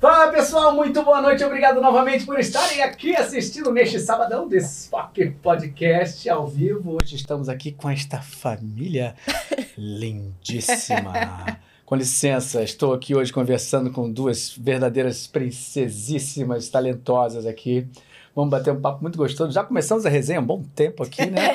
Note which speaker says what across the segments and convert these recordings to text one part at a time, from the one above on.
Speaker 1: Fala pessoal, muito boa noite, obrigado novamente por estarem aqui assistindo neste sabadão desse Spock Podcast ao vivo. Hoje estamos aqui com esta família lindíssima. Com licença, estou aqui hoje conversando com duas verdadeiras princesíssimas, talentosas aqui. Vamos bater um papo muito gostoso. Já começamos a resenha há um bom tempo aqui, né?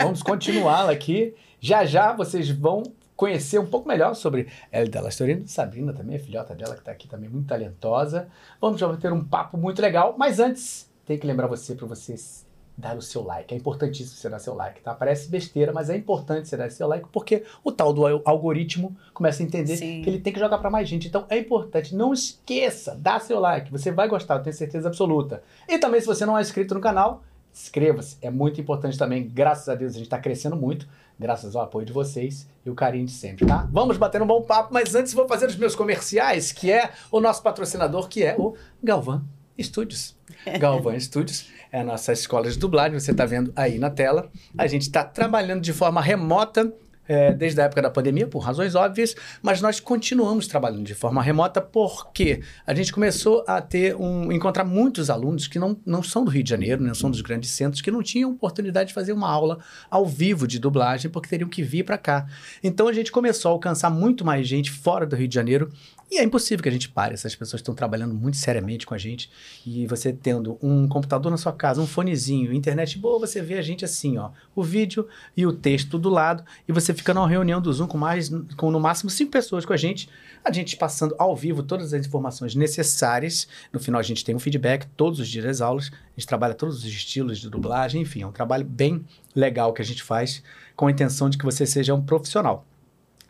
Speaker 1: Vamos continuá-la aqui. Já já vocês vão conhecer um pouco melhor sobre Elida Delastorino, Sabrina também, a filhota dela que está aqui também, muito talentosa. Vamos já ter um papo muito legal, mas antes, tem que lembrar você para vocês dar o seu like. É importantíssimo você dar seu like, tá? Parece besteira, mas é importante você dar seu like porque o tal do al- algoritmo começa a entender
Speaker 2: Sim.
Speaker 1: que ele tem que jogar para mais gente. Então é importante, não esqueça, dá seu like, você vai gostar, eu tenho certeza absoluta. E também se você não é inscrito no canal, inscreva-se, é muito importante também. Graças a Deus a gente está crescendo muito, graças ao apoio de vocês e o carinho de sempre, tá? Vamos bater um bom papo, mas antes vou fazer os meus comerciais, que é o nosso patrocinador, que é o Galvan Studios. Galvan Studios é a nossa escola de dublagem, você está vendo aí na tela. A gente está trabalhando de forma remota é, desde a época da pandemia, por razões óbvias, mas nós continuamos trabalhando de forma remota porque a gente começou a ter um, encontrar muitos alunos que não, não são do Rio de Janeiro, não são dos grandes centros, que não tinham oportunidade de fazer uma aula ao vivo de dublagem porque teriam que vir para cá. Então a gente começou a alcançar muito mais gente fora do Rio de Janeiro e é impossível que a gente pare. Essas pessoas estão trabalhando muito seriamente com a gente e você tendo um computador na sua casa, um fonezinho, internet boa, você vê a gente assim, ó, o vídeo e o texto do lado e você fica numa reunião do Zoom com mais, com no máximo cinco pessoas com a gente, a gente passando ao vivo todas as informações necessárias. No final a gente tem um feedback todos os dias das aulas, a gente trabalha todos os estilos de dublagem, enfim, é um trabalho bem legal que a gente faz com a intenção de que você seja um profissional.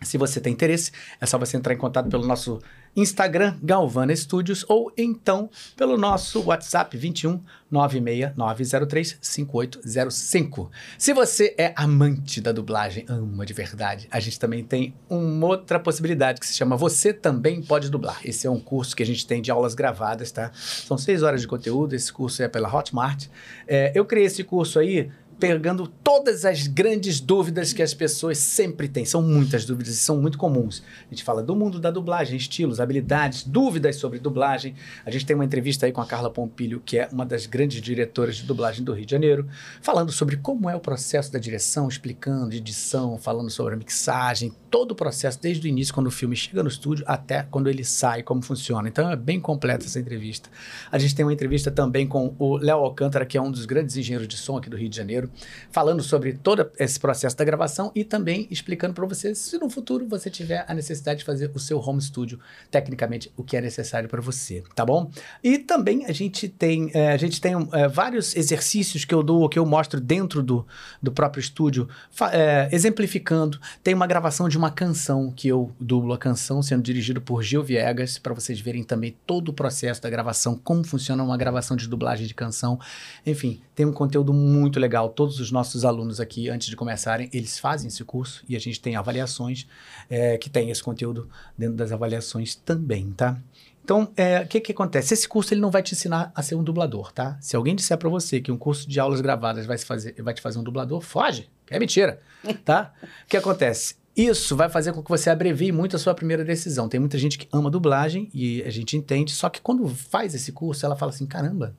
Speaker 1: Se você tem interesse, é só você entrar em contato pelo nosso Instagram, Galvana Studios, ou então pelo nosso WhatsApp 21 96903 5805. Se você é amante da dublagem, ama de verdade, a gente também tem uma outra possibilidade que se chama Você Também Pode Dublar. Esse é um curso que a gente tem de aulas gravadas, tá? São seis horas de conteúdo, esse curso é pela Hotmart. É, eu criei esse curso aí pegando todas as grandes dúvidas que as pessoas sempre têm. São muitas dúvidas e são muito comuns. A gente fala do mundo da dublagem, estilos, habilidades, dúvidas sobre dublagem. A gente tem uma entrevista aí com a Carla Pompilho, que é uma das grandes diretoras de dublagem do Rio de Janeiro, falando sobre como é o processo da direção, explicando edição, falando sobre a mixagem, todo o processo desde o início quando o filme chega no estúdio até quando ele sai, como funciona. Então é bem completa essa entrevista. A gente tem uma entrevista também com o Léo Alcântara, que é um dos grandes engenheiros de som aqui do Rio de Janeiro, falando sobre todo esse processo da gravação e também explicando para você se no futuro você tiver a necessidade de fazer o seu home studio, tecnicamente, o que é necessário para você, tá bom? E também a gente tem, eh, a gente tem eh, vários exercícios que eu dou, que eu mostro dentro do, do próprio estúdio, fa- eh, exemplificando. Tem uma gravação de uma canção que eu dublo a canção, sendo dirigido por Gil Viegas, para vocês verem também todo o processo da gravação, como funciona uma gravação de dublagem de canção. Enfim, tem um conteúdo muito legal. Todos os nossos alunos aqui, antes de começarem, eles fazem esse curso e a gente tem avaliações eh, que tem esse conteúdo dentro das avaliações também, tá? Então, é, o que, que acontece? Esse curso ele não vai te ensinar a ser um dublador, tá? Se alguém disser pra você que um curso de aulas gravadas vai, se fazer, vai te fazer um dublador, foge, que é mentira, tá? O que acontece? Isso vai fazer com que você abrevie muito a sua primeira decisão. Tem muita gente que ama dublagem e a gente entende, só que quando faz esse curso, ela fala assim: caramba,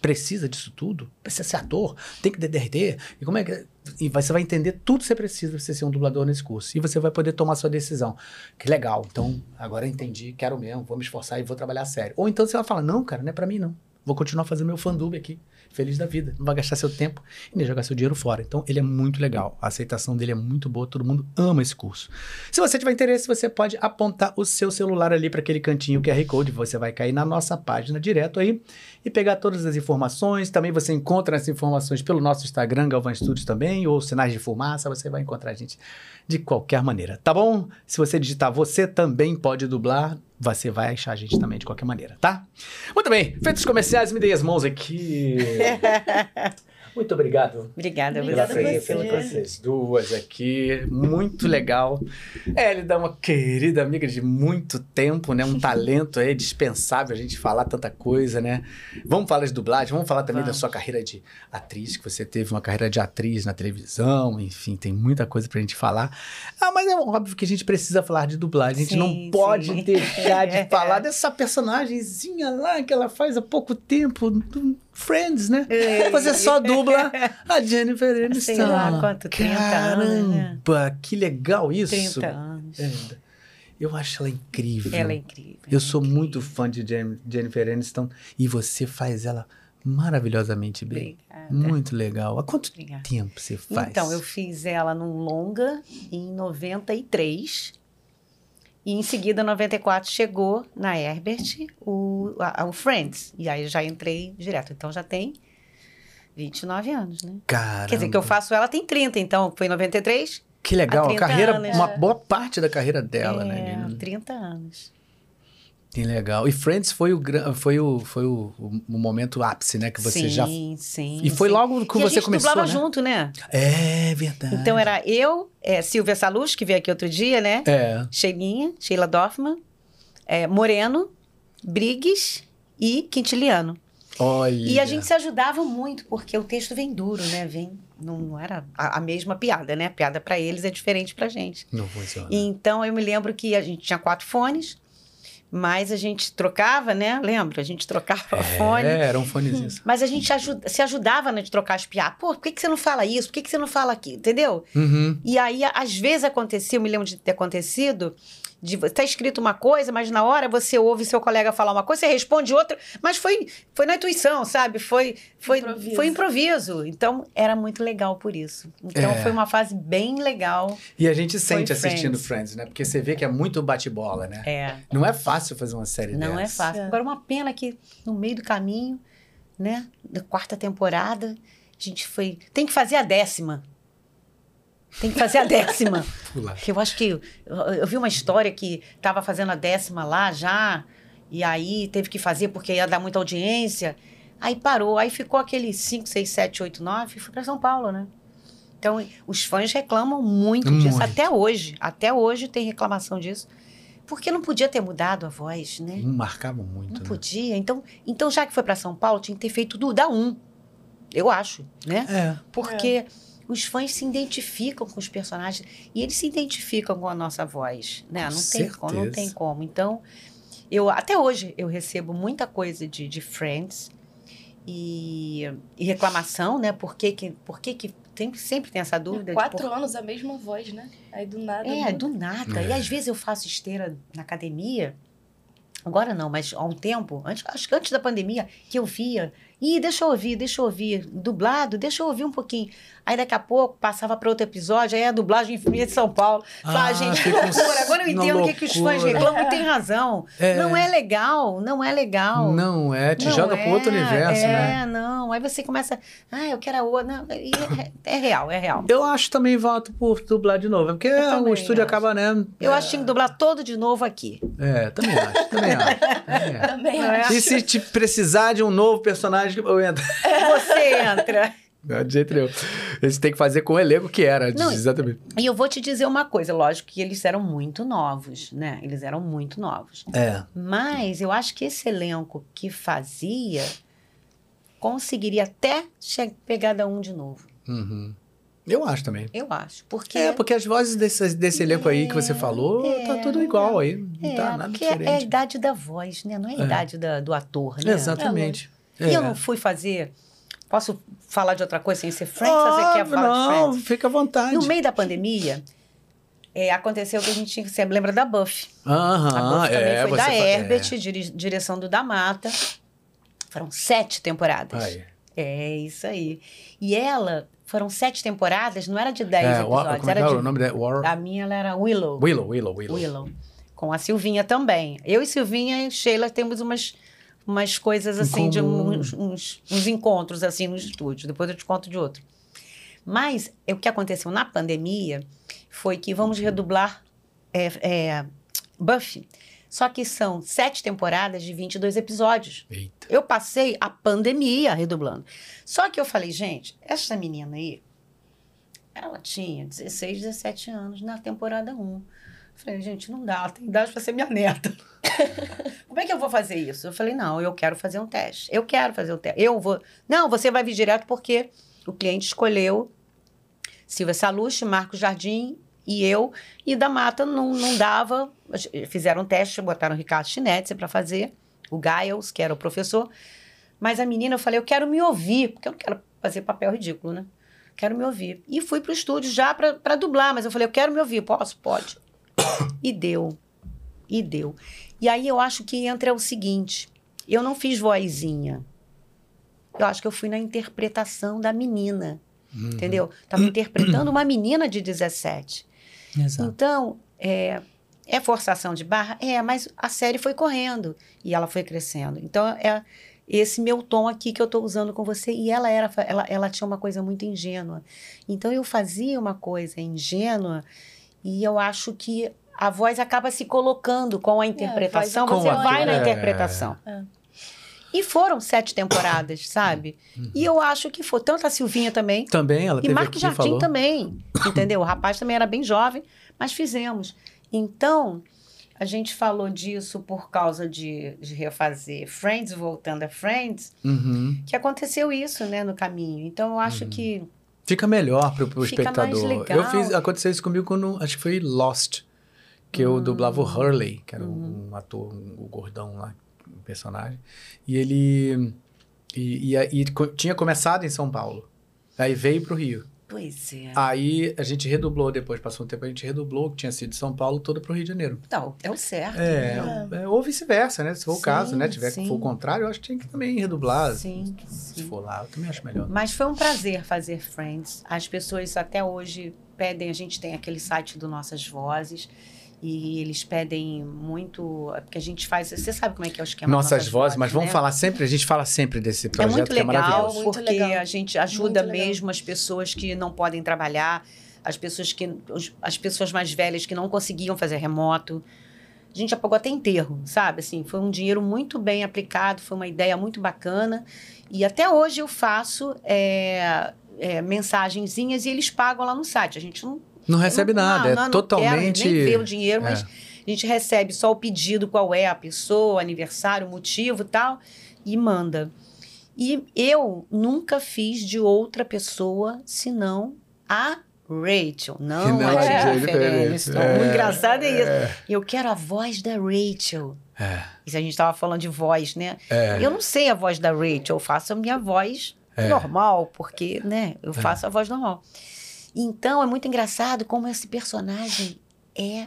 Speaker 1: precisa disso tudo? Precisa ser ator, tem que DDRT, e como é que. E você vai entender tudo que você precisa pra você ser um dublador nesse curso. E você vai poder tomar sua decisão que legal, então agora eu entendi, quero mesmo, vou me esforçar e vou trabalhar a sério. Ou então você vai falar, não, cara, não é pra mim não. Vou continuar fazendo meu fandub aqui, feliz da vida. Não vai gastar seu tempo e nem jogar seu dinheiro fora. Então, ele é muito legal. A aceitação dele é muito boa, todo mundo ama esse curso. Se você tiver interesse, você pode apontar o seu celular ali para aquele cantinho QR Code. Você vai cair na nossa página direto aí e pegar todas as informações. Também você encontra as informações pelo nosso Instagram, Galvan Studios também, ou Sinais de Fumaça. Você vai encontrar a gente de qualquer maneira, tá bom? Se você digitar você também pode dublar, você vai achar a gente também de qualquer maneira, tá? Muito bem, feitos comerciais, me dei as mãos aqui. Muito obrigado
Speaker 2: Obrigada a
Speaker 1: pela
Speaker 3: Obrigada
Speaker 2: você.
Speaker 1: presença de
Speaker 3: você.
Speaker 1: vocês duas aqui. Muito legal. Hélida é uma querida amiga de muito tempo, né? Um talento aí dispensável a gente falar tanta coisa, né? Vamos falar de dublagem, vamos falar também da
Speaker 2: Vamos.
Speaker 1: sua carreira de atriz, que você teve uma carreira de atriz na televisão, enfim, tem muita coisa pra gente falar. Ah, mas é óbvio que a gente precisa falar de dublagem, a gente
Speaker 2: Sim,
Speaker 1: não pode
Speaker 2: sim.
Speaker 1: deixar de falar dessa personagemzinha lá que ela faz há pouco tempo, do Friends, né? Você só dubla a Jennifer Aniston.
Speaker 2: Sei lá quanto, 30 anos, né?
Speaker 1: Caramba, que legal isso.
Speaker 2: 30 anos.
Speaker 1: É, Eu acho ela incrível.
Speaker 2: Ela é incrível.
Speaker 1: Eu sou
Speaker 2: incrível.
Speaker 1: muito fã de Jen- Jennifer Aniston e você faz ela maravilhosamente bem.
Speaker 2: Obrigada.
Speaker 1: Muito legal. Há quanto
Speaker 2: Obrigada.
Speaker 1: tempo você faz?
Speaker 2: Então, eu fiz ela num longa em 93. E em seguida, em 94, chegou na Herbert o, a- o Friends. E aí eu já entrei direto. Então já tem 29 anos, né?
Speaker 1: Caramba,
Speaker 2: Quer dizer, que eu faço ela tem 30, então foi em 93?
Speaker 1: Que legal, a
Speaker 2: 30
Speaker 1: carreira,
Speaker 2: anos,
Speaker 1: uma
Speaker 2: é.
Speaker 1: boa parte da carreira dela, né?
Speaker 2: é,
Speaker 1: Lina?
Speaker 2: 30 anos.
Speaker 1: Que legal. E Friends foi o gran- foi o foi o, o momento ápice, né, que você
Speaker 2: sim,
Speaker 1: já
Speaker 2: sim.
Speaker 1: E foi
Speaker 2: sim.
Speaker 1: logo que
Speaker 2: e a
Speaker 1: você
Speaker 2: gente
Speaker 1: começou, né?
Speaker 2: dublava junto, né?
Speaker 1: É verdade.
Speaker 2: Então era eu, é, Silvia Salus, que veio aqui outro dia, né?
Speaker 1: É.
Speaker 2: Sheilinha, Sheila Dorfman, é, Moreno, Briggs e Quintiliano.
Speaker 1: Olha.
Speaker 2: E a gente se ajudava muito, porque o texto vem duro, né? Vem, não, não era a, a mesma piada, né? A piada pra eles é diferente pra gente.
Speaker 1: Não funciona.
Speaker 2: Então eu me lembro que a gente tinha quatro fones, mas a gente trocava, né? Lembra? A gente trocava fone.
Speaker 1: É, era um fonezinho. só.
Speaker 2: Mas a gente aju- se ajudava né, de trocar as piadas. Pô, por que, que você não fala isso? Por que, que você não fala aquilo? Entendeu?
Speaker 1: Uhum.
Speaker 2: E aí, a- às vezes acontecia, eu me lembro de ter acontecido, de vo- tá escrito uma coisa, mas na hora você ouve seu colega falar uma coisa, você responde outra, mas foi, foi na intuição, sabe? Foi, foi,
Speaker 3: Improviso.
Speaker 2: foi improviso. Então, era muito legal por isso. Então,
Speaker 1: É.
Speaker 2: foi uma fase bem legal.
Speaker 1: E a gente sente
Speaker 2: Friends.
Speaker 1: assistindo Friends, né? Porque você vê que é muito bate-bola, né?
Speaker 2: É,
Speaker 1: Não é fácil fazer uma série
Speaker 2: não é
Speaker 1: dessa.
Speaker 2: fácil.
Speaker 3: É.
Speaker 2: Agora, uma pena que no meio do caminho, né, da quarta temporada, a gente foi. Tem que fazer a décima. Tem que fazer a décima.
Speaker 1: Pula.
Speaker 2: Eu acho que. Eu, eu vi uma história que estava fazendo a décima lá já, e aí teve que fazer porque ia dar muita audiência. Aí parou, aí ficou aquele 5, 6, 7, 8, 9 e foi para São Paulo, né? Então, os fãs reclamam muito, disso
Speaker 1: Muito.
Speaker 2: até hoje. Até hoje tem reclamação disso. Porque não podia ter mudado a voz, né?
Speaker 1: Não Um marcava muito,
Speaker 2: Não
Speaker 1: né?
Speaker 2: podia. Então, então já que foi para São Paulo, tinha que ter feito do da um. Eu acho, né?
Speaker 1: É.
Speaker 2: Porque os fãs se identificam com os personagens e eles se identificam com a nossa voz, né?
Speaker 1: Com
Speaker 2: não tem como, não
Speaker 1: certeza.
Speaker 2: tem como. Então, eu até hoje eu recebo muita coisa de, de friends e, e reclamação, né? Por que que, por que, que tem, sempre tem essa dúvida? de
Speaker 3: Quatro
Speaker 2: por-
Speaker 3: anos a mesma voz, né? Aí do nada.
Speaker 2: É,
Speaker 3: muda.
Speaker 2: do nada. E às vezes eu faço esteira na academia. Agora não, mas há um tempo, antes, acho que antes da pandemia, que eu via. Ih, deixa eu ouvir, deixa eu ouvir. Dublado, deixa eu ouvir um pouquinho. Aí daqui a pouco passava para outro episódio, aí a dublagem vinha de São Paulo. Fala,
Speaker 1: Ah,
Speaker 2: gente, que
Speaker 1: fica um-
Speaker 2: loucura. Agora eu
Speaker 1: uma
Speaker 2: entendo o que, que os fãs
Speaker 1: loucura.
Speaker 2: reclamam, tem razão. Não é legal, não é legal.
Speaker 1: Não é, te
Speaker 2: Não
Speaker 1: joga
Speaker 2: é,
Speaker 1: pro outro universo,
Speaker 2: é,
Speaker 1: né?
Speaker 2: não. Aí você começa, ah, eu quero a outra. Não, e é, é real, é real.
Speaker 1: Eu acho também voto por dublar de novo. É porque o
Speaker 2: também
Speaker 1: estúdio
Speaker 2: acho.
Speaker 1: acaba, né?
Speaker 2: Eu acho que tinha que dublar todo de novo aqui.
Speaker 1: É, também acho, também acho. também acho.
Speaker 3: Também
Speaker 2: Não é?
Speaker 3: acho.
Speaker 1: E se te precisar de um novo personagem, eu entro.
Speaker 2: Você entra.
Speaker 1: Não, de jeito nenhum. Eles têm que fazer com o elenco que era.
Speaker 2: Não,
Speaker 1: exatamente.
Speaker 2: E eu vou te dizer uma coisa, lógico que eles eram muito novos, né? Eles eram muito novos.
Speaker 1: É.
Speaker 2: Mas eu acho que esse elenco que fazia conseguiria até che- pegar da um de novo.
Speaker 1: Uhum. Eu acho também.
Speaker 2: Eu acho. Porque
Speaker 1: É, porque as vozes desse, desse elenco aí que você falou,
Speaker 2: é,
Speaker 1: tá tudo igual aí. Não
Speaker 2: é,
Speaker 1: tá nada
Speaker 2: porque é a
Speaker 1: diferente.
Speaker 2: idade da voz, né? Não é a
Speaker 1: É.
Speaker 2: idade da- do ator, né?
Speaker 1: Exatamente.
Speaker 2: E
Speaker 1: É.
Speaker 2: eu não fui fazer. Posso falar de outra coisa sem ser Friends? você
Speaker 1: Óbvio,
Speaker 2: quer falar de Friends?
Speaker 1: Oh, não, fica à vontade.
Speaker 2: No meio da pandemia, é, aconteceu que a gente tinha que ser. Lembra da Buffy? A
Speaker 1: Aham,
Speaker 2: Golf também
Speaker 1: é,
Speaker 2: foi
Speaker 1: você
Speaker 2: da
Speaker 1: fa-
Speaker 2: Herbert, diri- direção do Damata. Foram sete
Speaker 1: É.
Speaker 2: temporadas.
Speaker 1: Aí.
Speaker 2: É, isso aí. E ela, foram sete temporadas, não era de dez
Speaker 1: É, wa-
Speaker 2: episódios,
Speaker 1: como é que
Speaker 2: era
Speaker 1: é
Speaker 2: de...
Speaker 1: o nome dela? War...
Speaker 2: A minha, ela era Willow.
Speaker 1: Willow, Willow, Willow.
Speaker 2: Willow. Com a Silvinha também. Eu e Silvinha e Sheila temos umas, umas coisas
Speaker 1: Em
Speaker 2: assim, de
Speaker 1: comum.
Speaker 2: uns, uns, uns encontros assim no estúdio. Depois eu te conto de outro. Mas é, o que aconteceu na pandemia foi que vamos redublar é, é, Buffy. Só que são sete temporadas de 22 episódios.
Speaker 1: Eita.
Speaker 2: Eu passei a pandemia redublando. Só que eu falei, gente, essa menina aí, ela tinha 16, 17 anos na temporada 1. Falei, gente, não dá, ela tem idade para ser minha neta. Como é que eu vou fazer isso? Eu falei, não, eu quero fazer um teste. Eu quero fazer um teste. Eu vou. Não, você vai vir direto porque o cliente escolheu Silvia Salucci, Marcos Jardim e eu. E da Mata não, não dava. Fizeram um teste, botaram o Ricardo Schnetzer para fazer, o Giles, que era o professor. Mas a menina, eu falei, eu quero me ouvir, porque eu não quero fazer papel ridículo, né? Quero me ouvir. E fui pro estúdio já pra pra dublar, mas eu falei, eu quero me ouvir, posso? Pode. E deu. E deu. E aí eu acho que entra o seguinte: eu não fiz vozinha. Eu acho que eu fui na interpretação da menina, entendeu? Tava interpretando uma menina de 17.
Speaker 4: Exato.
Speaker 2: Então, é, é forçação de barra? É, mas a série foi correndo e ela foi crescendo. Então, é esse meu tom aqui que eu estou usando com você. E ela era, fa- ela, ela tinha uma coisa muito ingênua. Então, eu fazia uma coisa ingênua e eu acho que a voz acaba se colocando com a interpretação.
Speaker 3: com
Speaker 2: você
Speaker 3: a
Speaker 2: vai na
Speaker 1: voz.
Speaker 2: interpretação.
Speaker 3: É.
Speaker 2: E foram sete temporadas, sabe? E eu acho que foi. Tanto a Silvinha também,
Speaker 1: Também, ela
Speaker 2: e
Speaker 1: teve
Speaker 2: Marco
Speaker 1: aqui,
Speaker 2: Jardim
Speaker 1: falou.
Speaker 2: também, entendeu? O rapaz também era bem jovem, mas fizemos. Então, a gente falou disso por causa de, de refazer Friends, voltando a Friends,
Speaker 1: Uhum.
Speaker 2: que aconteceu isso, né, no caminho. Então, eu acho que...
Speaker 1: Fica melhor pro, pro
Speaker 2: Fica mais
Speaker 1: espectador.
Speaker 2: legal.
Speaker 1: Eu fiz, aconteceu isso comigo quando, acho que foi Lost, que
Speaker 2: Hum.
Speaker 1: eu dublava o Hurley, que era
Speaker 2: Uhum.
Speaker 1: um- um ator, um- o gordão lá, um personagem. E ele... E, e, e co- tinha começado em São Paulo. Aí veio pro Rio.
Speaker 2: Pois é.
Speaker 1: Ah. Aí a gente redublou depois, passou um tempo, a gente redublou, que tinha sido de São Paulo, todo pro Rio de Janeiro.
Speaker 2: Então, é o certo.
Speaker 1: É, é, ou vice-versa, né? Se for o
Speaker 2: Sim,
Speaker 1: caso, né? Tiver
Speaker 2: sim.
Speaker 1: que for o contrário, eu acho que tinha que também redublar.
Speaker 2: Sim,
Speaker 1: Se
Speaker 2: sim.
Speaker 1: for lá, eu também acho melhor. né?
Speaker 2: Mas foi um prazer fazer Friends. As pessoas até hoje pedem, a gente tem aquele site do Nossas Vozes, e eles pedem muito, é porque a gente faz, você sabe como é que é o esquema.
Speaker 1: Nossas, vozes, mas vamos
Speaker 2: né?
Speaker 1: falar sempre, a gente fala sempre desse
Speaker 2: É
Speaker 1: projeto
Speaker 2: muito
Speaker 1: que é
Speaker 2: legal,
Speaker 1: maravilhoso.
Speaker 2: porque
Speaker 3: Muito legal.
Speaker 2: a gente ajuda
Speaker 3: Muito legal.
Speaker 2: mesmo as pessoas que não podem trabalhar, as pessoas que os- as pessoas mais velhas que não conseguiam fazer remoto. A gente apagou até enterro, sabe? Assim, foi um dinheiro muito bem aplicado, foi uma ideia muito bacana. E até hoje eu faço é, é, mensagenzinhas e eles pagam lá no site. A gente não
Speaker 1: Não recebe
Speaker 2: eu não-
Speaker 1: nada,
Speaker 2: não, não,
Speaker 1: é
Speaker 2: não
Speaker 1: totalmente.
Speaker 2: Quero, nem ver o dinheiro,
Speaker 1: é.
Speaker 2: mas a gente recebe só o pedido, qual é a pessoa, aniversário, motivo e tal, e manda. E eu nunca fiz de outra pessoa senão a Rachel, não,
Speaker 1: Não, é
Speaker 2: a
Speaker 1: a
Speaker 2: Jennifer
Speaker 1: Jennifer
Speaker 2: Aniston.
Speaker 1: Aniston. É.
Speaker 2: O engraçado é isso. Eu quero a voz da Rachel.
Speaker 1: É.
Speaker 2: Isso a gente tava falando de voz, né?
Speaker 1: É.
Speaker 2: Eu não sei a voz da Rachel, eu faço a minha voz
Speaker 1: É.
Speaker 2: normal, porque, né, eu faço a voz normal. Então, é muito engraçado como esse personagem é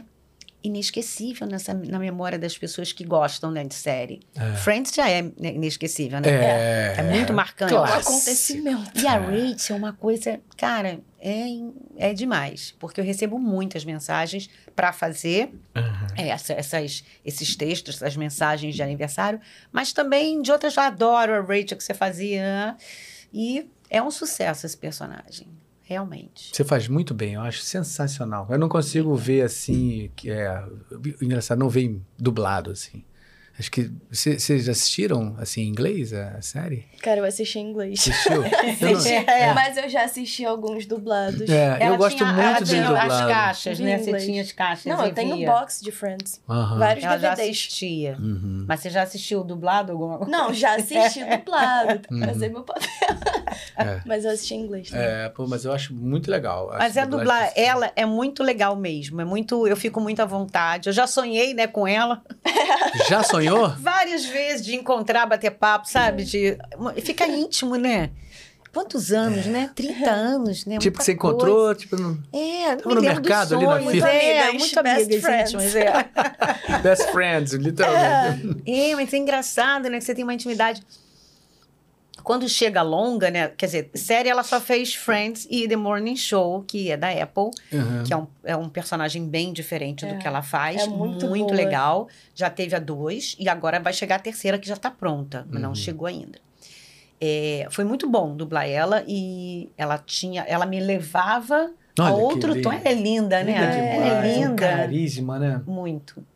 Speaker 2: inesquecível nessa, na memória das pessoas que gostam né, de série. Friends já é né, inesquecível, né?
Speaker 1: É.
Speaker 2: É muito marcante.
Speaker 3: Um
Speaker 1: Claro. Clássico.
Speaker 3: acontecimento.
Speaker 2: E a Rachel é uma coisa, cara, é, é demais. Porque eu recebo muitas mensagens para fazer
Speaker 1: Uhum.
Speaker 2: é, essa- essas, esses textos, essas mensagens de aniversário, mas também de outras. Eu adoro a Rachel que você fazia. E é um sucesso esse personagem, realmente.
Speaker 1: Você faz muito bem, eu acho sensacional. Eu não consigo ver assim, que é engraçado, não vem dublado assim. Acho que vocês vocês assistiram assim em inglês a a série?
Speaker 3: Cara, eu assisti em inglês.
Speaker 1: Assistiu? Eu não-
Speaker 2: É.
Speaker 3: Mas eu já assisti alguns dublados.
Speaker 1: É, eu
Speaker 2: Ela
Speaker 1: gosto
Speaker 2: tinha- ela
Speaker 1: muito
Speaker 2: tinha
Speaker 1: bem
Speaker 2: as
Speaker 1: dublado.
Speaker 2: caixas, né? Você
Speaker 3: Inglês.
Speaker 2: tinha as caixas.
Speaker 3: Não, eu
Speaker 2: e
Speaker 3: tenho um
Speaker 2: via.
Speaker 3: box de Friends.
Speaker 1: Aham.
Speaker 3: Vários
Speaker 2: Ela já
Speaker 3: DVDs.
Speaker 2: assistia.
Speaker 1: Uhum.
Speaker 2: Mas você já assistiu dublado alguma coisa?
Speaker 3: Não, já assisti
Speaker 2: É.
Speaker 3: dublado.
Speaker 1: Uhum.
Speaker 3: fazer meu papel.
Speaker 1: É.
Speaker 3: Mas eu assisti em inglês. Né?
Speaker 1: É, pô, mas eu acho muito legal. Acho
Speaker 2: Mas é
Speaker 1: dublagem
Speaker 2: dublar,
Speaker 1: assim.
Speaker 2: ela é muito legal mesmo. É muito, eu fico muito à vontade. Eu já sonhei, né, com ela
Speaker 1: Já sonhou?
Speaker 2: várias vezes de encontrar, bater papo, sabe?
Speaker 1: Uhum.
Speaker 2: De fica íntimo, né? Quantos anos, né? 30 anos, né?
Speaker 1: É. tipo,
Speaker 2: Muita
Speaker 1: que você encontrou,
Speaker 2: coisa.
Speaker 1: tipo, no
Speaker 2: É, não
Speaker 1: Tava
Speaker 2: me
Speaker 1: no
Speaker 2: lembro
Speaker 1: mercado
Speaker 2: dos
Speaker 1: ali na
Speaker 2: sonhos,
Speaker 1: fila.
Speaker 2: é,
Speaker 3: Amigas,
Speaker 2: muito
Speaker 3: best
Speaker 2: amigas
Speaker 3: friends.
Speaker 2: íntimas, é.
Speaker 1: Best Friends, literalmente.
Speaker 2: É, mas é engraçado, né? Que você tem uma intimidade. Quando chega longa, né? Quer dizer, série ela só fez Friends e The Morning Show, que é da Apple,
Speaker 1: Uhum.
Speaker 2: que é um, é um personagem bem diferente do
Speaker 3: É.
Speaker 2: que ela faz.
Speaker 3: É muito boa.
Speaker 2: legal. Já teve a dois e agora vai chegar a terceira, que já tá pronta, mas não
Speaker 1: Uhum.
Speaker 2: chegou ainda. É, foi muito bom dublar ela e ela tinha. Ela me levava a
Speaker 1: Olha que
Speaker 2: outro tom.
Speaker 1: lindo.
Speaker 2: Ela é linda, né?
Speaker 1: Linda
Speaker 2: ela é
Speaker 1: demais, um
Speaker 2: linda.
Speaker 1: carisma, né?
Speaker 2: Muito.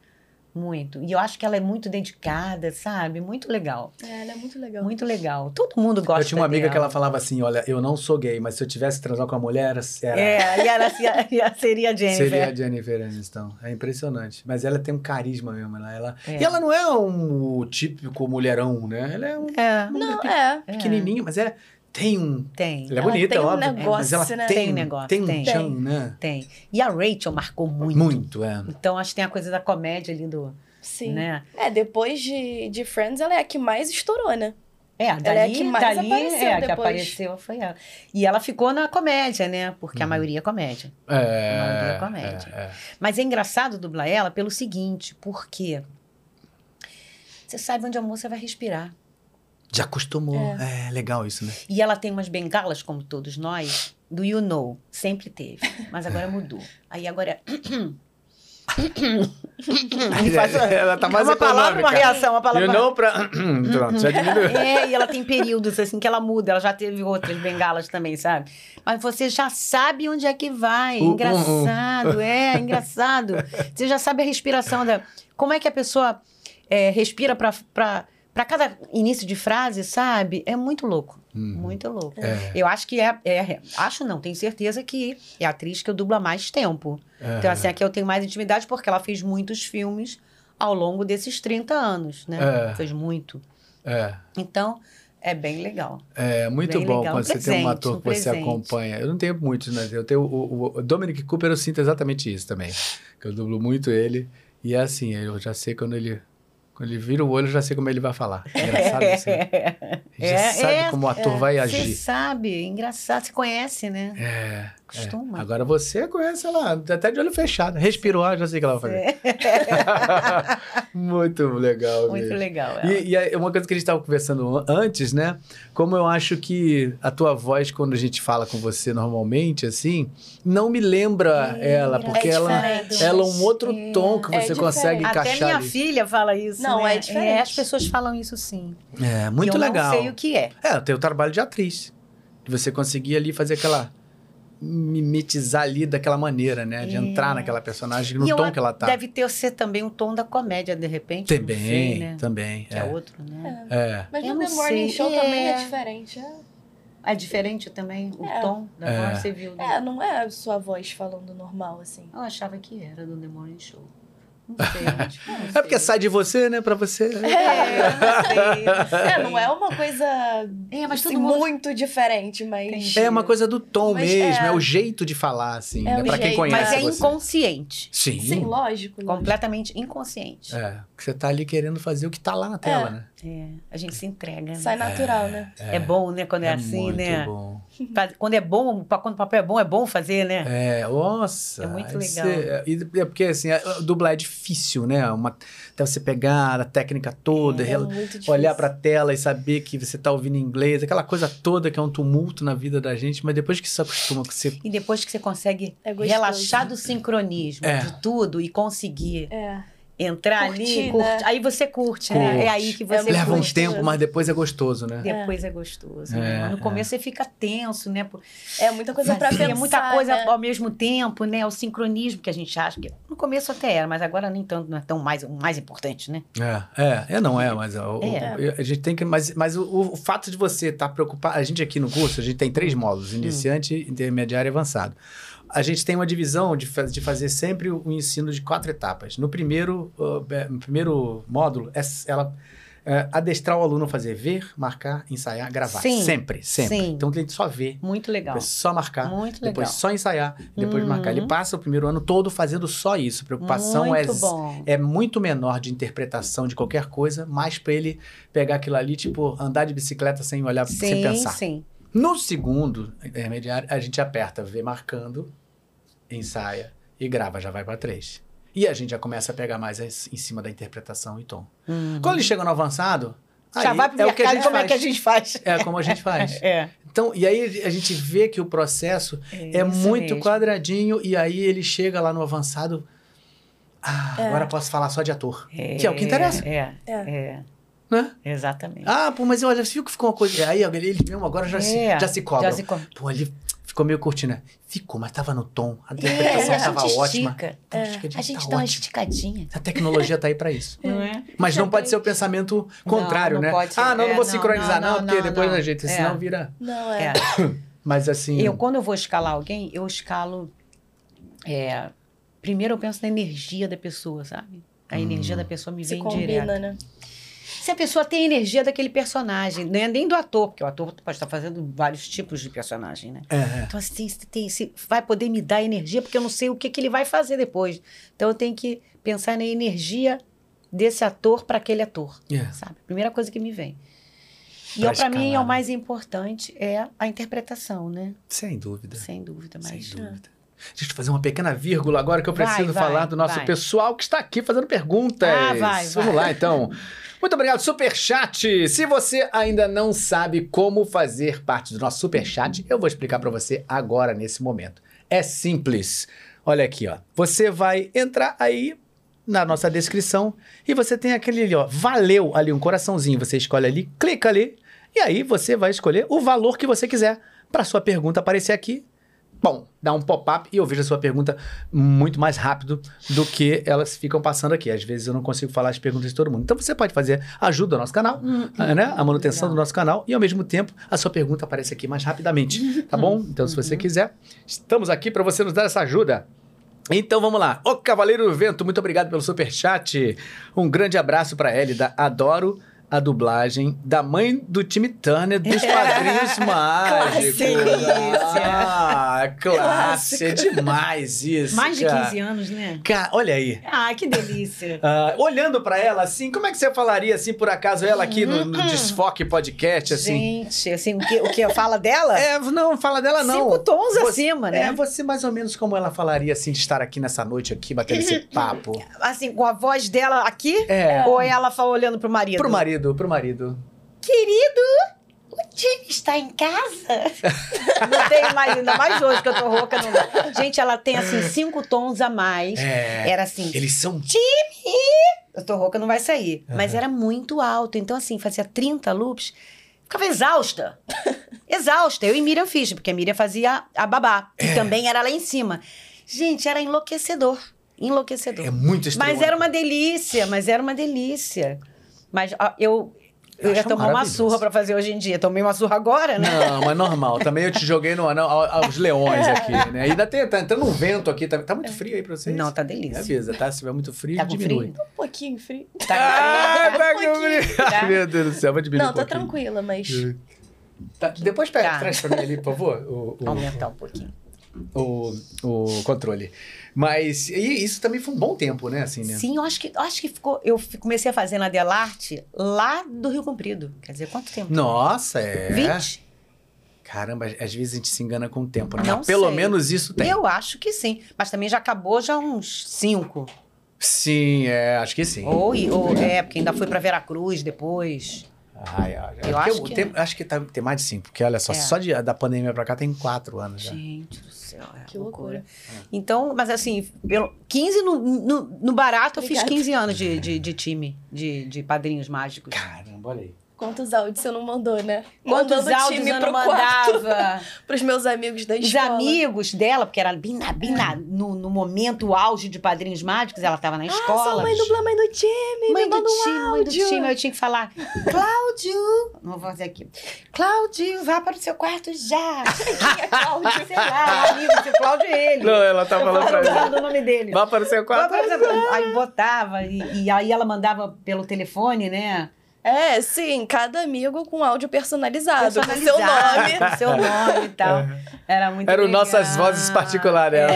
Speaker 2: Muito. E eu acho que ela é muito dedicada, sabe? Muito legal.
Speaker 3: É, ela é muito legal.
Speaker 2: Muito legal. Todo mundo gosta
Speaker 1: eu tinha uma amiga
Speaker 2: dela.
Speaker 1: que ela falava assim: olha, eu não sou gay, mas se eu tivesse que transar com uma mulher, era.
Speaker 2: É, e ela se- e ela seria a Jennifer.
Speaker 1: Seria a Jennifer Aniston. É impressionante. Mas ela tem um carisma mesmo. Ela, ela-
Speaker 2: É.
Speaker 1: E ela não é um típico mulherão, né? Ela é um
Speaker 2: É,
Speaker 3: Não, é.
Speaker 1: pequenininho, mas ela tem um.
Speaker 2: tem.
Speaker 1: Ela é
Speaker 3: Ela
Speaker 1: bonita,
Speaker 3: tem um
Speaker 1: óbvio. mas
Speaker 3: negócio,
Speaker 1: ela
Speaker 3: né?
Speaker 1: tem,
Speaker 2: Tem negócio,
Speaker 1: Tem um
Speaker 2: tem.
Speaker 1: tchan, né?
Speaker 2: Tem. E a Rachel marcou muito.
Speaker 1: Muito, é.
Speaker 2: Então acho que tem a coisa da comédia ali do.
Speaker 3: Sim.
Speaker 2: Né?
Speaker 3: É, depois de, de Friends, ela é a que mais estourou, né?
Speaker 2: É,
Speaker 3: é a
Speaker 2: dali,
Speaker 3: que mais
Speaker 2: dali
Speaker 3: apareceu
Speaker 2: é, a que
Speaker 3: depois.
Speaker 2: apareceu foi ela. E ela ficou na comédia, né? Porque a
Speaker 1: Uhum.
Speaker 2: maioria é comédia.
Speaker 1: É.
Speaker 2: Não, não é comédia.
Speaker 1: é, é.
Speaker 2: Mas é engraçado dublar ela pelo seguinte, porque você sabe onde a moça vai respirar.
Speaker 1: Já acostumou. É. legal isso, né?
Speaker 2: E ela tem umas bengalas, como todos nós, do You Know. Sempre teve. Mas agora mudou. Aí agora é. Me faz-
Speaker 1: ela tá mais
Speaker 2: É uma palavra, uma
Speaker 1: econômica.
Speaker 2: reação, uma palavra.
Speaker 1: You know pra... Pronto, já diminuiu.
Speaker 2: É, e ela tem períodos assim que ela muda, ela já teve outras bengalas também, sabe? Mas você já sabe onde é que vai.
Speaker 1: Uh, uh, uh.
Speaker 2: Engraçado, é, engraçado. Você já sabe a respiração da. Como é que a pessoa é, respira pra, pra, pra cada início de frase, sabe? É muito louco. Muito louco.
Speaker 1: Uhum. É,
Speaker 2: Eu acho que é, é- Acho não, tenho certeza que é a atriz que eu dublo há mais tempo.
Speaker 1: é.
Speaker 2: Então, assim, aqui eu tenho mais intimidade porque ela fez muitos filmes ao longo desses 30 anos, né?
Speaker 1: É.
Speaker 2: Fez muito.
Speaker 1: É,
Speaker 2: Então, é bem legal.
Speaker 1: é muito
Speaker 2: Bem
Speaker 1: bom
Speaker 2: legal.
Speaker 1: quando
Speaker 2: Um
Speaker 1: você tem um
Speaker 2: presente,
Speaker 1: ator
Speaker 2: um
Speaker 1: que você
Speaker 2: presente.
Speaker 1: acompanha. Eu não tenho muitos, né? Eu tenho o, o- o Dominic Cooper, eu sinto exatamente isso também. Que eu dublo muito ele. E é assim, eu já sei quando ele. Quando ele vira o olho, eu já sei como ele vai falar. Engraçado isso. né? A gente já
Speaker 2: É,
Speaker 1: sabe
Speaker 2: é,
Speaker 1: como o ator vai
Speaker 2: Você
Speaker 1: agir.
Speaker 2: sabe, engraçado, você conhece, né?
Speaker 1: É.
Speaker 2: Costuma.
Speaker 1: Agora você conhece ela, até de olho fechado. Respirou, ah, já sei o que ela
Speaker 2: É,
Speaker 1: vai fazer. Muito legal,
Speaker 2: Muito
Speaker 1: bicho.
Speaker 2: legal. é. ela.
Speaker 1: E, e aí, uma coisa que a gente estava conversando an- antes, né? Como eu acho que a tua voz, quando a gente fala com você normalmente, assim, não me lembra ah, ela, porque
Speaker 3: É
Speaker 1: ela,
Speaker 3: diferente.
Speaker 1: ela é um outro
Speaker 2: É.
Speaker 1: tom que
Speaker 3: É
Speaker 1: você
Speaker 3: diferente.
Speaker 1: consegue
Speaker 2: Até
Speaker 1: encaixar
Speaker 2: minha
Speaker 1: ali.
Speaker 2: filha fala isso.
Speaker 3: Não,
Speaker 2: né?
Speaker 3: é diferente.
Speaker 2: as pessoas falam isso sim.
Speaker 1: É, muito
Speaker 2: E eu
Speaker 1: legal.
Speaker 2: Não sei o que é.
Speaker 1: É, o teu trabalho de atriz. De você conseguir ali fazer aquela. mimetizar ali daquela maneira, né? De
Speaker 2: É.
Speaker 1: entrar naquela personagem, no
Speaker 2: E eu
Speaker 1: tom
Speaker 2: a-
Speaker 1: que ela tá.
Speaker 2: Deve ter ser também um tom da comédia, de repente.
Speaker 1: Também,
Speaker 2: Não sei, né?
Speaker 1: também.
Speaker 2: Que é.
Speaker 1: É.
Speaker 2: outro, né?
Speaker 1: É.
Speaker 3: Mas
Speaker 2: Eu
Speaker 3: no The
Speaker 2: não
Speaker 3: Morning
Speaker 2: sei.
Speaker 3: Show também é
Speaker 2: É.
Speaker 3: diferente. é.
Speaker 2: É diferente também o
Speaker 3: É.
Speaker 2: tom da
Speaker 1: É.
Speaker 2: voz, você viu, né?
Speaker 3: É, não é a sua voz falando normal, assim.
Speaker 2: Eu achava que era do The Morning Show. Não sei, gente. não
Speaker 1: É porque
Speaker 2: sei.
Speaker 1: sai de você, né? Pra você.
Speaker 2: É, não sei,
Speaker 3: É,
Speaker 2: sei.
Speaker 3: não é uma coisa
Speaker 2: É, mas todo
Speaker 3: assim,
Speaker 2: mundo
Speaker 3: muito diferente, mas.
Speaker 2: Entendi.
Speaker 1: É uma coisa do tom
Speaker 3: Mas
Speaker 1: mesmo, é.
Speaker 3: é.
Speaker 1: o jeito de falar, assim,
Speaker 3: É
Speaker 1: né?
Speaker 3: o
Speaker 1: Pra quem
Speaker 3: jeito,
Speaker 1: conhece
Speaker 2: Mas é
Speaker 1: você.
Speaker 2: inconsciente.
Speaker 1: Sim.
Speaker 3: Sim, lógico. né? lógico.
Speaker 2: Completamente inconsciente. É.
Speaker 1: É, que você tá ali querendo fazer o que tá lá na tela,
Speaker 3: É,
Speaker 1: né?
Speaker 2: a gente se entrega. né?
Speaker 3: Sai natural, né?
Speaker 2: É bom, né? Quando é, assim,
Speaker 1: muito
Speaker 2: né?
Speaker 1: bom.
Speaker 2: Faz- Quando é bom, pa- quando o papel é bom, é bom fazer, né?
Speaker 1: É, nossa.
Speaker 2: É muito
Speaker 1: aí
Speaker 2: legal.
Speaker 1: você- e- é porque, assim, a- dublar é difícil, né? Uma, até você pegar a técnica toda,
Speaker 3: É
Speaker 1: rela-
Speaker 3: muito difícil.
Speaker 1: olhar pra tela e saber que você tá ouvindo em inglês, aquela coisa toda que é um tumulto na vida da gente, mas depois que se acostuma com você.
Speaker 2: E depois que você consegue
Speaker 3: É gostoso.
Speaker 2: relaxar do sincronismo
Speaker 1: É.
Speaker 2: de tudo e conseguir
Speaker 3: É.
Speaker 2: entrar
Speaker 3: Curtir,
Speaker 2: ali,
Speaker 3: né?
Speaker 2: curte- aí você curte, né?
Speaker 1: Curte.
Speaker 2: É aí que
Speaker 3: É
Speaker 2: você
Speaker 3: muito
Speaker 1: Leva um
Speaker 2: curte.
Speaker 1: tempo, mas depois é gostoso, né?
Speaker 2: Depois é, gostoso.
Speaker 1: É,
Speaker 2: né? Mas No
Speaker 1: é.
Speaker 2: começo você fica tenso, né? Por-
Speaker 3: É muita coisa pra
Speaker 2: Fazia
Speaker 3: pensar.
Speaker 2: muita coisa
Speaker 3: né?
Speaker 2: ao mesmo tempo, né? O sincronismo que a gente acha que é. no começo até era, mas agora nem tanto, não é tão mais, o mais importante, né?
Speaker 1: É, é, é, não é, mas o- o-
Speaker 2: É.
Speaker 1: a gente tem que. Mas, mas o, o fato de você estar preocupado. A gente aqui no curso, a gente tem
Speaker 2: Hum.
Speaker 1: três módulos: iniciante, intermediário e avançado. A gente tem uma divisão de, fa- de fazer sempre o ensino de quatro etapas. No primeiro, uh, be- no primeiro módulo, é, s- ela. é, adestrar o aluno a fazer ver, marcar, ensaiar, gravar.
Speaker 2: Sim.
Speaker 1: Sempre, sempre.
Speaker 2: Sim.
Speaker 1: Então tem que só ver,
Speaker 2: Muito legal.
Speaker 1: depois só marcar,
Speaker 2: Muito legal.
Speaker 1: tá? depois só ensaiar, depois marcar. Ele
Speaker 2: Uhum.
Speaker 1: passa o primeiro ano todo fazendo só isso. Preocupação é
Speaker 2: Muito bom.
Speaker 1: é muito menor de interpretação de qualquer coisa, mais pra ele pegar aquilo ali, tipo, andar de bicicleta sem olhar, sem
Speaker 2: Sim,
Speaker 1: pensar.
Speaker 2: sim.
Speaker 1: No segundo intermediário, a gente aperta V marcando, ensaia e grava, já vai pra três. E a gente já começa a pegar mais as- em cima da interpretação e tom.
Speaker 2: Uhum.
Speaker 1: Quando ele chega no avançado,
Speaker 2: Já
Speaker 1: aí
Speaker 2: vai pro
Speaker 1: é o que a
Speaker 2: mercado
Speaker 1: gente
Speaker 2: como
Speaker 1: faz.
Speaker 2: é que a gente faz.
Speaker 1: É como a gente faz.
Speaker 2: É,
Speaker 1: Então, e aí a gente vê que o processo é
Speaker 2: isso
Speaker 1: muito
Speaker 2: mesmo.
Speaker 1: quadradinho e aí ele chega lá no avançado. Ah,
Speaker 3: É.
Speaker 1: agora posso falar só de ator. que é o que interessa.
Speaker 2: É,
Speaker 3: É.
Speaker 2: é,
Speaker 1: Né?
Speaker 2: exatamente.
Speaker 1: Ah, pô, mas olha, viu que ficou uma coisa. Aí ele mesmo agora já, se,
Speaker 2: É,
Speaker 1: já se cobra.
Speaker 2: Já se co-
Speaker 1: Pô, ali Ficou meio cortina. Ficou, mas tava no tom. A
Speaker 2: É, a
Speaker 1: interpretação
Speaker 2: gente
Speaker 1: estava ótima.
Speaker 2: estica.
Speaker 1: Então,
Speaker 3: É,
Speaker 1: acho que
Speaker 2: A
Speaker 1: tá
Speaker 2: gente dá uma
Speaker 1: ótimo.
Speaker 2: esticadinha.
Speaker 1: A tecnologia tá aí pra isso.
Speaker 2: Não é?
Speaker 1: Mas não pode ser o pensamento contrário,
Speaker 2: não
Speaker 1: né?
Speaker 2: pode ser.
Speaker 1: Ah, não,
Speaker 2: É,
Speaker 1: não vou
Speaker 2: não,
Speaker 1: sincronizar,
Speaker 2: não,
Speaker 1: não,
Speaker 2: não,
Speaker 1: porque
Speaker 2: não,
Speaker 1: depois
Speaker 2: não.
Speaker 1: a gente,
Speaker 2: É.
Speaker 1: senão vira.
Speaker 3: Não,
Speaker 2: É.
Speaker 3: é.
Speaker 1: Mas assim.
Speaker 2: Eu, quando eu vou escalar alguém, eu escalo. é, primeiro eu penso na energia da pessoa, sabe? A
Speaker 1: Hum.
Speaker 2: energia da pessoa me
Speaker 3: Se
Speaker 2: vem
Speaker 3: combina,
Speaker 2: direto.
Speaker 3: né?
Speaker 2: Se a pessoa tem a energia daquele personagem, né? nem do ator, porque o ator pode estar fazendo vários tipos de personagem, né?
Speaker 1: É, é.
Speaker 2: Então, assim, se tem, se vai poder me dar energia, porque eu não sei o que, que ele vai fazer depois. Então, eu tenho que pensar na energia desse ator para aquele ator
Speaker 1: é.
Speaker 2: sabe? Primeira coisa que me vem. E
Speaker 1: Pra
Speaker 2: eu, pra mim,
Speaker 1: escalar,
Speaker 2: é o
Speaker 1: né?
Speaker 2: mais importante é a interpretação, né?
Speaker 1: Sem dúvida.
Speaker 2: Sem dúvida,
Speaker 1: É. Sem
Speaker 2: mas.
Speaker 1: dúvida. Deixa eu fazer uma pequena vírgula agora que eu
Speaker 2: Vai,
Speaker 1: preciso
Speaker 2: vai,
Speaker 1: falar do nosso
Speaker 2: vai.
Speaker 1: pessoal que está aqui fazendo perguntas.
Speaker 2: Ah, vai,
Speaker 1: Vamos
Speaker 2: vai.
Speaker 1: lá, então. Muito obrigado, Superchat. Se você ainda não sabe como fazer parte do nosso Superchat, eu vou explicar para você agora, nesse momento. É simples. Olha aqui, ó. Você vai entrar aí na nossa descrição e você tem aquele ali, ó. Valeu ali, um coraçãozinho. Você escolhe ali, clica ali e aí você vai escolher o valor que você quiser para sua pergunta aparecer aqui. Bom, dá um pop-up e eu vejo a sua pergunta muito mais rápido do que elas ficam passando aqui. Às vezes eu não consigo falar as perguntas de todo mundo. Então você pode fazer ajuda ao nosso canal, né? A manutenção do nosso canal e ao mesmo tempo a sua pergunta aparece aqui mais rapidamente, tá bom? Então se você quiser, estamos aqui para você nos dar essa ajuda. Então vamos lá. O Cavaleiro do Vento, muito obrigado pelo superchat. Um grande abraço para Elida. Adoro a dublagem da mãe do time Turner dos Padrinhos Mágicos.
Speaker 2: Classicíssima.
Speaker 1: Ah, classe. É demais isso.
Speaker 2: Mais de
Speaker 1: cara.
Speaker 2: 15 anos, né?
Speaker 1: Cara, olha aí.
Speaker 2: Ah, que delícia.
Speaker 1: Ah, olhando pra ela assim, como é que você falaria assim, por acaso, ela aqui no, no Desfoque Podcast, assim?
Speaker 2: Uhum. Gente, assim, o que, o que eu falo dela?
Speaker 1: É, não, fala dela não.
Speaker 2: Cinco tons
Speaker 1: Você-
Speaker 2: acima, né?
Speaker 1: É, você mais ou menos como ela falaria assim, de estar aqui nessa noite aqui, batendo esse
Speaker 2: Uhum.
Speaker 1: papo.
Speaker 2: Assim, com a voz dela aqui?
Speaker 1: É.
Speaker 2: Ou ela fala olhando pro marido?
Speaker 1: Pro marido, pro marido.
Speaker 2: Querido, o Jimmy está em casa? não tem mais, ainda mais hoje que eu tô rouca. Não... dá. Gente, ela tem, assim, cinco tons a mais.
Speaker 1: É.
Speaker 2: Era assim,
Speaker 1: Eles são.
Speaker 2: Eu tô rouca, não vai sair. Mas era muito alto. Então, assim, fazia 30 loops, ficava exausta. exausta. Eu e Miriam fiz, porque a Miriam fazia a babá.
Speaker 1: É.
Speaker 2: que também era lá em cima. Gente, era enlouquecedor. Enlouquecedor.
Speaker 1: É muito estranho.
Speaker 2: mas era uma delícia, mas era uma delícia. Mas ó, eu.
Speaker 1: Eu
Speaker 2: Eu ia
Speaker 1: acho
Speaker 2: tomar uma
Speaker 1: maravilhoso.
Speaker 2: surra pra fazer hoje em dia. Tomei uma surra agora, né?
Speaker 1: Não, mas normal. Também eu te joguei no, não, ao- aos leões aqui, né? Ainda tem, tá entrando um vento aqui. Tá, tá muito frio aí pra vocês?
Speaker 2: Não, tá
Speaker 1: Me
Speaker 2: delícia.
Speaker 1: avisa, tá? Se tiver muito frio,
Speaker 2: Tá com
Speaker 1: diminui.
Speaker 2: frio?
Speaker 3: Um pouquinho frio.
Speaker 1: Ah, tá com
Speaker 3: pouquinho,
Speaker 1: frio.
Speaker 3: tá?
Speaker 1: Ai, Meu Deus do céu, vou diminuir
Speaker 3: Não,
Speaker 1: um
Speaker 3: tô
Speaker 1: pouquinho. É.
Speaker 3: tranquila, mas.
Speaker 1: Tá, depois pega,
Speaker 2: Tá.
Speaker 1: traz pra mim ali, por favor, o,
Speaker 2: Aumentar um pouquinho.
Speaker 1: o, o, o controle. Mas e isso também foi um bom tempo, né? Assim, né?
Speaker 2: Sim, eu acho que, eu acho que ficou. Eu fi- comecei a fazer na Delarte lá do Rio Comprido. Quer dizer, quanto tempo?
Speaker 1: Nossa, é.
Speaker 2: 20?
Speaker 1: Caramba, às vezes a gente se engana com o tempo, né?
Speaker 2: Não
Speaker 1: Mas Pelo
Speaker 2: sei.
Speaker 1: menos isso tem.
Speaker 2: Eu acho que sim. Mas também já acabou já uns cinco.
Speaker 1: Sim, é, acho que sim.
Speaker 2: Ou, ou é, porque ainda fui pra Veracruz depois.
Speaker 1: Ai, ai,
Speaker 2: Eu
Speaker 1: acho,
Speaker 2: acho
Speaker 1: que
Speaker 2: que
Speaker 1: tem, acho que tá- tem mais de cinco, porque olha só,
Speaker 2: É.
Speaker 1: só de- da pandemia pra cá tem quatro anos já.
Speaker 2: Gente do céu, é
Speaker 3: Que
Speaker 2: loucura.
Speaker 3: loucura.
Speaker 2: Então, mas assim, pelo- 15 no, no, no barato, eu fiz
Speaker 3: Obrigada.
Speaker 2: 15 anos de, de, de time, de, de padrinhos mágicos.
Speaker 1: Caramba, olha aí.
Speaker 3: Quantos áudios você não mandou, né?
Speaker 2: Quantos
Speaker 3: Mandando
Speaker 2: áudios
Speaker 3: time
Speaker 2: eu
Speaker 3: pro
Speaker 2: não
Speaker 3: quarto.
Speaker 2: mandava?
Speaker 3: Pros meus amigos da
Speaker 2: Os
Speaker 3: escola. É.
Speaker 2: amigos dela, porque era bem, na, bem na- no, no momento auge de Padrinhos Mágicos, ela tava na
Speaker 3: Ah, sou
Speaker 2: escola.
Speaker 3: mãe do Blá, mãe do time.
Speaker 2: Mãe do
Speaker 3: me manda um
Speaker 2: time, mãe do
Speaker 3: áudio.
Speaker 2: time, eu tinha que falar. Cláudio! Não vou fazer aqui. Cláudio, vá para o seu quarto já! Quem é Cláudio? Sei lá, é amigo de Cláudio é ele.
Speaker 1: Não, ela tá falando pra mim.
Speaker 2: Falando o nome dele.
Speaker 1: Vai aparecer
Speaker 2: Vá
Speaker 1: quatro.
Speaker 2: para o seu quarto. Aí botava, e, e aí ela mandava pelo telefone, né?
Speaker 3: É, sim, cada amigo com áudio personalizado, com Ah, seu
Speaker 2: Personalizado,
Speaker 3: nome.
Speaker 2: com seu nome e tal. Era muito
Speaker 1: Era o
Speaker 2: legal.
Speaker 1: É.
Speaker 2: É,
Speaker 1: nossas vozes particulares, ela.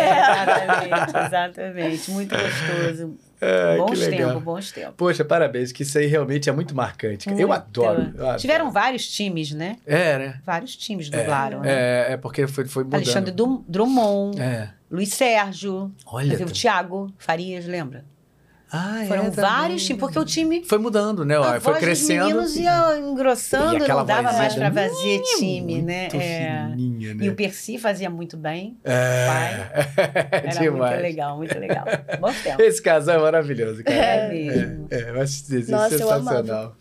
Speaker 2: Exatamente, exatamente. Muito gostoso.
Speaker 1: É, que
Speaker 2: bons
Speaker 1: legal.
Speaker 2: tempos, bons tempos.
Speaker 1: Poxa, parabéns, que isso aí realmente é muito marcante. Eu
Speaker 2: Muito.
Speaker 1: adoro. eu adoro.
Speaker 2: Tiveram um vários times, né?
Speaker 1: É, né?
Speaker 2: Vários times dublaram, né?
Speaker 1: É, é porque foi, foi mudando.
Speaker 2: Alexandre Dum- Drummond,
Speaker 1: É.
Speaker 2: Luiz Sérgio,
Speaker 1: Olha.
Speaker 2: o
Speaker 1: tá-
Speaker 2: Thiago Farias, lembra?
Speaker 1: Ah, é,
Speaker 2: Foram
Speaker 1: também.
Speaker 2: vários times, porque o time.
Speaker 1: Foi mudando, né? foi
Speaker 2: A voz
Speaker 1: crescendo.
Speaker 2: dos meninos ia engrossando,
Speaker 1: E aquela
Speaker 2: não dava mais
Speaker 1: vozinha "Hum,
Speaker 2: pra fazer time, né?
Speaker 1: Muito
Speaker 2: É.
Speaker 1: fininha, né?
Speaker 2: E o Percy fazia muito bem.
Speaker 1: É,
Speaker 2: Era
Speaker 1: demais.
Speaker 2: muito legal, muito legal. Bom tempo. né,
Speaker 1: Esse casal é maravilhoso, cara.
Speaker 2: É mesmo.
Speaker 1: É, eu acho isso
Speaker 3: Nossa, eu
Speaker 1: sensacional.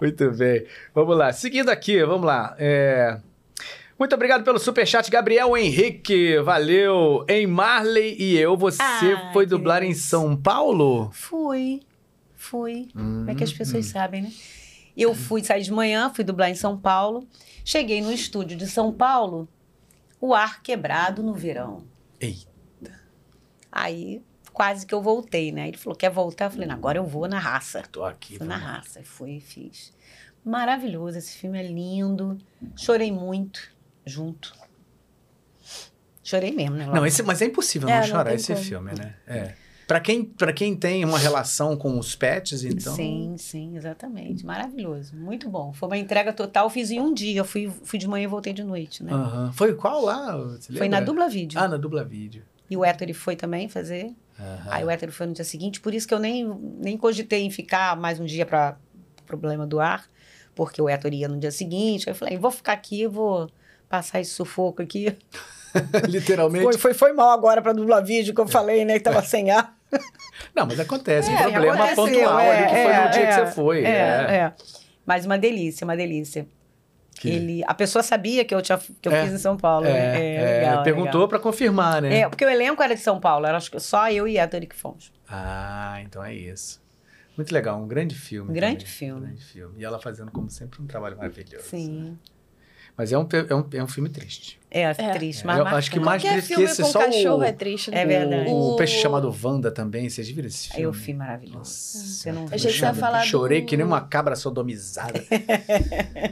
Speaker 1: Muito bem. Vamos lá. Seguindo aqui, vamos lá. É, Muito obrigado pelo superchat, Gabriel Henrique. Valeu. Em Marley e eu, você
Speaker 2: Ai,
Speaker 1: foi
Speaker 2: Ah, que
Speaker 1: dublar em
Speaker 2: delícia.
Speaker 1: São Paulo?
Speaker 2: Fui, fui. Como é
Speaker 1: Uhum.
Speaker 2: que as pessoas sabem, né? Eu fui sair de manhã, fui dublar em São Paulo. Cheguei no estúdio de São Paulo, o ar quebrado no verão.
Speaker 1: Ei.
Speaker 2: Aí quase que eu voltei, né? Ele falou: quer voltar? Eu falei: não, agora eu vou na raça.
Speaker 1: Hum, Tô aqui.
Speaker 2: Fui na raça, fui e fiz. Maravilhoso, esse filme é lindo. Chorei muito junto. Chorei mesmo, né?
Speaker 1: Não, esse, mas é impossível
Speaker 3: É,
Speaker 1: não
Speaker 3: não
Speaker 1: chorar
Speaker 3: tem
Speaker 1: esse
Speaker 3: como.
Speaker 1: filme, né? É. Pra quem, pra quem tem uma relação com os pets, então.
Speaker 2: Sim, sim, exatamente. Maravilhoso, muito bom. Foi uma entrega total, eu fiz em um dia, fui, fui de manhã e voltei de noite, né?
Speaker 1: Aham. Foi qual lá? Você
Speaker 2: foi na
Speaker 1: lembra?
Speaker 2: dupla vídeo.
Speaker 1: Ah, na dupla vídeo.
Speaker 2: E o Héctor ele foi também fazer.
Speaker 1: Aham.
Speaker 2: Aí o Héctor foi no dia seguinte, por isso que eu nem, nem cogitei em ficar mais um dia para problema do ar, porque o Héctor ia no dia seguinte. Aí eu falei, vou ficar aqui, vou passar esse sufoco aqui.
Speaker 1: Literalmente.
Speaker 2: Foi, foi, foi mal agora para dublar vídeo
Speaker 1: É.
Speaker 2: que eu falei, né? Que tava sem ar.
Speaker 1: Não, mas acontece. um
Speaker 2: É,
Speaker 1: problema
Speaker 2: aconteceu,
Speaker 1: pontual
Speaker 2: é,
Speaker 1: ali que foi no
Speaker 2: é,
Speaker 1: dia que
Speaker 2: é,
Speaker 1: você foi.
Speaker 2: É,
Speaker 1: é.
Speaker 2: é. Mas uma delícia, uma delícia.
Speaker 1: Que-
Speaker 2: Ele, a pessoa sabia que eu, tinha, que eu
Speaker 1: É,
Speaker 2: fiz em São Paulo.
Speaker 1: É,
Speaker 2: né?
Speaker 1: é,
Speaker 2: legal,
Speaker 1: perguntou pra confirmar, né?
Speaker 2: legal. É, porque o elenco era de São Paulo, era acho que só eu e Héctor que fomos.
Speaker 1: Ah, então é isso. Muito legal, um grande filme.
Speaker 2: Um grande
Speaker 1: também,
Speaker 2: filme.
Speaker 1: um grande filme. E ela fazendo, como sempre, um trabalho maravilhoso.
Speaker 2: Sim.
Speaker 1: Mas é um, é um, é um filme triste.
Speaker 2: É, triste,
Speaker 1: É,
Speaker 2: mas
Speaker 1: eu acho que
Speaker 2: marcante.
Speaker 1: mais
Speaker 3: Qualquer
Speaker 1: triste
Speaker 3: filme
Speaker 1: que esse,
Speaker 3: com
Speaker 1: só o-
Speaker 3: cachorro é triste, né?
Speaker 2: É verdade.
Speaker 1: O,
Speaker 3: O-
Speaker 1: peixe chamado Wanda também. Vocês viram esse filme?
Speaker 2: Aí eu fui maravilhoso.
Speaker 1: Nossa,
Speaker 2: Você não-
Speaker 1: eu
Speaker 2: Achei que você
Speaker 3: ia
Speaker 1: chorei.
Speaker 3: falar do-
Speaker 1: Chorei que nem uma cabra sodomizada.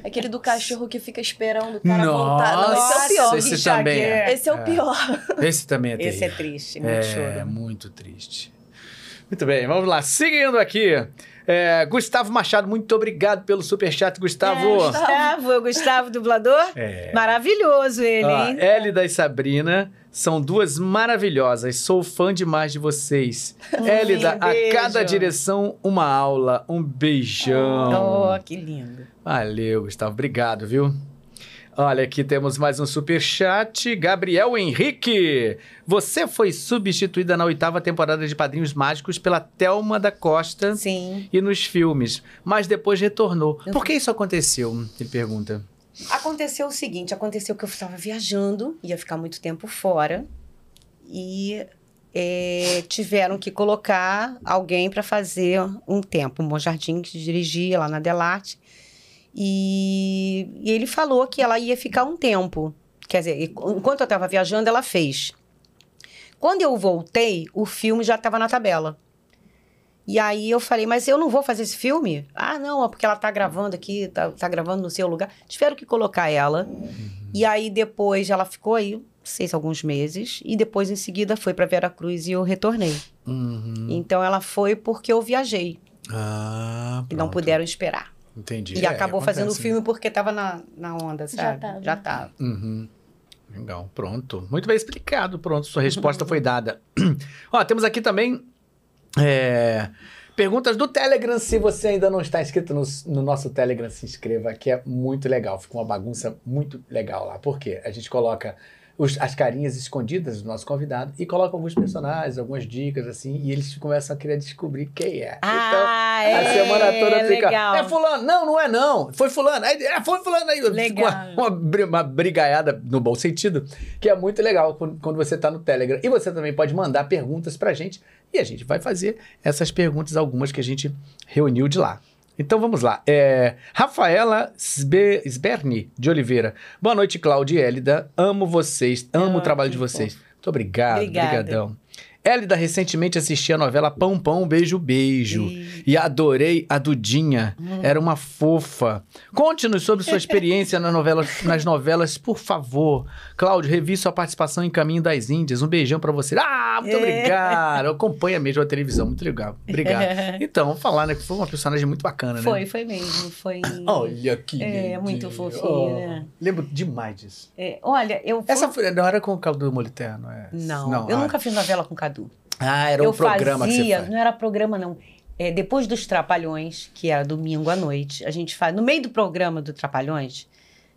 Speaker 3: Aquele do cachorro que fica esperando o cara voltar. Não, esse é
Speaker 1: Nossa,
Speaker 3: o pior.
Speaker 1: esse
Speaker 2: Richard,
Speaker 1: também é.
Speaker 3: Esse é o
Speaker 1: É.
Speaker 3: pior.
Speaker 1: Esse também é
Speaker 2: Esse é
Speaker 1: terrível.
Speaker 2: triste, muito
Speaker 1: É,
Speaker 2: choro.
Speaker 1: muito triste. Muito bem, vamos lá. Seguindo aqui. é, Gustavo Machado, muito obrigado pelo superchat, Gustavo.
Speaker 3: É, Gustavo.
Speaker 2: Gustavo, o Gustavo, dublador,
Speaker 1: É. Ah,
Speaker 2: maravilhoso ele,
Speaker 1: Ó,
Speaker 2: hein?
Speaker 1: Hélida e Sabrina são duas maravilhosas. Sou fã demais de vocês. Hélida, a
Speaker 2: beijo.
Speaker 1: cada direção, uma aula. Um beijão.
Speaker 2: Oh, que lindo.
Speaker 1: Valeu, Gustavo. Obrigado, viu? Olha, aqui temos mais um superchat. Gabriel Henrique. Você foi substituída na oitava temporada de Padrinhos Mágicos pela Thelma da Costa
Speaker 2: Sim.
Speaker 1: e nos filmes, mas depois retornou.
Speaker 2: Eu-
Speaker 1: Por que isso aconteceu? Ele pergunta.
Speaker 2: Aconteceu o seguinte, aconteceu que eu estava viajando, ia ficar muito tempo fora e é, tiveram que colocar alguém para fazer um tempo, um bom jardim que dirigia lá na Delarte e, e ele falou que ela ia ficar um tempo, quer dizer, enquanto eu estava viajando ela fez. Quando eu voltei, o filme já estava na tabela. E aí eu falei, mas eu não vou fazer esse filme? Ah, não, é porque ela tá gravando aqui, tá, tá gravando no seu lugar. Tiveram que colocar ela.
Speaker 1: Uhum.
Speaker 2: E aí depois ela ficou aí, não sei se alguns meses, e depois em seguida foi pra Vera Cruz e eu retornei.
Speaker 1: Uhum.
Speaker 2: Então ela foi porque eu viajei
Speaker 1: Ah,
Speaker 2: e não
Speaker 1: pronto.
Speaker 2: puderam esperar.
Speaker 1: Entendi.
Speaker 2: E
Speaker 1: É,
Speaker 2: acabou fazendo o
Speaker 1: acontece, né?
Speaker 2: filme porque tava na, na onda, sabe?
Speaker 3: tava.
Speaker 2: Já tava.
Speaker 1: Uhum. Legal, pronto. Muito bem explicado, pronto. Sua resposta foi dada. Ó, temos aqui também é, perguntas do Telegram. Se você ainda não está inscrito no, no nosso Telegram, se inscreva, que é muito legal. Fica uma bagunça muito legal lá. Por quê? A gente coloca os- as carinhas escondidas do nosso convidado e coloca alguns personagens, algumas dicas, assim, e eles começam a querer descobrir quem é.
Speaker 2: ah,
Speaker 1: A
Speaker 2: é,
Speaker 1: semana toda
Speaker 2: é
Speaker 1: fica.
Speaker 2: legal.
Speaker 1: É fulano, não, não é não. Foi fulano, aí, é, foi fulano aí.
Speaker 2: Legal.
Speaker 1: Uma- Uma, bri- uma brigaiada no bom sentido, que é muito legal quando, quando você tá no Telegram. E você também pode mandar perguntas pra gente e a gente vai fazer essas perguntas, algumas que a gente reuniu de lá. Então vamos lá. É, Rafaela Sbe- Sberni de Oliveira. Boa noite, Cláudia e Hélida. Amo vocês, amo o
Speaker 2: Ah,
Speaker 1: trabalho
Speaker 2: que
Speaker 1: de vocês. Muito obrigado,
Speaker 2: Obrigada.
Speaker 1: obrigadão. Hélida recentemente assistia a novela Pão Pão Beijo Beijo.
Speaker 2: E-
Speaker 1: E adorei a Dudinha.
Speaker 2: Hum.
Speaker 1: Era uma fofa. Conte-nos sobre sua experiência na novela- nas novelas, por favor. Cláudio, revi sua participação em Caminho das Índias. Um beijão pra você. Ah, muito
Speaker 2: É.
Speaker 1: obrigado. Acompanha mesmo a televisão. Muito legal. Obrigado. Então, vamos falar, né? Que foi uma personagem muito bacana,
Speaker 2: Foi,
Speaker 1: né?
Speaker 2: foi mesmo, foi...
Speaker 1: Olha que
Speaker 2: É, muito
Speaker 1: fofa.
Speaker 2: fofinho, né?
Speaker 1: Lembro demais disso.
Speaker 2: É, olha, eu fui...
Speaker 1: Essa foi, não era com o caldo do Moliterno, é?
Speaker 2: Não, eu
Speaker 1: ah.
Speaker 2: nunca fiz novela com Cadu.
Speaker 1: Ah, era um
Speaker 2: eu
Speaker 1: programa
Speaker 2: fazia, né?
Speaker 1: que você faz.
Speaker 2: não era programa não. É, depois dos Trapalhões, que era domingo à noite, a gente faz. No meio do programa do Trapalhões,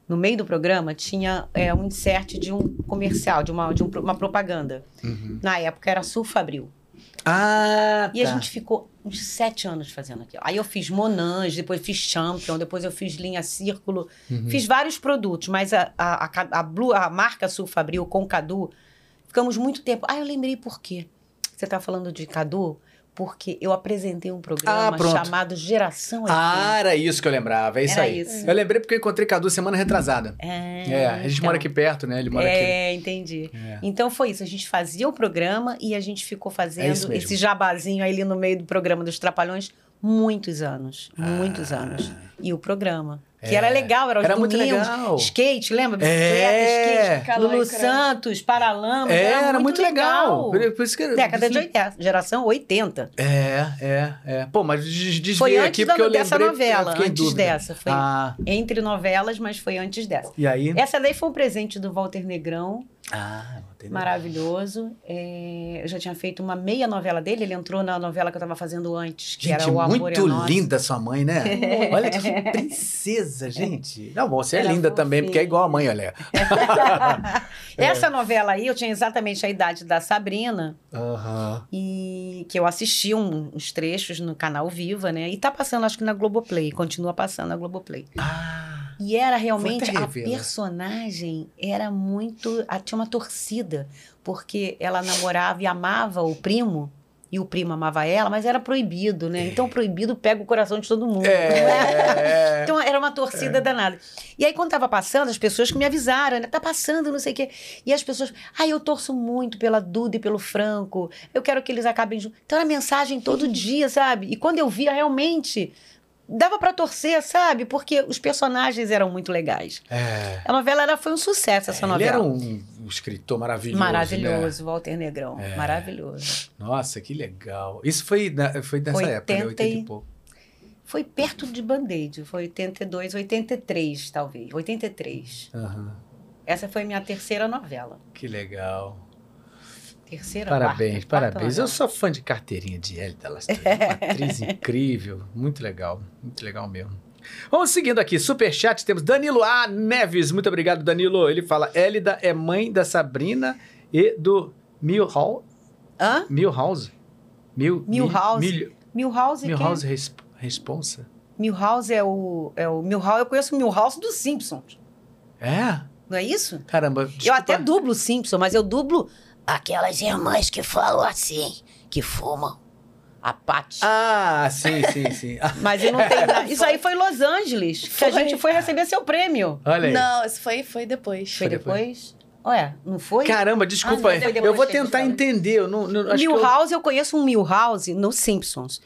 Speaker 2: no meio do programa tinha é, um insert de um comercial, de uma, de um pro- uma propaganda.
Speaker 1: Uhum.
Speaker 2: Na época era Sul Fabril.
Speaker 1: Ah,
Speaker 2: E a
Speaker 1: tá.
Speaker 2: gente ficou uns sete anos fazendo aquilo. Aí eu fiz Monange, depois fiz Champion, depois eu fiz Linha Círculo.
Speaker 1: Uhum.
Speaker 2: Fiz vários produtos, mas a, a, a, Ca- a Blue, a marca Sul Fabril com Cadu, ficamos muito tempo. Ah, eu lembrei por quê. Você tá falando de Cadu? Porque eu apresentei um
Speaker 1: Ah,
Speaker 2: programa
Speaker 1: pronto.
Speaker 2: chamado Geração ET.
Speaker 1: Ah, era isso que eu lembrava, é isso
Speaker 2: Era
Speaker 1: aí.
Speaker 2: isso.
Speaker 1: Eu lembrei porque eu encontrei Cadu semana retrasada. É, a gente
Speaker 2: então.
Speaker 1: mora aqui perto, né? Ele mora aqui.
Speaker 2: É, entendi.
Speaker 1: É.
Speaker 2: Então foi isso, a gente fazia o programa e a gente ficou
Speaker 1: É
Speaker 2: fazendo
Speaker 1: isso mesmo.
Speaker 2: esse jabazinho ali no meio do programa dos Trapalhões muitos anos, muitos anos. E o programa,
Speaker 1: Ah.
Speaker 2: que
Speaker 1: É.
Speaker 2: era legal, era os
Speaker 1: Era muito
Speaker 2: domingos,
Speaker 1: legal.
Speaker 2: skate, lembra?
Speaker 1: É.
Speaker 2: Bicicleta, skate,
Speaker 3: Calão
Speaker 2: Lulu
Speaker 3: e Creu.
Speaker 2: Santos, Paralamas,
Speaker 1: É,
Speaker 2: era, muito legal.
Speaker 1: Por- por isso que-
Speaker 2: Década de 80, geração 80.
Speaker 1: É, é, é. Pô, mas des- desviei
Speaker 2: Foi
Speaker 1: aqui
Speaker 2: antes da,
Speaker 1: porque eu lembrei.
Speaker 2: dessa novela,
Speaker 1: eu fiquei em
Speaker 2: antes
Speaker 1: dúvida.
Speaker 2: dessa, foi
Speaker 1: Ah,
Speaker 2: entre novelas, mas foi antes dessa.
Speaker 1: e aí?
Speaker 2: Essa daí foi um presente do Walter Negrão,
Speaker 1: Ah, não entendi.
Speaker 2: Maravilhoso. É, eu já tinha feito uma meia novela dele, ele entrou na novela que eu estava fazendo antes, que
Speaker 1: Gente,
Speaker 2: era O Amor é
Speaker 1: muito
Speaker 2: Nosso.
Speaker 1: linda sua mãe, né? Olha que princesa, gente. Não, bom, você é
Speaker 2: Ela é
Speaker 1: linda também, porque é
Speaker 2: fofinha.
Speaker 1: igual a mãe, olha. É.
Speaker 2: Essa novela aí, eu tinha exatamente a idade da Sabrina,
Speaker 1: Aham.
Speaker 2: e que eu assisti um- uns trechos no canal Viva, né? E tá passando, acho que na Globoplay, continua passando na Globoplay.
Speaker 1: Ah,
Speaker 2: E era realmente,
Speaker 1: até
Speaker 2: a
Speaker 1: revê-la.
Speaker 2: personagem era muito... a- tinha uma torcida, porque ela namorava e amava o primo, e o primo amava ela, mas era proibido, né? Então, proibido pega o coração de todo mundo.
Speaker 1: é.
Speaker 2: Então era uma torcida danada. E aí, quando tava passando, as pessoas que me avisaram, né? Tá passando, não sei o quê. E as pessoas, ah, eu torço muito pela Duda e pelo Franco. Eu quero que eles acabem juntos. Então era mensagem todo dia, sabe? E quando eu via, realmente. Dava pra torcer, sabe? Porque os personagens eram muito legais.
Speaker 1: é.
Speaker 2: A novela era, foi um sucesso, essa
Speaker 1: Ele
Speaker 2: novela.
Speaker 1: era um um escritor maravilhoso. né?
Speaker 2: Maravilhoso, Walter Negrão. Maravilhoso.
Speaker 1: Nossa, que legal. Isso foi, na, foi nessa época, né? 80
Speaker 2: Oitenta e-
Speaker 1: e pouco.
Speaker 2: Foi perto de Band-Aid. Foi 82, 83, talvez. 83.
Speaker 1: Aham.
Speaker 2: Essa foi minha terceira novela.
Speaker 1: Que legal.
Speaker 2: Terceira,
Speaker 1: Parabéns,
Speaker 2: quarta,
Speaker 1: parabéns.
Speaker 2: quarta
Speaker 1: Eu sou fã de carteirinha de Hélida Lastrelli. Uma atriz incrível. Muito legal, muito legal mesmo. Vamos seguindo aqui, superchat, temos Danilo A. Neves. Muito obrigado, Danilo. Ele fala, Hélida é mãe da Sabrina e do Milhall,
Speaker 2: Hã?
Speaker 1: Milhouse? Mil,
Speaker 2: Milhouse.
Speaker 1: Mil, Milhouse
Speaker 2: Milhouse, Milhouse.
Speaker 1: res, Responsa?
Speaker 2: Milhouse é o, é o Milhouse, eu conheço o Milhouse dos Simpsons.
Speaker 1: É?
Speaker 2: Não é isso?
Speaker 1: Caramba,
Speaker 2: Eu
Speaker 1: desculpa.
Speaker 2: até dublo o Simpson, mas eu dublo
Speaker 5: Aquelas irmãs que falam assim, que fumam.
Speaker 2: a Patty.
Speaker 1: Ah, sim, sim, sim. Ah,
Speaker 2: Mas eu não tenho nada. Isso aí foi em Los Angeles, que a
Speaker 3: Foi.
Speaker 2: gente foi receber seu prêmio.
Speaker 1: Olha aí.
Speaker 3: Não, isso foi, foi depois.
Speaker 2: Foi depois? Ué, não foi?
Speaker 1: Caramba, desculpa.
Speaker 2: Ah, não, foi depois
Speaker 1: eu vou
Speaker 2: que a gente
Speaker 1: tentar
Speaker 2: fala.
Speaker 1: entender. Eu não, não, acho que eu-
Speaker 2: Milhouse, eu... conheço um Milhouse nos Simpsons.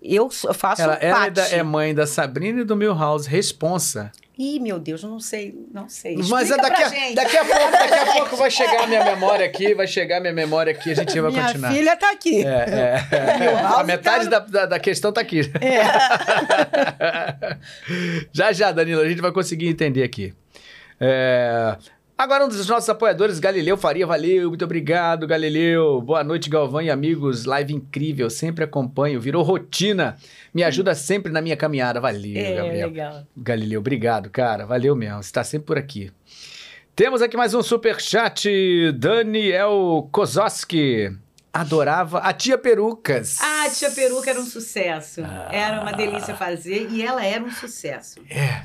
Speaker 2: Eu so- faço
Speaker 1: Ela,
Speaker 2: um
Speaker 1: ela é,
Speaker 2: Patty.
Speaker 1: da- é mãe da Sabrina e do Milhouse, responsa.
Speaker 2: Ih, meu Deus, eu não sei, não sei.
Speaker 1: Mas é
Speaker 2: Explica
Speaker 1: daqui,
Speaker 2: pra
Speaker 1: a,
Speaker 2: gente.
Speaker 1: daqui a pouco, daqui a pouco vai chegar a minha memória aqui, vai chegar a minha memória aqui, a gente vai
Speaker 2: Minha
Speaker 1: continuar.
Speaker 2: filha tá
Speaker 1: É,
Speaker 2: aqui.
Speaker 1: é, é.
Speaker 2: Milhouse,
Speaker 1: a metade da, da, da questão tá aqui.
Speaker 2: É.
Speaker 1: já, já, Danilo, a gente vai conseguir entender aqui. É, Agora um dos nossos apoiadores, Galileu Faria, valeu, muito obrigado, Galileu. Boa noite, Galvão e amigos, live incrível, sempre acompanho, virou rotina, me ajuda sempre na minha caminhada, valeu,
Speaker 2: É,
Speaker 1: Gabriel.
Speaker 2: legal.
Speaker 1: Galileu, obrigado, cara. Valeu mesmo. Você está sempre por aqui. Temos aqui mais um superchat. Daniel Kozoski. Adorava a tia Perucas.
Speaker 2: Ah, a tia peruca era um sucesso.
Speaker 1: Ah.
Speaker 2: Era uma delícia fazer e ela era um sucesso.
Speaker 1: É.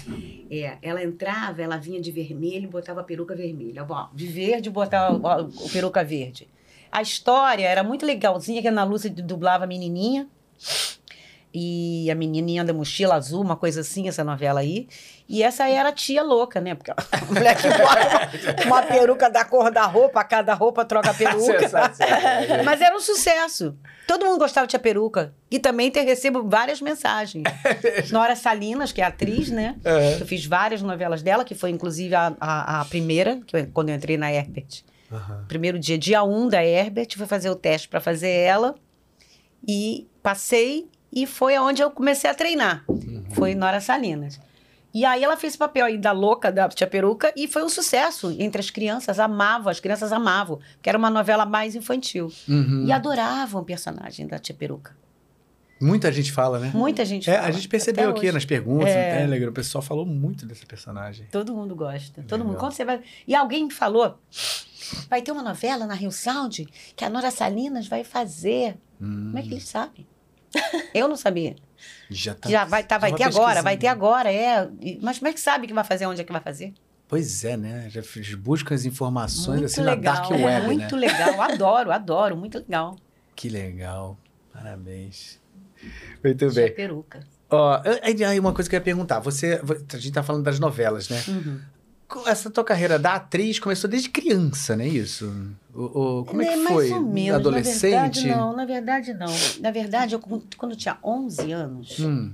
Speaker 2: É, ela entrava, ela vinha de vermelho e botava a peruca vermelha. Bom, de verde botava a, a peruca verde. A história era muito legalzinha, que a Ana Lúcia dublava a menininha. E a menininha da mochila azul, uma coisa assim, essa novela aí. E essa aí era a tia louca, né? Porque a mulher que bota uma peruca da cor da roupa, a cada roupa troca a peruca.
Speaker 1: Sensacional.
Speaker 2: Mas era um sucesso. Todo mundo gostava de Tia Peruca. E também te recebo várias mensagens. Nora Salinas, que é atriz, né?
Speaker 1: É.
Speaker 2: Eu fiz várias novelas dela, que foi inclusive a, a, a primeira, que eu- quando eu entrei na Herbert.
Speaker 1: Aham.
Speaker 2: Primeiro dia, dia 1 um da Herbert, fui fazer o teste pra fazer ela. E passei, e foi aonde eu comecei a treinar.
Speaker 1: Uhum.
Speaker 2: Foi Nora Salinas. E aí ela fez esse papel aí da louca, da Tia Peruca, e foi um sucesso entre as crianças. Amavam, as crianças amavam. Porque era uma novela mais infantil.
Speaker 1: Uhum.
Speaker 2: E adoravam o personagem da Tia Peruca.
Speaker 1: Muita gente fala, né?
Speaker 2: Muita gente
Speaker 1: É,
Speaker 2: fala.
Speaker 1: a gente percebeu
Speaker 2: Até
Speaker 1: aqui né?
Speaker 2: hoje.
Speaker 1: nas perguntas,
Speaker 2: É.
Speaker 1: no Telegram, o pessoal falou muito desse personagem.
Speaker 2: Todo mundo gosta. Todo mundo.
Speaker 1: Legal.
Speaker 2: Quando você vai. E alguém me falou: vai ter uma novela na Rio Sound que a Nora Salinas vai fazer. Como é que eles sabem? Eu não sabia.
Speaker 1: Hum, Já tá.
Speaker 2: Já vai, tá, vai
Speaker 1: tava
Speaker 2: ter agora, vai
Speaker 1: pesquisando.
Speaker 2: ter agora, é. E- Mas como é que sabe que vai fazer, onde é que vai fazer?
Speaker 1: Pois é, né? Já fiz- buscam as informações
Speaker 2: muito
Speaker 1: assim
Speaker 2: legal.
Speaker 1: na Dark Web, né?
Speaker 2: muito legal, adoro, adoro, muito legal.
Speaker 1: Que legal. Parabéns. Muito bem.
Speaker 2: Tinha peruca.
Speaker 1: Ó, aí aí uma coisa que eu ia perguntar. Você, vo- a gente tá falando das novelas, né?
Speaker 2: Uhum.
Speaker 1: Co- Essa tua carreira da atriz começou desde criança, não é isso? O, o- como é que
Speaker 2: Né, Mais
Speaker 1: foi?
Speaker 2: ou menos,
Speaker 1: Adolescente?
Speaker 2: Na verdade, não, na verdade, não. Na verdade, eu, quando eu tinha 11 anos.
Speaker 1: Hum.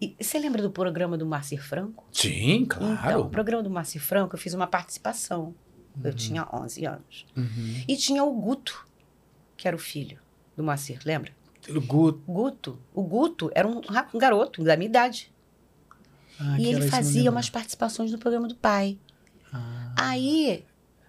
Speaker 2: e- você lembra do programa do Marcir Franco?
Speaker 1: Sim,
Speaker 2: Então, o
Speaker 1: claro.
Speaker 2: programa do Marci Franco, eu fiz uma participação. Eu tinha 11 anos.
Speaker 1: Uhum.
Speaker 2: E tinha o Guto, que era o filho do Marcir, lembra?
Speaker 1: O Guto.
Speaker 2: Guto. O Guto era um, ra- um garoto da minha idade.
Speaker 1: Ah, que era
Speaker 2: e ele
Speaker 1: isso, não
Speaker 2: fazia
Speaker 1: lembro.
Speaker 2: umas participações no programa do pai.
Speaker 1: Ah,
Speaker 2: Aí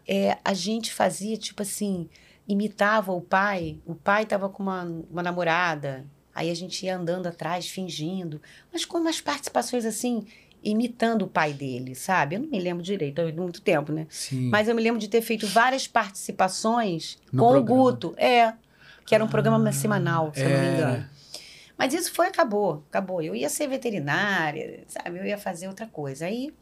Speaker 2: é, a gente fazia, tipo assim, imitava o pai. O pai tava com uma, uma namorada. Aí a gente ia andando atrás, fingindo. Mas com umas participações assim, imitando o pai dele, sabe? Eu não me lembro direito, há muito tempo, né?
Speaker 1: sim.
Speaker 2: Mas eu me lembro de ter feito várias participações
Speaker 1: No
Speaker 2: com
Speaker 1: programa.
Speaker 2: o Guto. É. Que era um
Speaker 1: Ah, é.
Speaker 2: programa semanal, se eu não me
Speaker 1: era.
Speaker 2: engano. Mas isso foi, acabou, acabou. Eu ia ser veterinária, sabe? Eu ia fazer outra coisa. Aí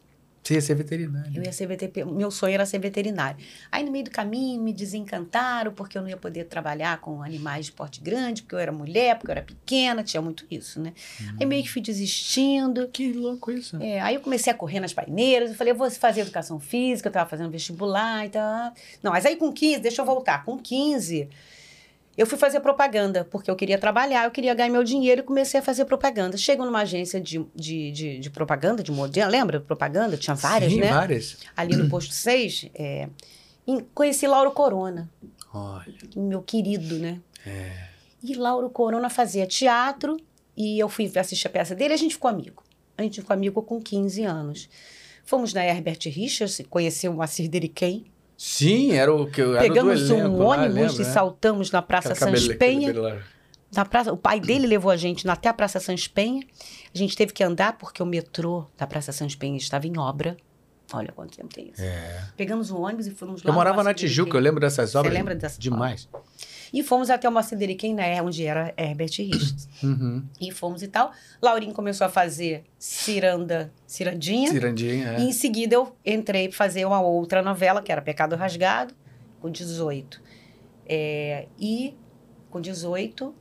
Speaker 1: Você ia ser é veterinário.
Speaker 2: eu ia ser VT, meu sonho era ser veterinária. Aí no meio do caminho me desencantaram porque eu não ia poder trabalhar com animais de porte grande, porque eu era mulher, porque eu era pequena, tinha muito isso, né? Aí meio que fui desistindo.
Speaker 1: Que louco isso.
Speaker 2: É, aí eu comecei a correr nas paineiras, eu falei, eu vou fazer educação física, eu tava fazendo vestibular e tal. Não, mas aí com 15, deixa eu voltar, com 15, eu fui fazer propaganda, porque eu queria trabalhar, eu queria ganhar meu dinheiro e comecei a fazer propaganda. Chego numa agência de, de, de, de propaganda, de modelo, lembra? Propaganda, tinha várias,
Speaker 1: Sim,
Speaker 2: né?
Speaker 1: várias.
Speaker 2: Ali no posto 6, é, e conheci Lauro Corona,
Speaker 1: Olha.
Speaker 2: meu querido, né?
Speaker 1: É.
Speaker 2: E Lauro Corona fazia teatro e eu fui assistir a peça dele e a gente ficou amigo. A gente ficou amigo com 15 anos. Fomos na Herbert Richards, conheceu o Macir Deriquem,
Speaker 1: Sim, era o que eu era o do
Speaker 2: pegamos
Speaker 1: elenco
Speaker 2: um
Speaker 1: lá,
Speaker 2: ônibus
Speaker 1: lembra,
Speaker 2: e
Speaker 1: né?
Speaker 2: saltamos na Praça
Speaker 1: Aquela
Speaker 2: Sans
Speaker 1: cabele-
Speaker 2: Penha.
Speaker 1: cabelo lá.
Speaker 2: Na praça, o pai dele levou a gente na- até a Praça Sans Penha. A gente teve que andar porque o metrô da Praça Sans Penha estava em obra. Olha quanto tempo tem isso.
Speaker 1: É.
Speaker 2: Pegamos um ônibus e fomos lá.
Speaker 1: Eu
Speaker 2: no
Speaker 1: morava
Speaker 2: Macir
Speaker 1: na Tijuca, eu
Speaker 2: Deriquem.
Speaker 1: lembro dessas obras.
Speaker 2: lembra dessas
Speaker 1: Demais.
Speaker 2: E fomos até o Macir Deriquem, né, onde era Herbert Richards.
Speaker 1: Uhum.
Speaker 2: E fomos e tal. Laurinho começou a fazer Ciranda, Cirandinha.
Speaker 1: Cirandinha, é.
Speaker 2: E em seguida eu entrei pra fazer uma outra novela, que era Pecado Rasgado, com 18. É, e com 18.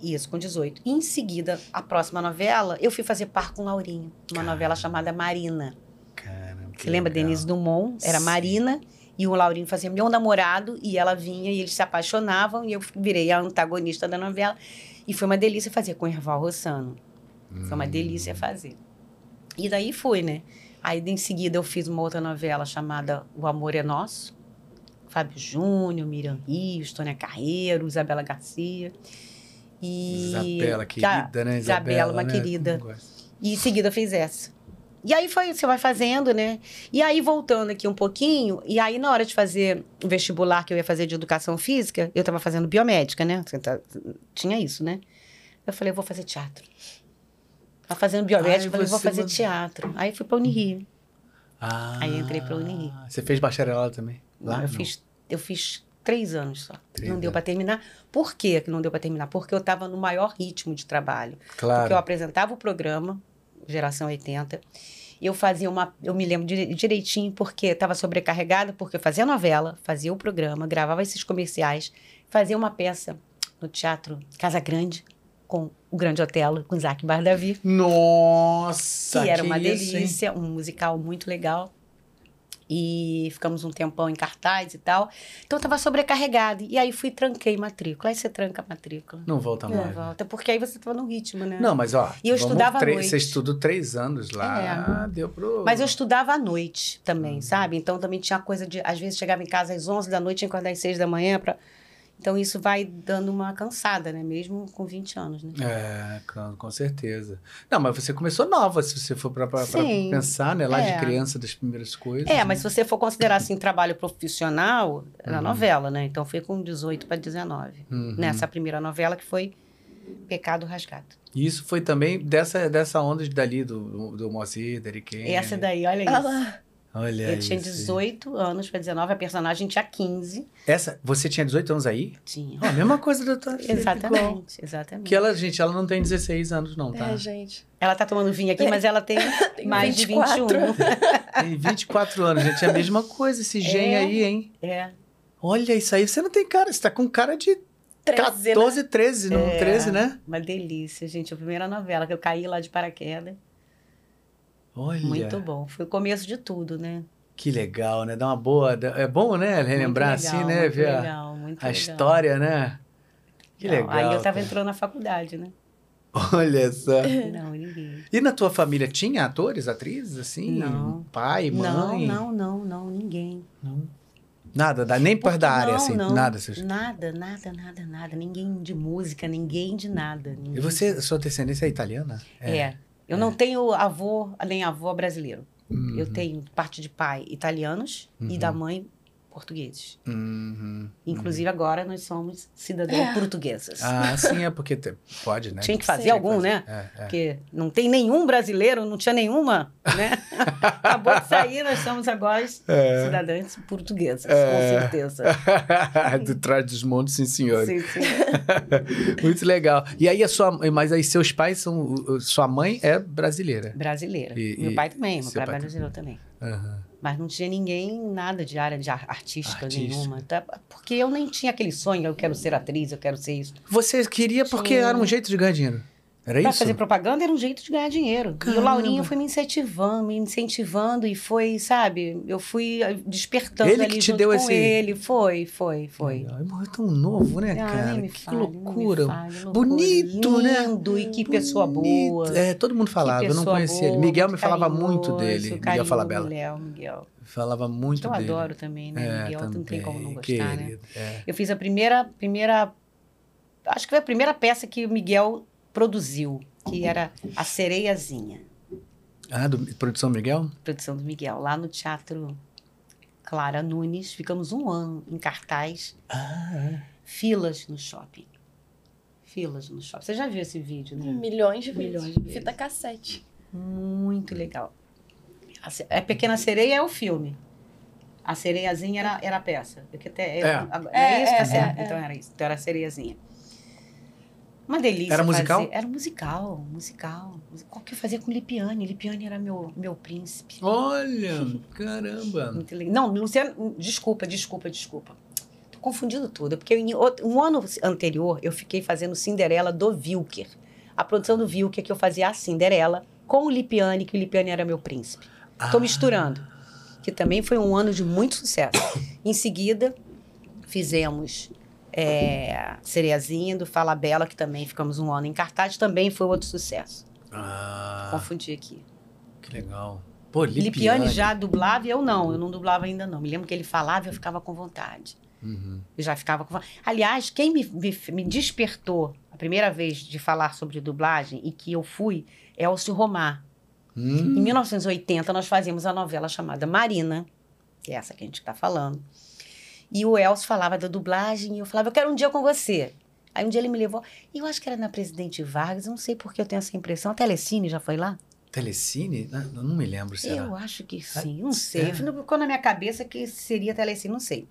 Speaker 2: Isso, com 18. E em seguida, a próxima novela, eu fui fazer par com Laurinho, uma
Speaker 1: Caramba.
Speaker 2: novela chamada Marina.
Speaker 1: Caramba, que
Speaker 2: Você lembra
Speaker 1: legal.
Speaker 2: Denise Dumont? Era
Speaker 1: Sim.
Speaker 2: Marina. E o Laurinho fazia meu namorado, e ela vinha, e eles se apaixonavam, e eu virei a antagonista da novela. E foi uma delícia fazer com o Erval Rossano. Foi uma
Speaker 1: Hum.
Speaker 2: delícia fazer. E daí fui, né? Aí em seguida eu fiz uma outra novela chamada O Amor é Nosso. Fábio Júnior, Miriam Rios, Tônia Carreiro, Isabela Garcia. E...
Speaker 1: Isabela,
Speaker 2: Tá.
Speaker 1: querida, né?
Speaker 2: Isabela, uma
Speaker 1: né?
Speaker 2: querida.
Speaker 1: Eu gosto.
Speaker 2: E em seguida eu fiz essa. E aí foi, você vai fazendo, né? E aí, voltando aqui um pouquinho, e aí na hora de fazer o vestibular que eu ia fazer de educação física, eu tava fazendo biomédica, né? Você tá- Tinha isso, né? Eu falei, eu vou fazer teatro. Tava fazendo biomédica,
Speaker 1: Ai,
Speaker 2: eu falei, eu vou
Speaker 1: você
Speaker 2: fazer
Speaker 1: mandou-
Speaker 2: teatro. Aí fui pra Unirio.
Speaker 1: Ah,
Speaker 2: Aí eu entrei pra Unirio.
Speaker 1: Você fez bacharelado também? Lá?
Speaker 2: eu,
Speaker 1: Não.
Speaker 2: fiz, eu fiz três anos só.
Speaker 1: Três
Speaker 2: não deu
Speaker 1: anos.
Speaker 2: pra terminar. Por que que não deu pra terminar? Porque eu tava no maior ritmo de trabalho. Porque eu
Speaker 1: Claro.
Speaker 2: apresentava o programa, Geração 80. e Eu fazia uma. Eu me lembro dire- direitinho porque estava sobrecarregada, porque eu fazia novela, fazia o programa, gravava esses comerciais, fazia uma peça no Teatro Casa Grande, com o Grande Otelo, com Isaac Bardavi,
Speaker 1: Nossa,
Speaker 2: que era
Speaker 1: que
Speaker 2: uma
Speaker 1: isso, hein?
Speaker 2: delícia, um musical muito legal. E ficamos um tempão em cartaz e tal. Então eu estava sobrecarregada. E aí fui e tranquei matrícula. Aí você tranca a matrícula.
Speaker 1: Não volta
Speaker 2: Não
Speaker 1: mais.
Speaker 2: volta, porque aí você estava no ritmo, né?
Speaker 1: Não, mas ó.
Speaker 2: E eu
Speaker 1: vamos
Speaker 2: estudava à
Speaker 1: tre-
Speaker 2: noite. É.
Speaker 1: Você estudou três anos lá. Deu pro.
Speaker 2: Mas eu estudava à noite também,
Speaker 1: Ah.
Speaker 2: sabe? Então também tinha coisa de. Às vezes chegava em casa às 11 da noite, tinha que acordar às 6 da manhã. Pra... Então isso vai dando uma cansada, né? Mesmo com 20 anos, né?
Speaker 1: É, com, com certeza. Não, mas você começou nova, se você for pra, pra- pra
Speaker 2: Sim.
Speaker 1: pensar, né? Lá
Speaker 2: É.
Speaker 1: de criança, das primeiras coisas. né?
Speaker 2: É, mas se você for considerar assim trabalho profissional, é era
Speaker 1: Uhum.
Speaker 2: novela, né? Então foi com 18 para 19.
Speaker 1: Uhum.
Speaker 2: Nessa primeira novela que foi Pecado Rasgado.
Speaker 1: Isso foi também dessa, dessa onda de dali, do, do Moacir, da Eriquém.
Speaker 2: Essa daí, olha isso.
Speaker 3: Ah lá.
Speaker 1: Olha
Speaker 2: eu tinha
Speaker 1: É. isso. é.
Speaker 2: 18 anos para 19, a personagem tinha 15.
Speaker 1: Essa, você tinha 18 anos aí?
Speaker 2: Tinha.
Speaker 1: Ó, a mesma coisa da tua filha, igual.
Speaker 2: Exatamente, exatamente.
Speaker 1: Que ela, gente, ela não tem 16 anos não, tá?
Speaker 3: É, gente.
Speaker 2: Ela tá tomando vinho aqui, mas ela tem
Speaker 3: Tem
Speaker 2: mais
Speaker 3: 24.
Speaker 2: de 21.
Speaker 1: Tem 24 anos, gente. É a mesma coisa esse gen
Speaker 2: É.
Speaker 1: aí, hein?
Speaker 2: É.
Speaker 1: Olha isso aí. Você não tem cara, você tá com cara de
Speaker 3: 13,
Speaker 1: 14, 13, não?
Speaker 2: né? É.
Speaker 1: 13, né?
Speaker 2: Uma delícia, gente. A primeira novela que eu caí lá de paraquedas.
Speaker 1: Olha.
Speaker 2: Muito bom. Foi o começo de tudo, né?
Speaker 1: Que legal, né? Dá uma boa. dá- É bom, né? Relembrar
Speaker 2: Muito legal,
Speaker 1: assim, né?
Speaker 2: muito
Speaker 1: Ver a,
Speaker 2: legal, muito
Speaker 1: a
Speaker 2: legal.
Speaker 1: história, né? Que legal.
Speaker 2: Aí eu tava
Speaker 1: cara. É.
Speaker 2: entrando na faculdade, né?
Speaker 1: Olha só.
Speaker 2: Não, ninguém.
Speaker 1: E na tua família tinha atores, atrizes, assim?
Speaker 2: Não.
Speaker 1: Pai, mãe?
Speaker 2: Não, não, não, não, ninguém.
Speaker 1: Nada, da- nem por causa da área,
Speaker 2: Não,
Speaker 1: assim.
Speaker 2: não.
Speaker 1: Nada. Vocês...
Speaker 2: Nada, nada, nada, nada. Ninguém de música, ninguém de nada. ninguém
Speaker 1: E
Speaker 2: de-
Speaker 1: você, sua descendência é italiana?
Speaker 2: É. Eu não tenho avô, nem avó brasileiro.
Speaker 1: Uhum.
Speaker 2: Eu tenho parte de pai italianos e da mãe portugueses.
Speaker 1: Uhum.
Speaker 2: Inclusive, agora nós somos cidadãos
Speaker 3: É.
Speaker 2: portuguesas.
Speaker 1: Ah, sim, é porque te- pode, né?
Speaker 2: Tinha que
Speaker 1: Tem
Speaker 2: fazer
Speaker 1: que
Speaker 2: algum,
Speaker 1: fazer.
Speaker 2: né?
Speaker 1: É, é.
Speaker 2: Porque não tem nenhum brasileiro, não tinha nenhuma, né? Acabou de sair, nós somos agora as cidadãs portuguesas,
Speaker 1: É.
Speaker 2: com certeza.
Speaker 1: Do trás dos montes, sim, senhor.
Speaker 2: Sim, sim.
Speaker 1: Muito legal. E aí a sua, mas aí seus pais são, o- o- sua mãe é brasileira.
Speaker 2: Brasileira.
Speaker 1: E-
Speaker 2: meu
Speaker 1: e-
Speaker 2: pai também, meu
Speaker 1: seu
Speaker 2: pai
Speaker 1: pai
Speaker 2: brasileiro também.
Speaker 1: Aham.
Speaker 2: Mas não tinha ninguém, nada de área de ar- artística,
Speaker 1: Artística.
Speaker 2: nenhuma. tá? Porque eu nem tinha aquele sonho, eu quero ser atriz, eu quero ser isso.
Speaker 1: Você queria porque
Speaker 2: Sim.
Speaker 1: era um jeito de ganhar dinheiro. Era
Speaker 2: Pra
Speaker 1: É isso?
Speaker 2: fazer propaganda era um jeito de ganhar dinheiro. E o
Speaker 1: Caramba.
Speaker 2: Laurinho foi me incentivando, me incentivando e foi, sabe, eu fui ah, despertando
Speaker 1: Ele que
Speaker 2: ali
Speaker 1: te
Speaker 2: junto
Speaker 1: deu
Speaker 2: com
Speaker 1: esse-
Speaker 2: ele. Foi, foi, foi.
Speaker 1: Legal. É tão novo, né,
Speaker 2: Ah,
Speaker 1: cara?
Speaker 2: nem me
Speaker 1: que
Speaker 2: fale, nem me
Speaker 1: loucura.
Speaker 2: fale, loucura.
Speaker 1: Bonito, né?
Speaker 2: Lindo, e que pessoa
Speaker 1: Bonito.
Speaker 2: boa.
Speaker 1: É, todo mundo falava, eu não
Speaker 2: pessoa
Speaker 1: conhecia ele.
Speaker 2: boa,
Speaker 1: Miguel me
Speaker 2: muito
Speaker 1: falava
Speaker 2: carinhoso,
Speaker 1: muito dele. Miguel
Speaker 2: carinho,
Speaker 1: Falabella.
Speaker 2: Léo, Miguel.
Speaker 1: Falava muito
Speaker 2: Que eu
Speaker 1: dele.
Speaker 2: adoro também, né?
Speaker 1: É,
Speaker 2: Miguel,
Speaker 1: também,
Speaker 2: não tem como não gostar, né?
Speaker 1: querido. É.
Speaker 2: Eu fiz a primeira, primeira, acho que foi a primeira peça que o Miguel produziu, que era A Sereiazinha,
Speaker 1: Ah, do, produção Miguel?
Speaker 2: produção do Miguel, lá no Teatro Clara Nunes. Ficamos um ano em cartaz,
Speaker 1: Ah, é.
Speaker 2: filas no shopping. Filas no shopping. Você já viu esse vídeo, né?
Speaker 3: Milhões de
Speaker 2: Milhões
Speaker 3: vezes.
Speaker 2: de vezes.
Speaker 3: Fita cassete.
Speaker 2: Muito legal. A, se- a Pequena Sereia é o filme. A Sereiazinha era, era a peça. Eu que até, eu-
Speaker 1: É.
Speaker 2: agora- não
Speaker 3: É,
Speaker 2: é isso,
Speaker 3: é,
Speaker 2: tá certo?
Speaker 3: é, é.
Speaker 2: Então era isso. Então era a Sereiazinha. Uma delícia.
Speaker 1: Era musical?
Speaker 2: fazer- Era musical, musical. Qual que eu fazia com Lipiane? Lipiane era meu, meu príncipe.
Speaker 1: Olha, caramba.
Speaker 2: Muito legal. Não, Luciano, desculpa, desculpa, desculpa. Tô confundindo tudo, porque em outro- um ano anterior eu fiquei fazendo Cinderela do Vilker. A produção do Vilker que eu fazia a Cinderela com o Lipiane, que o Lipiane era meu príncipe. Tô
Speaker 1: Ah.
Speaker 2: misturando. Que também foi um ano de muito sucesso. Em seguida, fizemos é, Cereazinha do Fala Bela, que também ficamos um ano em cartaz, também foi outro sucesso.
Speaker 1: Ah,
Speaker 2: Confundi aqui.
Speaker 1: que legal. Pô, Lipiane.
Speaker 2: Lipiane já dublava e eu não, eu não dublava ainda não. Me lembro que ele falava e eu ficava com vontade.
Speaker 1: Uhum.
Speaker 2: Eu já ficava com. Aliás, quem me, me- me despertou a primeira vez de falar sobre dublagem e que eu fui é Elcio Romar.
Speaker 1: Hum.
Speaker 2: Em 1980, nós fazíamos a novela chamada Marina, que é essa que a gente está falando. E o Elcio falava da dublagem e eu falava, eu quero um dia com você. Aí um dia ele me levou, e eu acho que era na Presidente Vargas, eu não sei porque eu tenho essa impressão. A Telecine já foi lá?
Speaker 1: Telecine? Ah, Eu não me lembro, será?
Speaker 2: Eu acho que sim, não sei.
Speaker 1: é.
Speaker 2: Ficou na minha cabeça que seria Telecine, não sei.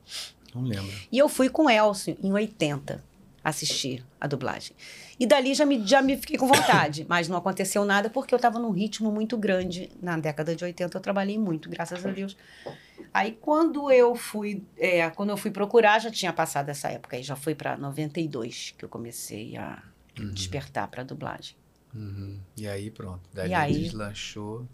Speaker 1: Não lembro.
Speaker 2: E eu fui com o Elcio em 80 assistir a dublagem. E dali já me, já me fiquei com vontade, mas não aconteceu nada porque eu estava num ritmo muito grande. Na década de 80 eu trabalhei muito, graças a Deus. Aí quando eu fui, é, quando eu fui procurar, já tinha passado essa época aí, já foi para 92 que eu comecei a despertar para dublagem.
Speaker 1: Uhum. E aí, pronto. Daí
Speaker 2: E aí?
Speaker 1: deslanchou.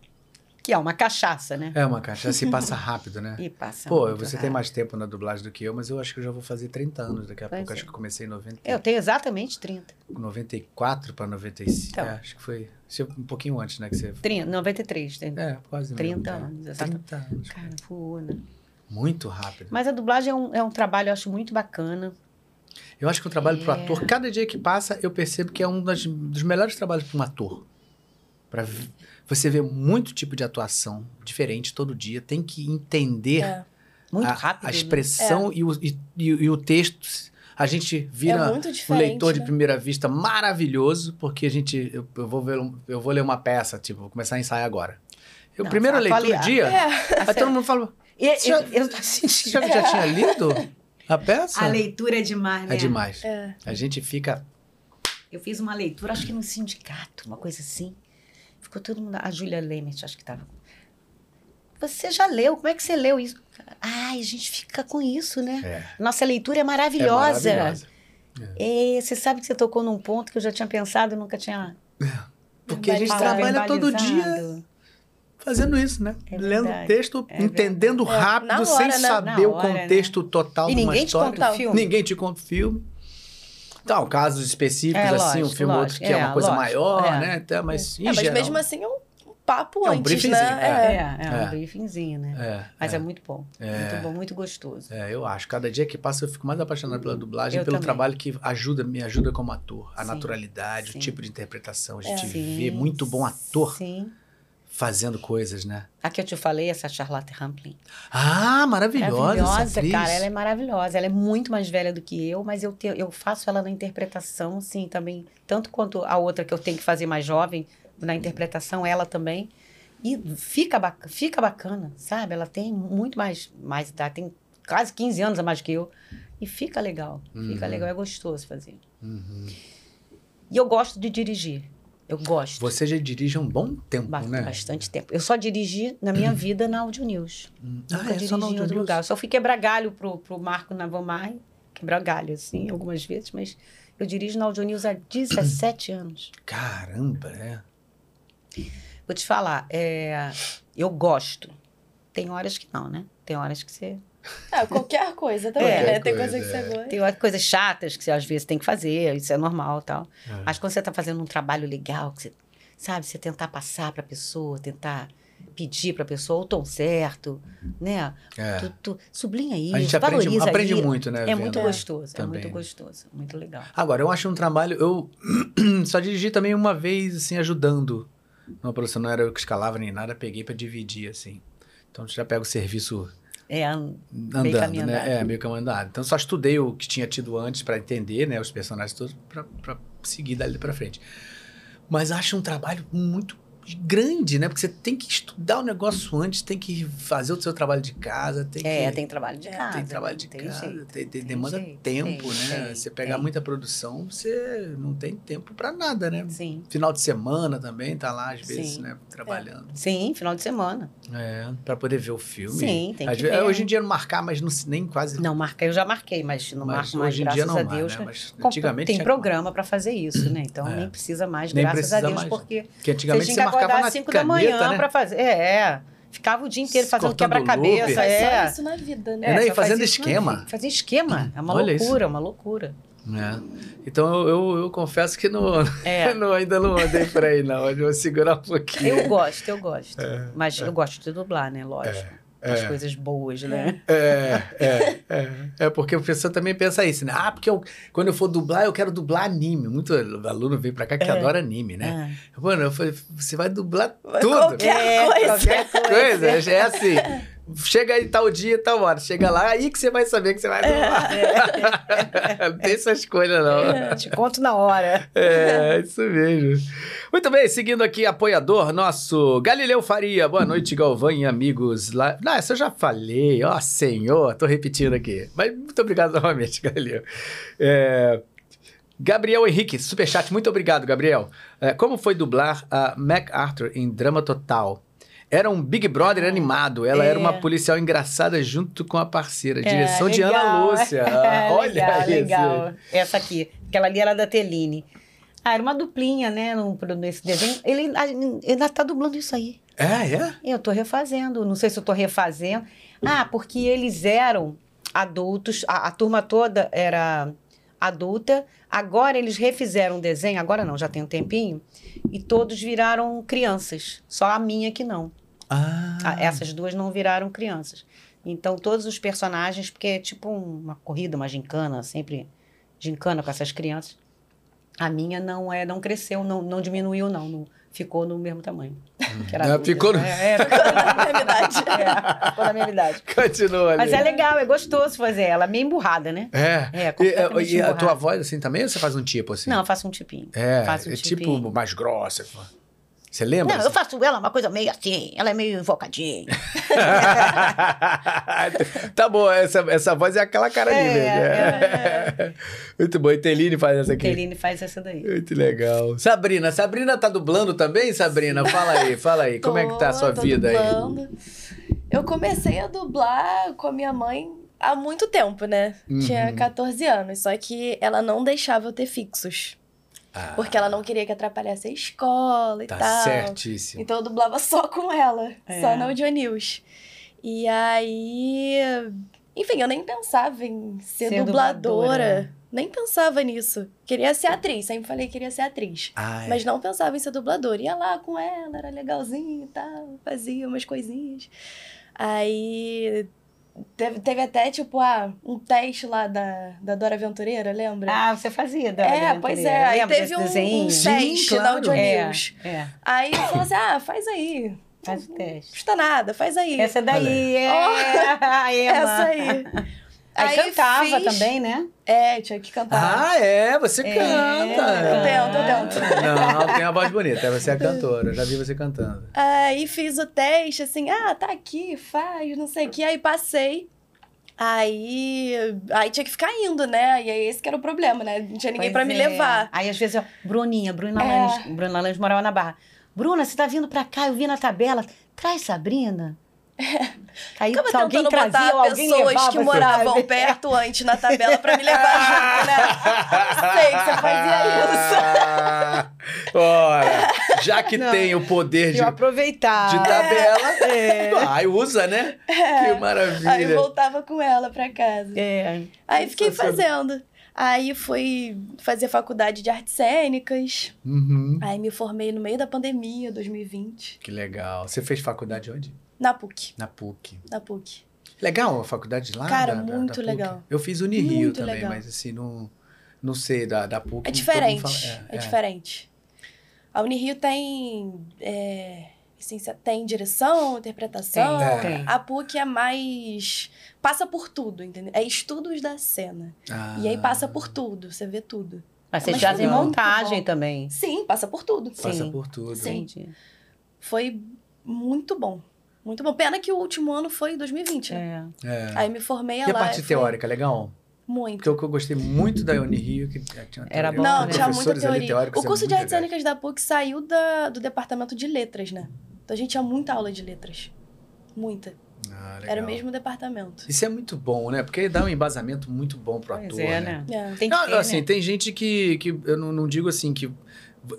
Speaker 2: Que é uma cachaça, né?
Speaker 1: É uma caixa, se passa rápido, né?
Speaker 2: E passa.
Speaker 1: Pô,
Speaker 2: muito
Speaker 1: você tem
Speaker 2: rápido.
Speaker 1: mais tempo na dublagem do que eu, mas eu acho que eu já vou fazer 30 anos daqui a
Speaker 2: Pois
Speaker 1: pouco.
Speaker 2: é.
Speaker 1: Acho que eu comecei em 90,
Speaker 2: Eu tenho exatamente 30.
Speaker 1: 94 para 95.
Speaker 2: Então.
Speaker 1: É, acho que foi se eu- um pouquinho antes, né? Que você.
Speaker 2: 30 93, tem
Speaker 1: É, quase.
Speaker 2: 30
Speaker 1: mesmo,
Speaker 2: anos,
Speaker 1: é.
Speaker 2: exatamente.
Speaker 1: 30 anos.
Speaker 2: né? Cara, voou, né?
Speaker 1: Muito rápido.
Speaker 2: Mas a dublagem é um, é um trabalho, eu acho, muito bacana.
Speaker 1: Eu acho que o trabalho pro
Speaker 3: É.
Speaker 1: ator, cada dia que passa, eu percebo que é um das- dos melhores trabalhos para um ator. Pra v- você ver muito tipo de atuação diferente todo dia, tem que entender
Speaker 3: É.
Speaker 2: Muito
Speaker 1: a,
Speaker 2: rápido.
Speaker 1: a
Speaker 2: né?
Speaker 1: expressão e, o, e, e o- e o texto A gente vira
Speaker 3: é muito
Speaker 1: um
Speaker 3: diferente.
Speaker 1: leitor de
Speaker 3: né?
Speaker 1: primeira vista maravilhoso, porque a gente. Eu, eu vou, ver, um- eu vou ler uma peça, tipo, vou começar a ensaiar agora. Eu,
Speaker 2: Não,
Speaker 1: primeira
Speaker 2: avaliar.
Speaker 1: leitura do dia,
Speaker 3: É,
Speaker 1: aí todo mundo fala:
Speaker 2: E- e-
Speaker 1: Você já-
Speaker 2: eu tô
Speaker 1: "Você
Speaker 2: sentindo.
Speaker 1: já, já tinha lido a peça?
Speaker 2: A leitura é demais, né?
Speaker 1: É demais.
Speaker 3: é.
Speaker 1: A gente fica.
Speaker 2: Eu fiz uma leitura, acho que num sindicato, uma coisa assim. Ficou todo mundo. A Julia Lemert, acho que estava. Você já leu? Como é que você leu isso? Ai, a gente fica com isso, né?
Speaker 1: É,
Speaker 2: Nossa leitura é
Speaker 1: é
Speaker 2: maravilhosa.
Speaker 1: maravilhosa.
Speaker 2: É, você sabe que você tocou num ponto que eu já tinha pensado, nunca tinha.
Speaker 1: Porque a gente
Speaker 2: falado,
Speaker 1: trabalha todo dia
Speaker 2: verbalizado.
Speaker 1: fazendo isso, né?
Speaker 2: É
Speaker 1: Lendo
Speaker 2: verdade.
Speaker 1: texto,
Speaker 2: É
Speaker 1: entendendo
Speaker 3: verdade. É,
Speaker 1: rápido,
Speaker 3: na
Speaker 1: sem
Speaker 3: hora, né?
Speaker 1: saber
Speaker 2: Na
Speaker 1: o
Speaker 2: hora, né?
Speaker 1: contexto total
Speaker 2: E
Speaker 1: de uma
Speaker 2: ninguém te
Speaker 1: história.
Speaker 2: conta o filme.
Speaker 1: Ninguém te conta o filme. Então, casos específicos,
Speaker 2: É,
Speaker 1: assim, um
Speaker 2: lógico,
Speaker 1: filme ou outro
Speaker 2: lógico.
Speaker 1: que é,
Speaker 2: É,
Speaker 1: uma coisa
Speaker 2: lógico,
Speaker 1: maior,
Speaker 2: é.
Speaker 1: né? Até, mas, em
Speaker 3: É, mas
Speaker 1: geral,
Speaker 3: mesmo assim é um um papo
Speaker 1: É um
Speaker 3: antes,
Speaker 1: briefingzinho,
Speaker 2: É,
Speaker 3: né?
Speaker 2: é, um
Speaker 1: É.
Speaker 2: briefingzinho, né?
Speaker 1: é,
Speaker 2: Mas
Speaker 1: é.
Speaker 2: é, muito bom. Muito bom, muito gostoso.
Speaker 1: É, eu acho. Cada dia que passa eu fico mais apaixonado pela dublagem,
Speaker 2: Eu
Speaker 1: pelo
Speaker 2: também.
Speaker 1: trabalho que ajuda, me ajuda como ator. A
Speaker 2: Sim,
Speaker 1: naturalidade,
Speaker 2: sim.
Speaker 1: o tipo de interpretação. A
Speaker 3: É.
Speaker 1: gente
Speaker 2: Sim,
Speaker 1: vê muito bom ator
Speaker 2: Sim.
Speaker 1: fazendo coisas, né?
Speaker 2: A que eu te falei, essa Charlotte Rampling.
Speaker 1: Ah, maravilhosa, essa
Speaker 2: Maravilhosa,
Speaker 1: atriz.
Speaker 2: cara. Ela é maravilhosa. Ela é muito mais velha do que eu, mas eu, te- eu faço ela na interpretação, sim, também. Tanto quanto a outra que eu tenho que fazer mais jovem, na interpretação, ela também. E fica, bac- fica bacana, sabe? Ela tem muito mais, mais idade, tem quase 15 anos a mais que eu. E fica legal, fica
Speaker 1: Uhum.
Speaker 2: legal. É gostoso fazer.
Speaker 1: Uhum.
Speaker 2: E eu gosto de dirigir. Eu gosto.
Speaker 1: Você já dirige há um bom tempo,
Speaker 2: Ba-
Speaker 1: né?
Speaker 2: Bastante tempo. Eu só dirigi na minha vida na Audio News.
Speaker 1: Hum.
Speaker 2: Nunca dirigi em outro
Speaker 1: audionews?
Speaker 2: lugar. Eu só fui quebrar galho pro, pro Marco Navamai, quebrar galho, assim, algumas vezes, mas eu dirijo na Audio News há 17 anos.
Speaker 1: Caramba, é.
Speaker 2: Vou te falar, é, eu gosto. Tem horas que não, né? Tem horas que você.
Speaker 3: Ah, qualquer coisa também,
Speaker 2: Qualquer
Speaker 1: É.
Speaker 3: né? Tem coisa que
Speaker 1: coisa,
Speaker 3: você gosta.
Speaker 2: Tem horas- coisas chatas que você às vezes tem que fazer, isso é normal e tal.
Speaker 1: É.
Speaker 2: Mas quando você tá fazendo um trabalho legal, que você, sabe, você tentar passar pra pessoa, tentar pedir pra pessoa o tom certo, né?
Speaker 1: É.
Speaker 2: Tu, tu sublinha isso,
Speaker 1: A gente aprende,
Speaker 2: valoriza
Speaker 1: aprende
Speaker 2: ali.
Speaker 1: muito, né?
Speaker 2: É
Speaker 1: vendo?
Speaker 2: muito gostoso,
Speaker 1: Também,
Speaker 2: é muito
Speaker 1: né?
Speaker 2: gostoso, muito legal.
Speaker 1: Agora, eu acho um trabalho. Eu só dirigi também uma vez, assim, ajudando. Uma produção não era eu que escalava nem nada, peguei pra dividir, assim. Então já pega o serviço
Speaker 2: É, an-
Speaker 1: andando,
Speaker 2: caminho andado.
Speaker 1: né? É, meio caminho andado. Então só estudei o que tinha tido antes pra entender, né? Os personagens todos pra, pra seguir dali pra frente. Mas acho um trabalho muito grande, né? Porque você tem que estudar o negócio antes, tem que fazer o seu trabalho de casa, tem
Speaker 2: é,
Speaker 1: que
Speaker 2: tem trabalho de casa.
Speaker 1: tem trabalho de
Speaker 2: não tem
Speaker 1: casa,
Speaker 2: jeito.
Speaker 1: tem- tem-
Speaker 2: tem
Speaker 1: demanda
Speaker 2: jeito,
Speaker 1: tempo,
Speaker 2: tem,
Speaker 1: né?
Speaker 2: tem,
Speaker 1: você pegar
Speaker 2: tem.
Speaker 1: muita produção, você não tem tempo pra nada, né?
Speaker 2: Sim.
Speaker 1: Final de semana também tá lá, às vezes,
Speaker 2: Sim.
Speaker 1: né? Trabalhando.
Speaker 2: Sim, final de semana.
Speaker 1: É. pra poder ver o filme.
Speaker 2: Sim, tem
Speaker 1: Às
Speaker 2: que
Speaker 1: ve- é,
Speaker 2: ver.
Speaker 1: Hoje em dia não marcar, mas não, se- nem quase.
Speaker 2: Não, marca, eu já marquei, mas não
Speaker 1: mas
Speaker 2: marco mais,
Speaker 1: hoje em
Speaker 2: graças
Speaker 1: dia não
Speaker 2: a
Speaker 1: marca,
Speaker 2: Deus.
Speaker 1: né? Mas
Speaker 2: Com-
Speaker 1: antigamente
Speaker 2: tem
Speaker 1: tinha que
Speaker 2: programa pra fazer isso, né? Então
Speaker 1: É.
Speaker 2: nem precisa mais,
Speaker 1: Nem
Speaker 2: graças
Speaker 1: precisa
Speaker 2: a Deus,
Speaker 1: mais.
Speaker 2: porque
Speaker 1: marcar. Porque antigamente
Speaker 2: você
Speaker 1: você,
Speaker 2: tinha
Speaker 1: marcava
Speaker 2: que acordar
Speaker 1: na
Speaker 2: às 5 da
Speaker 1: caneta,
Speaker 2: manhã
Speaker 1: né?
Speaker 2: pra fazer. É, é. ficava o dia inteiro fazendo
Speaker 1: Cortando
Speaker 2: quebra-cabeça.
Speaker 1: loop.
Speaker 3: Faz
Speaker 2: É.
Speaker 3: só isso na vida,
Speaker 1: É,
Speaker 3: né?
Speaker 1: né? E
Speaker 2: só
Speaker 1: fazendo
Speaker 2: faz isso na
Speaker 1: esquema.
Speaker 2: vida. Fazendo esquema. É uma
Speaker 1: Olha isso.
Speaker 2: loucura, é uma loucura.
Speaker 1: É. Então eu, eu, eu confesso que não,
Speaker 2: É.
Speaker 1: não, ainda não andei por aí, não. Eu vou segurar um pouquinho.
Speaker 2: Eu gosto, eu gosto. Mas eu gosto de dublar, né? Lógico. As
Speaker 1: é.
Speaker 2: coisas boas, né?
Speaker 1: É, é, é. É porque o pessoal também pensa isso, né? Ah, porque eu- quando eu for dublar, eu quero dublar anime. Muito aluno vem pra cá
Speaker 2: É.
Speaker 1: que adora anime, né? Mano, eu falei, você vai dublar
Speaker 2: É.
Speaker 1: tudo.
Speaker 3: Qualquer coisa.
Speaker 2: qualquer
Speaker 1: Coisa, é assim. Chega aí tal dia, tal hora. Chega lá, aí que você vai saber que você vai
Speaker 2: É,
Speaker 1: dublar. Não tem essa escolha, não.
Speaker 2: É, Te conto na hora.
Speaker 1: É, isso mesmo. Muito bem, seguindo aqui, apoiador nosso, Galileu Faria. Boa noite, Galvão e amigos. Lá... Não, essa eu já falei, ó senhor, tô repetindo aqui. Mas muito obrigado novamente, Galileu. É, Gabriel Henrique, superchat, muito obrigado, Gabriel. É, como foi dublar a MacArthur em Drama Total? Era um Big Brother animado. Ela
Speaker 2: É.
Speaker 1: era uma policial engraçada junto com a parceira. Direção de
Speaker 2: legal.
Speaker 1: Ana Lúcia. Ah, Olha
Speaker 2: É, legal,
Speaker 1: isso.
Speaker 2: legal. Essa aqui. Aquela ali era da Teline. Ah, era uma duplinha, né? no- Nesse desenho. Ele a- ele ainda tá dublando isso aí.
Speaker 1: É, é?
Speaker 2: Eu tô refazendo, não sei se eu tô refazendo. Ah, porque eles eram adultos, a, a turma toda era adulta. Agora eles refizeram o desenho, agora não, já tem um tempinho, e todos viraram crianças. Só a minha que não.
Speaker 1: Ah.
Speaker 2: é A- essas duas não viraram crianças. Então todos os personagens, porque é tipo um- uma corrida, uma gincana, sempre gincana com essas crianças. A minha não é, não cresceu, não, não diminuiu, não, não- Ficou no mesmo tamanho. Que
Speaker 1: Ah,
Speaker 2: dúvida.
Speaker 1: ficou no-
Speaker 2: É, é, ficou na minha idade. É, ficou na minha idade.
Speaker 1: Continua ali.
Speaker 2: Mas é legal, é gostoso fazer ela. Meio emburrada, né?
Speaker 1: É.
Speaker 2: É,
Speaker 1: E, é,
Speaker 2: completamente
Speaker 1: e a
Speaker 2: emburrada.
Speaker 1: tua voz assim também ou você faz um tipo assim?
Speaker 2: Não, eu faço um tipinho.
Speaker 1: É,
Speaker 2: faço um
Speaker 1: é
Speaker 2: tipinho.
Speaker 1: tipo mais grossa. Você lembra? Assim?
Speaker 2: Não, eu faço ela uma coisa meio assim, ela é meio invocadinha.
Speaker 1: tá bom, essa, essa voz é aquela cara ali
Speaker 2: É,
Speaker 1: mesmo. É. Muito bom, e Teline faz essa aqui.
Speaker 2: Teline faz essa daí.
Speaker 1: Muito legal. Sabrina, Sabrina tá dublando também, Sabrina? Fala aí, fala aí. Como é que tá a sua
Speaker 3: Tô- tô
Speaker 1: vida aí?
Speaker 3: dublando. Eu comecei a dublar com a minha mãe há muito tempo, né?
Speaker 1: Uhum.
Speaker 3: Tinha 14 anos, só que ela não deixava eu ter fixos.
Speaker 1: Ah,
Speaker 3: Porque ela não queria que atrapalhasse a escola e
Speaker 1: Tá
Speaker 3: tal.
Speaker 1: certíssimo.
Speaker 3: Então eu dublava só com ela,
Speaker 2: É.
Speaker 3: só na Audio News. E aí. Enfim, eu nem pensava em ser,
Speaker 2: Ser
Speaker 3: dubladora.
Speaker 2: dubladora.
Speaker 3: Nem pensava nisso. Queria ser atriz, sempre falei que queria ser atriz.
Speaker 1: Ah, é.
Speaker 3: Mas não pensava em ser dubladora. Ia lá com ela, era legalzinho e tal, fazia umas coisinhas. Aí. Teve, teve até, tipo, ah, um teste lá da, da Dora Aventureira, lembra?
Speaker 2: Ah, você fazia, Dora
Speaker 3: né? é,
Speaker 2: Aventureira.
Speaker 3: pois é. Aí
Speaker 2: Lembra
Speaker 3: teve um, um
Speaker 2: desse desenho?
Speaker 3: teste
Speaker 1: claro.
Speaker 3: na Audio
Speaker 2: É,
Speaker 3: News.
Speaker 2: é,
Speaker 3: Aí eu falei assim: ah, faz aí. Não
Speaker 2: faz o teste.
Speaker 3: custa nada, faz aí.
Speaker 2: Essa daí é a Emma.
Speaker 3: Oh, Essa aí.
Speaker 2: É Aí, cantava
Speaker 3: fiz-
Speaker 2: também, né?
Speaker 3: É, tinha que cantar.
Speaker 1: Ah, é? Você
Speaker 2: É.
Speaker 1: canta.
Speaker 3: Eu tento, eu
Speaker 1: tento. Não, tem uma voz bonita. Você é cantora. Eu já vi você cantando.
Speaker 3: Aí Ah, fiz o teste, assim, ah, tá aqui, faz, não sei o que. Aí passei. Aí, aí tinha que ficar indo, né? E aí esse que era o problema, né? Não tinha ninguém pra
Speaker 2: Pois
Speaker 3: me
Speaker 2: é.
Speaker 3: levar.
Speaker 2: Aí às vezes, eu, Bruninha, Bruna
Speaker 3: É.
Speaker 2: Lange, Bruna Lange morava na Barra. Bruna, você tá vindo pra cá, eu vi na tabela. Traz Sabrina. Aí
Speaker 3: Ficava
Speaker 2: se alguém
Speaker 3: tentando
Speaker 2: trazia, ou
Speaker 3: botar
Speaker 2: alguém
Speaker 3: pessoas
Speaker 2: levava, assim?
Speaker 3: que
Speaker 2: sabe?
Speaker 3: moravam perto antes na tabela pra me levar junto, né? Não sei, você
Speaker 2: Ah,
Speaker 3: fazia isso.
Speaker 1: Ora, já que
Speaker 2: Não.
Speaker 1: tem o poder de,
Speaker 2: Eu aproveitar.
Speaker 1: de tabela,
Speaker 2: É.
Speaker 1: vai, usa, né? Que
Speaker 3: É. Aí eu
Speaker 1: maravilha.
Speaker 3: voltava com ela pra casa.
Speaker 2: É.
Speaker 3: Aí fiquei fazendo. Aí fui fazer faculdade de artes cênicas.
Speaker 1: Uhum.
Speaker 3: Aí me formei no meio da pandemia, 2020.
Speaker 1: Que legal. Você fez faculdade onde?
Speaker 3: Na PUC.
Speaker 1: Na PUC.
Speaker 3: Na PUC.
Speaker 1: Legal a faculdade lá?
Speaker 3: Cara,
Speaker 1: da- da- da
Speaker 3: muito
Speaker 1: PUC?
Speaker 3: legal.
Speaker 1: Eu fiz Unirio
Speaker 3: Muito
Speaker 1: também,
Speaker 3: legal.
Speaker 1: mas assim, não, não sei, da, da PUC.
Speaker 3: É
Speaker 1: todo mundo
Speaker 3: diferente.
Speaker 1: fala-
Speaker 3: é, diferente. A Unirio tem. É, licença- tem direção, interpretação.
Speaker 2: Tem,
Speaker 1: É.
Speaker 2: tem.
Speaker 3: A PUC é mais. passa por tudo, entendeu? É estudos da cena.
Speaker 1: Ah.
Speaker 3: E aí passa por tudo, você vê tudo.
Speaker 2: Mas vocês
Speaker 1: Mas
Speaker 2: fazem
Speaker 1: foi muito
Speaker 2: montagem
Speaker 3: bom.
Speaker 2: também.
Speaker 3: Sim, passa por tudo.
Speaker 1: Passa
Speaker 2: Sim.
Speaker 1: por tudo.
Speaker 3: Sim.
Speaker 2: Entendi.
Speaker 3: Foi muito bom. Muito bom. Pena que o último ano foi 2020, né?
Speaker 2: É.
Speaker 1: É.
Speaker 3: Aí me formei
Speaker 1: E a
Speaker 3: lá.
Speaker 1: parte
Speaker 3: foi
Speaker 1: teórica, legal?
Speaker 3: Muito.
Speaker 1: Porque o que eu gostei muito da Unirio, que tinha uma teoria,
Speaker 2: Era bom,
Speaker 3: Não,
Speaker 1: os
Speaker 2: né?
Speaker 3: tinha muita
Speaker 1: professores ali
Speaker 3: teoria.
Speaker 1: teóricos,
Speaker 3: O curso
Speaker 1: é
Speaker 3: de
Speaker 1: muito
Speaker 3: artes
Speaker 1: legal.
Speaker 3: cênicas da PUC saiu da- do departamento de letras, né? Então a gente tinha muita aula de letras. Muita.
Speaker 1: Ah, legal.
Speaker 3: Era o mesmo departamento.
Speaker 1: Isso é muito bom, né? Porque dá um embasamento muito bom pro
Speaker 2: Pois
Speaker 1: ator,
Speaker 2: é,
Speaker 1: né?
Speaker 2: né?
Speaker 3: É.
Speaker 2: Tem que
Speaker 1: Não,
Speaker 2: ter,
Speaker 1: assim,
Speaker 2: né?
Speaker 1: tem gente que, que eu não, não digo assim que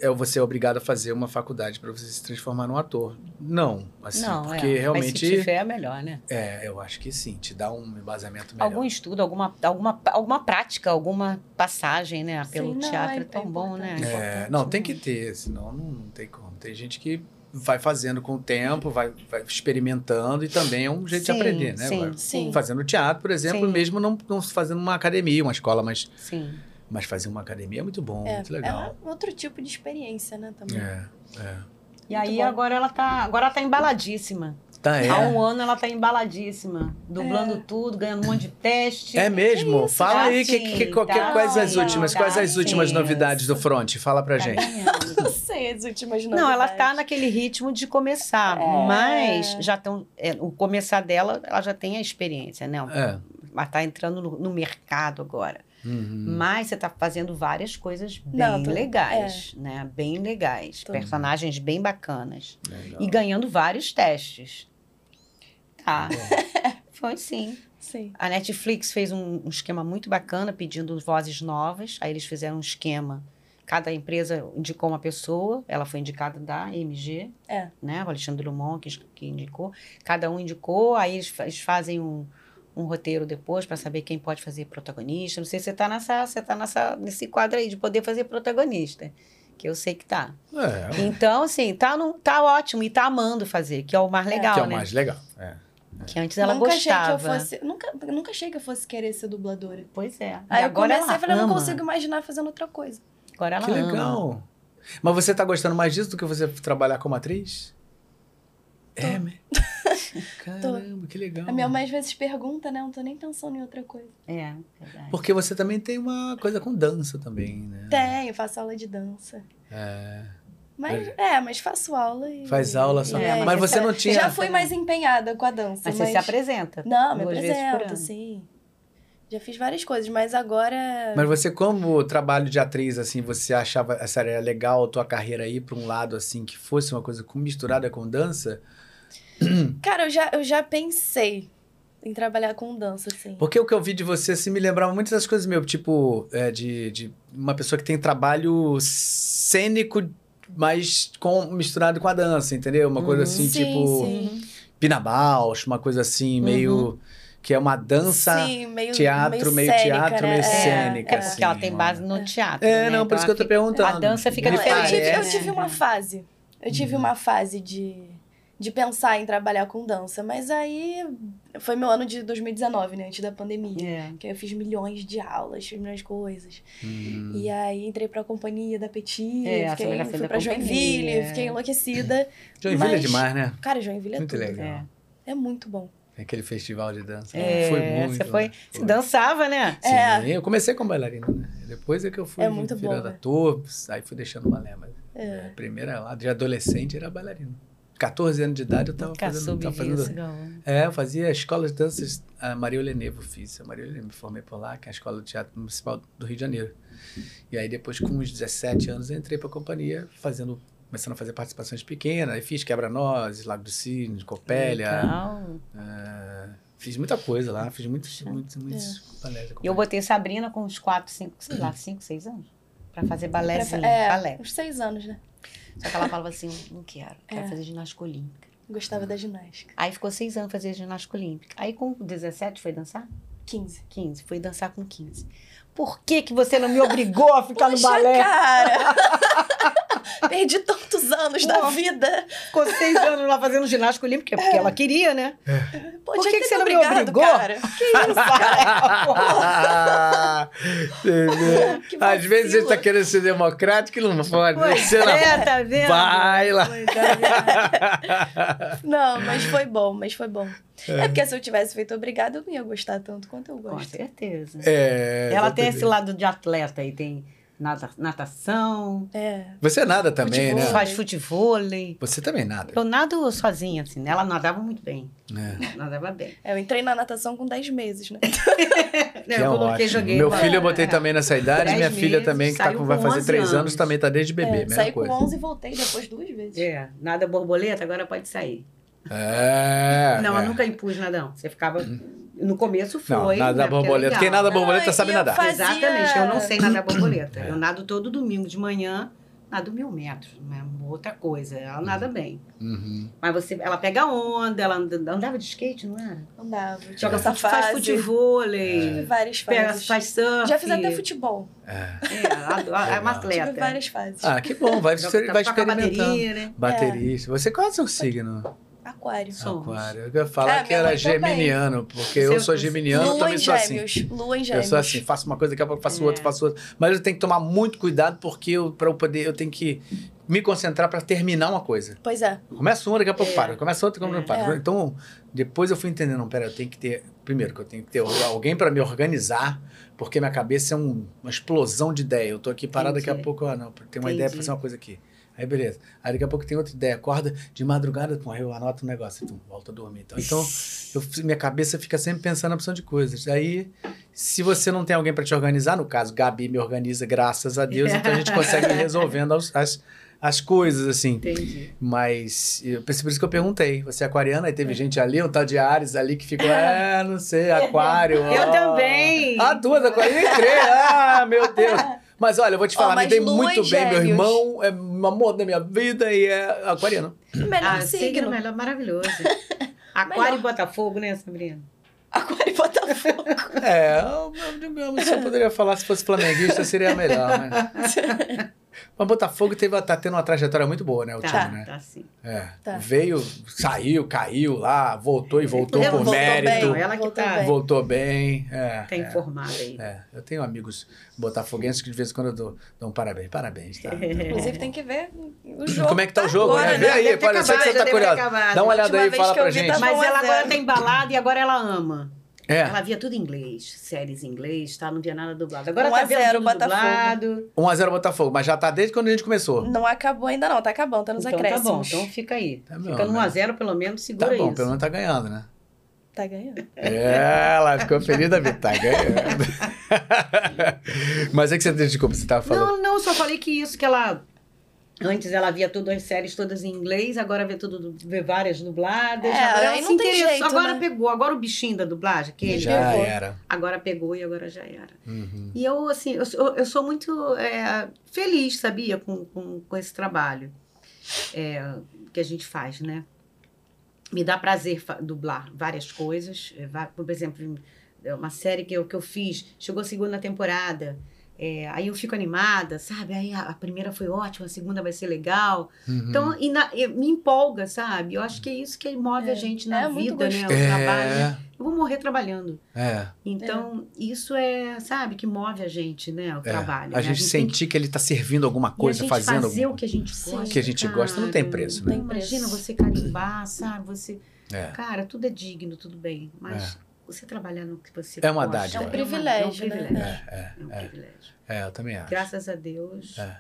Speaker 1: é você é obrigado a fazer uma faculdade para você se transformar num ator. Não, assim,
Speaker 2: Não,
Speaker 1: porque
Speaker 2: é. Mas se
Speaker 1: realmente
Speaker 2: tiver, é melhor, né?
Speaker 1: é, eu acho que sim, te dá um embasamento melhor.
Speaker 2: Algum estudo, alguma, alguma, alguma prática, alguma passagem, né? Pelo
Speaker 3: Sim, não,
Speaker 2: teatro é,
Speaker 3: é-
Speaker 2: tão
Speaker 3: é
Speaker 2: bom, né?
Speaker 3: importante.
Speaker 1: É,
Speaker 2: importante,
Speaker 1: não,
Speaker 2: né?
Speaker 1: tem que ter, senão não, não tem como. Tem gente que vai fazendo com o tempo, vai, vai experimentando e também é um jeito
Speaker 2: Sim,
Speaker 1: de aprender, né?
Speaker 2: sim,
Speaker 1: Vai
Speaker 3: sim.
Speaker 1: Fazendo teatro, por exemplo,
Speaker 2: Sim.
Speaker 1: mesmo não, não fazendo uma academia, uma escola, mas,
Speaker 2: Sim.
Speaker 1: mas fazer uma academia é muito bom,
Speaker 3: É,
Speaker 1: muito legal.
Speaker 3: é um outro tipo de experiência, né? Também.
Speaker 1: É, é.
Speaker 2: E
Speaker 3: Muito
Speaker 2: aí
Speaker 3: bom.
Speaker 2: agora ela tá, agora ela tá embaladíssima.
Speaker 1: Tá, é.
Speaker 2: Há um ano ela tá embaladíssima, dublando tudo, ganhando um monte de teste.
Speaker 1: É mesmo?
Speaker 3: isso,
Speaker 1: Fala
Speaker 2: tá
Speaker 1: aí que,
Speaker 2: sim,
Speaker 1: que- qualquer-
Speaker 2: tá
Speaker 1: quais as
Speaker 2: sim,
Speaker 1: últimas,
Speaker 2: tá
Speaker 1: quais as últimas
Speaker 2: sim.
Speaker 1: novidades do front? Fala pra
Speaker 2: Tá
Speaker 1: gente.
Speaker 2: ganhando.
Speaker 3: Não sei as últimas
Speaker 2: Não, ela
Speaker 3: novidades.
Speaker 2: tá naquele ritmo de começar,
Speaker 3: É.
Speaker 2: mas já estão. o começar dela, ela já tem a experiência, né?
Speaker 1: É.
Speaker 2: Ela tá entrando no, no mercado agora.
Speaker 1: Uhum.
Speaker 2: Mas você tá fazendo várias coisas bem
Speaker 3: Hum. Não, tô- é.
Speaker 2: legais, né? Bem legais.
Speaker 3: Tô.
Speaker 2: Personagens bem bacanas.
Speaker 1: Legal.
Speaker 2: E ganhando vários testes. Tá. Foi sim.
Speaker 3: Sim.
Speaker 2: A Netflix fez um, um esquema muito bacana pedindo vozes novas. Aí eles fizeram um esquema. Cada empresa indicou uma pessoa, ela foi indicada da MG,
Speaker 3: É.
Speaker 2: né? O Alexandre Lumont que, que indicou. Cada um indicou, aí eles, fa- eles fazem um, um roteiro depois para saber quem pode fazer protagonista. Não sei se você está nessa, você tá nessa, nesse quadro aí de poder fazer protagonista, que eu sei que tá.
Speaker 1: É,
Speaker 2: Então, assim, tá, no, tá ótimo e tá amando fazer, que é o mais legal,
Speaker 1: que é o
Speaker 2: né?
Speaker 1: mais legal. É.
Speaker 2: Que antes ela
Speaker 3: nunca
Speaker 2: gostava.
Speaker 3: achei que eu fosse. Nunca, nunca achei que eu fosse querer ser dubladora.
Speaker 2: Pois é.
Speaker 3: Aí
Speaker 2: E
Speaker 3: eu comecei e falei, eu não
Speaker 2: ama.
Speaker 3: consigo imaginar fazendo outra coisa.
Speaker 2: Agora ela
Speaker 1: que
Speaker 2: ama.
Speaker 1: legal. Mas você tá gostando mais disso do que você trabalhar como atriz? É, né? Caramba, que legal.
Speaker 3: A minha mãe às vezes pergunta, né? Eu não tô nem pensando em outra coisa.
Speaker 2: É, verdade.
Speaker 1: Porque você também tem uma coisa com dança também, né?
Speaker 3: Tenho, faço aula de dança.
Speaker 1: É.
Speaker 3: Mas, é, mas faço aula e...
Speaker 1: Faz aula só.
Speaker 2: É,
Speaker 1: mas,
Speaker 2: mas
Speaker 1: você
Speaker 3: essa-
Speaker 1: não tinha.
Speaker 3: Já fui mais empenhada com a dança,
Speaker 2: Mas
Speaker 3: mas...
Speaker 2: você se apresenta.
Speaker 3: Não, me
Speaker 2: duas vezes por ano.
Speaker 3: apresento, sim. Já fiz várias coisas, mas agora...
Speaker 1: Mas você, como trabalho de atriz, assim, você achava essa era legal a tua carreira aí pra um lado assim que fosse uma coisa com- misturada com dança?
Speaker 3: Cara, eu já, eu já pensei em trabalhar com dança, assim.
Speaker 1: Porque o que eu vi de você se me lembrava muitas das coisas meu, tipo, é, de, de uma pessoa que tem trabalho cênico, mas com, misturado com a dança, entendeu? Uma coisa
Speaker 2: Uhum.
Speaker 1: assim,
Speaker 3: Sim,
Speaker 1: tipo
Speaker 3: sim.
Speaker 1: Pina Bausch, uma coisa assim, meio. que é uma dança.
Speaker 3: Uhum. Sim, meio
Speaker 1: teatro, meio
Speaker 3: cênica,
Speaker 1: teatro,
Speaker 3: né?
Speaker 1: meio
Speaker 3: É,
Speaker 1: cênica,
Speaker 2: É porque
Speaker 1: assim,
Speaker 2: ela tem base
Speaker 1: mano.
Speaker 2: no teatro.
Speaker 1: É,
Speaker 2: né?
Speaker 1: não, por
Speaker 2: Então
Speaker 1: isso que eu
Speaker 2: ela
Speaker 1: tô perguntando.
Speaker 2: a dança fica
Speaker 1: Me
Speaker 2: no
Speaker 3: Não, eu,
Speaker 2: parece,
Speaker 3: tive, eu
Speaker 2: né? Uhum.
Speaker 3: tive uma fase. Eu tive uma fase de, de pensar em trabalhar com dança, mas aí foi meu ano de 2019, né? Antes da pandemia.
Speaker 2: fica- É.
Speaker 3: Que aí eu fiz milhões de aulas, fiz milhões de coisas.
Speaker 1: Hum.
Speaker 3: E aí entrei pra companhia da Petit,
Speaker 2: Uhum. É, você
Speaker 3: fiquei,
Speaker 2: vai fazer
Speaker 3: fui
Speaker 2: da
Speaker 3: pra
Speaker 2: companhia,
Speaker 3: Joinville,
Speaker 2: é.
Speaker 3: fiquei enlouquecida.
Speaker 1: Joinville é
Speaker 3: Mas-
Speaker 1: demais, né?
Speaker 3: Cara, Joinville é
Speaker 1: Muito
Speaker 3: tudo.
Speaker 1: legal.
Speaker 3: É muito bom.
Speaker 1: Aquele festival de dança.
Speaker 2: É,
Speaker 1: foi muito.
Speaker 2: você foi-
Speaker 1: né?
Speaker 2: Você dançava, né?
Speaker 1: Sim,
Speaker 3: É.
Speaker 1: eu comecei como bailarina, né? Depois é que eu fui
Speaker 3: É muito
Speaker 1: virando
Speaker 3: bom, né?
Speaker 1: ator, aí fui deixando balé, mas é, primeira lá, de adolescente era bailarina. 14 anos de idade eu tava
Speaker 2: Nunca
Speaker 1: fazendo,
Speaker 2: soube
Speaker 1: tava fazendo
Speaker 2: disso, não.
Speaker 1: É, eu fazia a escola de danças, a Maria Lenevo fiz. A Maria Lenevo me formei por lá, que é a escola de teatro municipal do Rio de Janeiro. E aí depois, com uns 17 anos, eu entrei pra companhia, fazendo, começando a fazer participações pequenas. Aí fiz Quebra-Nozes, Lago do Cisne, Copélia.
Speaker 2: Legal.
Speaker 1: é, fiz muita coisa lá, fiz muitos, muitos, muitos balés. da
Speaker 2: É. E Eu
Speaker 1: companhia.
Speaker 2: botei Sabrina com uns 4, 5, sei lá, 5, 6 anos. Pra fazer
Speaker 3: Pra-
Speaker 2: balézinho,
Speaker 3: é,
Speaker 2: balé.
Speaker 3: uns seis anos, né?
Speaker 2: Só que ela falava assim, não quero, quero
Speaker 3: É.
Speaker 2: fazer ginástica olímpica.
Speaker 3: Gostava da ginástica.
Speaker 2: Aí ficou seis anos fazendo ginástica olímpica. Aí com 17 foi dançar?
Speaker 3: 15.
Speaker 2: 15, foi dançar com 15. Por que que você não me obrigou a ficar no
Speaker 3: Poxa,
Speaker 2: balé?
Speaker 3: cara! Perdi tantos anos da
Speaker 2: Nossa.
Speaker 3: vida.
Speaker 2: Ficou seis anos lá fazendo ginástica olímpica, é porque ela queria, né?
Speaker 3: Pô,
Speaker 2: Por
Speaker 3: tinha
Speaker 2: que que
Speaker 3: ter
Speaker 2: você não me
Speaker 3: obrigado,
Speaker 2: obrigou?
Speaker 3: Cara. Que isso, cara?
Speaker 1: Entendeu?
Speaker 3: Que
Speaker 1: Às vezes ele tá
Speaker 3: vacilo.
Speaker 1: querendo ser democrático e não pode. né?
Speaker 2: Pois
Speaker 1: Sei lá.
Speaker 2: é, tá vendo?
Speaker 1: Vai lá.
Speaker 2: Pois é.
Speaker 3: Não, mas foi bom, mas foi bom. É porque se eu tivesse feito obrigado, eu não ia gostar tanto quanto eu
Speaker 2: Com
Speaker 3: gosto.
Speaker 2: certeza.
Speaker 1: É,
Speaker 2: Ela tem
Speaker 1: exatamente.
Speaker 2: esse lado de atleta aí, tem nata- natação, tipo,
Speaker 3: É.
Speaker 1: Você é nada também,
Speaker 3: Futebol.
Speaker 1: né?
Speaker 2: faz futevôlei.
Speaker 1: Você também é nada.
Speaker 2: Eu nado sozinha, assim, né? Ela nadava muito bem.
Speaker 1: É.
Speaker 2: Nadava bem.
Speaker 3: É, Eu entrei na natação com 10 meses, né?
Speaker 1: Que é
Speaker 2: eu coloquei,
Speaker 1: ótimo.
Speaker 2: joguei.
Speaker 1: Meu
Speaker 2: lá.
Speaker 1: filho eu botei
Speaker 2: É.
Speaker 1: também nessa idade,
Speaker 2: Dez
Speaker 1: minha filha
Speaker 2: meses,
Speaker 1: também, que tá
Speaker 2: saiu
Speaker 1: com, vai
Speaker 2: com
Speaker 1: fazer
Speaker 2: 11
Speaker 1: três anos.
Speaker 2: anos.
Speaker 1: também tá desde bebê,
Speaker 3: É,
Speaker 1: mesma
Speaker 3: saí
Speaker 1: coisa.
Speaker 3: com 11 e voltei depois duas vezes.
Speaker 2: É, nada borboleta, agora pode sair.
Speaker 1: É.
Speaker 2: não,
Speaker 1: é.
Speaker 2: eu nunca impus nadão. Você ficava. No começo
Speaker 1: Não,
Speaker 2: foi.
Speaker 1: nada
Speaker 2: né, porque é
Speaker 1: borboleta.
Speaker 2: legal,
Speaker 1: Quem nada
Speaker 2: né?
Speaker 1: borboleta
Speaker 3: Não,
Speaker 1: sabe
Speaker 3: e eu
Speaker 1: nadar.
Speaker 3: faço-
Speaker 2: Exatamente, eu não sei nadar borboleta.
Speaker 1: É.
Speaker 2: Eu nado todo domingo de manhã, nado mil metros, né? outra coisa. Ela
Speaker 1: Hum.
Speaker 2: nada bem.
Speaker 1: Uhum.
Speaker 2: Mas você, ela pega onda, ela and- andava de skate, não era?
Speaker 3: Andava.
Speaker 2: Joga
Speaker 3: Joga essa
Speaker 2: fute- faz
Speaker 3: fase. Tive
Speaker 2: futevôlei,
Speaker 3: várias
Speaker 2: pega-
Speaker 3: fases.
Speaker 2: faz surf.
Speaker 3: Já fiz até futebol.
Speaker 1: É.
Speaker 2: É, ela- ela é uma
Speaker 1: Legal.
Speaker 2: atleta.
Speaker 3: Tive várias fases.
Speaker 1: Ah, que bom, vai,
Speaker 2: Joga-
Speaker 1: exper- vai
Speaker 2: toca
Speaker 1: experimentando.
Speaker 2: bateria, né?
Speaker 1: Baterista. Você qual é o seu signo?
Speaker 3: Aquário.
Speaker 2: Somos. É,
Speaker 1: Aquário. Eu ia falar
Speaker 3: Ah,
Speaker 1: que
Speaker 3: minha
Speaker 1: era
Speaker 3: mãe também.
Speaker 1: geminiano, porque
Speaker 2: Seu-
Speaker 1: eu sou geminiano, eu
Speaker 3: Lua
Speaker 1: também
Speaker 3: em
Speaker 1: sou assim.
Speaker 3: gêmeos. Lua em
Speaker 1: Eu
Speaker 3: gêmeos.
Speaker 1: sou assim, faço uma coisa, daqui a pouco faço
Speaker 2: É.
Speaker 1: outra, faço outra. Mas eu tenho que tomar muito cuidado porque eu, pra eu poder, eu tenho que me concentrar pra terminar uma coisa.
Speaker 3: Pois é.
Speaker 1: Começa uma, daqui a pouco
Speaker 2: É.
Speaker 1: para. Começa outra, daqui a pouco para.
Speaker 3: É.
Speaker 1: Então, depois eu fui entendendo, não, pera, eu tenho que ter... Primeiro que eu tenho que ter alguém pra me organizar, porque minha cabeça é um- uma explosão de ideia. Eu tô aqui parado, daqui a
Speaker 2: Entendi.
Speaker 1: pouco, ah, não, tem uma ideia pra
Speaker 2: Entendi.
Speaker 1: fazer uma coisa aqui. Aí, beleza. Aí, daqui a pouco tem outra ideia. Acorda de madrugada, pum, aí eu anoto um negócio, pum, volto a dormir. Então, então eu, minha cabeça fica sempre pensando na opção de coisas. Aí, se você não tem alguém pra te organizar, no caso, Gabi me organiza, graças a Deus, então a gente consegue ir resolvendo as- as, as coisas, assim.
Speaker 2: Entendi.
Speaker 1: Mas eu, por isso que eu perguntei. Você é aquariana? Aí teve gente ali, um tal de Ares ali que ficou, é, não sei, aquário.
Speaker 2: Eu
Speaker 1: ó."
Speaker 2: também.
Speaker 1: Ah, duas aquarianas e três. Ah, meu Deus. Mas olha, eu vou te
Speaker 3: Ó,
Speaker 1: falar, me
Speaker 3: mas
Speaker 1: dei
Speaker 3: Lua
Speaker 1: muito
Speaker 3: e
Speaker 1: bem. Meu
Speaker 3: Gêmeos.
Speaker 1: irmão é o amor da minha vida e é aquariano.
Speaker 3: Melhor
Speaker 2: Ah, signo
Speaker 3: signo.
Speaker 2: melhor, maravilhoso. Aquário e Botafogo, né, Sabrina?
Speaker 3: Aquário e Botafogo.
Speaker 1: É, eu- eu- digamos, se eu poderia falar se fosse flamenguista, seria melhor, né? Mas Botafogo teve, tá tendo uma trajetória muito boa, né? O
Speaker 2: Tá,
Speaker 1: time, né?
Speaker 2: tá sim.
Speaker 1: É.
Speaker 3: Tá.
Speaker 1: Veio, saiu, caiu lá, voltou e voltou
Speaker 2: Ela
Speaker 1: por
Speaker 2: voltou
Speaker 1: mérito.
Speaker 2: bem, ela que
Speaker 3: voltou
Speaker 2: tá-
Speaker 3: bem.
Speaker 1: Voltou bem. É,
Speaker 2: Tá
Speaker 1: é,
Speaker 2: informada aí.
Speaker 1: é. Eu tenho amigos botafoguenses que de vez em quando eu dou, dou um parabéns. Parabéns, tá?
Speaker 2: É.
Speaker 3: Inclusive, tem que ver o jogo.
Speaker 1: Como é que tá o jogo,
Speaker 3: agora,
Speaker 1: né? Vê aí,
Speaker 2: Deve ter
Speaker 1: olha, eu sei que
Speaker 2: acabado,
Speaker 1: você tá
Speaker 2: deve ter
Speaker 1: curioso.
Speaker 2: acabado.
Speaker 1: Dá uma olhada
Speaker 3: Última
Speaker 1: aí e
Speaker 3: vez
Speaker 1: fala
Speaker 3: que eu
Speaker 1: pra
Speaker 3: vi,
Speaker 1: gente.
Speaker 3: tava
Speaker 2: Mas
Speaker 3: um a
Speaker 2: ela agora
Speaker 3: zero.
Speaker 2: tá embalada e agora ela ama. Ela
Speaker 1: É,
Speaker 2: via tudo em inglês, séries em inglês, tá? Não via nada dublado. Agora
Speaker 3: Um
Speaker 2: tá
Speaker 3: a
Speaker 2: vendo
Speaker 3: zero,
Speaker 2: tudo
Speaker 3: Botafogo.
Speaker 2: dublado.
Speaker 1: 1x0 Botafogo, mas já tá desde quando a gente
Speaker 2: Hum,
Speaker 1: começou.
Speaker 3: Não acabou ainda não, tá acabando, tá nos
Speaker 2: então tá
Speaker 3: acréscimos.
Speaker 2: bom, então fica aí.
Speaker 1: Tá bom,
Speaker 2: fica no
Speaker 1: né?
Speaker 2: 1x0 pelo menos, segura
Speaker 1: Tá bom,
Speaker 2: isso.
Speaker 1: pelo menos tá ganhando, né?
Speaker 3: Tá ganhando.
Speaker 1: É, ela ficou feliz da vida, tá ganhando. mas é que você, desculpa, você tava falando.
Speaker 2: Não, não, só falei que isso que ela... Antes ela via tudo, as séries todas em inglês, agora vê, tudo, vê várias dubladas.
Speaker 3: É,
Speaker 2: agora
Speaker 3: aí
Speaker 2: ela se
Speaker 3: não tem
Speaker 2: interessou.
Speaker 3: jeito,
Speaker 2: agora
Speaker 3: né?
Speaker 2: pegou, agora o bichinho da dublagem, aquele.
Speaker 1: já
Speaker 3: pegou.
Speaker 1: era.
Speaker 2: Agora pegou e agora já era.
Speaker 1: Uhum.
Speaker 2: E eu, assim, eu, sou- eu sou muito é, feliz, sabia, com, com, com esse trabalho é, que a gente faz, né? Me dá prazer fa- dublar várias coisas. É, va- Por exemplo, é uma série que eu, que eu fiz, chegou a segunda temporada, é, aí eu fico animada, sabe? Aí a, a primeira foi ótima, a segunda vai ser legal.
Speaker 1: Uhum.
Speaker 2: Então, e na- e me empolga, sabe? Eu acho que é isso que move a
Speaker 3: É.
Speaker 2: gente na
Speaker 3: É muito
Speaker 2: vida, né? O trabalho.
Speaker 1: é,
Speaker 2: Eu vou morrer trabalhando.
Speaker 1: é.
Speaker 2: Então, isso é, sabe, que move a gente, né? O
Speaker 1: É,
Speaker 2: trabalho. né?
Speaker 1: A gente
Speaker 2: tem
Speaker 1: sentir que ele está servindo alguma
Speaker 2: que- e a
Speaker 1: coisa,
Speaker 2: gente
Speaker 1: fazendo
Speaker 2: fazer
Speaker 1: alguma
Speaker 2: o que a gente gosta.
Speaker 1: que a gente gosta não tem
Speaker 2: cara.
Speaker 1: preço,
Speaker 3: né?
Speaker 2: Não Imagina você carimbar, sabe? Você,
Speaker 1: É.
Speaker 2: cara, tudo é digno, tudo bem. Mas você trabalhar no que você
Speaker 1: É uma
Speaker 2: gosta,
Speaker 1: dádiva.
Speaker 3: É um
Speaker 2: uma-
Speaker 3: privilégio,
Speaker 2: É um
Speaker 3: né?
Speaker 2: privilégio.
Speaker 1: É,
Speaker 2: É um
Speaker 1: é,
Speaker 2: privilégio.
Speaker 1: é, eu também acho.
Speaker 2: Graças a Deus.
Speaker 1: É.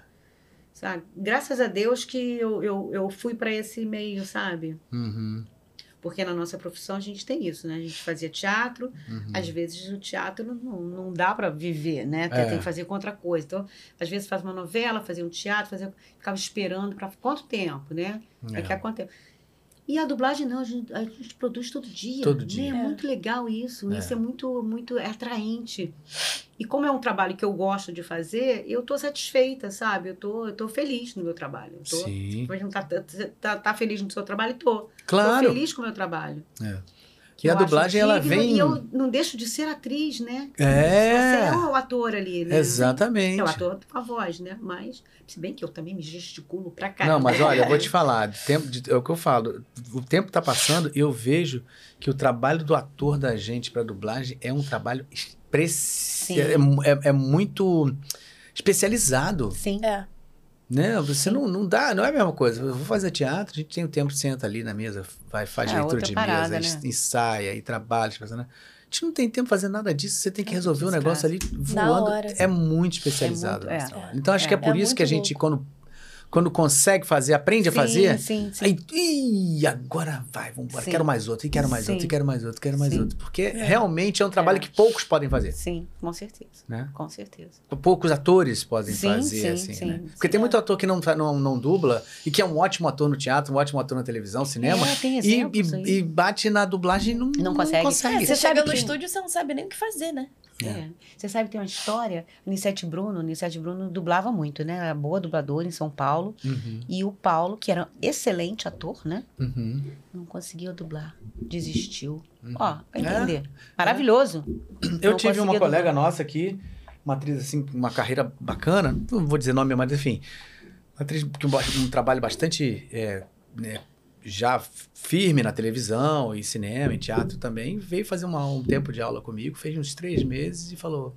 Speaker 2: Sabe? Graças a Deus que eu, eu, eu fui para esse meio, sabe?
Speaker 1: Uhum,
Speaker 2: Porque na nossa profissão a gente tem isso, né? A gente fazia teatro,
Speaker 1: uhum.
Speaker 2: Às vezes o teatro não, não dá para viver, né? Tem,
Speaker 1: É.
Speaker 2: tem que fazer contra coisa. Então, às vezes faz uma novela, fazia um teatro, fazia, ficava esperando para quanto tempo, né? É. que
Speaker 1: É.
Speaker 2: há quanto tempo. E a dublagem não, a gente, a gente produz todo dia.
Speaker 1: Todo
Speaker 2: né?
Speaker 1: dia.
Speaker 2: É
Speaker 3: É.
Speaker 2: muito legal isso.
Speaker 1: É.
Speaker 2: Isso é muito, muito atraente. E como é um trabalho que eu gosto de fazer, eu tô satisfeita, sabe? Eu tô, eu tô feliz no meu trabalho. Eu tô,
Speaker 1: Sim,
Speaker 2: mas não tá, tá, tá feliz no seu trabalho? Tô. Tô
Speaker 1: claro.
Speaker 2: feliz com o meu trabalho.
Speaker 1: É.
Speaker 2: Que
Speaker 1: E a
Speaker 2: eu acho
Speaker 1: dublagem, ela
Speaker 2: digno,
Speaker 1: vem-
Speaker 2: E eu não deixo de ser atriz, né? Você
Speaker 1: É,
Speaker 2: é o ator ali, né?
Speaker 1: exatamente.
Speaker 2: É o ator com a voz, né? Mas, se bem que eu também me gesticulo pra caramba.
Speaker 1: Não, mas olha, eu vou te falar, de tempo, de- é o que eu falo, o tempo tá passando e eu vejo que o trabalho do ator da gente pra dublagem é um trabalho expressi-
Speaker 2: Sim.
Speaker 1: é, é- é muito especializado.
Speaker 2: Sim.
Speaker 3: É.
Speaker 1: Né? Você não, não dá, não é a mesma coisa. Eu vou fazer teatro, a gente tem o tempo, senta ali na mesa, vai, faz
Speaker 2: É,
Speaker 1: leitura
Speaker 2: outra
Speaker 1: de
Speaker 2: parada,
Speaker 1: mesa,
Speaker 2: né?
Speaker 1: ensaia e trabalha. tipo assim, né? A gente não tem tempo pra fazer nada disso, você tem que
Speaker 2: É,
Speaker 1: resolver o
Speaker 2: desgasta.
Speaker 1: negócio ali
Speaker 3: Na
Speaker 1: voando.
Speaker 3: hora.
Speaker 1: É muito especializado.
Speaker 2: É muito,
Speaker 1: nosso
Speaker 2: é.
Speaker 1: trabalho. Então acho que é
Speaker 2: É.
Speaker 1: por
Speaker 3: É
Speaker 1: isso que a
Speaker 3: muito
Speaker 1: gente, quando, quando consegue fazer, aprende a fazer,
Speaker 2: Sim, sim.
Speaker 1: aí, ih, agora vai, vamos embora,
Speaker 2: Sim.
Speaker 1: quero mais outro, e quero mais
Speaker 2: Sim.
Speaker 1: outro, e quero mais outro, quero mais
Speaker 2: Sim.
Speaker 1: outro. Porque realmente é um trabalho
Speaker 2: É.
Speaker 1: que poucos podem fazer,
Speaker 2: Sim, com certeza.
Speaker 1: né?
Speaker 2: Com certeza.
Speaker 1: poucos atores podem
Speaker 2: Sim,
Speaker 1: fazer,
Speaker 2: sim,
Speaker 1: assim,
Speaker 2: sim,
Speaker 1: né?
Speaker 2: sim. é.
Speaker 1: Porque tem muito ator que não, fa- não, não dubla e que é um ótimo ator no teatro, um ótimo ator na televisão, cinema.
Speaker 2: É, tem
Speaker 1: E,
Speaker 2: exemplos
Speaker 1: e-
Speaker 2: aí.
Speaker 1: e bate na dublagem e não, não
Speaker 2: consegue.
Speaker 3: É,
Speaker 2: E
Speaker 3: você
Speaker 2: você sabe
Speaker 3: chega no
Speaker 2: que-
Speaker 3: estúdio, você não sabe nem o que fazer, né?
Speaker 2: É. Você sabe, tem uma história. Nissete Bruno, Nissete Bruno dublava muito, né? Era boa dubladora em São Paulo.
Speaker 1: Uhum,
Speaker 2: E o Paulo, que era um excelente ator, né?
Speaker 1: uhum,
Speaker 2: Não conseguia dublar. Desistiu.
Speaker 1: uhum.
Speaker 2: Ó, vai entender. Maravilhoso.
Speaker 1: Eu
Speaker 2: não
Speaker 1: tive uma
Speaker 2: conseguia
Speaker 1: colega nossa aqui, uma atriz assim, com uma carreira bacana, não vou dizer nome, mas enfim, uma atriz que bo- um trabalho bastante é, né, já f- firme na televisão, em cinema, em teatro também, veio fazer uma- um tempo de aula comigo, fez uns três meses e falou,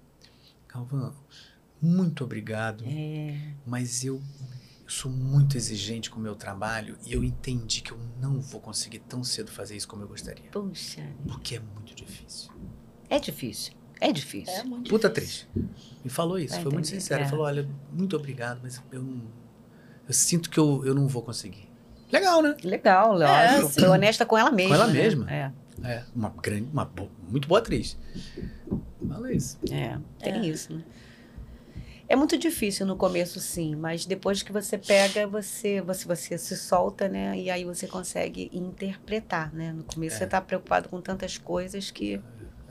Speaker 1: Calvão, muito obrigado,
Speaker 2: É.
Speaker 1: mas eu, eu sou muito exigente com o meu trabalho e eu entendi que eu não vou conseguir tão cedo fazer isso como eu gostaria,
Speaker 2: Puxa.
Speaker 1: porque é muito difícil.
Speaker 2: É difícil. É difícil.
Speaker 3: É muito
Speaker 1: Puta
Speaker 3: difícil.
Speaker 1: atriz. Me falou isso,
Speaker 2: Vai
Speaker 1: foi muito
Speaker 2: entender,
Speaker 1: sincero.
Speaker 2: é.
Speaker 1: Falou, olha, muito obrigado, mas eu não- Eu sinto que eu, eu não vou conseguir. Legal, né?
Speaker 2: Legal,
Speaker 3: É,
Speaker 2: lógico.
Speaker 3: sim.
Speaker 2: Foi honesta com ela mesma.
Speaker 1: ela
Speaker 2: né?
Speaker 1: mesma.
Speaker 2: É,
Speaker 1: É, uma grande, uma bo- muito boa atriz. Fala isso.
Speaker 2: é. Tem
Speaker 3: É.
Speaker 2: isso, né? É muito difícil no começo, sim, mas depois que você pega, você, você, você se solta, né? E aí você consegue interpretar, né? No começo
Speaker 1: É.
Speaker 2: você tá preocupado com tantas coisas que,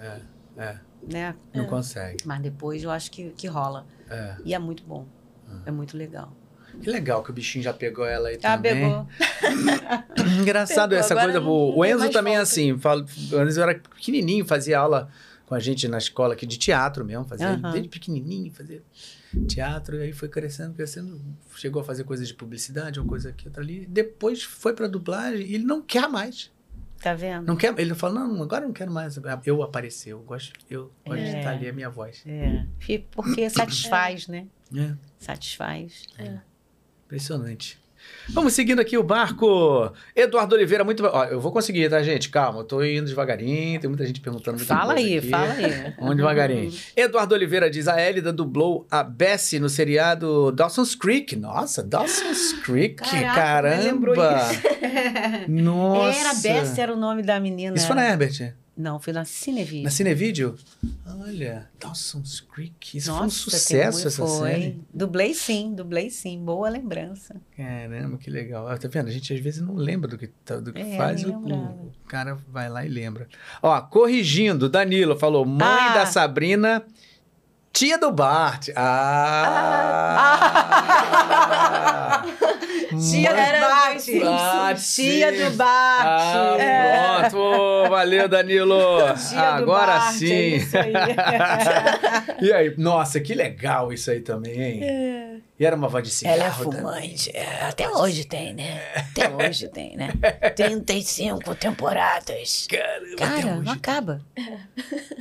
Speaker 1: É, é.
Speaker 2: né?
Speaker 1: Não
Speaker 3: É.
Speaker 1: consegue.
Speaker 2: Mas depois eu acho que, que rola.
Speaker 1: É.
Speaker 2: E é muito bom.
Speaker 1: Hum.
Speaker 2: É muito legal.
Speaker 1: Que legal que o bichinho já pegou ela aí
Speaker 2: Ah,
Speaker 1: também.
Speaker 2: pegou.
Speaker 1: Engraçado
Speaker 3: Pegou,
Speaker 1: essa
Speaker 3: agora
Speaker 1: coisa.
Speaker 3: não-
Speaker 1: O,
Speaker 3: não
Speaker 1: o
Speaker 3: tem
Speaker 1: Enzo
Speaker 3: mais
Speaker 1: também é
Speaker 3: volta.
Speaker 1: assim. Falo, o Enzo era pequenininho, fazia aula com a gente na escola aqui de teatro mesmo, fazia
Speaker 2: Aham.
Speaker 1: desde pequenininho, fazia teatro, e aí foi crescendo, crescendo, chegou a fazer coisas de publicidade, uma coisa aqui, outra ali. Depois foi pra dublagem e ele não quer mais.
Speaker 2: Tá vendo?
Speaker 1: Não quer, ele fala, não, agora eu não quero mais. Eu aparecer, eu gosto, eu gosto de
Speaker 2: É.
Speaker 1: estar ali, é a minha voz.
Speaker 2: É. Fica- Porque satisfaz, né?
Speaker 1: É.
Speaker 2: Satisfaz.
Speaker 1: Impressionante. Vamos seguindo aqui o barco. Eduardo Oliveira, muito. Ó, eu vou conseguir, tá, gente? Calma, eu tô indo devagarinho, tem muita gente perguntando muita
Speaker 2: Fala
Speaker 1: coisa
Speaker 2: aí,
Speaker 1: aqui.
Speaker 2: fala aí.
Speaker 1: Vamos devagarinho. Eduardo Oliveira diz: a Hélida dublou a Bessie no seriado Dawson's Creek. Nossa, Dawson's Creek,
Speaker 2: Caraca, nem lembrou
Speaker 1: caramba! Nossa!
Speaker 2: Era Bessie, né? era o nome da menina.
Speaker 1: Isso é- foi na Herbert?
Speaker 2: Não, foi na Cinevi.
Speaker 1: Na Cinevídeo? Olha, Dawson's Creek. Isso foi um
Speaker 2: Nossa, tem
Speaker 1: sucesso
Speaker 2: muito-
Speaker 1: essa
Speaker 2: foi.
Speaker 1: série.
Speaker 2: Dublei sim, dublei sim. Boa lembrança.
Speaker 1: Caramba, que legal. Ah, Tá vendo? A gente às vezes não lembra do que, tá- do que
Speaker 2: Hum. É,
Speaker 1: faz, o,
Speaker 2: nem lembrava.
Speaker 1: o cara vai lá e lembra. Ó, corrigindo, Danilo falou: mãe
Speaker 2: Ah.
Speaker 1: da Sabrina, tia do Bart. Ah!
Speaker 2: Tia
Speaker 1: Mãe-
Speaker 2: do Bate.
Speaker 1: Bart,
Speaker 2: Tia
Speaker 1: sim.
Speaker 2: do Bate. É.
Speaker 1: Ah, pronto! Ô, Valeu, Danilo!
Speaker 2: Tia do
Speaker 1: Agora
Speaker 2: Bart,
Speaker 1: sim!
Speaker 2: é isso aí.
Speaker 1: e aí, nossa, que legal isso aí também, hein?
Speaker 2: É.
Speaker 1: E era uma voz de cigarro.
Speaker 6: Ela é
Speaker 1: né?
Speaker 6: fumante. É, até hoje tem, né? Até hoje tem, né? 35 temporadas.
Speaker 1: um
Speaker 2: Cara, não acaba.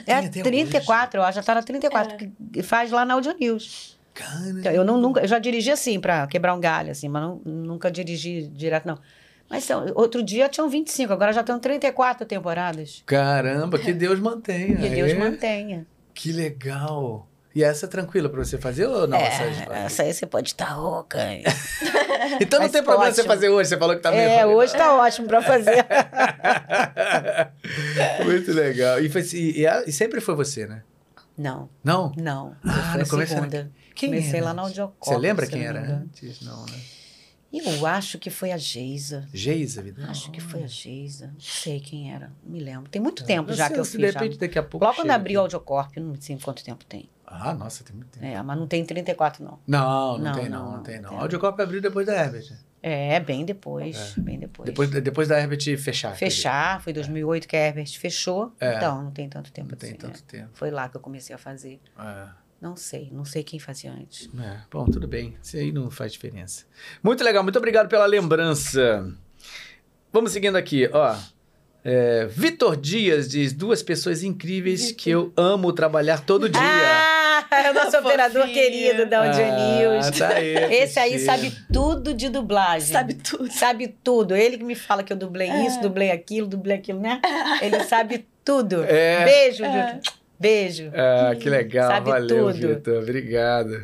Speaker 2: É a
Speaker 1: até
Speaker 2: 34, eu acho. Já tá na 34, que faz lá na Audio News.
Speaker 1: Cara,
Speaker 2: Então, eu não, nunca, eu já dirigi assim, pra quebrar um galho, assim, mas não- nunca dirigi direto, não. Mas são, outro dia tinham 25, agora já estão 34 temporadas.
Speaker 1: Caramba, que Deus mantenha.
Speaker 2: É. Que Deus
Speaker 1: é?
Speaker 2: mantenha.
Speaker 1: Que legal. E essa é tranquila pra você fazer ou
Speaker 2: É,
Speaker 1: não? Essa-
Speaker 6: Essa aí você pode
Speaker 2: tá
Speaker 6: estar rouca.
Speaker 1: Então não
Speaker 2: mas
Speaker 1: tem problema
Speaker 2: ótimo.
Speaker 1: você fazer hoje, você falou que tá meio...
Speaker 2: É, hoje tá ótimo pra fazer.
Speaker 1: Muito legal. E, foi- e- e a- e sempre foi você, né?
Speaker 2: Não,
Speaker 1: Não?
Speaker 2: não.
Speaker 1: Ah,
Speaker 2: foi
Speaker 1: no
Speaker 2: a
Speaker 1: começo era-
Speaker 2: segunda.
Speaker 1: Quem
Speaker 2: Comecei
Speaker 1: era?
Speaker 2: lá na Audiocop.
Speaker 1: Você lembra
Speaker 2: se
Speaker 1: quem
Speaker 2: eu não
Speaker 1: era
Speaker 2: me engano.
Speaker 1: antes? Não, né?
Speaker 2: Eu acho que foi a Geisa.
Speaker 1: Geisa, vida.
Speaker 2: Acho que foi a Geisa. Não sei quem era. Não me lembro. Tem muito tempo
Speaker 1: É, Não
Speaker 2: já
Speaker 1: sei,
Speaker 2: que eu
Speaker 1: se
Speaker 2: fiz.
Speaker 1: De
Speaker 2: já.
Speaker 1: repente, daqui a pouco
Speaker 2: Logo quando
Speaker 1: chega
Speaker 2: abriu o
Speaker 1: aqui.
Speaker 2: Audiocorp, não sei quanto tempo tem.
Speaker 1: Ah, nossa, tem muito tempo.
Speaker 2: É, mas não tem 34, não.
Speaker 1: Não, não,
Speaker 2: Não,
Speaker 1: tem
Speaker 2: não,
Speaker 1: não, não
Speaker 2: não,
Speaker 1: tem não.
Speaker 2: tem.
Speaker 1: A Audiocop abriu depois da Herbert.
Speaker 2: É, bem depois. Bem depois.
Speaker 1: Depois, depois da Herbert fechar. quer dizer.
Speaker 2: Fechar, foi 2008 que a Herbert fechou.
Speaker 1: É.
Speaker 2: Então, não tem tanto tempo
Speaker 1: Não tem
Speaker 2: assim,
Speaker 1: tanto
Speaker 2: é.
Speaker 1: tempo.
Speaker 2: Foi lá que eu comecei a fazer.
Speaker 1: É.
Speaker 2: Não sei, não sei quem fazia antes.
Speaker 1: É, bom, tudo bem. Isso aí não faz diferença. Muito legal, muito obrigado pela lembrança. Vamos seguindo aqui, ó. É, Vitor Dias diz: duas pessoas incríveis que eu amo trabalhar todo dia.
Speaker 2: Ah, é o nosso operador
Speaker 3: Fofinho.
Speaker 2: querido da Audio News.
Speaker 1: tá aí,
Speaker 2: é Esse aí
Speaker 1: Cristina.
Speaker 2: sabe tudo de dublagem.
Speaker 3: Sabe tudo.
Speaker 2: Sabe tudo. Ele que me fala que eu dublei isso, dublei aquilo, dublei aquilo, né? Ele sabe tudo.
Speaker 1: É.
Speaker 2: Beijo, Júlio. Beijo.
Speaker 1: Ah, que legal,
Speaker 2: Sabe
Speaker 1: valeu,
Speaker 2: tudo.
Speaker 1: Vitor. Obrigado.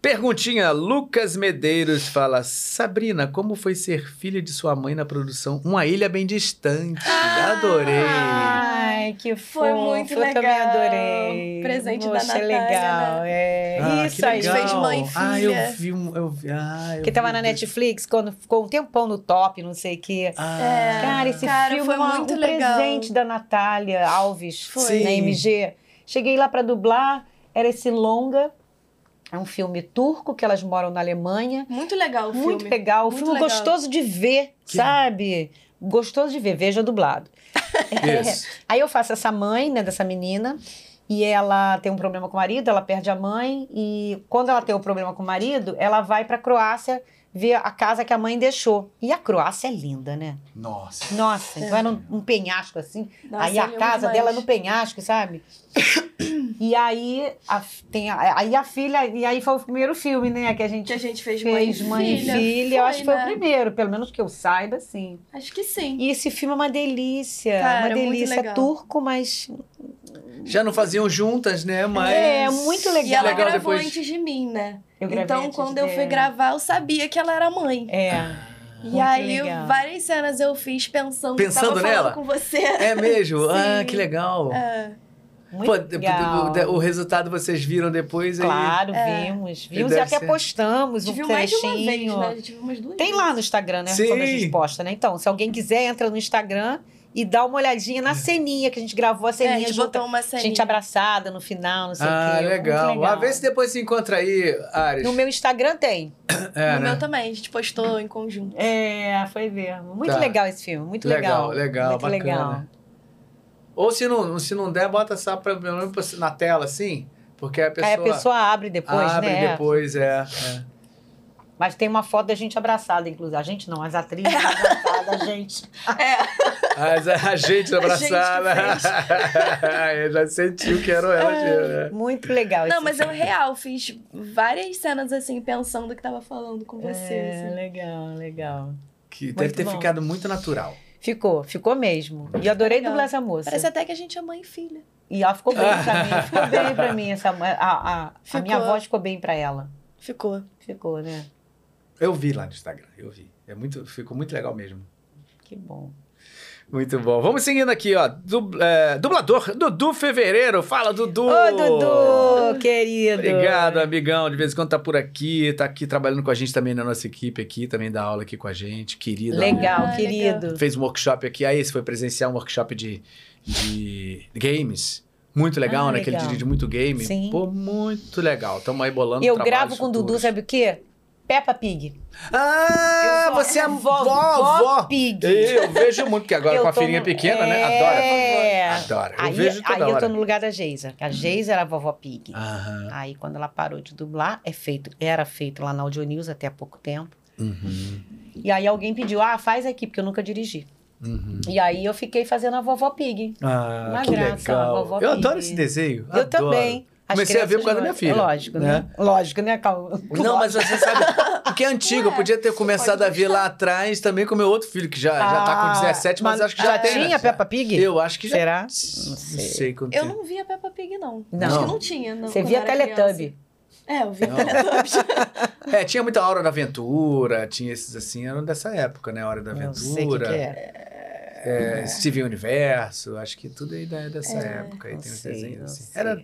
Speaker 1: Perguntinha: Lucas Medeiros fala: Sabrina, como foi ser filha de sua mãe na produção Uma Ilha Bem Distante?
Speaker 2: Ah,
Speaker 1: Adorei.
Speaker 2: Ai, que
Speaker 3: Foi
Speaker 2: fofo.
Speaker 3: muito
Speaker 2: Eu também
Speaker 3: legal.
Speaker 2: adorei.
Speaker 3: Presente da
Speaker 2: Poxa, é
Speaker 3: Natália,
Speaker 2: legal. É.
Speaker 1: Ah,
Speaker 2: Isso
Speaker 1: que
Speaker 2: aí.
Speaker 1: legal.
Speaker 3: fez mãe e
Speaker 1: Ah, eu
Speaker 3: filha.
Speaker 1: vi um. Eu vi, ah, eu
Speaker 2: Que tava
Speaker 1: vi.
Speaker 2: na Netflix quando ficou um tempão no top, não sei o quê.
Speaker 1: Ah,
Speaker 3: É.
Speaker 2: Cara, esse
Speaker 3: Cara,
Speaker 2: filme
Speaker 3: foi
Speaker 2: é uma-
Speaker 3: muito
Speaker 2: um
Speaker 3: legal.
Speaker 2: presente da Natália Alves
Speaker 1: Foi.
Speaker 2: na
Speaker 1: Sim.
Speaker 2: MG. Cheguei lá pra dublar, era esse longa. É um filme turco que elas moram na Alemanha.
Speaker 3: Muito legal o filme.
Speaker 2: Muito legal, um
Speaker 3: Muito
Speaker 2: filme
Speaker 3: legal.
Speaker 2: gostoso de ver,
Speaker 1: Que-
Speaker 2: sabe? Gostoso de ver, veja dublado. É.
Speaker 1: Isso.
Speaker 2: Aí eu faço essa mãe, né, dessa menina, e ela tem um problema com o marido, ela perde a mãe, e quando ela tem o problema com o marido, ela vai pra Croácia ver a casa que a mãe deixou. E a Croácia é linda, né?
Speaker 1: Nossa.
Speaker 2: Nossa, então era um, um penhasco assim.
Speaker 3: É. Nossa, é
Speaker 2: aí
Speaker 3: eu
Speaker 2: a
Speaker 3: lembro
Speaker 2: casa
Speaker 3: demais.
Speaker 2: dela é no penhasco, sabe? e aí a, f- tem a, aí a filha, e aí foi o primeiro filme, né, que a gente
Speaker 3: Que a gente fez,
Speaker 2: fez mãe e filha. eu acho que foi o
Speaker 3: né?
Speaker 2: primeiro, pelo menos que eu saiba, assim. sim.
Speaker 3: Acho que sim.
Speaker 2: E esse filme é uma delícia,
Speaker 3: Cara,
Speaker 2: uma
Speaker 3: muito
Speaker 2: delícia.
Speaker 3: legal.
Speaker 2: É turco, mas
Speaker 1: Já não faziam juntas, né? Mas.
Speaker 2: É, muito legal.
Speaker 3: E ela
Speaker 1: legal
Speaker 3: gravou
Speaker 1: depois-
Speaker 3: antes de mim, né?
Speaker 2: eu gravei
Speaker 3: Então,
Speaker 2: antes
Speaker 3: quando eu fui
Speaker 2: dela.
Speaker 3: gravar, eu sabia que ela era mãe.
Speaker 2: É.
Speaker 3: E
Speaker 2: muito
Speaker 3: aí,
Speaker 2: legal.
Speaker 3: várias cenas eu fiz pensando,
Speaker 1: Pensando
Speaker 3: tava
Speaker 1: nela?
Speaker 3: falando com você.
Speaker 1: É mesmo? Ah,
Speaker 3: Sim.
Speaker 1: que legal.
Speaker 3: É.
Speaker 2: Muito
Speaker 1: Pô, de-
Speaker 2: legal.
Speaker 1: de- o resultado vocês viram depois aí.
Speaker 2: Claro,
Speaker 3: É.
Speaker 2: vimos. Vimos e
Speaker 1: deve
Speaker 2: até
Speaker 1: ser.
Speaker 2: postamos um
Speaker 3: Tive mais de uma vez,
Speaker 2: trechinho.
Speaker 3: né? Tive umas duas
Speaker 2: Tem lá no Instagram, né?
Speaker 1: Sim.
Speaker 2: Quando a gente posta, né? Então, se alguém quiser, entra no Instagram e dá uma olhadinha na ceninha que a gente gravou a
Speaker 3: É, a
Speaker 2: ceninha
Speaker 3: gente
Speaker 2: junto.
Speaker 3: botou uma
Speaker 2: A
Speaker 3: cena.
Speaker 2: gente abraçada no final, não sei o
Speaker 1: Ah,
Speaker 2: quê. é Muito
Speaker 1: legal. A ver se depois se encontra aí, Ares.
Speaker 2: No meu Instagram tem.
Speaker 1: É,
Speaker 3: no
Speaker 1: né?
Speaker 3: meu também, a gente postou em conjunto.
Speaker 2: É, foi mesmo. Muito
Speaker 1: Tá.
Speaker 2: legal esse filme, muito
Speaker 1: Legal,
Speaker 2: legal.
Speaker 1: legal,
Speaker 2: muito
Speaker 1: bacana.
Speaker 2: legal.
Speaker 1: Ô, Ou se não, se não der, bota só pra, pelo menos na tela, assim, porque a pessoa,
Speaker 2: Aí a pessoa abre depois,
Speaker 1: abre
Speaker 2: né?
Speaker 1: depois, é. é.
Speaker 2: Mas tem uma foto da gente abraçada, inclusive. A gente não, as atrizes abraçada, a gente.
Speaker 3: É,
Speaker 1: Mas a gente abraçada. eu já senti o que era ela. né?
Speaker 2: Muito legal.
Speaker 3: não,
Speaker 2: esse
Speaker 3: mas eu
Speaker 2: filme.
Speaker 3: real fiz várias cenas assim, pensando que tava falando com você.
Speaker 2: É,
Speaker 3: assim.
Speaker 2: legal, legal.
Speaker 1: Que deve ter
Speaker 2: bom.
Speaker 1: ficado muito natural.
Speaker 2: Ficou, ficou mesmo. E eu adorei
Speaker 3: Legal.
Speaker 2: dublar essa moça.
Speaker 3: Parece até que a gente é mãe e filha.
Speaker 2: E ela ficou bem pra mim. Ficou bem pra mim. Essa, mo- a, a, a
Speaker 3: Ficou.
Speaker 2: minha voz ficou bem pra ela.
Speaker 3: Ficou.
Speaker 2: Ficou, né?
Speaker 1: Eu vi lá no Instagram, eu vi. É muito, ficou muito legal mesmo.
Speaker 2: Que bom.
Speaker 1: Muito bom. Vamos seguindo aqui, ó. Dub- é, dublador Dudu Fevereiro. Fala, Dudu!
Speaker 2: Ô, Dudu, querido.
Speaker 1: Obrigado, amigão. De vez em quando tá por aqui, tá aqui trabalhando com a gente também na nossa equipe aqui, também dá aula aqui com a gente, querido.
Speaker 2: Legal,
Speaker 3: Ah,
Speaker 2: querido.
Speaker 1: Fez um workshop aqui, aí esse foi presenciar um workshop de, de games. Muito legal,
Speaker 2: Ah,
Speaker 1: né? Que ele
Speaker 2: legal.
Speaker 1: dirige muito game.
Speaker 2: Sim.
Speaker 1: Pô, muito legal. Tamo aí bolando
Speaker 2: Eu
Speaker 1: trabalhos
Speaker 2: gravo com o Dudu,
Speaker 1: futuros.
Speaker 2: sabe o quê? Peppa Pig.
Speaker 1: Ah,
Speaker 2: Eu sou
Speaker 1: você é vó,
Speaker 2: vó-
Speaker 1: vó.
Speaker 2: vó Pig.
Speaker 1: Eu vejo muito, porque agora
Speaker 2: Eu
Speaker 1: com a
Speaker 2: tô
Speaker 1: filhinha
Speaker 2: no-
Speaker 1: pequena, né?
Speaker 2: É.
Speaker 1: Adora. Adora. Eu
Speaker 2: aí
Speaker 1: vejo toda
Speaker 2: aí
Speaker 1: hora.
Speaker 2: eu tô no lugar da Geisa. A Geisa era a vovó Pig.
Speaker 1: Aham.
Speaker 2: Aí quando ela parou de dublar, é feito, era feito lá na Audio News até há pouco tempo.
Speaker 1: Uhum.
Speaker 2: E aí alguém pediu, ah, faz aqui, porque eu nunca dirigi.
Speaker 1: Uhum.
Speaker 2: E aí eu fiquei fazendo a vovó Pig.
Speaker 1: Ah,
Speaker 2: Uma
Speaker 1: que
Speaker 2: graça,
Speaker 1: legal.
Speaker 2: vovó
Speaker 1: eu adoro
Speaker 2: Pig.
Speaker 1: esse desenho.
Speaker 2: Eu
Speaker 1: adoro.
Speaker 2: também. As
Speaker 1: Comecei a ver
Speaker 2: crianças
Speaker 1: por causa da minha
Speaker 2: gostam.
Speaker 1: filha,
Speaker 2: Lógico, né? Lógico, né, Cal?
Speaker 1: Não, mas você sabe, porque é antigo, eu
Speaker 3: Ué,
Speaker 1: podia ter começado
Speaker 3: pode
Speaker 1: a ver lá atrás também com meu outro filho, que já, já tá com 17, mas,
Speaker 2: Ah,
Speaker 1: acho que já, tem. né?
Speaker 2: tinha Peppa Pig?
Speaker 1: Eu acho que já.
Speaker 2: Será?
Speaker 1: Não
Speaker 2: sei.
Speaker 1: sei quanto
Speaker 3: Eu
Speaker 1: tempo.
Speaker 3: não via Peppa Pig, não.
Speaker 2: Não.
Speaker 3: Acho que não tinha. Não,
Speaker 2: Você
Speaker 3: quando
Speaker 2: via
Speaker 3: eu era criança.
Speaker 2: Teletubby.
Speaker 3: É, eu via
Speaker 1: Não.
Speaker 3: Teletubbies.
Speaker 1: É, tinha muita Hora da Aventura, tinha esses assim, eram dessa época, né? Hora da
Speaker 2: Não
Speaker 1: Aventura,
Speaker 2: sei o que, que é. era.
Speaker 1: é, Steven Universo, acho que tudo aí da- dessa
Speaker 3: É,
Speaker 1: época. Aí
Speaker 2: não
Speaker 1: tem uns
Speaker 2: sei,
Speaker 1: desenhos
Speaker 2: não
Speaker 1: assim.
Speaker 2: sei.
Speaker 1: Era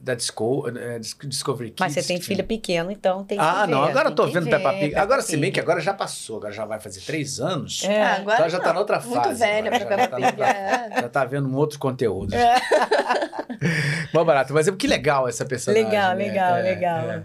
Speaker 1: da Disco, é, Disco- Discovery Kids.
Speaker 2: Mas você tem
Speaker 1: que
Speaker 2: filha
Speaker 1: tinha.
Speaker 2: pequena, então tem que
Speaker 1: Ah, não,
Speaker 2: ver,
Speaker 1: agora eu
Speaker 2: tem
Speaker 1: tô
Speaker 2: que
Speaker 1: vendo
Speaker 2: ver
Speaker 1: Peppa Pig. Agora,
Speaker 2: Peppa
Speaker 1: se bem
Speaker 2: Pig.
Speaker 1: que agora já passou, agora já vai fazer três anos.
Speaker 2: É.
Speaker 3: Ah, agora
Speaker 1: então já tá
Speaker 3: não.
Speaker 1: na outra fase.
Speaker 3: Muito velha
Speaker 1: agora,
Speaker 3: pra
Speaker 1: já
Speaker 3: Peppa
Speaker 1: tá na
Speaker 3: Pig.
Speaker 1: outra
Speaker 3: é.
Speaker 1: Já tá vendo um outro conteúdo.
Speaker 2: É.
Speaker 1: Bom, barato, mas é que legal essa personagem.
Speaker 2: Legal,
Speaker 1: né?
Speaker 2: legal,
Speaker 1: É,
Speaker 2: legal.
Speaker 1: é.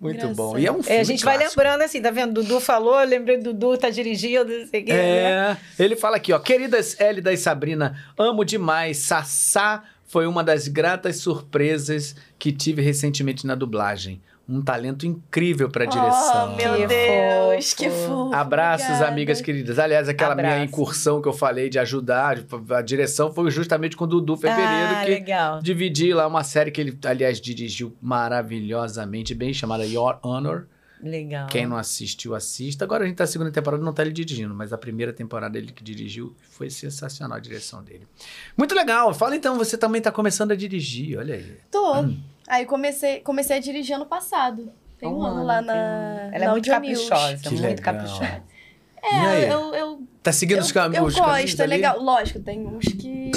Speaker 1: Muito
Speaker 3: Engraçado.
Speaker 1: bom. E é um filme
Speaker 2: É, a gente vai
Speaker 1: clássico.
Speaker 2: lembrando assim, tá vendo? Dudu falou, eu lembrei do Dudu, tá dirigindo, não sei o quê. né?
Speaker 1: É, ele fala aqui, ó. Queridas Hélida e Sabrina, amo demais. Sassá foi uma das gratas surpresas que tive recentemente na dublagem. Um talento incrível pra direção.
Speaker 3: Oh, meu
Speaker 2: Que
Speaker 3: Deus,
Speaker 2: fofo.
Speaker 3: que fofo.
Speaker 1: Abraços,
Speaker 3: obrigada.
Speaker 1: amigas queridas. Aliás, aquela minha
Speaker 2: Abraço.
Speaker 1: incursão que eu falei de ajudar, de- a direção foi justamente com o Dudu Fevereiro,
Speaker 2: ah,
Speaker 1: que
Speaker 2: legal.
Speaker 1: dividi lá uma série que ele, aliás, dirigiu maravilhosamente bem, chamada Your Honor.
Speaker 2: Legal.
Speaker 1: Quem não assistiu, assista. Agora a gente tá na segunda temporada, não tá ele dirigindo, mas a primeira temporada ele que dirigiu foi sensacional a direção dele. Muito legal. Fala então, você também tá começando a dirigir, olha aí.
Speaker 3: Tô. Aí comecei, comecei a dirigir ano passado. Tem um,
Speaker 2: Um
Speaker 3: ano
Speaker 2: ano,
Speaker 3: lá
Speaker 2: tem um
Speaker 3: na.
Speaker 2: Ela é
Speaker 3: na
Speaker 2: muito
Speaker 3: Audio News.
Speaker 2: caprichosa, né?
Speaker 1: Que
Speaker 2: Tá muito
Speaker 1: legal.
Speaker 2: caprichosa.
Speaker 1: E aí?
Speaker 3: É, eu, eu
Speaker 1: Tá seguindo os
Speaker 3: eu, eu
Speaker 1: caminhos. os caminhos
Speaker 3: gosto, é
Speaker 1: dali?
Speaker 3: legal. Lógico, tem uns que.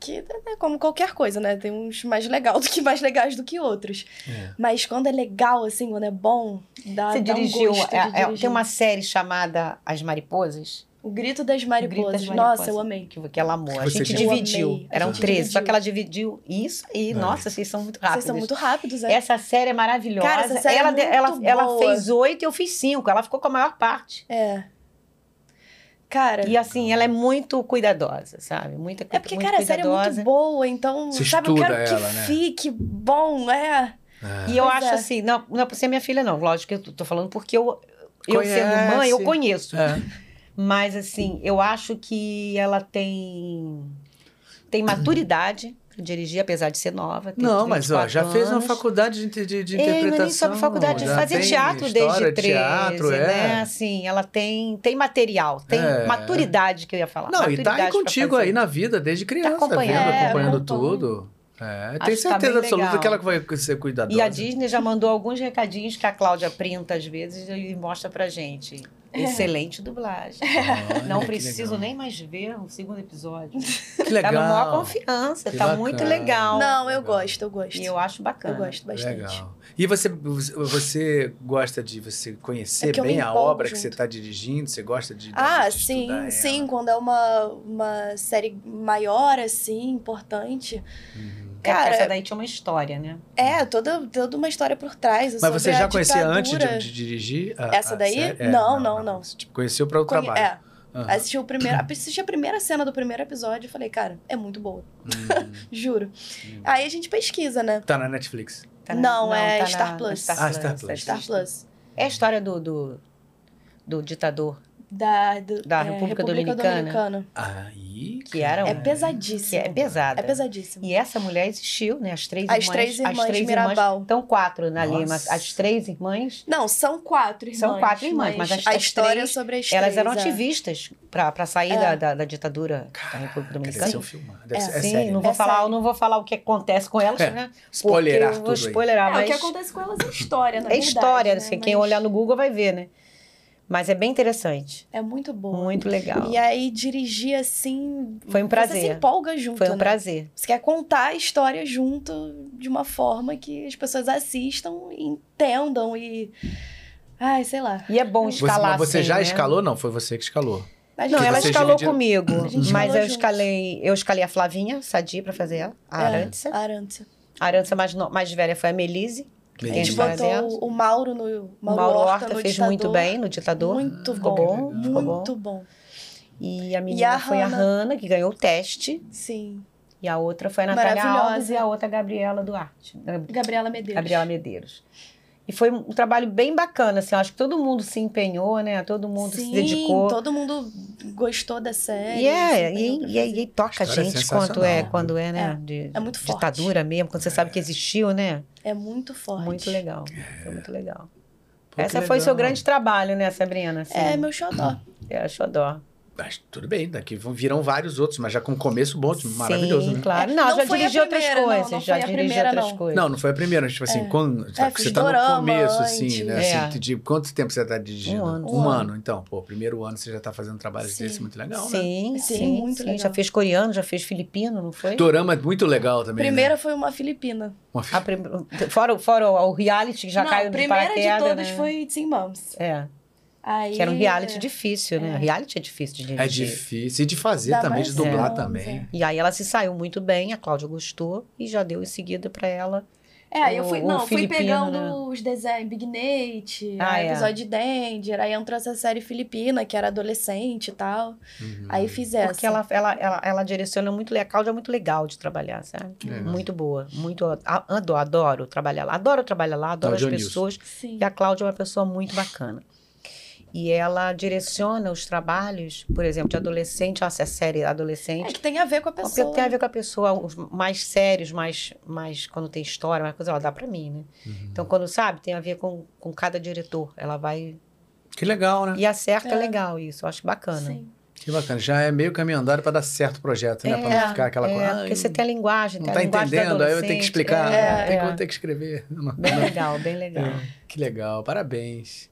Speaker 3: que é como qualquer coisa, né? Tem uns mais legal do que mais legais do que outros.
Speaker 1: É.
Speaker 3: Mas quando é legal, assim, quando é bom, dá,
Speaker 2: Você
Speaker 3: dá
Speaker 2: dirigiu.
Speaker 3: um gosto de
Speaker 2: é- é-
Speaker 3: dirigir.
Speaker 2: tem uma série chamada As Mariposas,
Speaker 3: O Grito das Mariposas.
Speaker 2: Grito das
Speaker 3: Nossa,
Speaker 2: Mariposas.
Speaker 3: eu amei.
Speaker 2: que, que ela amou. A
Speaker 1: Você
Speaker 2: gente
Speaker 1: dirigiu.
Speaker 3: Eu
Speaker 2: dividiu.
Speaker 3: amei.
Speaker 2: Eram
Speaker 1: A gente
Speaker 2: 13, só
Speaker 3: dividiu.
Speaker 2: que ela dividiu isso aí.
Speaker 1: É.
Speaker 2: Nossa, vocês são muito rápidos.
Speaker 3: Vocês são muito rápidos, é?
Speaker 2: Essa série é maravilhosa.
Speaker 3: Cara, essa série é
Speaker 2: ela,
Speaker 3: muito
Speaker 2: ela, ela
Speaker 3: boa.
Speaker 2: fez oito e eu fiz cinco. Ela ficou com a maior parte.
Speaker 3: É. Cara.
Speaker 2: E assim, ela é muito cuidadosa, sabe? Muito,
Speaker 3: É porque,
Speaker 2: muito
Speaker 3: cara, a série é
Speaker 2: cuidadosa.
Speaker 3: muito boa, então,
Speaker 1: Você
Speaker 3: sabe, eu
Speaker 1: estuda
Speaker 3: quero que
Speaker 1: ela, né?
Speaker 3: fique bom, é.
Speaker 1: É.
Speaker 2: E eu
Speaker 3: Pois
Speaker 2: acho
Speaker 3: é.
Speaker 2: assim, não, não é por ser minha filha, não. Lógico que eu tô- tô falando porque eu, eu
Speaker 1: Conhece.
Speaker 2: sendo mãe, eu conheço.
Speaker 1: É.
Speaker 2: Mas assim, eu acho que ela tem, tem maturidade pra dirigir, apesar de ser nova. tem
Speaker 1: Não, mas ó,
Speaker 2: 34
Speaker 1: já fez uma
Speaker 2: anos.
Speaker 1: faculdade de, de, de
Speaker 2: É, mas
Speaker 1: interpretação.
Speaker 2: nem sobre faculdade,
Speaker 1: já
Speaker 2: fazer
Speaker 1: tem
Speaker 2: teatro
Speaker 1: história,
Speaker 2: desde 13,
Speaker 1: teatro, é.
Speaker 2: né? Assim, ela tem, tem material, tem
Speaker 1: É.
Speaker 2: maturidade que eu ia falar.
Speaker 1: Não, e
Speaker 2: maturidade
Speaker 1: tá aí
Speaker 2: pra
Speaker 1: contigo
Speaker 2: fazer.
Speaker 1: aí na vida, desde criança,
Speaker 2: acompanhando.
Speaker 1: vendo,
Speaker 3: É,
Speaker 1: acompanhando
Speaker 3: acompanha.
Speaker 1: tudo. É, tenho
Speaker 2: que tá
Speaker 1: certeza
Speaker 2: bem
Speaker 1: absoluta
Speaker 2: legal.
Speaker 1: que ela vai ser cuidadosa.
Speaker 2: E a Disney já mandou alguns recadinhos que a Cláudia printa às vezes e mostra pra gente.
Speaker 3: É.
Speaker 2: Excelente dublagem.
Speaker 1: Olha,
Speaker 2: Não
Speaker 1: que
Speaker 2: preciso
Speaker 1: legal.
Speaker 2: nem mais ver o segundo episódio.
Speaker 1: Que legal.
Speaker 2: Tá na maior confiança,
Speaker 1: Que
Speaker 2: tá
Speaker 1: bacana.
Speaker 2: muito legal.
Speaker 3: Não, eu
Speaker 1: legal.
Speaker 3: gosto, eu gosto.
Speaker 2: E eu acho
Speaker 3: eu
Speaker 2: bacana.
Speaker 3: gosto bastante.
Speaker 1: Legal. E você, você gosta de você
Speaker 3: É
Speaker 1: conhecer
Speaker 3: que eu me
Speaker 1: bem a
Speaker 3: empolgo
Speaker 1: obra que
Speaker 3: junto.
Speaker 1: você está dirigindo? Você gosta de, de
Speaker 3: Ah,
Speaker 1: de
Speaker 3: sim,
Speaker 1: estudar
Speaker 3: sim,
Speaker 1: ela?
Speaker 3: quando é uma, uma série maior, assim, importante.
Speaker 1: Uhum.
Speaker 2: É, porque
Speaker 3: Cara,
Speaker 2: essa daí tinha uma história, né?
Speaker 3: É, toda, toda uma história por trás.
Speaker 1: Mas
Speaker 3: sobre
Speaker 1: você
Speaker 3: a
Speaker 1: já conhecia antes de,
Speaker 3: ditadura.
Speaker 1: de dirigir? a-
Speaker 3: Essa
Speaker 1: a
Speaker 3: daí?
Speaker 1: série? É,
Speaker 3: Não, não, não.
Speaker 1: Você, tipo, conheceu para o
Speaker 3: Conhe-
Speaker 1: trabalho.
Speaker 3: É,
Speaker 1: Aham.
Speaker 3: Assisti, o primeiro, assisti a primeira cena do primeiro episódio e falei, cara, é muito boa.
Speaker 1: Hum.
Speaker 3: Juro. Aí a gente pesquisa, né?
Speaker 1: tá na Netflix.
Speaker 2: Tá na-
Speaker 3: não, é
Speaker 2: tá na-
Speaker 3: Star
Speaker 2: na
Speaker 3: Plus.
Speaker 1: Ah, Star Plus.
Speaker 2: é
Speaker 3: Star Plus.
Speaker 2: É a história do, do, do ditador,
Speaker 3: Da, do-
Speaker 2: Da
Speaker 3: é,
Speaker 2: República Dominicana.
Speaker 1: Aí.
Speaker 2: que era um,
Speaker 3: É
Speaker 2: é,
Speaker 3: pesadíssimo.
Speaker 2: é pesada.
Speaker 3: pesadíssimo.
Speaker 2: E essa mulher existiu, né? As três
Speaker 3: As
Speaker 2: irmãs.
Speaker 3: três irmãs
Speaker 2: as três
Speaker 3: Mirabal.
Speaker 2: irmãs. Então, quatro na
Speaker 1: Nossa.
Speaker 2: Lima. As três irmãs,
Speaker 3: Não, são quatro irmãs.
Speaker 2: São quatro irmãs, mas as-
Speaker 3: a
Speaker 2: as
Speaker 3: história
Speaker 2: três,
Speaker 3: sobre as
Speaker 2: elas
Speaker 3: três,
Speaker 2: eram
Speaker 3: é.
Speaker 2: ativistas para sair
Speaker 3: É.
Speaker 2: da, da, da ditadura da República
Speaker 1: Deve ser um
Speaker 2: Dominicana.
Speaker 1: filme. Deve
Speaker 3: É,
Speaker 1: ser, é
Speaker 2: Sim,
Speaker 1: série.
Speaker 2: não
Speaker 1: né?
Speaker 2: vou,
Speaker 3: É
Speaker 2: falar,
Speaker 3: sério.
Speaker 2: não vou falar o que acontece com elas,
Speaker 1: É,
Speaker 2: né?
Speaker 1: Spoilerar
Speaker 2: porque eu
Speaker 1: tudo
Speaker 2: vou
Speaker 1: aí.
Speaker 2: spoilerar,
Speaker 3: É,
Speaker 2: mas...
Speaker 3: o que acontece com elas é história, na
Speaker 2: É
Speaker 3: verdade,
Speaker 2: história,
Speaker 3: né?
Speaker 2: assim, quem
Speaker 3: Mas
Speaker 2: olhar no Google vai ver, né? Mas é bem interessante.
Speaker 3: É muito boa.
Speaker 2: Muito legal.
Speaker 3: E aí, dirigir assim.
Speaker 2: Foi um
Speaker 3: Você se
Speaker 2: prazer.
Speaker 3: empolga junto.
Speaker 2: Foi um
Speaker 3: né?
Speaker 2: prazer.
Speaker 3: Você quer contar a história junto de uma forma que as pessoas assistam, e entendam e. Ai, sei lá.
Speaker 2: E é bom
Speaker 1: Você, mas
Speaker 2: escalar
Speaker 1: você
Speaker 2: assim,
Speaker 1: já
Speaker 2: né?
Speaker 1: escalou? Não, foi você que escalou.
Speaker 3: A
Speaker 2: Não,
Speaker 1: Que
Speaker 2: ela
Speaker 1: vocês
Speaker 2: escalou
Speaker 1: dividiram-
Speaker 2: comigo,
Speaker 3: A gente
Speaker 2: mas
Speaker 3: escalou
Speaker 2: eu
Speaker 3: juntos.
Speaker 2: escalei, eu escalei a Flavinha Sadi pra fazer ela, a
Speaker 3: É.
Speaker 2: Arança.
Speaker 3: Arantes.
Speaker 2: A Arança mais, no- mais velha foi a Melise.
Speaker 3: A
Speaker 2: Tem
Speaker 3: gente
Speaker 2: várias delas.
Speaker 3: botou o Mauro no.
Speaker 2: O Mauro, Horta,
Speaker 3: no
Speaker 2: fez
Speaker 3: ditador.
Speaker 2: muito bem no ditador.
Speaker 3: Muito
Speaker 2: Ficou
Speaker 3: bom.
Speaker 1: bom, ficou
Speaker 3: Muito bom.
Speaker 2: E a menina
Speaker 3: a
Speaker 2: foi a
Speaker 3: Hannah.
Speaker 2: Hanna, que ganhou o teste.
Speaker 3: Sim.
Speaker 2: E a outra foi a Natália
Speaker 3: Maravilhosa.
Speaker 2: Alves e a outra a Gabriela Duarte.
Speaker 3: Gabriela Medeiros.
Speaker 2: Gabriela Medeiros. E foi um trabalho bem bacana, assim, eu acho que todo mundo se empenhou, né? Todo mundo
Speaker 3: Sim,
Speaker 2: se dedicou.
Speaker 3: todo mundo gostou da série.
Speaker 2: E é,
Speaker 3: se
Speaker 2: e,
Speaker 3: empenhou pra
Speaker 2: e- e toca a
Speaker 1: História
Speaker 2: gente
Speaker 1: sensacional.
Speaker 2: quanto é, quando é, né? de,
Speaker 3: é muito forte.
Speaker 2: ditadura mesmo, quando você sabe que existiu, né?
Speaker 3: fazer. É muito forte.
Speaker 2: Muito legal. Foi muito legal.
Speaker 1: Pô, que
Speaker 2: Essa foi
Speaker 1: legal.
Speaker 2: seu grande trabalho, né, Sabrina? Assim,
Speaker 3: É meu xodó.
Speaker 2: Eu acho adoro.
Speaker 1: Mas tudo bem, daqui vão- virão vários outros, mas já com um começo bom, maravilhoso,
Speaker 2: Sim,
Speaker 1: né?
Speaker 2: claro.
Speaker 3: É,
Speaker 2: Não,
Speaker 3: não
Speaker 2: já
Speaker 3: foi a
Speaker 2: dirigi outras
Speaker 3: primeira, não,
Speaker 2: coisas.
Speaker 3: não
Speaker 2: já
Speaker 3: foi a
Speaker 2: dirigi
Speaker 3: primeira,
Speaker 2: outras
Speaker 3: não.
Speaker 2: coisas.
Speaker 1: Não, não foi a primeira, tipo assim, quando
Speaker 3: É,
Speaker 1: você
Speaker 3: fiz
Speaker 1: tá no
Speaker 3: dorama
Speaker 1: começo, assim, né?
Speaker 2: antes.
Speaker 1: assim, de quanto tempo você tá dirigindo?
Speaker 2: É. Um ano.
Speaker 1: Um,
Speaker 3: Um
Speaker 1: ano, então, pô, primeiro ano você já tá fazendo trabalhos
Speaker 3: Sim.
Speaker 1: desse muito legal, né?
Speaker 2: Sim,
Speaker 3: Sim,
Speaker 2: sim,
Speaker 3: muito
Speaker 2: sim.
Speaker 3: legal.
Speaker 2: Já fez coreano, já fez filipino, não foi?
Speaker 1: Dorama é muito legal
Speaker 3: A
Speaker 1: também.
Speaker 3: primeira foi uma filipina.
Speaker 1: Né? Uma fi-
Speaker 2: A prim- Fora, o- fora o o reality que já
Speaker 3: não,
Speaker 2: caiu
Speaker 3: a
Speaker 2: de
Speaker 3: primeira de,
Speaker 2: paraquedas,
Speaker 3: todas
Speaker 2: né?
Speaker 3: foi Teen Moms.
Speaker 2: É,
Speaker 3: Aí,
Speaker 2: que era um reality difícil, né?
Speaker 3: É.
Speaker 2: Reality é difícil de dirigir.
Speaker 1: É difícil. E de fazer
Speaker 3: Dá
Speaker 1: também,
Speaker 3: mais
Speaker 1: de dublar
Speaker 3: é.
Speaker 1: também.
Speaker 2: E aí ela se saiu muito bem, a Cláudia gostou e já deu em seguida pra ela.
Speaker 3: É, aí eu fui,
Speaker 2: O- o
Speaker 3: não, fui
Speaker 2: filipino,
Speaker 3: pegando
Speaker 2: né?
Speaker 3: os desenhos Big Nate,
Speaker 2: Ah,
Speaker 3: aí
Speaker 2: é.
Speaker 3: episódio de Danger, aí entrou essa série filipina, que era adolescente e tal.
Speaker 2: é.
Speaker 1: Uhum.
Speaker 3: Aí fiz essa.
Speaker 2: Porque ela, ela, ela, ela direciona muito legal, a Cláudia é muito legal de trabalhar, sabe?
Speaker 1: legal.
Speaker 2: Muito boa, muito a- adoro, adoro trabalhar lá. Adoro trabalhar lá, adoro
Speaker 1: Cláudia
Speaker 2: as
Speaker 1: Nilson.
Speaker 2: pessoas.
Speaker 3: Sim.
Speaker 2: E a Cláudia é uma pessoa muito bacana. E ela direciona os trabalhos, por exemplo, de adolescente, essa série
Speaker 3: É
Speaker 2: adolescente.
Speaker 3: que tem a ver com a
Speaker 2: Porque
Speaker 3: pessoa. né?
Speaker 2: tem a ver com a pessoa, os mais sérios, mais, mais quando tem história, mais coisa, ela dá pra mim, né? Então, quando sabe, tem a ver com, com cada diretor. Ela vai.
Speaker 1: Que legal, né?
Speaker 2: E acerta
Speaker 3: É.
Speaker 2: legal isso, eu acho bacana.
Speaker 3: Sim.
Speaker 1: Que bacana. Já é meio caminho andado pra dar certo o projeto, né? Pra não ficar aquela
Speaker 2: É,
Speaker 1: coisa. "Ai,
Speaker 2: porque você tem a linguagem,
Speaker 1: não
Speaker 2: tem
Speaker 1: tá
Speaker 2: a linguagem do
Speaker 1: entendendo, aí eu tenho que
Speaker 2: adolescente.
Speaker 1: explicar,
Speaker 2: É,
Speaker 1: tem que,
Speaker 2: é.
Speaker 1: vou ter que escrever. Não,
Speaker 2: Bem
Speaker 1: não.
Speaker 2: legal, bem legal.
Speaker 1: Que legal, parabéns.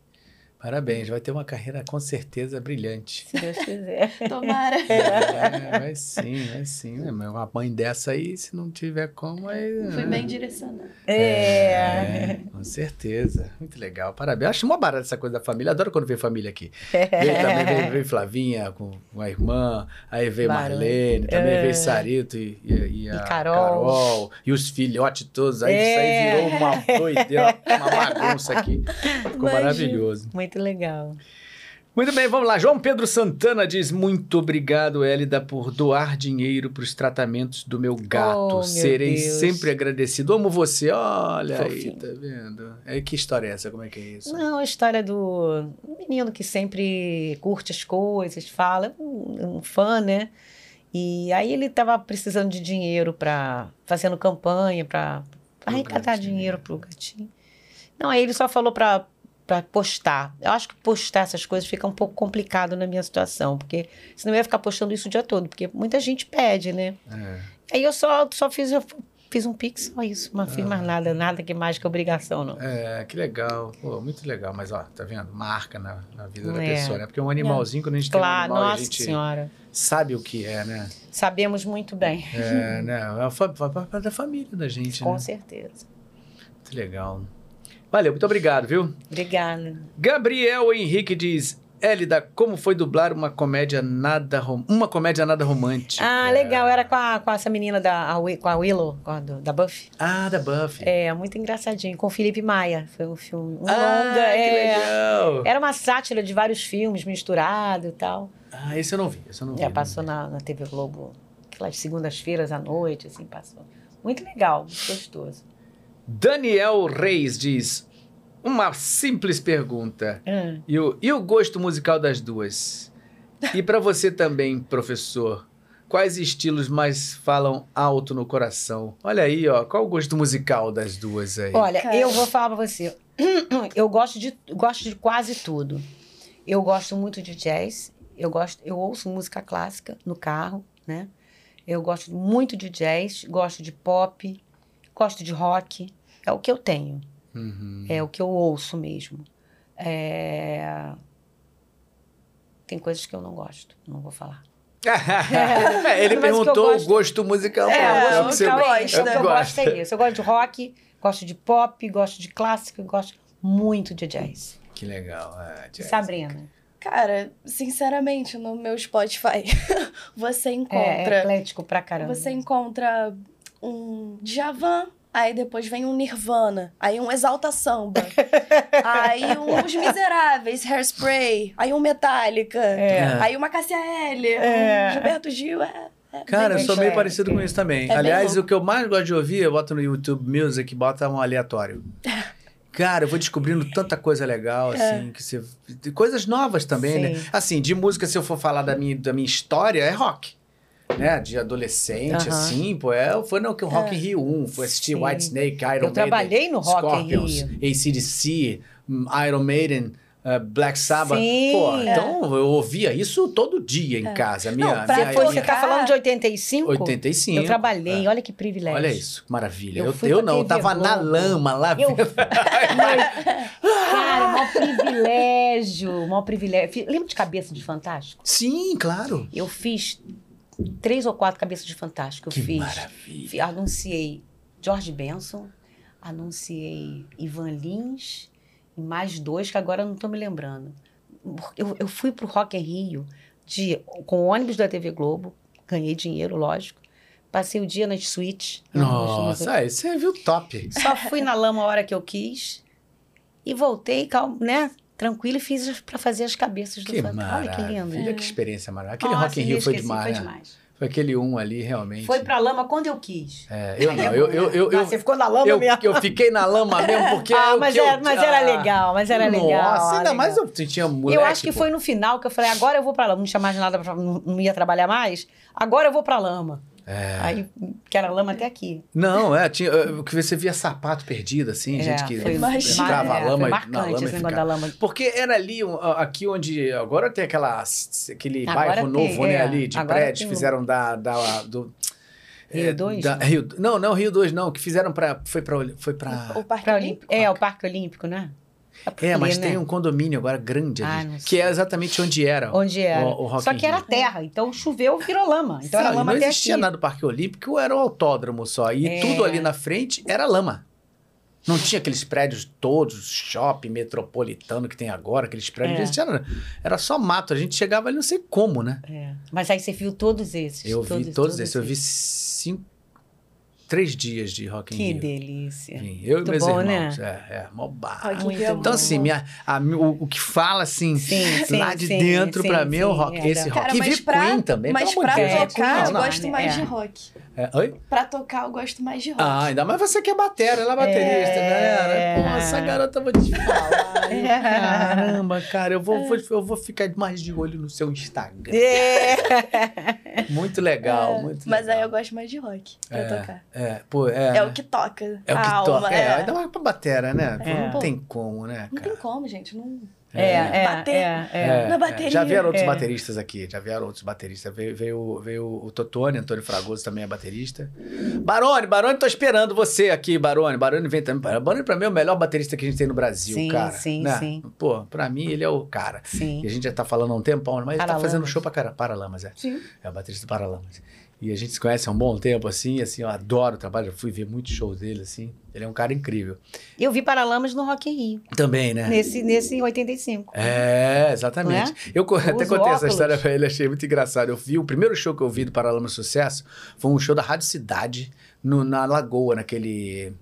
Speaker 1: Parabéns, vai ter uma carreira com certeza brilhante.
Speaker 2: Se Deus quiser.
Speaker 3: Tomara.
Speaker 1: É, vai sim, vai sim. né? Mas Uma mãe dessa aí, se não tiver como, aí.
Speaker 3: Fui
Speaker 1: né?
Speaker 3: bem direcionada.
Speaker 2: É.
Speaker 1: É, com certeza. Muito legal, parabéns. Acho uma barata essa coisa da família. Adoro quando vem família aqui. Veio também, veio, veio Flavinha com, com a irmã, aí veio
Speaker 2: Barulho.
Speaker 1: Marlene, também veio Sarito e, e, e a
Speaker 2: É. E Carol.
Speaker 1: Carol, e os filhotes todos. Aí
Speaker 2: É.
Speaker 1: isso aí virou uma doideira, uma bagunça aqui. Ficou
Speaker 3: Imagina.
Speaker 1: maravilhoso.
Speaker 2: Muito legal.
Speaker 1: Muito bem, vamos lá. João Pedro Santana diz: Muito obrigado, Hélida, por doar dinheiro para os tratamentos do meu gato.
Speaker 2: Oh, meu
Speaker 1: Serei
Speaker 2: Deus.
Speaker 1: sempre agradecido. Amo você. Olha aí,
Speaker 2: Fofinho.
Speaker 1: tá vendo? É, que história é essa? Como é que é isso?
Speaker 2: Não, a história do menino que sempre curte as coisas, fala, um, um fã, né? E aí ele estava precisando de dinheiro para fazendo campanha para
Speaker 1: Pro
Speaker 2: arrecadar
Speaker 1: gatinho.
Speaker 2: dinheiro pro gatinho. Não, aí ele só falou para para postar. Eu acho que postar essas coisas fica um pouco complicado na minha situação, porque senão eu ia ficar postando isso o dia todo, porque muita gente pede, né?
Speaker 1: É.
Speaker 2: Aí eu só só fiz eu fiz um pix, só isso, não fiz
Speaker 1: Ah.
Speaker 2: mais nada, nada que mais que obrigação, não.
Speaker 1: É, que legal. Pô, muito legal. Mas, ó, tá vendo? Marca na, na vida da
Speaker 2: É.
Speaker 1: pessoa, né? Porque um animalzinho, quando a gente
Speaker 2: Claro,
Speaker 1: tem um animal,
Speaker 2: nossa
Speaker 1: a gente
Speaker 2: senhora.
Speaker 1: sabe o que é, né?
Speaker 2: Sabemos muito bem,
Speaker 1: É, né? É a fa- fa- fa- da família da gente,
Speaker 2: com
Speaker 1: né?
Speaker 2: certeza.
Speaker 1: Muito legal. Valeu, muito obrigado, viu?
Speaker 2: Obrigada.
Speaker 1: Gabriel Henrique diz: Hélida, como foi dublar uma comédia nada rom... uma comédia nada romântica?
Speaker 2: Ah, legal. Era com, a, com essa menina da a Wi- com a Willow, com a do- da Buffy.
Speaker 1: Ah, da Buffy.
Speaker 2: É, muito engraçadinho. Com o Felipe Maia. Foi um filme. Um
Speaker 1: ah,
Speaker 2: longa.
Speaker 1: que
Speaker 2: é.
Speaker 1: legal.
Speaker 2: Era uma sátira de vários filmes misturado e tal.
Speaker 1: Ah, esse eu não vi, esse eu não vi.
Speaker 2: Já passou na, na TV Globo, aquelas segundas-feiras à noite, assim, passou. Muito legal, muito gostoso.
Speaker 1: Daniel Reis diz: Uma simples pergunta.
Speaker 2: Ah.
Speaker 1: E o, e o gosto musical das duas? E pra você também, professor, quais estilos mais falam alto no coração? Olha aí, ó, qual o gosto musical das duas aí?
Speaker 2: Olha,
Speaker 3: Cara.
Speaker 2: eu vou falar pra você. Eu gosto de, gosto de quase tudo. Eu gosto muito de jazz. Eu gosto, eu ouço música clássica no carro, né? Eu gosto muito de jazz, gosto de pop, gosto de rock. É o que eu tenho.
Speaker 1: Uhum.
Speaker 2: É o que eu ouço mesmo. É, Tem coisas que eu não gosto, não vou falar.
Speaker 1: É, Ele
Speaker 2: Mas o que eu
Speaker 1: perguntou o
Speaker 2: gosto-
Speaker 1: gosto musical.
Speaker 3: É,
Speaker 1: dela,
Speaker 3: o
Speaker 1: que
Speaker 3: que
Speaker 1: você
Speaker 3: eu
Speaker 2: também,
Speaker 3: gosta.
Speaker 2: O que eu gosto é isso. Eu gosto de rock, gosto de pop, gosto de clássico, gosto muito de jazz.
Speaker 1: Que legal. ah,
Speaker 2: De
Speaker 1: Jazz.
Speaker 2: Sabrina.
Speaker 3: Cara, sinceramente, no meu Spotify, você
Speaker 2: É,
Speaker 3: encontra.
Speaker 2: é eclético pra caramba.
Speaker 3: Você encontra um Djavan, aí depois vem um Nirvana, aí um Exalta Samba, aí um Os Miseráveis, Hairspray, aí um Metallica,
Speaker 1: É.
Speaker 3: aí uma Cássia L,
Speaker 2: É.
Speaker 3: um Gilberto Gil, é... é
Speaker 1: Cara, eu
Speaker 3: bem
Speaker 1: sou
Speaker 3: eclético.
Speaker 1: meio parecido com isso também.
Speaker 3: É bem
Speaker 1: Aliás,
Speaker 3: louco.
Speaker 1: o que eu mais gosto de ouvir, eu boto no YouTube Music, bota um aleatório. Cara, eu vou descobrindo tanta coisa legal, assim, que você... de Coisas novas também,
Speaker 2: É. Sim.
Speaker 1: né? Assim, de música, se eu for falar da minha, da minha história, é rock. Né? De adolescente,
Speaker 2: Aham.
Speaker 1: assim, pô. É, foi no que o Rock in Rio 1, fui assistir
Speaker 2: Sim.
Speaker 1: White Snake, Iron
Speaker 2: Eu
Speaker 1: Maiden,
Speaker 2: trabalhei no Rock em
Speaker 1: Scorpions,
Speaker 2: Rio.
Speaker 1: ACDC, hum, Iron Maiden, uh, Black Sabbath.
Speaker 2: Sim.
Speaker 1: Pô,
Speaker 2: É.
Speaker 1: então eu ouvia isso todo dia em casa. Minha,
Speaker 3: Não, pra
Speaker 1: minha,
Speaker 2: Você, foi, você
Speaker 1: minha-
Speaker 2: tá falando de 85?
Speaker 1: 85.
Speaker 2: Eu trabalhei, olha que privilégio.
Speaker 1: é. Ah, Olha isso, que maravilha.
Speaker 2: Eu
Speaker 1: Eu,
Speaker 2: fui
Speaker 1: eu
Speaker 2: pra
Speaker 1: não, eu
Speaker 2: TV
Speaker 1: tava na
Speaker 2: Globo.
Speaker 1: lama lá.
Speaker 2: Eu-
Speaker 1: vendo.
Speaker 2: Cara, maior privilégio, maior privilégio. Fi- Lembra de Cabeça de Fantástico?
Speaker 1: Sim, claro.
Speaker 2: Eu fiz três ou quatro Cabeças de Fantástico. Eu
Speaker 1: Que
Speaker 2: fiz.
Speaker 1: maravilha.
Speaker 2: Fi- anunciei George Benson, anunciei Ivan Lins e mais dois que agora eu não estou me lembrando. Eu, eu fui pro Rock em Rio de, com o ônibus da TV Globo, ganhei dinheiro, lógico. Passei o dia nas suítes. né, nos- nos-
Speaker 1: Nossa, aí você viu top.
Speaker 2: Só fui na lama a hora que eu quis e voltei, calmo, né? Tranquilo e fiz para fazer as cabeças do
Speaker 1: Que
Speaker 2: fantasma. Olha que lindo.
Speaker 1: maravilha,
Speaker 2: né?
Speaker 1: que experiência maravilhosa. Aquele
Speaker 2: Nossa,
Speaker 1: Rock in Rio foi
Speaker 2: inesquecível,
Speaker 1: demais, né?
Speaker 2: Foi demais.
Speaker 1: Foi aquele um ali, realmente.
Speaker 2: Foi pra lama quando eu quis.
Speaker 1: É, eu
Speaker 2: Aí
Speaker 1: não,
Speaker 2: é
Speaker 1: eu,
Speaker 2: bom,
Speaker 1: eu,
Speaker 2: né?
Speaker 1: eu,
Speaker 2: Ah,
Speaker 1: eu,
Speaker 2: Você ficou na lama
Speaker 1: eu,
Speaker 2: mesmo?
Speaker 1: eu fiquei na lama mesmo, porque é
Speaker 2: Ah,
Speaker 1: o
Speaker 2: mas,
Speaker 1: que eu-
Speaker 2: era, mas era
Speaker 1: Ah,
Speaker 2: legal, mas era legal.
Speaker 1: Nossa,
Speaker 2: ah,
Speaker 1: ainda
Speaker 2: legal.
Speaker 1: mais eu tinha moleque.
Speaker 2: Eu acho que
Speaker 1: pô.
Speaker 2: foi no final que eu falei, agora eu vou pra lama. Não tinha mais nada, pra, não, não ia trabalhar mais. Agora eu vou pra lama.
Speaker 1: É.
Speaker 2: Aí, que era lama até aqui.
Speaker 1: Não, é, tinha, é, que você via sapato perdido, assim, gente que
Speaker 2: É, foi,
Speaker 3: Imagina.
Speaker 1: entrava a
Speaker 2: é,
Speaker 1: lama e-
Speaker 2: foi
Speaker 1: na
Speaker 2: marcante
Speaker 1: lama e
Speaker 2: esse negócio
Speaker 1: ficava.
Speaker 2: da lama.
Speaker 1: Porque era ali, um, a- aqui onde. Agora tem aquela, s- aquele
Speaker 2: Agora
Speaker 1: bairro
Speaker 2: tem,
Speaker 1: novo, né?
Speaker 2: é.
Speaker 1: Ali, de
Speaker 2: Agora
Speaker 1: prédios,
Speaker 2: tem um-
Speaker 1: fizeram da. da- do, é,
Speaker 2: Rio dois, né?
Speaker 1: da-
Speaker 2: não?
Speaker 1: Rio- não, não, Rio 2, não. Que fizeram pra. Foi pra. Oli- Foi pra
Speaker 3: é. O
Speaker 2: Ah.
Speaker 3: Parque
Speaker 2: Pra
Speaker 3: Olímpico.
Speaker 2: Olímpico. É, o Parque Olímpico, né?
Speaker 1: é, mas
Speaker 2: Porque,
Speaker 1: tem
Speaker 2: né?
Speaker 1: um condomínio agora grande
Speaker 2: Ah,
Speaker 1: ali.
Speaker 2: não
Speaker 1: que
Speaker 2: sei.
Speaker 1: é exatamente onde era.
Speaker 2: Onde era.
Speaker 1: o- o Rock
Speaker 2: Só
Speaker 1: in
Speaker 2: que era
Speaker 1: Rio.
Speaker 2: terra, então choveu, virou lama. Então
Speaker 1: Sabe,
Speaker 2: era lama
Speaker 1: não
Speaker 2: até
Speaker 1: existia
Speaker 2: aqui.
Speaker 1: nada do Parque Olímpico, era o autódromo só. E
Speaker 2: É.
Speaker 1: tudo ali na frente era lama. Não tinha aqueles prédios todos, shopping metropolitano que tem agora, aqueles prédios.
Speaker 2: É.
Speaker 1: não tinha nada. Era só mato. A gente chegava ali, não sei como, né?
Speaker 2: É. Mas aí você viu todos esses.
Speaker 1: Eu vi todos, esses. Eu vi cinco, três dias de Rock in
Speaker 2: Que
Speaker 1: Rio.
Speaker 2: delícia.
Speaker 1: Enfim, eu
Speaker 2: Muito
Speaker 1: e meus
Speaker 2: bom, né?
Speaker 1: irmãos. É, é, mó barra.
Speaker 3: Rock in
Speaker 2: Ah, Muito
Speaker 3: Rio é
Speaker 2: bom.
Speaker 1: Então, assim, minha, a- o, o que fala, assim,
Speaker 2: Sim, sim,
Speaker 1: lá de
Speaker 2: sim,
Speaker 1: dentro,
Speaker 2: sim,
Speaker 1: pra mim, é o
Speaker 2: sim,
Speaker 1: rock.
Speaker 2: era.
Speaker 1: esse rock.
Speaker 3: Cara,
Speaker 1: e
Speaker 3: mas
Speaker 1: vi
Speaker 3: pra-
Speaker 1: Queen também,
Speaker 3: Mas
Speaker 1: pelo amor
Speaker 3: pra
Speaker 1: de Deus.
Speaker 2: É,
Speaker 3: tocar,
Speaker 2: Queen,
Speaker 3: eu
Speaker 2: não,
Speaker 3: gosto
Speaker 2: né?
Speaker 3: mais
Speaker 2: É.
Speaker 3: de rock.
Speaker 1: É, oi?
Speaker 3: Pra tocar, eu gosto mais de rock.
Speaker 1: Ah, ainda mais você que é batera, ela é baterista,
Speaker 2: É.
Speaker 1: galera. Pô, essa garota eu vou te falar. hein?
Speaker 2: É.
Speaker 1: Caramba, cara, eu vou, vou- eu vou ficar mais de olho no seu Instagram.
Speaker 2: É.
Speaker 1: Muito legal,
Speaker 3: É,
Speaker 1: muito
Speaker 3: Mas aí eu
Speaker 1: legal.
Speaker 3: gosto mais de rock pra tocar.
Speaker 1: É, pô,
Speaker 3: É.
Speaker 1: é.
Speaker 3: o que toca.
Speaker 1: É o que
Speaker 3: a alma.
Speaker 1: toca. É,
Speaker 3: é.
Speaker 1: ainda mais pra batera, né?
Speaker 2: É.
Speaker 1: Não tem como, né,
Speaker 3: Não
Speaker 1: cara?
Speaker 3: tem como, gente. Não...
Speaker 2: É, é,
Speaker 3: Bater.
Speaker 2: é, é.
Speaker 1: É,
Speaker 3: Na
Speaker 1: é.
Speaker 3: bateria.
Speaker 1: Já vieram outros
Speaker 2: É.
Speaker 1: bateristas aqui, já vieram outros bateristas. Veio, veio, veio o Totone, Antônio Fragoso também é baterista. Barone, Barone, tô esperando você aqui, Barone. Barone vem também. Barone pra mim é o melhor baterista que a gente tem no Brasil,
Speaker 2: Sim,
Speaker 1: cara.
Speaker 2: sim,
Speaker 1: né?
Speaker 2: sim.
Speaker 1: Pô, pra mim ele é o cara.
Speaker 2: Sim.
Speaker 1: E a gente já tá falando há um tempão, mas ele tá
Speaker 2: Paralamas.
Speaker 1: fazendo show pra cara. Paralamas, é.
Speaker 3: Sim.
Speaker 1: É o baterista do Paralamas. E a gente se conhece há um bom tempo, assim, assim, eu adoro o trabalho, eu fui ver muitos shows dele, assim. Ele é um cara incrível.
Speaker 2: Eu vi Paralamas no Rock in Rio,
Speaker 1: Também, né?
Speaker 2: nesse, nesse 85.
Speaker 1: É, exatamente. Eu co- até
Speaker 2: Usa
Speaker 1: contei essa
Speaker 2: óculos.
Speaker 1: história pra ele, achei muito engraçado. Eu vi, o primeiro show que eu vi do Paralama Sucesso foi um show da Rádio Cidade, no- na Lagoa, naquele...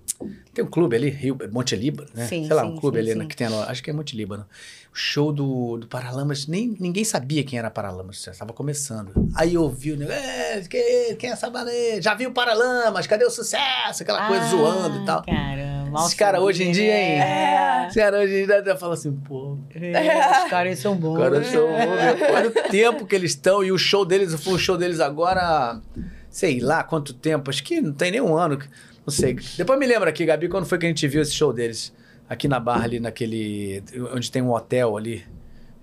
Speaker 1: Tem um clube ali, Rio, Monte Líbano, né?
Speaker 2: Sim,
Speaker 1: Sei lá,
Speaker 2: sim,
Speaker 1: um clube
Speaker 2: sim,
Speaker 1: ali
Speaker 2: sim.
Speaker 1: né, que tem lá, acho que é Monte Líbano. O show do, do Paralamas, nem, ninguém sabia quem era Paralamas Sucesso, tava começando. Aí eu vi o negócio, é, que- quem é essa baleia? Já viu Paralamas, cadê o sucesso? Aquela coisa
Speaker 2: Ah,
Speaker 1: zoando e tal.
Speaker 2: Caramba.
Speaker 1: Esses caras hoje em dia, hein?
Speaker 2: É.
Speaker 1: Cara, hoje em dia eu falo assim, pô,
Speaker 2: É, Os caras são bons. É.
Speaker 1: Cara, eu sou- olha o tempo que eles estão e o show deles, foi o show deles agora, sei lá quanto tempo, acho que não tem nem um ano, não sei. Depois me lembra aqui, Gabi, quando foi que a gente viu esse show deles? Aqui na barra, ali naquele, onde tem um hotel ali,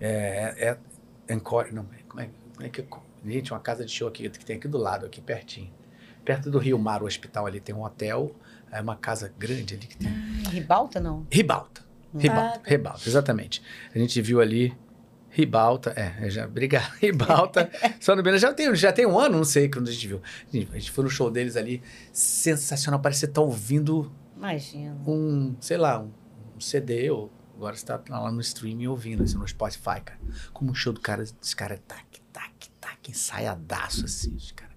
Speaker 1: é, é Encore, não, como é, como é que é? Gente, uma casa de show aqui, que tem aqui do lado, aqui pertinho. Perto do Rio Mar, o hospital ali, tem um hotel, é uma casa grande ali que tem.
Speaker 2: Ribalta, não?
Speaker 1: Ribalta. Ribalta,
Speaker 3: Ah, tá.
Speaker 1: Ribalta, exatamente. A gente viu ali Ribalta, é, é, já, obrigado, Ribalta, só no Bena, já tem, já tem um ano, não sei quando a gente viu. A gente, a gente foi no show deles ali, sensacional, parece que você tá ouvindo
Speaker 2: Imagina.
Speaker 1: um, sei lá, um, um CD, ou agora você tá lá no streaming ouvindo, assim, no Spotify, cara. Como um show do cara, dos caras, tac, tac, tac, ensaiadaço, assim, os cara.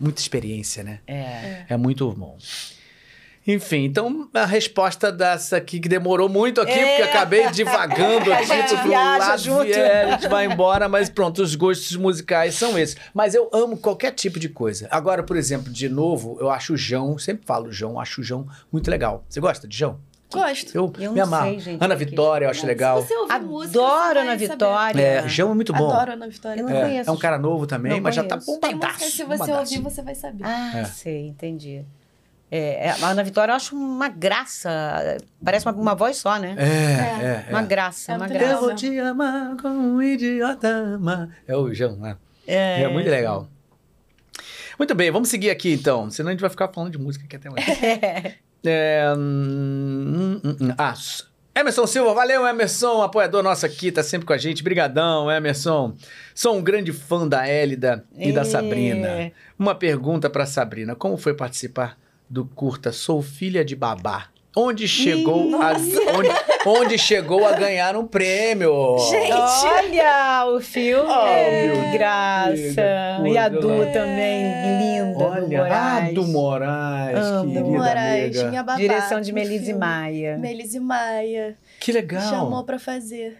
Speaker 1: Muita experiência, né?
Speaker 2: É.
Speaker 1: É muito bom. Enfim, então a resposta dessa aqui, que demorou muito aqui, porque acabei divagando
Speaker 2: É. A
Speaker 1: aqui
Speaker 2: gente
Speaker 1: pro
Speaker 2: viaja
Speaker 1: lado.
Speaker 2: junto.
Speaker 1: e é, a gente vai embora, mas pronto, os gostos musicais são esses. Mas eu amo qualquer tipo de coisa. Agora, por exemplo, de novo, eu acho o Jão, sempre falo o Jão, acho o Jão muito legal. Você gosta de Jão?
Speaker 3: Gosto.
Speaker 1: Eu,
Speaker 2: Eu
Speaker 1: me
Speaker 2: não
Speaker 1: amarro.
Speaker 2: sei, gente,
Speaker 1: Ana
Speaker 2: o que é que-
Speaker 1: Vitória, eu acho
Speaker 2: Não,
Speaker 1: legal.
Speaker 3: Se você ouvir música,
Speaker 2: Adoro
Speaker 3: você
Speaker 2: Ana
Speaker 3: vai saber.
Speaker 2: Vitória.
Speaker 1: É, Jão é muito bom.
Speaker 3: Adoro Ana Vitória.
Speaker 2: Eu não
Speaker 1: É,
Speaker 2: conheço.
Speaker 1: é um cara novo também,
Speaker 2: Não
Speaker 1: mas já tá
Speaker 2: conheço.
Speaker 3: Tem
Speaker 1: bombadaço.
Speaker 3: música que se você
Speaker 1: bombadaço.
Speaker 3: ouvir, você vai saber.
Speaker 2: Ah,
Speaker 1: É.
Speaker 2: sei, entendi. É, é, a Ana Vitória eu acho uma graça. Parece uma, uma voz só, né?
Speaker 1: É, é, é.
Speaker 2: Uma graça,
Speaker 3: É
Speaker 2: uma
Speaker 3: muito
Speaker 1: Eu
Speaker 2: graça.
Speaker 1: vou te amar como um idiota ama. É o João, né? É, muito legal. Muito bem, vamos seguir aqui então, senão a gente vai ficar falando de música aqui até amanhã. É, hum, hum, hum, ah, s- Emerson Silva, valeu Emerson, apoiador nosso aqui, tá sempre com a gente. Brigadão, Emerson. Sou um grande fã da Hélida e da
Speaker 2: É.
Speaker 1: Sabrina. Uma pergunta pra Sabrina, como foi participar do curta Sou Filha de Babá? Onde chegou, a, onde, onde chegou a ganhar um prêmio?
Speaker 3: Gente,
Speaker 2: Olha o filme!
Speaker 1: Oh, meu
Speaker 2: graça!
Speaker 1: Deus,
Speaker 2: e
Speaker 1: coisa
Speaker 2: a Du
Speaker 1: lá.
Speaker 2: também, linda,
Speaker 1: Olha,
Speaker 2: do
Speaker 1: ah,
Speaker 2: Moraes.
Speaker 1: do Moraes,
Speaker 2: Amo.
Speaker 1: querida
Speaker 3: Moraes,
Speaker 1: amiga.
Speaker 3: minha babá.
Speaker 2: Direção de
Speaker 3: no
Speaker 2: Melise
Speaker 3: filme.
Speaker 2: Maia.
Speaker 3: Melise Maia.
Speaker 1: Que
Speaker 3: Me
Speaker 1: legal.
Speaker 3: chamou pra fazer.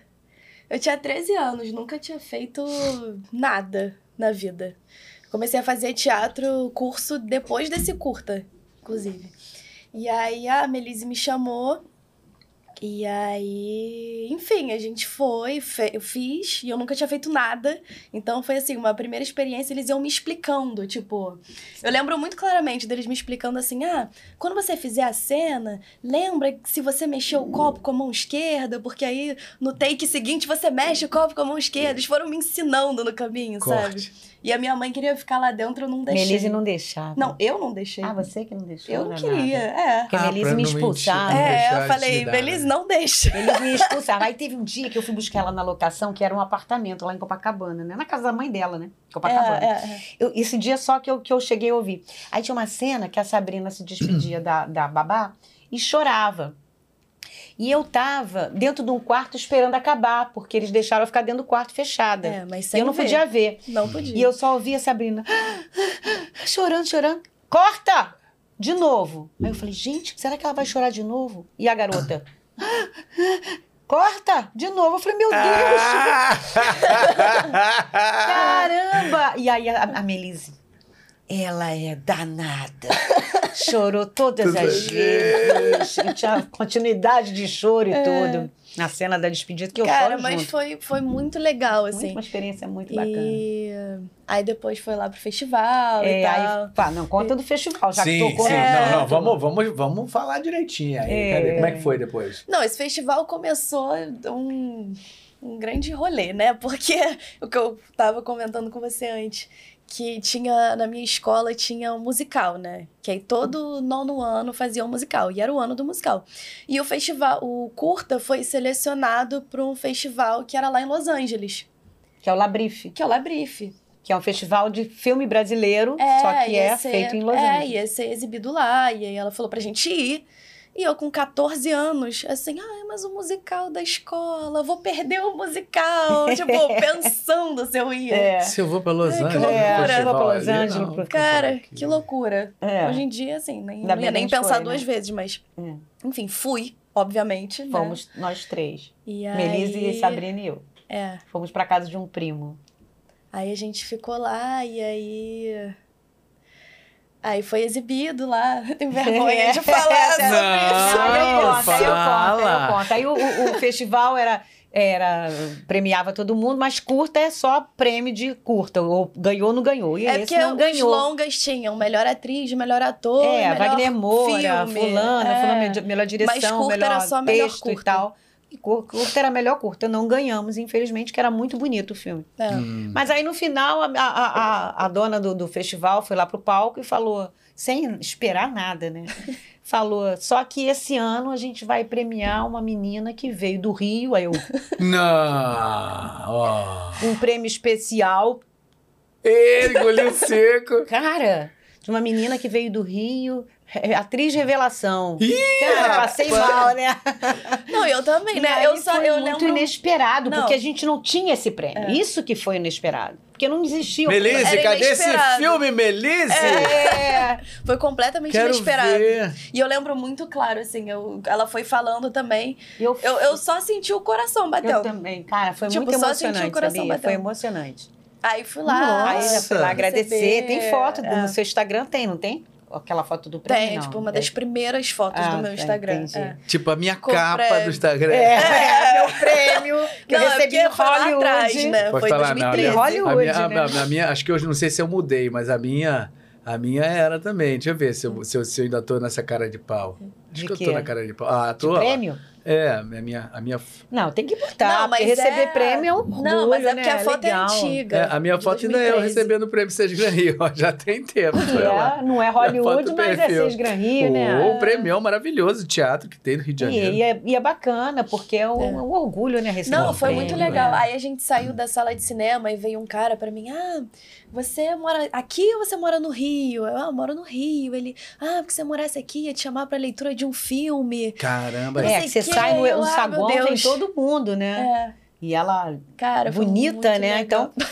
Speaker 3: Eu tinha 13 anos, nunca tinha feito nada na vida. Comecei a fazer teatro, curso, depois desse curta, inclusive. E aí a Melise me chamou. E aí, enfim, a gente foi, fe- eu fiz, e eu nunca tinha feito nada. Então foi assim, uma primeira experiência, eles iam me explicando, tipo. Eu lembro muito claramente deles me explicando assim: ah, quando você fizer a cena, lembra que se você mexer o copo com a mão esquerda, porque aí no take seguinte você mexe o copo com a mão esquerda. Eles foram me ensinando no caminho, sabe?
Speaker 1: Corte.
Speaker 3: E a minha mãe queria ficar lá dentro, eu não deixei.
Speaker 2: Melise não deixava.
Speaker 3: Não, eu não deixei.
Speaker 2: Ah, você que não deixou?
Speaker 3: eu não
Speaker 2: danada.
Speaker 3: queria, é.
Speaker 2: Porque a
Speaker 1: Ah, pra
Speaker 2: Melise me
Speaker 1: não mentir.
Speaker 2: expulsava.
Speaker 3: É,
Speaker 1: deixar
Speaker 3: eu falei,
Speaker 1: intimidar, né?
Speaker 3: Melise, não deixa.
Speaker 2: Eles me expulsaram. Aí teve um dia que eu fui buscar ela na locação, que era um apartamento lá em Copacabana, né? Na casa da mãe dela, né? Copacabana.
Speaker 3: É, é, é.
Speaker 2: Eu- esse dia só que eu, que eu cheguei a ouvir. Aí tinha uma cena que a Sabrina se despedia da, da babá e chorava. E eu tava dentro de um quarto esperando acabar, porque eles deixaram eu ficar dentro do quarto fechada.
Speaker 3: É, mas
Speaker 2: e
Speaker 3: sem
Speaker 2: eu não
Speaker 3: ver.
Speaker 2: podia ver.
Speaker 3: Não podia.
Speaker 2: E eu só ouvia a Sabrina chorando, chorando. Corta! De novo. Aí eu falei, gente, será que ela vai chorar de novo? E a garota? Corta! De novo. Eu falei, meu Deus!
Speaker 1: Ah!
Speaker 2: Caramba! E aí a, a Melise, ela é danada. Chorou todas
Speaker 1: Todas
Speaker 2: as
Speaker 1: as
Speaker 2: vezes. Eu Tinha continuidade de choro e tudo. Na cena da despedida, que eu
Speaker 3: É. Cara,
Speaker 2: choro
Speaker 3: mas
Speaker 2: junto.
Speaker 3: foi, foi muito legal,
Speaker 2: Muito,
Speaker 3: assim.
Speaker 2: uma experiência muito bacana.
Speaker 3: E aí depois foi lá pro festival
Speaker 2: É,
Speaker 3: e tal.
Speaker 2: aí, pá, não, conta do festival, já que
Speaker 1: sim,
Speaker 2: tocou
Speaker 1: sim.
Speaker 2: no
Speaker 1: Não, não,
Speaker 2: assunto.
Speaker 1: vamos, vamos, vamos falar direitinho aí.
Speaker 2: É.
Speaker 1: Cadê? Como é que foi depois?
Speaker 3: Não, esse festival começou um, um grande rolê, né? Porque o que eu tava comentando com você antes, que tinha na minha escola tinha um musical, né? Que aí todo nono ano fazia um musical, e era o ano do musical. E o festival, o curta foi selecionado para um festival que era lá em Los Angeles,
Speaker 2: Que é o Labrife.
Speaker 3: que é o Labrife.
Speaker 2: que é um festival de filme brasileiro,
Speaker 3: É,
Speaker 2: só que
Speaker 3: ia
Speaker 2: é
Speaker 3: ser-
Speaker 2: feito em Los
Speaker 3: É,
Speaker 2: Angeles.
Speaker 3: ia ser exibido lá. E aí ela falou pra gente ir. E eu com 14 anos, assim, ai, mas o musical da escola, eu vou perder o musical. tipo, pensando se eu ia.
Speaker 2: É,
Speaker 1: Se eu vou pra Los
Speaker 3: É, que
Speaker 1: Angeles.
Speaker 2: loucura.
Speaker 1: pro
Speaker 2: É, eu vou
Speaker 1: festival
Speaker 2: pra Los
Speaker 1: ali,
Speaker 2: Angeles,
Speaker 1: não.
Speaker 2: pro-
Speaker 3: Cara, que loucura.
Speaker 2: é.
Speaker 3: Hoje em dia, assim, nem,
Speaker 2: Ainda
Speaker 3: não
Speaker 2: bem
Speaker 3: ia
Speaker 2: que a
Speaker 3: nem
Speaker 2: gente
Speaker 3: pensar
Speaker 2: foi, né?
Speaker 3: duas vezes, mas.
Speaker 2: É.
Speaker 3: Enfim, fui, obviamente. né?
Speaker 2: Fomos nós três.
Speaker 3: E
Speaker 2: Melise,
Speaker 3: aí-
Speaker 2: Sabrina e eu.
Speaker 3: É.
Speaker 2: Fomos pra casa de um primo.
Speaker 3: Aí a gente ficou lá e aí. Aí foi exibido lá. Eu Tenho
Speaker 2: É
Speaker 3: vergonha de falar sobre isso.
Speaker 1: Não,
Speaker 2: eu conto, aí eu conto, aí
Speaker 1: fala.
Speaker 2: eu conto. Aí o, o- o festival era, era. premiava todo mundo, mas curta é só prêmio de curta. Ou ganhou ou não ganhou. E
Speaker 3: É
Speaker 2: esse
Speaker 3: porque
Speaker 2: não
Speaker 3: os
Speaker 2: ganhou.
Speaker 3: longas tinham melhor atriz, melhor ator,
Speaker 2: É,
Speaker 3: melhor
Speaker 2: Wagner Moura,
Speaker 3: filme.
Speaker 2: fulana,
Speaker 3: É.
Speaker 2: fulana de- melhor direção,
Speaker 3: Mas curta
Speaker 2: melhor
Speaker 3: era só
Speaker 2: texto
Speaker 3: melhor
Speaker 2: e
Speaker 3: curta.
Speaker 2: tal. E cur- curta era melhor curta, não ganhamos, infelizmente, que era muito bonito o filme.
Speaker 3: É.
Speaker 1: Hum.
Speaker 2: Mas aí no final a, a- a- a dona do, do festival foi lá pro palco e falou, sem esperar nada, né? Falou, só que esse ano a gente vai premiar uma menina que veio do Rio, aí eu,
Speaker 1: Não. ó.
Speaker 2: um prêmio especial
Speaker 1: Ele engoliu seco.
Speaker 2: Cara, de uma menina que veio do Rio, re- atriz revelação.
Speaker 1: Ih,
Speaker 2: Cara, passei mal, né?
Speaker 3: Não, eu também,
Speaker 2: E
Speaker 3: né?
Speaker 2: aí
Speaker 3: Eu só
Speaker 2: foi
Speaker 3: eu
Speaker 2: muito
Speaker 3: lembro.
Speaker 2: inesperado,
Speaker 3: Não. É.
Speaker 2: porque a gente não tinha esse prêmio. Isso que foi inesperado. Porque não existia. o
Speaker 1: Melise,
Speaker 3: Era
Speaker 1: cadê esse
Speaker 3: inesperado.
Speaker 1: filme, Melise?
Speaker 2: prêmio. É.
Speaker 3: Foi completamente
Speaker 1: Quero
Speaker 3: inesperado.
Speaker 1: ver.
Speaker 3: E eu lembro muito claro, assim, eu, ela foi falando também.
Speaker 2: Eu,
Speaker 3: Eu, eu só senti o coração
Speaker 2: eu
Speaker 3: bateu.
Speaker 2: também. Cara, foi
Speaker 3: Então, Tipo,
Speaker 2: muito
Speaker 3: só senti o
Speaker 2: emocionante,
Speaker 3: coração
Speaker 2: sabia?
Speaker 3: batendo.
Speaker 2: Foi emocionante.
Speaker 3: Aí fui lá.
Speaker 2: Aí já fui
Speaker 1: Nossa.
Speaker 2: lá agradecer.
Speaker 3: Receber.
Speaker 2: Tem foto do- no seu Instagram, tem, não tem? Aquela foto do prêmio,
Speaker 3: é. Tem,
Speaker 2: não.
Speaker 3: tipo, uma das primeiras fotos
Speaker 2: Ah,
Speaker 3: do meu
Speaker 2: tá,
Speaker 3: Instagram.
Speaker 2: entendi.
Speaker 3: É.
Speaker 1: Tipo, a minha
Speaker 3: Comprei.
Speaker 1: capa do Instagram.
Speaker 2: É, é, meu prêmio que
Speaker 3: Não,
Speaker 2: eu
Speaker 3: é
Speaker 2: recebi
Speaker 3: porque
Speaker 2: em
Speaker 3: foi lá
Speaker 2: Hollywood.
Speaker 3: atrás,
Speaker 1: Pode
Speaker 3: né? Foi em
Speaker 1: falar, não. é a minha-
Speaker 3: 2013.
Speaker 2: Em Hollywood,
Speaker 1: a minha, a-
Speaker 2: né?
Speaker 1: a- a minha- acho que hoje não sei se eu mudei, mas a minha, a minha era também. Deixa eu ver se eu, se eu, se eu ainda tô nessa cara de pau. Acho
Speaker 2: De
Speaker 1: que eu
Speaker 2: quê?
Speaker 1: tô na cara de pau. Ah,
Speaker 2: De
Speaker 1: tô. ó.
Speaker 2: prêmio?
Speaker 1: É, a minha, a minha,
Speaker 2: Não, tem que botar,
Speaker 3: Não, mas
Speaker 2: porque receber
Speaker 3: é-
Speaker 2: prêmio é um orgulho,
Speaker 3: Não, mas
Speaker 2: né?
Speaker 3: é porque a foto
Speaker 2: Legal.
Speaker 3: é antiga.
Speaker 1: é, a minha
Speaker 3: de
Speaker 1: foto ainda é eu
Speaker 3: 2013.
Speaker 1: recebendo o prêmio Seis Gran Rio. ó, Já tem tempo.
Speaker 2: É,
Speaker 1: olha lá.
Speaker 2: não é
Speaker 1: foto
Speaker 2: Hollywood,
Speaker 1: do
Speaker 2: mas é
Speaker 1: perfil.
Speaker 2: Seis Gran Rio, né?
Speaker 1: O prêmio maravilhoso de teatro que tem no Rio de
Speaker 2: E,
Speaker 1: Janeiro.
Speaker 2: e é, e é bacana, porque é um,
Speaker 3: É.
Speaker 2: um orgulho, né? Receber
Speaker 3: Não,
Speaker 2: um
Speaker 3: foi
Speaker 2: prêmio,
Speaker 1: É.
Speaker 3: muito legal.
Speaker 2: né?
Speaker 3: Aí a gente saiu da sala de cinema e veio um cara pra mim, ah, você mora aqui ou você mora no Rio? Eu, ah, eu moro no Rio. Ele, ah, porque você morasse aqui, ia te chamar pra leitura de um filme.
Speaker 1: Caramba,
Speaker 2: É,
Speaker 3: Não
Speaker 2: que
Speaker 3: sei
Speaker 2: você sai no,
Speaker 3: tipo quem,
Speaker 2: no
Speaker 3: ah,
Speaker 2: saguão,
Speaker 3: meu
Speaker 2: tem
Speaker 3: Deus.
Speaker 2: todo mundo, né?
Speaker 3: É,
Speaker 2: E ela,
Speaker 3: cara, foi muito
Speaker 2: bonita, né?
Speaker 3: legal.
Speaker 2: Então,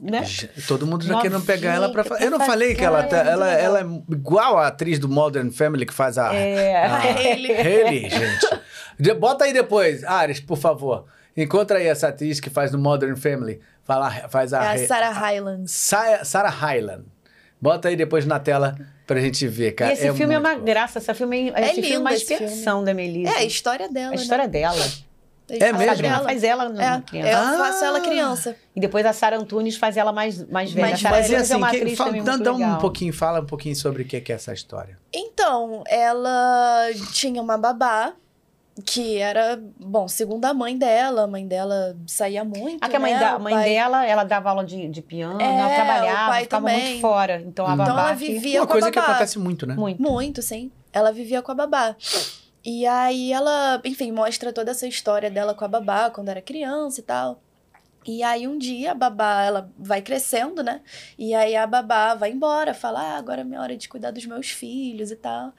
Speaker 2: né?
Speaker 1: Já- Todo mundo já
Speaker 2: Novinha,
Speaker 1: querendo pegar ela pra fazer. Eu não
Speaker 2: pra
Speaker 1: falei que ela, tá-
Speaker 3: caramba.
Speaker 1: ela, ela é igual a atriz do Modern Family que faz a.
Speaker 2: É.
Speaker 1: a
Speaker 3: Hayley.
Speaker 1: Hayley, gente. De- Bota aí depois, Ares, por favor. Encontra aí essa atriz que faz no Modern Family. Fala, faz a.
Speaker 3: É a Sarah Hyland.
Speaker 1: Sa- Sarah Hyland. Bota aí depois na tela pra gente ver, cara.
Speaker 2: e esse filme é
Speaker 1: muito
Speaker 2: uma
Speaker 1: bom.
Speaker 2: graça, esse filme,
Speaker 3: É
Speaker 2: esse filme é uma
Speaker 3: lindo esse filme.
Speaker 2: expressão da Melissa.
Speaker 3: É, a história dela,
Speaker 2: a história dela.
Speaker 3: né?
Speaker 1: É
Speaker 3: A
Speaker 1: mesmo?
Speaker 3: história
Speaker 2: Ela
Speaker 3: dela.
Speaker 2: faz ela no
Speaker 3: É,
Speaker 2: criança.
Speaker 3: eu
Speaker 1: Ah!
Speaker 3: faço ela criança.
Speaker 2: E depois a Sara Antunes faz ela mais, mais velha.
Speaker 3: Mas-
Speaker 1: Mas,
Speaker 2: a Sara
Speaker 1: mas é
Speaker 2: Antunes é
Speaker 1: assim,
Speaker 2: uma
Speaker 1: que,
Speaker 2: atriz
Speaker 1: fala,
Speaker 2: também
Speaker 1: dá
Speaker 2: muito
Speaker 1: dá um
Speaker 2: legal.
Speaker 1: pouquinho, fala um pouquinho sobre o que que é essa história.
Speaker 3: Então, ela tinha uma babá que era, bom, segundo a mãe dela, a mãe dela saía muito.
Speaker 2: Ah, que a mãe,
Speaker 3: né?
Speaker 2: da, a
Speaker 3: O
Speaker 2: mãe
Speaker 3: pai-
Speaker 2: dela, ela dava aula de, de piano,
Speaker 3: É,
Speaker 2: ela
Speaker 3: o
Speaker 2: trabalhava,
Speaker 3: pai
Speaker 2: ficava
Speaker 3: também.
Speaker 2: muito fora. Então a
Speaker 1: Então
Speaker 2: babá
Speaker 3: Então ela
Speaker 2: que-
Speaker 3: vivia
Speaker 1: Uma
Speaker 3: com a
Speaker 1: coisa que
Speaker 3: babá.
Speaker 1: acontece muito, né?
Speaker 2: Muito.
Speaker 3: Muito, sim. Ela vivia com a babá. E aí ela, enfim, mostra toda essa história dela com a babá quando era criança e tal. E aí um dia a babá, ela vai crescendo, né? E aí a babá vai embora, fala: "Ah, agora é minha hora de cuidar dos meus filhos" e tal.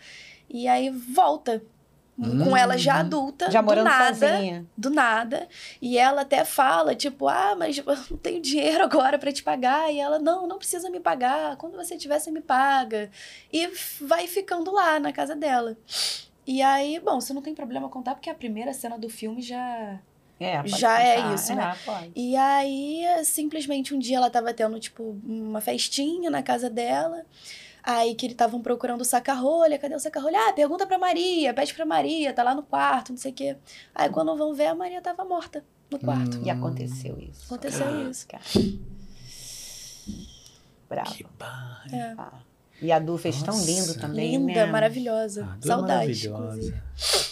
Speaker 3: E aí volta
Speaker 1: Hum.
Speaker 3: com ela já adulta,
Speaker 2: Já
Speaker 3: do
Speaker 2: morando
Speaker 3: nada,
Speaker 2: sozinha.
Speaker 3: do nada. E ela até fala, tipo, ah, mas eu não tenho dinheiro agora pra te pagar. E ela, não, não precisa me pagar. Quando você tiver, você me paga. E f- vai ficando lá na casa dela. E aí, bom, você não tem problema contar, porque a primeira cena do filme já.
Speaker 2: É, pode
Speaker 3: Já é
Speaker 2: contar.
Speaker 3: isso, né?
Speaker 2: É, pode.
Speaker 3: E aí, simplesmente um dia ela tava tendo, tipo, uma festinha na casa dela. Aí que eles estavam procurando o saca-rolha. Cadê o saca-rolha? Ah, pergunta pra Maria, pede pra Maria, tá lá no quarto, não sei o quê. Aí quando vão ver, a Maria tava morta no quarto.
Speaker 1: Hum,
Speaker 2: E aconteceu isso.
Speaker 3: Aconteceu isso.
Speaker 2: Cara. Brava.
Speaker 1: Que barra.
Speaker 3: É.
Speaker 2: Ah. E a Du fez tão
Speaker 1: Nossa.
Speaker 2: lindo também,
Speaker 3: Linda,
Speaker 2: né?
Speaker 3: maravilhosa.
Speaker 1: Ah, Du é
Speaker 3: Saudade. inclusive.
Speaker 1: maravilhosa.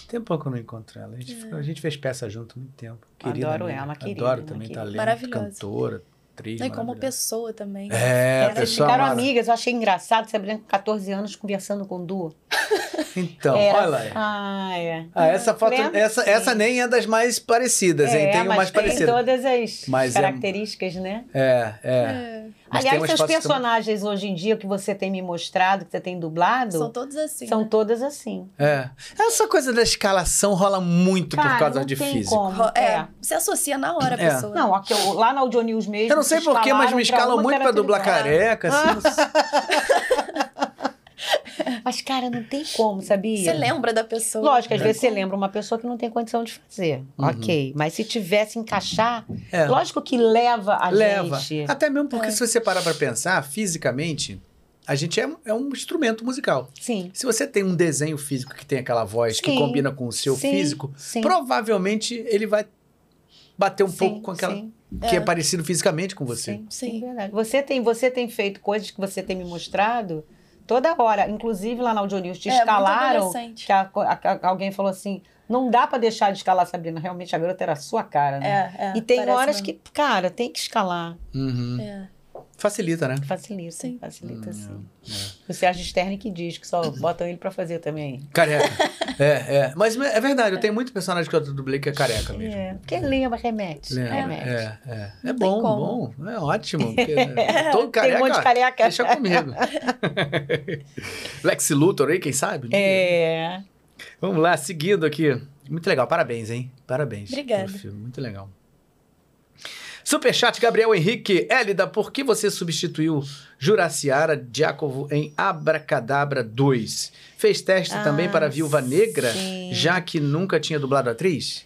Speaker 1: Tem pouco que eu não encontro ela. A gente, ficou- a gente fez peça junto há muito tempo. Querida,
Speaker 2: É. Adoro
Speaker 1: amiga.
Speaker 2: ela, querida,
Speaker 1: Adoro
Speaker 2: né,
Speaker 1: também,
Speaker 2: querida.
Speaker 1: talento,
Speaker 3: Maravilhosa.
Speaker 1: cantora, atriz.
Speaker 3: E como
Speaker 1: maravilhosa.
Speaker 3: pessoa também.
Speaker 1: É,
Speaker 2: Elas
Speaker 1: pessoal.
Speaker 2: ficaram
Speaker 1: mara-
Speaker 2: amigas, eu achei engraçado, Sabrina com 14 anos conversando com Du.
Speaker 1: Então,
Speaker 2: Era-
Speaker 1: olha lá.
Speaker 2: Ah, é.
Speaker 1: Ah, essa foto,
Speaker 2: Lembra?
Speaker 1: essa, essa
Speaker 2: Sim.
Speaker 1: nem é das mais parecidas, hein?
Speaker 2: é,
Speaker 1: Tem
Speaker 2: mas
Speaker 1: umas
Speaker 2: tem
Speaker 1: parecidas.
Speaker 2: todas as
Speaker 1: Mas é-
Speaker 2: características, né?
Speaker 1: É, é.
Speaker 3: É.
Speaker 1: Mas tem
Speaker 2: Aliás,
Speaker 1: um
Speaker 2: seus
Speaker 1: espaço que-
Speaker 2: personagens hoje em dia que você tem me mostrado, que você tem dublado,
Speaker 3: São
Speaker 2: são,
Speaker 3: todos assim. né?
Speaker 2: todas assim.
Speaker 1: É. Essa coisa da escalação rola muito
Speaker 2: Cara,
Speaker 1: Tipo, por causa
Speaker 2: não
Speaker 1: de
Speaker 2: tem
Speaker 1: físico.
Speaker 2: como,
Speaker 3: Ro-
Speaker 2: é.
Speaker 3: É, se associa na hora a
Speaker 1: É.
Speaker 3: pessoa.
Speaker 2: Não, aqui, eu- lá na Audio News mesmo.
Speaker 1: Eu não sei
Speaker 2: se
Speaker 1: porquê, mas me
Speaker 2: escalaram
Speaker 1: escalam
Speaker 2: uma
Speaker 1: muito pra dublar careca,
Speaker 2: caracterizada.
Speaker 1: assim.
Speaker 2: Mas, cara, não tem como, sabia?
Speaker 3: Você lembra da pessoa.
Speaker 2: Lógico, às
Speaker 1: É.
Speaker 2: vezes você lembra uma pessoa que não tem condição de fazer.
Speaker 1: Uhum.
Speaker 2: Ok. Mas se tivesse encaixar,
Speaker 1: É.
Speaker 2: lógico É. que leva a
Speaker 1: Leva. Ah,
Speaker 2: gente.
Speaker 1: Até mesmo porque, se você parar pra pensar, fisicamente, a gente é, é um instrumento musical.
Speaker 2: Sim.
Speaker 1: Se você tem um desenho físico que tem aquela voz que
Speaker 2: Sim.
Speaker 1: combina com o seu
Speaker 2: Sim,
Speaker 1: físico,
Speaker 2: sim,
Speaker 1: provavelmente ele vai bater um
Speaker 2: sim,
Speaker 1: pouco com aquela
Speaker 2: sim,
Speaker 1: que é
Speaker 3: É.
Speaker 1: parecido fisicamente com você.
Speaker 2: Sim,
Speaker 3: Sim.
Speaker 2: sim, verdade. Você tem, você tem feito coisas que você tem me mostrado toda hora. Inclusive lá na Audio News te
Speaker 3: É, muito
Speaker 2: escalaram.
Speaker 3: adolescente.
Speaker 2: Que a- a- a- alguém falou assim: não dá pra deixar de escalar a Sabrina. Realmente a garota era a sua cara, né?
Speaker 3: É, é,
Speaker 2: e tem
Speaker 3: parece
Speaker 2: horas
Speaker 3: mesmo.
Speaker 2: que, cara, tem que escalar.
Speaker 1: Uhum.
Speaker 3: É.
Speaker 1: Facilita, né?
Speaker 2: Facilita,
Speaker 3: Sim.
Speaker 2: facilita
Speaker 1: Hum,
Speaker 2: sim.
Speaker 1: é.
Speaker 2: O Sérgio Stern que diz que só botam ele pra fazer também.
Speaker 1: Careca. é, é. Mas é verdade, eu tenho muito personagem que eu dublei que é careca mesmo.
Speaker 2: É, porque lembra, remete.
Speaker 1: Lembra?
Speaker 2: remete.
Speaker 1: É, é. É
Speaker 3: Não tem
Speaker 1: bom,
Speaker 3: como.
Speaker 1: bom. É ótimo. Porque, né, todo
Speaker 2: Tem
Speaker 1: careca,
Speaker 2: um monte de careca.
Speaker 1: Deixa comigo. Lex Luthor aí, quem sabe?
Speaker 2: É.
Speaker 1: Vamos lá, seguindo aqui. Muito legal, parabéns, hein? Parabéns.
Speaker 3: Obrigada.
Speaker 1: pelo filme, Muito legal. Superchat Gabriel Henrique. Hélida, por que você substituiu Juraciara Diácovo em Abracadabra 2? Fez teste também
Speaker 2: Ah,
Speaker 1: para Viúva Negra,
Speaker 2: sim.
Speaker 1: já que nunca tinha dublado atriz?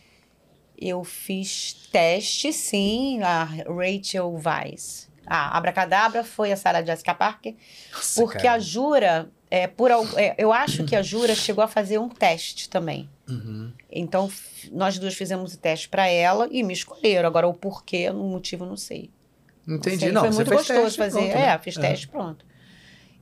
Speaker 2: Eu fiz teste, sim, a Rachel Weisz. A Abracadabra foi a Sarah Jessica Parker,
Speaker 1: Nossa,
Speaker 2: porque
Speaker 1: cara.
Speaker 2: a Jura, é, por, al- é, eu acho que a Jura chegou a fazer um teste também.
Speaker 1: Uhum.
Speaker 2: Então, f- nós duas fizemos o teste pra ela e me escolheram. Agora, o porquê, o motivo, eu não sei.
Speaker 1: Entendi.
Speaker 2: sei.
Speaker 1: Não,
Speaker 2: foi
Speaker 1: você
Speaker 2: muito
Speaker 1: fez
Speaker 2: gostoso
Speaker 1: teste,
Speaker 2: fazer.
Speaker 1: pronto,
Speaker 2: é,
Speaker 1: né?
Speaker 2: fiz teste, pronto.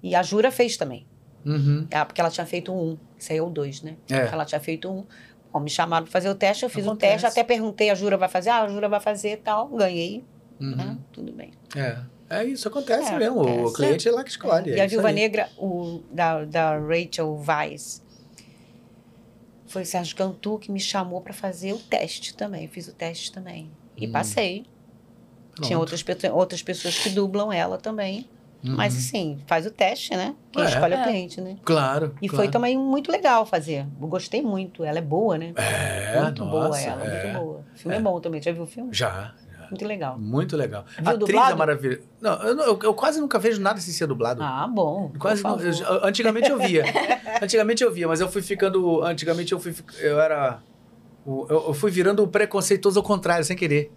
Speaker 2: E a Jura fez também.
Speaker 1: Uhum.
Speaker 2: Ah, porque ela tinha feito um. Isso aí é o dois, né?
Speaker 1: É.
Speaker 2: Ela tinha feito um. Bom, me chamaram pra fazer o teste, eu fiz o
Speaker 1: Acontece.
Speaker 2: teste, até perguntei, a Jura vai fazer? Ah, a Jura vai fazer e tal. Ganhei,
Speaker 1: Uhum.
Speaker 2: né? Tudo bem.
Speaker 1: É. É isso, acontece
Speaker 2: É,
Speaker 1: mesmo. O
Speaker 2: acontece.
Speaker 1: cliente é lá que escolhe.
Speaker 2: e
Speaker 1: é
Speaker 2: a
Speaker 1: isso
Speaker 2: Viúva
Speaker 1: aí.
Speaker 2: Negra, o, da, da Rachel Weisz, foi o Sérgio Cantu que me chamou pra fazer o teste também. Fiz o teste também. E
Speaker 1: Hum.
Speaker 2: passei. Tinha
Speaker 1: Pronto.
Speaker 2: outras, pe- outras pessoas que dublam ela também.
Speaker 1: Uhum.
Speaker 2: Mas assim, faz o teste, né? Quem
Speaker 1: É.
Speaker 2: escolhe é o
Speaker 3: É.
Speaker 2: cliente, né?
Speaker 1: Claro.
Speaker 2: E
Speaker 1: claro.
Speaker 2: foi também muito legal fazer. Eu gostei muito. Ela é boa, né?
Speaker 1: É,
Speaker 2: muito boa
Speaker 1: nossa,
Speaker 2: ela,
Speaker 1: é.
Speaker 2: muito boa. O filme é. bom também. Já viu o filme?
Speaker 1: Já.
Speaker 2: Muito legal.
Speaker 1: Muito legal.
Speaker 2: Viu
Speaker 1: a atriz
Speaker 2: dublado?
Speaker 1: é maravilhosa. Não, eu, não- eu- eu quase nunca vejo nada sem ser dublado.
Speaker 2: Ah, bom.
Speaker 1: Quase
Speaker 2: por
Speaker 1: não, eu
Speaker 2: favor.
Speaker 1: já- antigamente eu via. antigamente eu via, mas eu fui ficando. Antigamente eu fui. fi- Eu era. o- Eu eu fui virando o preconceituoso ao contrário, sem querer.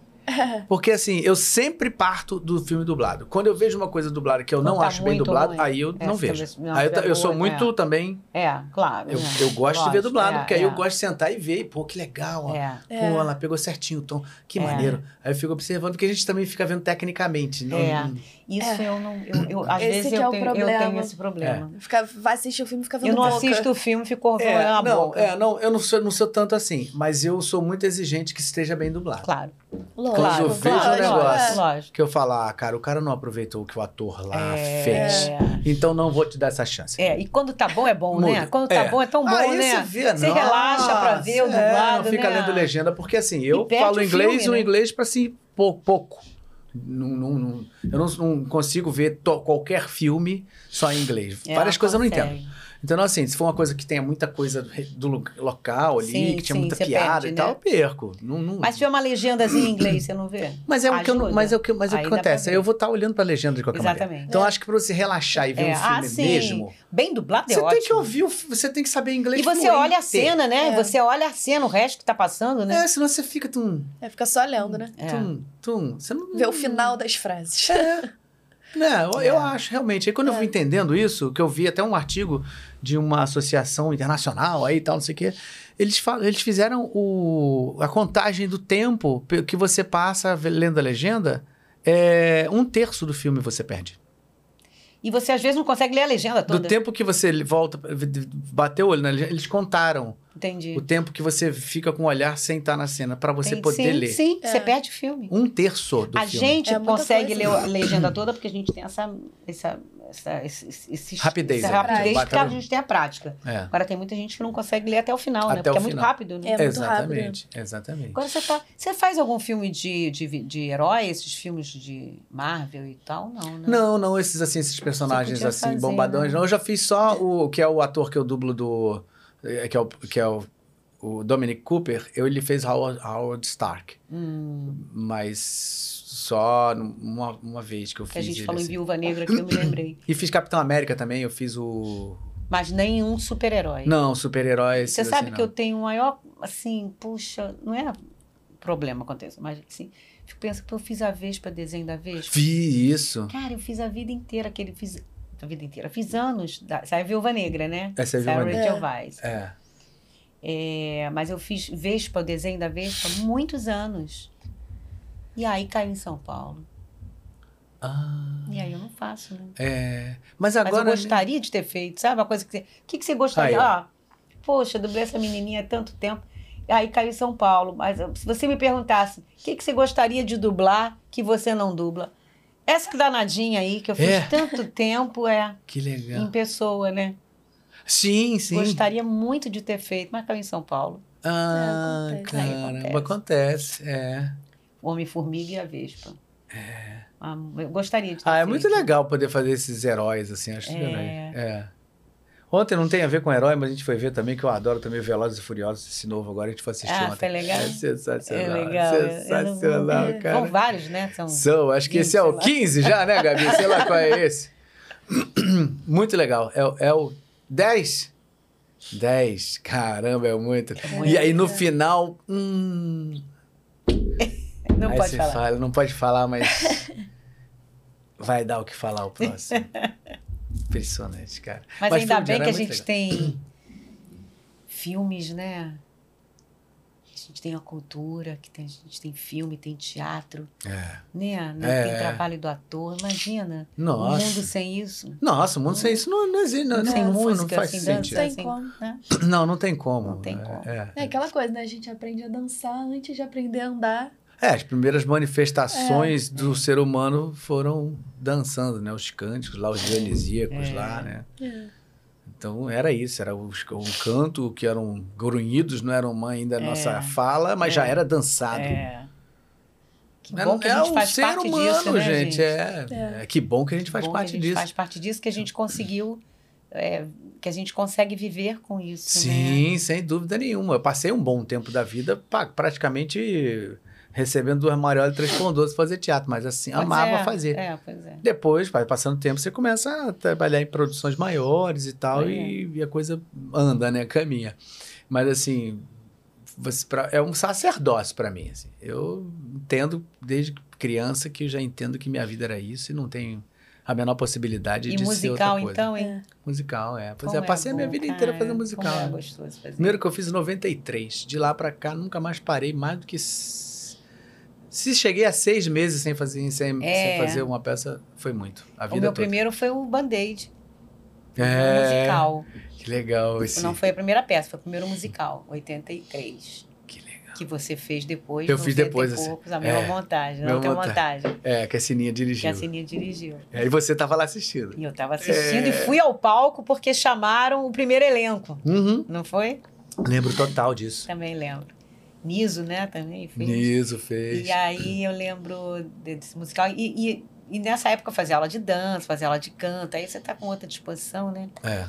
Speaker 1: Porque assim, eu sempre parto do filme dublado. Quando eu vejo uma coisa dublada que eu
Speaker 2: Quando
Speaker 1: não
Speaker 2: tá
Speaker 1: acho bem
Speaker 2: muito
Speaker 1: dublado,
Speaker 2: ruim.
Speaker 1: aí eu
Speaker 2: É,
Speaker 1: não
Speaker 2: fica
Speaker 1: vejo.
Speaker 2: vendo- não,
Speaker 1: aí eu,
Speaker 2: é
Speaker 1: ta- eu sou
Speaker 2: boa,
Speaker 1: muito também.
Speaker 2: É, claro.
Speaker 1: Eu,
Speaker 2: né?
Speaker 1: eu gosto de ver dublado,
Speaker 2: é,
Speaker 1: porque aí eu
Speaker 2: é,
Speaker 1: gosto de sentar e ver. e, Pô, que legal, ó.
Speaker 2: É.
Speaker 3: É.
Speaker 1: Pô, ela pegou certinho o tom. Que
Speaker 2: É.
Speaker 1: maneiro. Aí eu fico observando, porque a gente também fica vendo tecnicamente. Não,
Speaker 2: É. Isso eu não. Eu, eu- às
Speaker 3: Esse
Speaker 2: vezes
Speaker 3: que
Speaker 2: eu,
Speaker 3: é o
Speaker 2: tenho, eu
Speaker 3: problema.
Speaker 2: tenho esse problema.
Speaker 3: Fica, vai assistir o filme e fica vendo
Speaker 2: Eu não
Speaker 3: boca.
Speaker 2: assisto o filme, fico
Speaker 1: É,
Speaker 2: rolando a
Speaker 1: não,
Speaker 2: boca.
Speaker 1: é, não, eu não sou, não sou tanto assim, mas eu sou muito exigente que esteja bem dublado.
Speaker 2: Claro,
Speaker 3: Lógico,
Speaker 1: Quando eu
Speaker 3: é.
Speaker 2: claro,
Speaker 1: vejo
Speaker 2: claro,
Speaker 1: o negócio.
Speaker 2: lógico, lógico.
Speaker 1: Que eu falo, ah, cara, o cara não aproveitou o que o ator lá fez.
Speaker 2: É,
Speaker 1: Então não vou te dar essa chance.
Speaker 2: é, e quando tá bom é bom, né?
Speaker 1: Muda.
Speaker 2: Quando tá
Speaker 1: É.
Speaker 2: bom é tão bom,
Speaker 1: Aí
Speaker 2: né?
Speaker 1: você vê,
Speaker 2: Você
Speaker 1: nossa,
Speaker 2: relaxa pra ver
Speaker 1: é,
Speaker 2: o dublado,
Speaker 1: Não fica
Speaker 2: né?
Speaker 1: lendo legenda, porque assim, eu
Speaker 2: E perde
Speaker 1: falo
Speaker 2: o filme,
Speaker 1: inglês e o
Speaker 2: né?
Speaker 1: inglês pra si pou- pouco. Não, não, não- eu não, não consigo ver to- qualquer filme só em inglês.
Speaker 2: É,
Speaker 1: Várias coisas eu não entendo.
Speaker 2: consegue.
Speaker 1: Então, assim, se for uma coisa que tenha muita coisa do, re- do lo- local ali,
Speaker 2: Sim,
Speaker 1: que tinha
Speaker 2: sim,
Speaker 1: muita
Speaker 2: você
Speaker 1: piada
Speaker 2: perde,
Speaker 1: e tal,
Speaker 2: né?
Speaker 1: eu perco. Não, não...
Speaker 2: Mas se tiver uma legendazinha em inglês, você não vê?
Speaker 1: Mas é o que, eu, não-
Speaker 2: ajuda.
Speaker 1: mas é o que, mas é o que
Speaker 2: Aí dá pra
Speaker 1: acontece.
Speaker 2: ver.
Speaker 1: Aí eu vou estar olhando pra legenda de qualquer maneira.
Speaker 2: Exatamente.
Speaker 1: Então, acho que pra você relaxar e ver
Speaker 2: É,
Speaker 1: um
Speaker 2: ah,
Speaker 1: filme
Speaker 2: sim.
Speaker 1: mesmo,
Speaker 2: Bem dublado é
Speaker 1: você
Speaker 2: ótimo.
Speaker 1: tem que ouvir, o f- você tem que saber inglês
Speaker 2: E você
Speaker 1: fluente.
Speaker 2: olha a cena, né?
Speaker 3: É.
Speaker 2: Você olha a cena, o resto que tá passando, né?
Speaker 1: É, senão você fica tum,
Speaker 3: É, fica só lendo, né?
Speaker 2: É.
Speaker 1: tum, tum. Você não...
Speaker 2: Hum.
Speaker 3: Ver o final das frases.
Speaker 1: Não, né, eu, eu
Speaker 2: É.
Speaker 1: acho, realmente. Aí quando eu fui entendendo isso, que eu vi até um artigo de uma associação internacional aí e tal, não sei o quê, eles, falam, eles fizeram o, a contagem do tempo pe- que você passa ve- lendo a legenda, é, um terço do filme você perde.
Speaker 2: E você às vezes não consegue ler a legenda toda.
Speaker 1: Do tempo que você li- volta, v- d- bateu o olho na legenda, eles contaram
Speaker 2: Entendi.
Speaker 1: o tempo que você fica com o olhar sem estar na cena, pra você
Speaker 2: Entendi.
Speaker 1: poder
Speaker 2: sim,
Speaker 1: ler.
Speaker 2: Sim,
Speaker 3: É.
Speaker 2: você perde o filme.
Speaker 1: Um terço do
Speaker 2: a
Speaker 1: filme.
Speaker 2: gente
Speaker 3: É muita
Speaker 2: consegue
Speaker 3: coisa.
Speaker 2: ler a legenda toda porque a gente tem essa, essa, essa, esse, esse- esse-
Speaker 1: Rapidez, né?
Speaker 2: essa
Speaker 3: é.
Speaker 2: rapidez
Speaker 1: Bate-
Speaker 2: porque a gente tem a prática.
Speaker 1: É.
Speaker 2: Agora tem muita gente que não consegue ler até o final,
Speaker 1: Até
Speaker 2: né?
Speaker 1: o
Speaker 2: Porque é muito
Speaker 1: final.
Speaker 2: rápido, né?
Speaker 3: É muito
Speaker 1: exatamente, exatamente.
Speaker 2: Agora você tá. Você faz algum filme de, de, vi- de herói, esses filmes de Marvel e tal? Não, né?
Speaker 1: Não, não esses assim, esses personagens
Speaker 2: podia
Speaker 1: assim
Speaker 2: fazer,
Speaker 1: bombadões.
Speaker 2: né?
Speaker 1: Não, eu já fiz só o que é o ator que eu dublo do eh, que é o que é o, o Dominic Cooper. Eu ele fez Howard, Howard Stark,
Speaker 2: Hum,
Speaker 1: mas só num- uma, uma vez que eu
Speaker 2: que
Speaker 1: fiz
Speaker 2: a gente
Speaker 1: ele,
Speaker 2: falou em
Speaker 1: assim.
Speaker 2: Viúva Negra que eu me lembrei.
Speaker 1: E fiz Capitão América também. Eu fiz o
Speaker 2: Mas nenhum super-herói.
Speaker 1: não assim, super-herói.
Speaker 2: Você sabe que eu tenho o maior, assim, puxa, não é problema aconteça, mas assim, eu penso que eu fiz a vez para desenho da vez.
Speaker 1: vi isso.
Speaker 2: Cara, eu fiz a vida inteira aquele fiz a vida inteira, fiz anos, da, sai a Viúva Negra, né?
Speaker 1: Essa é a
Speaker 2: Sai a
Speaker 1: Viúva
Speaker 2: Rachel Weisz.
Speaker 1: É.
Speaker 2: É, mas eu fiz Vespa, o desenho da Vespa, muitos anos. E aí caiu em São Paulo.
Speaker 1: Ah,
Speaker 2: E aí eu não faço, né?
Speaker 1: é. Mas
Speaker 2: Mas
Speaker 1: agora
Speaker 2: eu gostaria de ter feito, sabe? Uma coisa que você. O que, que você gostaria?
Speaker 1: Aí, ó.
Speaker 2: Ah, poxa, dublei essa menininha há tanto tempo. Aí caiu em São Paulo. Mas eu- se você me perguntasse, o que, que você gostaria de dublar que você não dubla? Essa danadinha aí, que eu fiz
Speaker 1: É.
Speaker 2: tanto tempo, é
Speaker 1: que
Speaker 2: em
Speaker 1: legal.
Speaker 2: pessoa, né?
Speaker 1: Sim, sim.
Speaker 2: Gostaria muito de ter feito, mas caiu em São Paulo.
Speaker 1: Ah,
Speaker 3: É, acontece.
Speaker 1: caramba, acontece. É.
Speaker 2: O Homem-Formiga e a Vespa. É. eu gostaria de ter
Speaker 1: Ah, é
Speaker 2: feito.
Speaker 1: muito legal poder fazer esses heróis, assim, acho que
Speaker 2: É.
Speaker 1: é. é. Ontem não tem a ver com herói, mas a gente foi ver também, que eu adoro também o Velozes e Furiosos, esse novo agora, a gente foi assistir
Speaker 2: Ah,
Speaker 1: ontem.
Speaker 2: foi legal?
Speaker 1: É sensacional,
Speaker 2: É legal, eu- eu não-
Speaker 1: sensacional,
Speaker 2: São
Speaker 1: cara.
Speaker 2: vários, né? São...
Speaker 1: São, acho que esse
Speaker 2: Vinte,
Speaker 1: é o
Speaker 2: sei lá.
Speaker 1: 15 já, né, Gabi? Sei lá qual é esse. Muito legal, é, o- é o 10? 10, caramba, é muito.
Speaker 2: muito.
Speaker 1: E aí no final, hum,
Speaker 2: Não
Speaker 1: aí
Speaker 2: pode
Speaker 1: você
Speaker 2: falar.
Speaker 1: fala, não pode falar, mas vai dar o que falar o próximo. Impressionante, cara.
Speaker 2: Mas, ainda
Speaker 1: filme de
Speaker 2: bem que
Speaker 1: herói
Speaker 2: a
Speaker 1: é muito
Speaker 2: gente tem filmes, né? A gente tem a cultura, que tem, a gente tem filme, tem teatro,
Speaker 1: legal. É.
Speaker 2: né? né?
Speaker 1: É.
Speaker 2: Tem trabalho do ator. Imagina, um mundo
Speaker 1: Nossa.
Speaker 2: sem isso.
Speaker 1: Nossa, o mundo sem isso não, não existe, não,
Speaker 2: sem
Speaker 1: não,
Speaker 2: música,
Speaker 1: não faz
Speaker 2: sem
Speaker 1: sentido.
Speaker 2: dança,
Speaker 3: Tem
Speaker 2: sem
Speaker 3: como.
Speaker 2: né?
Speaker 1: Não, não tem como.
Speaker 2: Não tem como.
Speaker 1: É,
Speaker 3: É aquela coisa, né? A gente aprende a dançar antes de aprender a andar.
Speaker 1: É, as primeiras
Speaker 2: É,
Speaker 1: manifestações do ser humano foram dançando, né? Os cânticos lá, os dionisíacos
Speaker 2: É.
Speaker 1: lá, né?
Speaker 3: É.
Speaker 1: Então era isso, era os- o canto que eram grunhidos, não eram uma ainda a nossa
Speaker 2: É.
Speaker 1: fala, mas já era dançado.
Speaker 2: É. Que
Speaker 1: É,
Speaker 2: bom que a
Speaker 1: é
Speaker 2: gente
Speaker 1: um
Speaker 2: faz
Speaker 1: ser
Speaker 2: parte
Speaker 1: humano,
Speaker 2: disso, né,
Speaker 1: gente. É,
Speaker 3: É.
Speaker 1: é, que bom que a gente faz
Speaker 2: Bom que
Speaker 1: parte
Speaker 2: a gente
Speaker 1: disso.
Speaker 2: Faz parte disso que a gente conseguiu, é, que a gente consegue viver com isso, né?
Speaker 1: Sim, sem dúvida nenhuma. Eu passei um bom tempo da vida pa- praticamente recebendo duas mariolas e três pão doce pra fazer teatro, mas assim,
Speaker 2: Pois
Speaker 1: amava
Speaker 2: é,
Speaker 1: fazer.
Speaker 2: É, pois é.
Speaker 1: Depois, vai passando o tempo, você começa a trabalhar em produções maiores e tal,
Speaker 2: É.
Speaker 1: e, e a coisa anda, né? Caminha. Mas assim, você pra- é um sacerdócio pra mim. assim. Eu entendo desde criança que eu já entendo que minha vida era isso e não tenho a menor possibilidade
Speaker 2: E
Speaker 1: de ser outra
Speaker 2: musical,
Speaker 1: coisa.
Speaker 2: então, hein?
Speaker 1: Musical, é. Pois
Speaker 2: Como
Speaker 1: é, passei a minha
Speaker 2: bom,
Speaker 1: vida
Speaker 2: cara,
Speaker 1: inteira fazendo
Speaker 2: Como é
Speaker 1: musical. né?
Speaker 2: gostoso fazer.
Speaker 1: Primeiro que eu fiz em 93. De lá pra cá, nunca mais parei mais do que. s- Se cheguei a seis meses sem fazer, sem,
Speaker 2: É.
Speaker 1: sem fazer uma peça, foi muito. A
Speaker 2: O
Speaker 1: vida
Speaker 2: meu
Speaker 1: toda.
Speaker 2: primeiro foi o Band-Aid,
Speaker 1: É,
Speaker 2: musical.
Speaker 1: Que legal esse.
Speaker 2: Não foi a primeira peça, foi o primeiro musical, 83.
Speaker 1: Que legal.
Speaker 2: Que você fez depois.
Speaker 1: Eu fiz
Speaker 2: 90 e
Speaker 1: depois, assim.
Speaker 2: poucos, a mesma
Speaker 1: É,
Speaker 2: montagem, não
Speaker 1: mesma
Speaker 2: tem
Speaker 1: montagem.
Speaker 2: montagem.
Speaker 1: É, que a Sininha
Speaker 2: Que
Speaker 1: dirigiu.
Speaker 2: a Sininha dirigiu.
Speaker 1: É, e você tava lá assistindo.
Speaker 2: E eu
Speaker 1: É.
Speaker 2: tava assistindo e fui ao palco porque chamaram o primeiro elenco.
Speaker 1: Uhum.
Speaker 2: Não foi?
Speaker 1: Lembro total disso.
Speaker 2: Também lembro. Niso, né? Também Tá, fez.
Speaker 1: Niso fez.
Speaker 2: E aí eu lembro de- desse musical. E, e- e nessa época eu fazia aula de dança, fazia aula de canto. Aí você tá com outra disposição, né?
Speaker 1: É.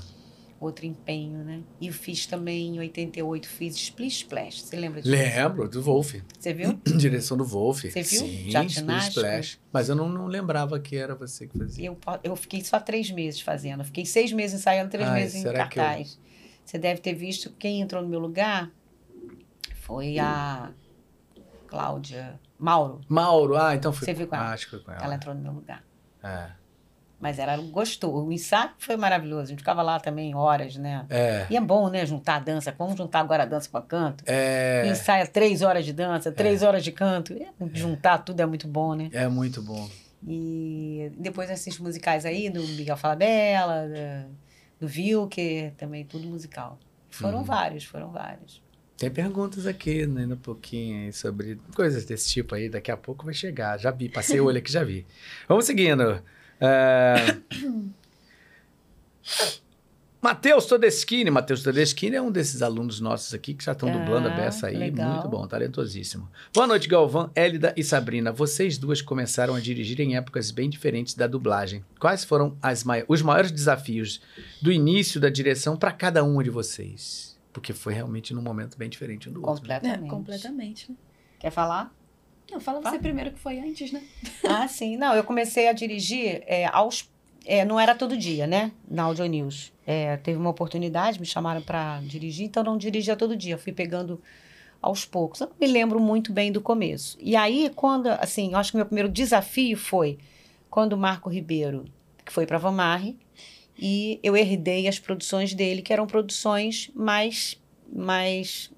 Speaker 2: Outro empenho, né? E eu fiz também, em 88, fiz Splish Splash. Você lembra disso?
Speaker 1: Lembro do Wolf.
Speaker 2: Você viu?
Speaker 1: Direção do Wolf.
Speaker 2: Você viu?
Speaker 1: Sim,
Speaker 2: Teatro
Speaker 1: Splash.
Speaker 2: ginástico.
Speaker 1: Splash. Mas eu não, não lembrava que era você que fazia.
Speaker 2: Eu, pa- eu fiquei só três meses fazendo. Eu fiquei seis meses ensaiando, três
Speaker 1: Ai,
Speaker 2: meses em
Speaker 1: será que eu-
Speaker 2: cartaz. Você deve ter visto quem entrou no meu lugar foi a Cláudia Mauro.
Speaker 1: Mauro, ah, então foi
Speaker 2: Você viu com ela?
Speaker 1: Ah, acho que foi com ela.
Speaker 2: Ela entrou no meu lugar.
Speaker 1: É.
Speaker 2: Mas ela gostou. O ensaio foi maravilhoso. A gente ficava lá também horas, né?
Speaker 1: É.
Speaker 2: E é bom, né? Juntar a dança. Vamos juntar agora a dança com a canto.
Speaker 1: É.
Speaker 2: Ensaia três horas de dança, três horas de canto. É, Juntar tudo é muito bom, né?
Speaker 1: É muito bom.
Speaker 2: E depois esses musicais aí, do Miguel Falabella, da- do Vilker, também tudo musical. Foram
Speaker 1: Uhum.
Speaker 2: vários, foram vários.
Speaker 1: Tem perguntas aqui, né, um pouquinho aí sobre coisas desse tipo aí. Daqui a pouco vai chegar. Já vi, passei o olho aqui, já vi. Vamos seguindo. É, Matheus Todeschini. Matheus Todeschini é um desses alunos nossos aqui que já estão dublando a beça aí.
Speaker 2: legal.
Speaker 1: Muito bom, talentosíssimo. Boa noite, Galvão, Hélida e Sabrina. Vocês duas começaram a dirigir em épocas bem diferentes da dublagem. Quais foram as mai- os maiores desafios do início da direção para cada uma de vocês? Porque foi realmente num momento bem diferente um do outro. né?
Speaker 2: Completamente.
Speaker 3: É, completamente, né?
Speaker 2: Quer falar?
Speaker 3: Não, fala você
Speaker 2: Fala.
Speaker 3: primeiro que foi antes, né?
Speaker 2: Ah, sim. Não, eu comecei a dirigir é, aos. é, não era todo dia, né? Na Audio News. É, teve uma oportunidade, me chamaram para dirigir, então não dirigia todo dia. Fui pegando aos poucos. Eu não me lembro muito bem do começo. E aí, quando. Assim, eu acho que meu primeiro desafio foi quando o Marco Ribeiro que foi para Vamarre e eu herdei as produções dele, que eram produções mais. mais.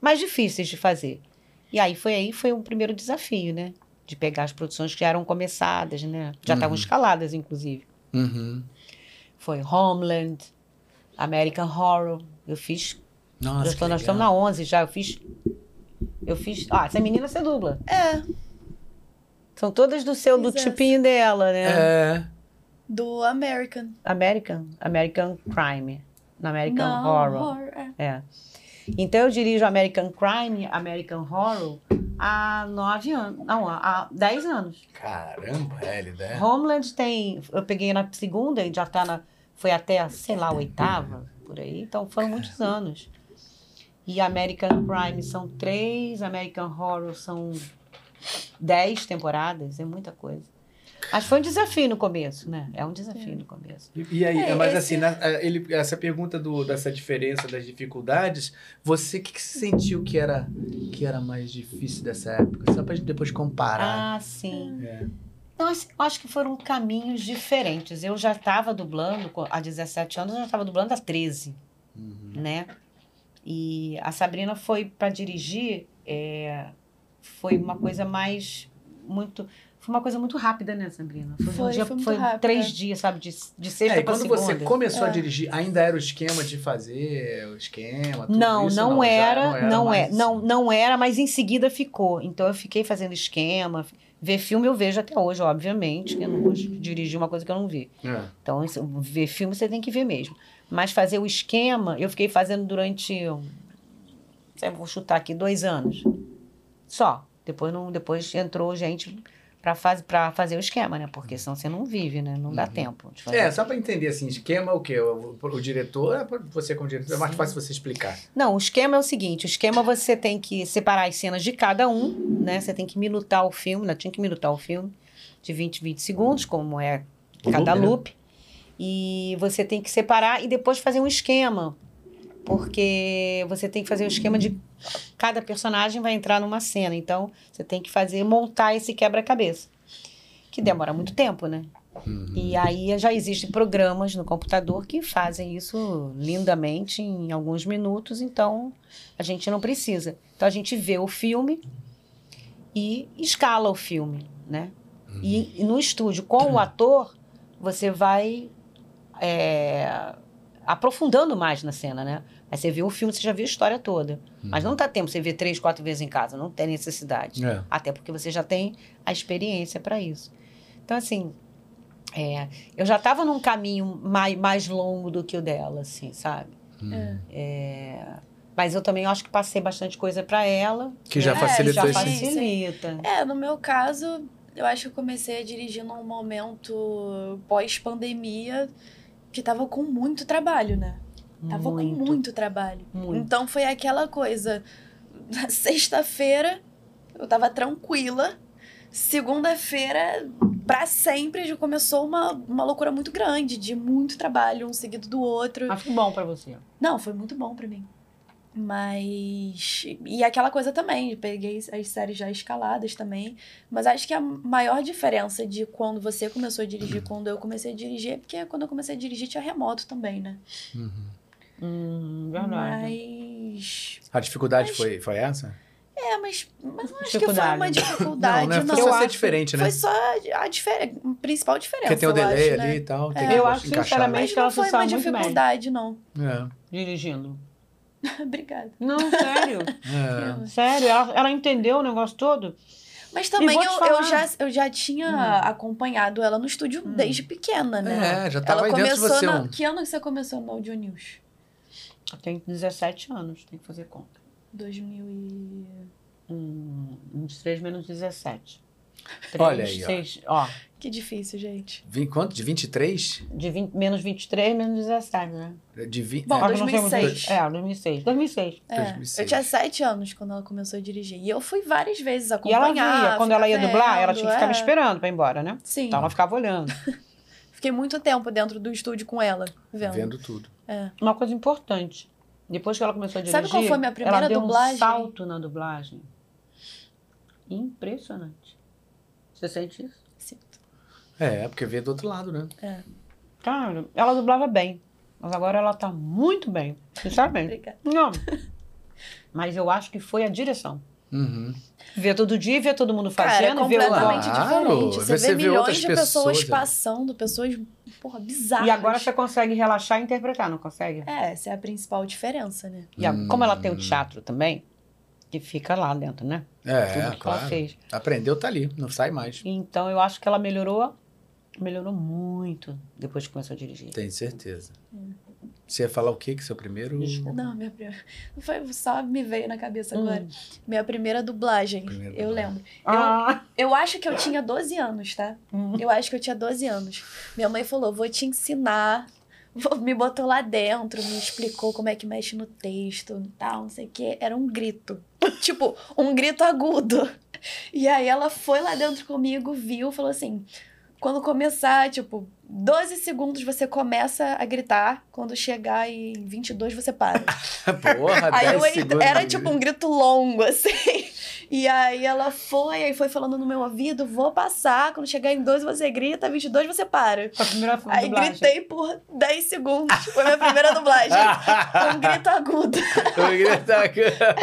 Speaker 2: mais difíceis de fazer. E aí foi aí foi o primeiro desafio, né? de pegar as produções que já eram começadas, né? Já estavam
Speaker 1: Uhum.
Speaker 2: escaladas, inclusive.
Speaker 1: Uhum.
Speaker 2: Foi Homeland, American Horror. Eu fiz.
Speaker 1: Nossa,
Speaker 2: já
Speaker 1: que
Speaker 2: tô- nós
Speaker 1: legal.
Speaker 2: estamos na 11 já. Eu fiz. Eu fiz. Ah, essa menina você dubla.
Speaker 3: É,
Speaker 2: São todas do seu, do
Speaker 3: Fiz
Speaker 2: tipinho dela, né?
Speaker 1: É.
Speaker 3: do American.
Speaker 2: American. American Crime. Na American
Speaker 3: Não,
Speaker 2: Horror.
Speaker 3: é.
Speaker 2: É. Então eu dirijo American Crime, American Horror há nove anos. Não, há há dez anos.
Speaker 1: Caramba, Hélida. é.
Speaker 2: Homeland tem. Eu peguei na segunda e já tá na. Foi até, sei lá, a oitava, por aí. Então foram muitos anos. E American Crime são três, American Horror são dez temporadas, é muita coisa. Mas foi um desafio no começo, né? É um desafio no começo.
Speaker 1: E, e aí,
Speaker 3: É,
Speaker 1: mas
Speaker 3: esse-
Speaker 1: assim, na- a- ele, essa pergunta do- dessa diferença das dificuldades, você o que, que você sentiu que era que era mais difícil dessa época? Só pra gente depois comparar.
Speaker 2: Ah, sim.
Speaker 1: É.
Speaker 2: Não, assim, eu acho que foram caminhos diferentes. Eu já estava dublando, co- há 17 anos, eu já estava dublando há 13.
Speaker 1: Uhum.
Speaker 2: né? E a Sabrina foi para dirigir, é, foi uma coisa mais muito, foi uma coisa muito rápida, né, Sabrina? de um
Speaker 3: Foi, foi muito rápida.
Speaker 2: três dias, sabe, de, de sexta
Speaker 1: É, e
Speaker 2: para
Speaker 1: quando
Speaker 2: segunda.
Speaker 1: você começou a
Speaker 3: É.
Speaker 1: dirigir, ainda era o esquema de fazer o esquema, tudo
Speaker 2: não,
Speaker 1: isso?
Speaker 2: não,
Speaker 1: já
Speaker 2: era, não
Speaker 1: mais
Speaker 2: é,
Speaker 1: assim.
Speaker 2: não, não era, mas em seguida ficou. Então eu fiquei fazendo esquema, ver filme eu vejo até hoje, obviamente, que eu não vou dirigir uma coisa que eu não vi.
Speaker 1: É.
Speaker 2: Então, isso- ver filme você tem que ver mesmo. Mas fazer o esquema, eu fiquei fazendo durante, um, sei, lá, vou chutar aqui, dois anos. Só. Depois, não, depois entrou gente para faz, pra fazer o esquema, né? Porque senão você não vive, né? Não dá
Speaker 1: Uhum.
Speaker 2: tempo de fazer.
Speaker 1: É, só pra entender assim, esquema é o quê? O, o diretor, é pra- você como diretor, é mais fácil você explicar.
Speaker 2: Não, o esquema é o seguinte: o esquema você tem que separar as cenas de cada um, né? Você tem que minutar o filme, né? tinha que minutar o filme de 20, 20 segundos, como é
Speaker 1: O
Speaker 2: cada
Speaker 1: loop, né?
Speaker 2: loop. E você tem que separar e depois fazer um esquema. Porque você tem que fazer o esquema de cada personagem vai entrar numa cena. Então, você tem que fazer, montar esse quebra-cabeça. Que demora muito tempo, né?
Speaker 1: Uhum,
Speaker 2: E aí já existem programas no computador que fazem isso lindamente em alguns minutos, então a gente não precisa. Então a gente vê o filme e escala o filme, né? E, e no estúdio com o ator você vai é, aprofundando mais na cena, né? Aí você viu o filme, você já viu a história toda.
Speaker 1: uhum.
Speaker 2: Mas não dá tempo você ver três, quatro vezes em casa, não tem necessidade.
Speaker 1: É.
Speaker 2: Até porque você já tem a experiência para isso. Então, assim, é, eu já estava num caminho mais, mais longo do que o dela, assim, sabe?
Speaker 1: uhum,
Speaker 2: É, mas eu também acho que passei bastante coisa para ela.
Speaker 1: Que já
Speaker 3: É,
Speaker 1: facilitou
Speaker 2: já
Speaker 1: esse-
Speaker 3: facilita.
Speaker 2: facilita.
Speaker 3: É, no meu caso, eu acho que eu comecei a dirigir num momento pós-pandemia que tava com muito trabalho, né? Tava com muito trabalho.
Speaker 2: muito.
Speaker 3: Então foi aquela coisa. Na sexta-feira eu tava tranquila. Segunda-feira, pra sempre, já começou uma, uma loucura muito grande, de muito trabalho, um seguido do outro.
Speaker 2: Mas foi bom para você.
Speaker 3: Não, foi muito bom pra mim. Mas. E aquela coisa também, peguei as séries já escaladas também. Mas acho que a maior diferença de quando você começou a dirigir e quando eu comecei a dirigir é porque quando eu comecei a dirigir tinha remoto também, né?
Speaker 1: uhum.
Speaker 2: Hum,
Speaker 3: Mas.
Speaker 1: A dificuldade
Speaker 3: Mas-
Speaker 1: foi, foi essa?
Speaker 3: É, mas, mas não acho que foi
Speaker 2: Dificuldade.
Speaker 3: uma dificuldade,
Speaker 1: não, né?
Speaker 3: não.
Speaker 1: Foi
Speaker 2: Ah, Eu
Speaker 1: só ser
Speaker 2: acho-
Speaker 1: diferente, né?
Speaker 3: Foi só a, difer- a principal diferença.
Speaker 1: Porque tem o
Speaker 3: eu
Speaker 1: delay
Speaker 3: acho,
Speaker 1: ali
Speaker 3: Né?
Speaker 1: e tal.
Speaker 2: É.
Speaker 1: Tem que
Speaker 2: Eu acho,
Speaker 1: encaixar,
Speaker 2: sinceramente,
Speaker 3: Mas
Speaker 2: que ela
Speaker 3: não
Speaker 2: se
Speaker 3: foi
Speaker 2: saiu
Speaker 3: uma
Speaker 2: muito bem.
Speaker 3: dificuldade, não.
Speaker 1: né?
Speaker 2: Dirigindo.
Speaker 3: Obrigada.
Speaker 2: Não, sério.
Speaker 1: É, é.
Speaker 2: sério, ela, ela entendeu o negócio todo?
Speaker 3: Mas também
Speaker 7: vou te
Speaker 3: eu,
Speaker 7: falar.
Speaker 3: eu, já, eu já tinha
Speaker 2: Hum.
Speaker 3: acompanhado ela no estúdio desde pequena, né?
Speaker 1: É, já tava aí
Speaker 3: ela
Speaker 1: dentro de
Speaker 3: começou
Speaker 1: você.
Speaker 3: na...
Speaker 1: um-
Speaker 3: Que ano que você começou no Audio News?
Speaker 2: Eu tenho 17 anos, tem que fazer conta.
Speaker 3: 2000 e...
Speaker 2: Hum, 23 menos 17.
Speaker 1: Olha aí, ó.
Speaker 2: 6, ó.
Speaker 3: Que difícil, gente.
Speaker 1: Vim- quanto? De 23?
Speaker 2: De 20, menos 23, menos 17, né?
Speaker 1: De 20,
Speaker 3: Bom,
Speaker 1: é,
Speaker 2: Nós não temos
Speaker 3: 2006.
Speaker 2: dois- É, 2006. 2006.
Speaker 3: É,
Speaker 1: 2006.
Speaker 3: eu tinha sete anos quando ela começou a dirigir. E eu fui várias vezes
Speaker 2: E ela
Speaker 3: acompanhar.
Speaker 2: via, quando ela ia
Speaker 3: ficar
Speaker 2: dublar,
Speaker 3: vendo,
Speaker 2: ela tinha que ficar me
Speaker 3: é.
Speaker 2: esperando pra ir embora, né?
Speaker 3: Sim.
Speaker 2: Então ela ficava olhando.
Speaker 3: Fiquei muito tempo dentro do estúdio com ela, vendo.
Speaker 1: vendo tudo.
Speaker 2: Uma coisa importante. Depois que ela começou a dirigir,
Speaker 3: Sabe qual foi minha primeira
Speaker 2: ela deu
Speaker 3: dublagem?
Speaker 2: um salto na dublagem. Impressionante. Você sente isso?
Speaker 3: Sinto.
Speaker 1: É, porque vê do outro lado, né?
Speaker 2: Cara, ela dublava bem. Mas agora ela tá muito bem. Sinceramente.
Speaker 3: Obrigada.
Speaker 2: Não. Mas eu acho que foi a direção.
Speaker 1: Uhum.
Speaker 2: Ver todo dia, ver todo mundo
Speaker 3: Cara, é
Speaker 2: fazendo, ver o
Speaker 3: completamente
Speaker 1: Claro,
Speaker 3: diferente. Você,
Speaker 1: você
Speaker 3: vê,
Speaker 1: vê
Speaker 3: milhões
Speaker 1: outras
Speaker 3: de pessoas
Speaker 1: pessoas, né?
Speaker 3: passando, pessoas, porra, bizarras.
Speaker 2: E agora você consegue relaxar e interpretar, não consegue?
Speaker 3: É, essa é a principal diferença, né?
Speaker 2: E a- como ela tem o teatro também, que fica lá dentro, né?
Speaker 1: É,
Speaker 2: Tudo que ela
Speaker 1: claro.
Speaker 2: fez.
Speaker 1: Aprendeu, tá ali, não sai mais.
Speaker 2: Então eu acho que ela melhorou, melhorou muito depois que começou a dirigir.
Speaker 1: Tenho certeza. Você ia falar o que que seu primeiro...
Speaker 2: Desculpa.
Speaker 3: Não, minha primeira. Foi, só me veio na cabeça
Speaker 2: Hum.
Speaker 3: agora. Minha primeira dublagem,
Speaker 1: Primeira
Speaker 3: eu
Speaker 1: dublagem.
Speaker 3: lembro.
Speaker 2: Ah,
Speaker 3: Eu acho que eu tinha 12 anos, tá?
Speaker 2: Hum.
Speaker 3: Eu acho que eu tinha 12 anos. Minha mãe falou: vou te ensinar. Vou- Me botou lá dentro, me explicou como é que mexe no texto e tal, não sei o quê. Era um grito. tipo, um grito agudo. E aí ela foi lá dentro comigo, viu, falou assim: quando começar, tipo, 12 segundos você começa a gritar, quando chegar em 22 você para.
Speaker 1: Porra,
Speaker 3: Aí
Speaker 1: 10
Speaker 3: eu ent-
Speaker 1: segundos.
Speaker 3: era tipo um grito longo, assim. E aí ela foi, aí foi falando no meu ouvido, vou passar, quando chegar em 12 você grita, 22 você para.
Speaker 2: foi a primeira
Speaker 3: Aí
Speaker 2: dublagem.
Speaker 3: gritei por 10 segundos. Foi minha primeira dublagem. Com um grito agudo.
Speaker 1: Eu ia dar-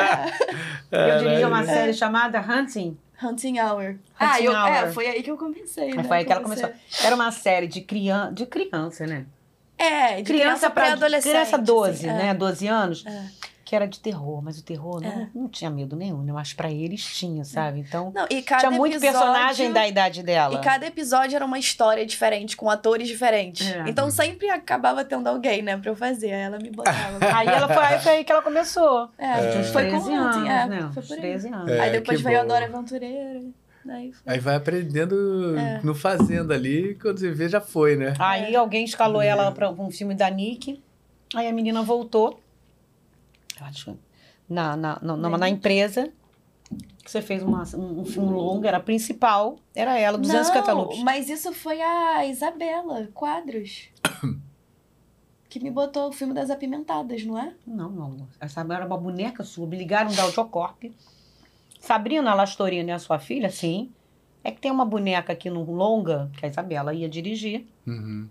Speaker 1: É,
Speaker 2: Eu dirigi um- uma
Speaker 1: Caralho.
Speaker 2: série chamada Hunting.
Speaker 3: Hunting Hour. ah,
Speaker 2: Hunting
Speaker 3: eu, É,
Speaker 2: Hour.
Speaker 3: foi aí que eu comecei.
Speaker 2: Aí
Speaker 3: né,
Speaker 2: foi aí que ela
Speaker 3: comecei-
Speaker 2: começou. Era uma série de criança, de criança, né?
Speaker 3: É, de criança, pra adolescente.
Speaker 2: Criança 12,
Speaker 3: assim, é.
Speaker 2: né? 12 anos.
Speaker 3: É.
Speaker 2: Que era de terror, mas o terror não,
Speaker 3: É.
Speaker 2: não tinha medo nenhum, né? Mas pra eles tinha, sabe? Então,
Speaker 3: Não, e cada
Speaker 2: tinha muito
Speaker 3: episódio-
Speaker 2: personagem da idade dela.
Speaker 3: E cada episódio era uma história diferente, com atores diferentes.
Speaker 2: É.
Speaker 3: Então sempre acabava tendo alguém, né, pra eu fazer. Aí ela me botava.
Speaker 2: Aí ela foi, aí foi aí que ela começou.
Speaker 3: É,
Speaker 2: Tinha uns
Speaker 3: foi com
Speaker 2: 13
Speaker 3: ontem,
Speaker 2: anos,
Speaker 3: é,
Speaker 2: né?
Speaker 3: foi
Speaker 2: Uns
Speaker 3: por aí.
Speaker 2: 13 anos.
Speaker 1: É,
Speaker 3: Aí depois
Speaker 1: que
Speaker 3: veio
Speaker 1: bom.
Speaker 3: a Dora Aventureira. Daí foi.
Speaker 1: Aí vai aprendendo
Speaker 2: É.
Speaker 1: no fazendo ali, quando você vê, já foi, né?
Speaker 2: Aí
Speaker 3: É.
Speaker 2: alguém escalou ela pra um filme da Nick. Aí a menina voltou. eu acho, Na, na, na, na, na empresa. Que você fez uma- um, um filme longo, era a principal. Era ela, 250
Speaker 3: Não,
Speaker 2: loops.
Speaker 3: Mas isso foi a Isabela Quadros. que me botou o filme das apimentadas, não é?
Speaker 2: Não, meu amor. Essa era uma boneca sua. Me ligaram da Audiocorp. Sabrina Lastorina é a sua filha? Sim. É que tem uma boneca aqui no Longa, que a Isabela ia dirigir,
Speaker 1: Uhum.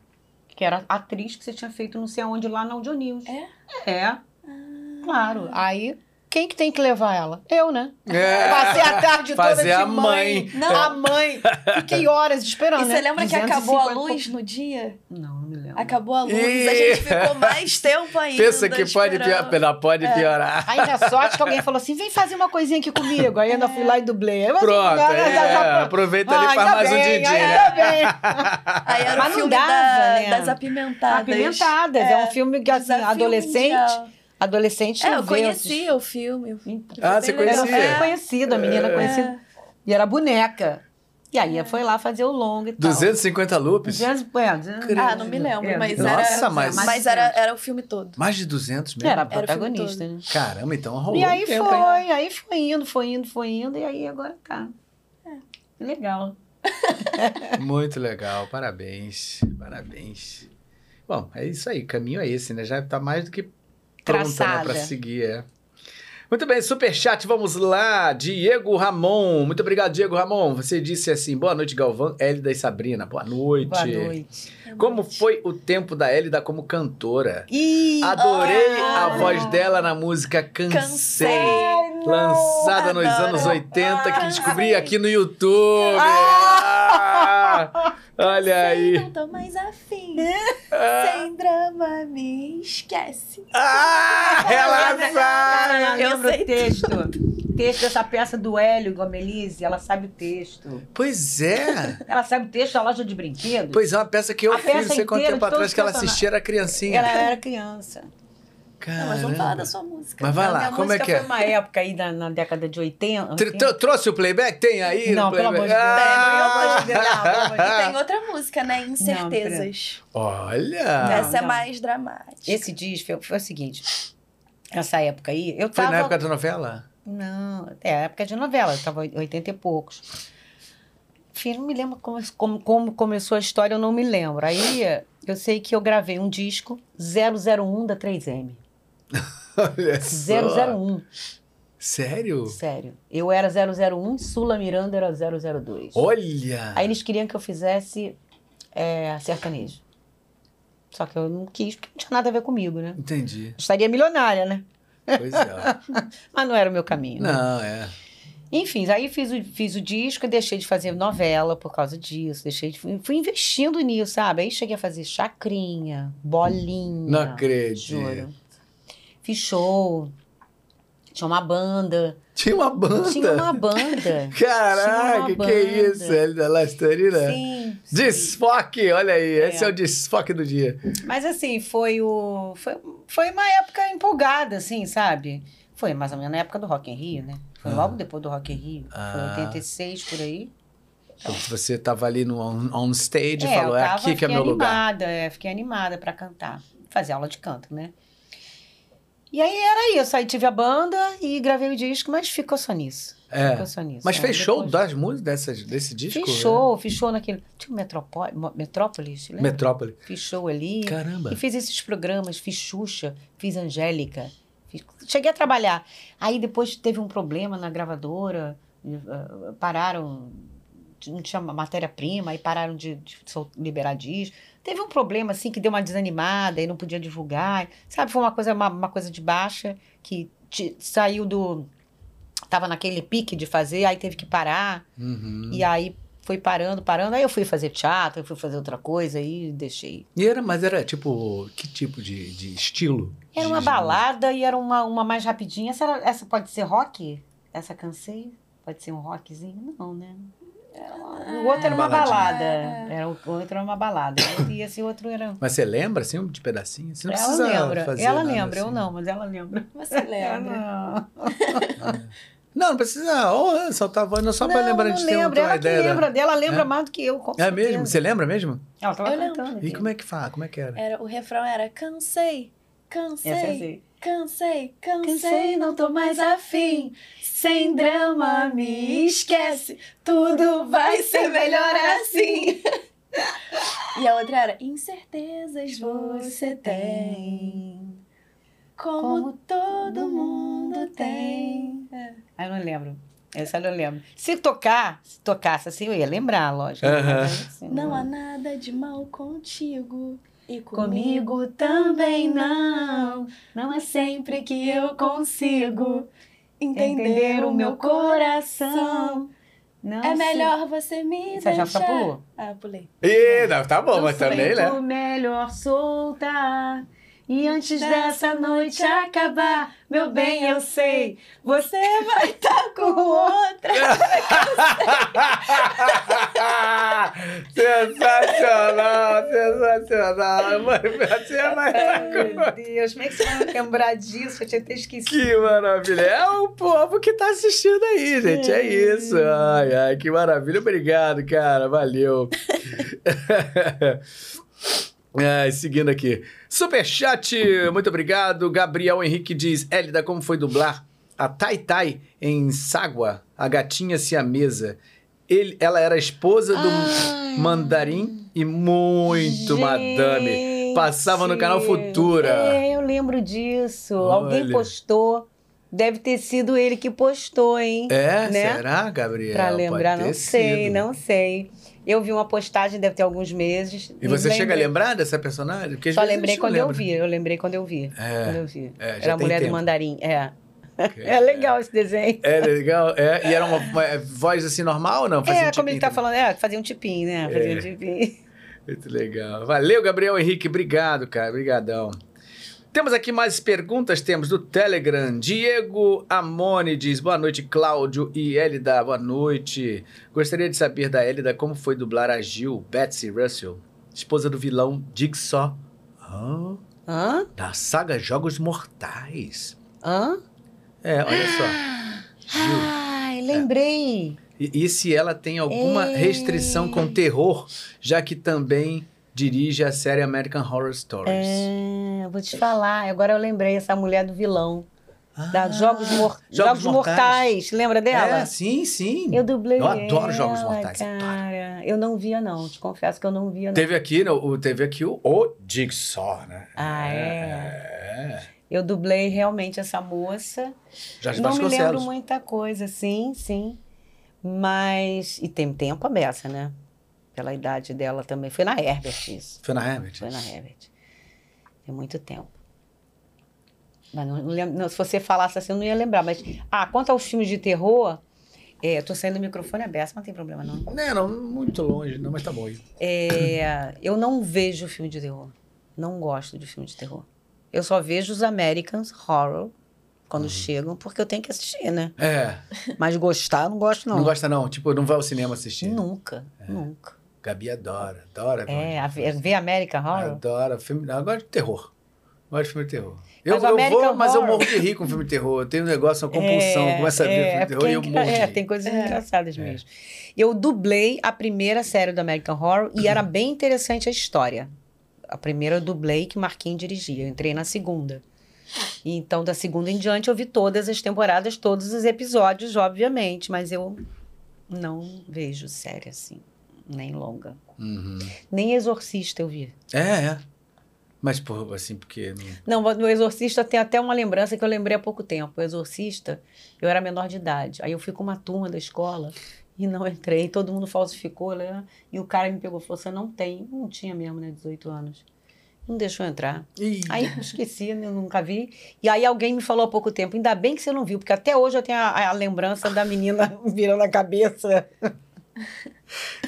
Speaker 2: que era a atriz que você tinha feito não sei aonde lá na Audio News.
Speaker 3: É?
Speaker 2: É. Claro. Aí, quem que tem que levar ela? Eu, né?
Speaker 1: É.
Speaker 2: Passei a tarde toda
Speaker 1: Fazer
Speaker 2: de
Speaker 1: a
Speaker 2: mãe.
Speaker 1: mãe.
Speaker 2: Não, a mãe. Fiquei horas esperando,
Speaker 3: e
Speaker 2: né?
Speaker 3: você lembra que acabou
Speaker 2: 250
Speaker 3: a
Speaker 2: e
Speaker 3: luz no dia?
Speaker 2: pouco- Não, não me lembro.
Speaker 3: Acabou a luz.
Speaker 1: Ih!
Speaker 3: A gente ficou mais tempo ainda.
Speaker 1: Pensa que pode
Speaker 3: esperando.
Speaker 1: piorar. Pode
Speaker 2: É.
Speaker 1: piorar.
Speaker 2: Ainda sorte que alguém falou assim, vem fazer uma coisinha aqui comigo. Aí eu ainda fui lá e dublei. Eu,
Speaker 1: Pronto,
Speaker 2: já-
Speaker 1: é,
Speaker 2: já- já-
Speaker 1: aproveita
Speaker 2: Ah,
Speaker 1: ali e faz
Speaker 2: ainda
Speaker 1: mais um
Speaker 2: bem, é.
Speaker 1: Didi, né?
Speaker 2: ainda bem.
Speaker 3: Aí
Speaker 2: Mas
Speaker 3: era o
Speaker 2: não
Speaker 3: filme
Speaker 2: dava,
Speaker 3: da-
Speaker 2: né?
Speaker 3: das apimentadas.
Speaker 2: Apimentadas. É, um filme que, assim,
Speaker 3: Ah, Desafio
Speaker 2: adolescente...
Speaker 3: Mundial.
Speaker 2: Adolescente
Speaker 3: É,
Speaker 2: não
Speaker 3: eu
Speaker 2: vê
Speaker 3: conhecia o filme.
Speaker 2: esses-
Speaker 1: Ah, você
Speaker 2: Era
Speaker 1: conhecia?
Speaker 2: conhecida,
Speaker 1: É.
Speaker 2: a menina conhecida.
Speaker 3: É.
Speaker 2: E era boneca. E aí foi lá fazer o longo e tal.
Speaker 1: 250 loops?
Speaker 2: 200, é, 200
Speaker 3: Ah, não me
Speaker 1: né?
Speaker 2: É,
Speaker 3: lembro, mas
Speaker 1: Nossa,
Speaker 3: era.
Speaker 1: mas-
Speaker 3: mas era, era o filme todo.
Speaker 1: Mais de 200 mesmo?
Speaker 2: Era a
Speaker 3: filme
Speaker 2: protagonista, né?
Speaker 1: Caramba, então rolou
Speaker 2: E aí
Speaker 1: um tempo,
Speaker 2: foi,
Speaker 1: hein?
Speaker 2: aí foi indo, foi indo, foi indo, e aí agora tá.
Speaker 3: É.
Speaker 2: Que Legal.
Speaker 1: Muito legal, parabéns, parabéns. Bom, é isso aí, caminho é esse, né? Já tá mais do que pronta né,
Speaker 2: Traçada.
Speaker 1: pra seguir, é. Muito bem, superchat, vamos lá. Diego Ramon, muito obrigado, Diego Ramon. Você disse assim, boa noite, Galvão, Hélida e Sabrina, boa noite.
Speaker 2: Boa noite.
Speaker 1: Como foi o tempo da Hélida como cantora?
Speaker 2: E
Speaker 1: Adorei
Speaker 3: Ah.
Speaker 1: a voz dela na música Cansei,
Speaker 3: Cansei.
Speaker 1: lançada nos
Speaker 3: Adoro.
Speaker 1: anos 80, que
Speaker 3: Cansei.
Speaker 1: descobri aqui no YouTube. Ah, Olha É. aí.
Speaker 2: É.
Speaker 3: Não tô mais afim. Sem drama me esquece.
Speaker 7: Ah, ela
Speaker 2: Ela
Speaker 7: sabe!
Speaker 3: Eu
Speaker 2: né? lembra
Speaker 3: sei
Speaker 2: o texto. texto dessa peça do Hélio Gomelise, ela sabe o texto.
Speaker 1: Pois é.
Speaker 2: Ela sabe o texto da loja de brinquedos.
Speaker 1: Pois é, uma peça que eu
Speaker 2: A
Speaker 1: fiz,
Speaker 2: peça
Speaker 1: sei quanto
Speaker 2: inteira,
Speaker 1: tempo
Speaker 2: de todos
Speaker 1: atrás,
Speaker 2: os
Speaker 1: que ela
Speaker 2: personagens.
Speaker 1: assistia, era criancinha.
Speaker 2: Ela é- era criança.
Speaker 3: Não, mas vamos falar da
Speaker 1: Caramba.
Speaker 3: sua música.
Speaker 1: Mas vai
Speaker 2: A
Speaker 1: lá,
Speaker 2: minha
Speaker 1: como é
Speaker 2: música
Speaker 1: que é?
Speaker 2: Foi uma época aí na, na década de 80.
Speaker 1: Tr- tr- Trouxe o playback? Tem aí?
Speaker 2: Não,
Speaker 1: o
Speaker 2: pelo amor de
Speaker 1: playback?
Speaker 2: Deus.
Speaker 1: Ah!
Speaker 2: Não, pelo amor de Deus.
Speaker 3: E tem outra música, né? Incertezas.
Speaker 1: Olha!
Speaker 2: pera-
Speaker 3: Essa é
Speaker 2: Ah. não.
Speaker 3: mais dramática.
Speaker 2: Esse dias foi, foi o seguinte. Essa época aí, eu
Speaker 1: Foi
Speaker 2: tava.
Speaker 1: na época da novela?
Speaker 2: Não, é época de novela, eu tava em 80 e poucos. Enfim, não me lembro como, como, como começou a história, eu não me lembro. Aí eu sei que eu gravei um disco 001 da 3M.
Speaker 1: Olha só.
Speaker 2: 001,
Speaker 1: Sério?
Speaker 2: sério. Eu era 001, Sula Miranda era 002.
Speaker 1: Olha!
Speaker 2: Aí eles queriam que eu fizesse é, sertanejo. Só que eu não quis, porque não tinha nada a ver comigo, né?
Speaker 1: Entendi.
Speaker 2: Eu estaria milionária, né?
Speaker 1: Pois é.
Speaker 2: Mas não era o meu caminho. né?
Speaker 1: Não, é.
Speaker 2: Enfim, aí fiz o, fiz o disco, eu deixei de fazer novela por causa disso, deixei de, fui fui investindo nisso, sabe? Aí cheguei a fazer chacrinha, bolinha.
Speaker 1: Não acredito.
Speaker 2: Juro. Fiz show. Tinha uma banda.
Speaker 1: Tinha uma banda.
Speaker 2: Tinha uma banda.
Speaker 1: Caraca,
Speaker 2: Tinha uma
Speaker 1: que é
Speaker 2: banda.
Speaker 1: isso, Hélio da Lastarina?
Speaker 2: Sim. sim.
Speaker 1: Desfoque, olha aí,
Speaker 2: É.
Speaker 1: esse é o desfoque do dia.
Speaker 2: Mas assim, foi o. Foi, foi uma época empolgada, assim, sabe? Foi mais ou menos na época do Rock in Rio, né? Foi
Speaker 1: Ah.
Speaker 2: logo depois do Rock in Rio.
Speaker 1: Ah.
Speaker 2: Foi 86 por aí.
Speaker 1: Então, Você tava ali no on, on stage e
Speaker 2: eu
Speaker 1: falou, é
Speaker 2: tava-
Speaker 1: aqui que é
Speaker 2: fiquei
Speaker 1: meu lugar.
Speaker 2: animada, é, fiquei animada pra cantar, fazer aula de canto, né? E aí era isso, aí tive a banda e gravei o disco, mas ficou só nisso.
Speaker 1: É.
Speaker 2: Ficou só nisso.
Speaker 1: Mas
Speaker 2: é,
Speaker 1: fez show
Speaker 2: depois-
Speaker 1: das músicas dessas, desse disco?
Speaker 2: Fiz show, fiz show naquele. Tipo Metropó... Mo- Metrópolis,
Speaker 1: né?
Speaker 2: lembra?
Speaker 1: Metrópole.
Speaker 2: Fiz show ali.
Speaker 1: Caramba.
Speaker 2: E fiz esses programas, fiz Xuxa, fiz Angélica. fiz- Cheguei a trabalhar. Aí depois teve um problema na gravadora, e, ah, pararam, não tinha matéria-prima, aí pararam de, de sol- liberar disco. Teve um problema, assim, que deu uma desanimada e não podia divulgar. Sabe, foi uma coisa, uma, uma coisa de baixa que te- saiu do... Tava naquele pique de fazer, aí teve que parar.
Speaker 1: Uhum.
Speaker 2: E aí foi parando, parando. Aí eu fui fazer teatro, eu fui fazer outra coisa e deixei.
Speaker 1: E era, mas era tipo, que tipo de, de estilo?
Speaker 2: Era
Speaker 1: de-
Speaker 2: uma
Speaker 1: de-
Speaker 2: balada e era uma, uma mais rapidinha. Essa, era- essa pode ser rock? Essa cansei? Pode ser um rockzinho? Não, né? Era
Speaker 3: É. Ah,
Speaker 2: uma- O outro era uma
Speaker 1: Baladinha. É,
Speaker 2: balada. Era, o outro era uma balada. E esse outro era.
Speaker 1: Mas você lembra, assim, de pedacinho? Você não
Speaker 2: ela
Speaker 1: precisa
Speaker 2: lembra.
Speaker 1: fazer
Speaker 2: Ela
Speaker 1: nada
Speaker 2: lembra, eu
Speaker 1: assim. É, né?
Speaker 2: não, mas ela lembra.
Speaker 3: Você lembra?
Speaker 2: Ela não.
Speaker 1: Ah. Não, não precisa ó, soltar a voz, não só pra
Speaker 2: Não,
Speaker 1: lembrar
Speaker 2: não
Speaker 1: de ter uma
Speaker 2: lembra. Ela que
Speaker 1: ideia. da-
Speaker 2: lembra dela, lembra
Speaker 1: É.
Speaker 2: mais do que eu. Com
Speaker 1: É mesmo?
Speaker 2: certeza.
Speaker 1: Você lembra mesmo?
Speaker 2: Ela tava
Speaker 3: Eu lembro.
Speaker 2: cantando.
Speaker 1: E como é que fala? Como é que era?
Speaker 3: Era, o refrão era
Speaker 2: Essa
Speaker 3: cansei, cansei,
Speaker 2: é
Speaker 3: cansei, cansei, não tô mais afim. Sem drama, me esquece, tudo vai ser melhor assim. E a outra era incertezas você tem, como todo mundo tem.
Speaker 2: Ah, eu não lembro. Essa eu não lembro. Se tocar, se tocasse assim, eu ia lembrar, lógico.
Speaker 1: Aham.
Speaker 2: Mas assim,
Speaker 3: Não há nada de mal contigo. E comigo,
Speaker 2: Comigo
Speaker 3: também não. Não é sempre que eu consigo entender, o meu coração.
Speaker 2: Não sei.
Speaker 3: É melhor você me
Speaker 2: Você já
Speaker 3: deixar.
Speaker 2: pulou?
Speaker 3: Ah, pulei.
Speaker 1: Ih, não, tá bom, mas
Speaker 2: É. Eu
Speaker 1: também, né?
Speaker 2: sinto melhor soltar. E antes dessa noite acabar, meu bem, eu sei, você vai
Speaker 3: tá
Speaker 2: estar com outra.
Speaker 1: sensacional, sensacional. Mano, Você é mais
Speaker 2: Meu Deus, como é que você vai lembrar disso? Eu tinha até esquecido.
Speaker 1: Que maravilha! É o povo que tá assistindo aí, gente. É isso. Ai, ai, que maravilha. Obrigado, cara. Valeu. Ai, seguindo aqui. Superchat, muito obrigado. Gabriel Henrique diz: Hélida, como foi dublar a Tai Tai em Ságua, a gatinha siamesa? Ele, ela era a esposa do mandarim e muito madame. Passava no canal Futura.
Speaker 2: É, eu lembro disso. Alguém
Speaker 1: Olha.
Speaker 2: postou. Deve ter sido ele que postou, hein?
Speaker 1: É?
Speaker 2: Né?
Speaker 1: Será, Gabriel?
Speaker 2: Pra lembrar,
Speaker 1: Pode
Speaker 2: não
Speaker 1: ter
Speaker 2: sei,
Speaker 1: sido.
Speaker 2: não sei. Eu vi uma postagem, deve ter alguns meses.
Speaker 1: E você
Speaker 2: lembrei-
Speaker 1: chega a lembrar dessa personagem? Porque às
Speaker 2: Só
Speaker 1: vezes a
Speaker 2: lembrei
Speaker 1: gente não
Speaker 2: quando eu
Speaker 1: lembra.
Speaker 2: vi, eu lembrei quando eu vi. Quando
Speaker 1: É,
Speaker 2: eu vi.
Speaker 1: é, já
Speaker 2: Era a
Speaker 1: tem
Speaker 2: mulher
Speaker 1: tempo.
Speaker 2: do mandarim, é.
Speaker 1: Ok.
Speaker 2: É legal esse desenho.
Speaker 1: É legal, é. E era uma, uma voz assim normal ou não? Fazia
Speaker 2: é,
Speaker 1: um
Speaker 2: como ele
Speaker 1: tipinho
Speaker 2: tá
Speaker 1: também?
Speaker 2: falando, é, fazia um tipinho, né? Fazia
Speaker 1: É.
Speaker 2: um tipinho.
Speaker 1: Muito legal. Valeu, Gabriel Henrique. Obrigado, cara. Obrigadão. Temos aqui mais perguntas, temos do Telegram. Diego Amone diz, boa noite, Cláudio e Elida, boa noite. Gostaria de saber da Elida como foi dublar a Gil Betsy Russell, esposa do vilão Jigsaw. Hã?
Speaker 2: Hã?
Speaker 1: da saga Jogos Mortais.
Speaker 2: Hã?
Speaker 1: É, olha só. Gil. É.
Speaker 2: Ai, lembrei.
Speaker 1: E, e se ela tem alguma
Speaker 2: Ei.
Speaker 1: restrição com terror, já que também dirige a série American Horror Stories.
Speaker 2: É, eu vou te falar. Agora eu lembrei essa mulher do vilão.
Speaker 1: Ah,
Speaker 2: da Jogos, Mor-
Speaker 1: Jogos
Speaker 2: Jogos Mortais.
Speaker 1: Mortais.
Speaker 2: Lembra dela?
Speaker 1: É, sim, sim.
Speaker 2: Eu dublei
Speaker 1: Eu adoro
Speaker 2: ela,
Speaker 1: Jogos Mortais,
Speaker 2: Cara. Eu não via, não. Te confesso que eu não via, não.
Speaker 1: Teve aqui, né, o, teve aqui o, o Jigsaw, né?
Speaker 2: Ah,
Speaker 1: é.
Speaker 2: Eu dublei realmente essa moça.
Speaker 1: Jorge
Speaker 2: não me lembro
Speaker 1: Vasconcelos.
Speaker 2: muita coisa, sim, sim. Mas. E tem tempo a beça, né? Pela idade dela também. Foi na Herbert isso.
Speaker 1: Foi na Herbert.
Speaker 2: Foi na Herbert. Tem muito tempo. Mas não, não lembro, não, se você falasse assim, eu não ia lembrar. Mas, ah, quanto aos filmes de terror, é, eu tô saindo do microfone aberto, mas não tem problema não.
Speaker 1: Não, não, muito longe, não, mas tá bom. aí.
Speaker 2: É, eu não vejo filme de terror. Não gosto de filme de terror. Eu só vejo os Americans Horror quando chegam, porque eu tenho que assistir, né?
Speaker 1: É,
Speaker 2: Mas gostar, eu não gosto não.
Speaker 1: não. gosta não, tipo, não vai ao cinema assistir.
Speaker 2: Nunca, nunca.
Speaker 1: Gabi adora, adora.
Speaker 2: É, a,
Speaker 1: gosta.
Speaker 2: ver ver American
Speaker 1: Ah,
Speaker 2: Horror?
Speaker 1: Adoro filme. Agora de terror. Gosto de filme de terror. Eu,
Speaker 2: Mas o
Speaker 1: eu
Speaker 2: American
Speaker 1: vou, mas eu
Speaker 2: Horror-
Speaker 1: morro de rir com filme de terror. Eu tenho um negócio, uma compulsão.
Speaker 2: É,
Speaker 1: começa a ver
Speaker 2: é,
Speaker 1: filme de terror e eu
Speaker 2: porque
Speaker 1: morro. de
Speaker 2: É,
Speaker 1: rir.
Speaker 2: tem coisas
Speaker 3: É.
Speaker 2: engraçadas
Speaker 1: É.
Speaker 2: mesmo. Eu dublei a primeira série do American Horror e era bem interessante a história. A primeira eu dublei que Marquinhos dirigia. Eu entrei na segunda. E então, da segunda em diante, eu vi todas as temporadas, todos os episódios, obviamente. Mas eu não vejo série assim, nem longa.
Speaker 1: Uhum.
Speaker 2: Nem Exorcista eu vi.
Speaker 1: É, é. Mas, pô, assim, porque. não-
Speaker 2: Não, no Exorcista tem até uma lembrança que eu lembrei há pouco tempo. O Exorcista, eu era menor de idade. Aí eu fui com uma turma da escola e não entrei. Todo mundo falsificou, né? E o cara me pegou e falou: Você não tem. Não tinha mesmo, né? 18 anos. Não deixou eu entrar.
Speaker 1: Ih,
Speaker 2: Aí eu esqueci, eu nunca vi. E aí alguém me falou há pouco tempo: Ainda bem que você não viu, porque até hoje eu tenho a, a lembrança da menina virando a cabeça.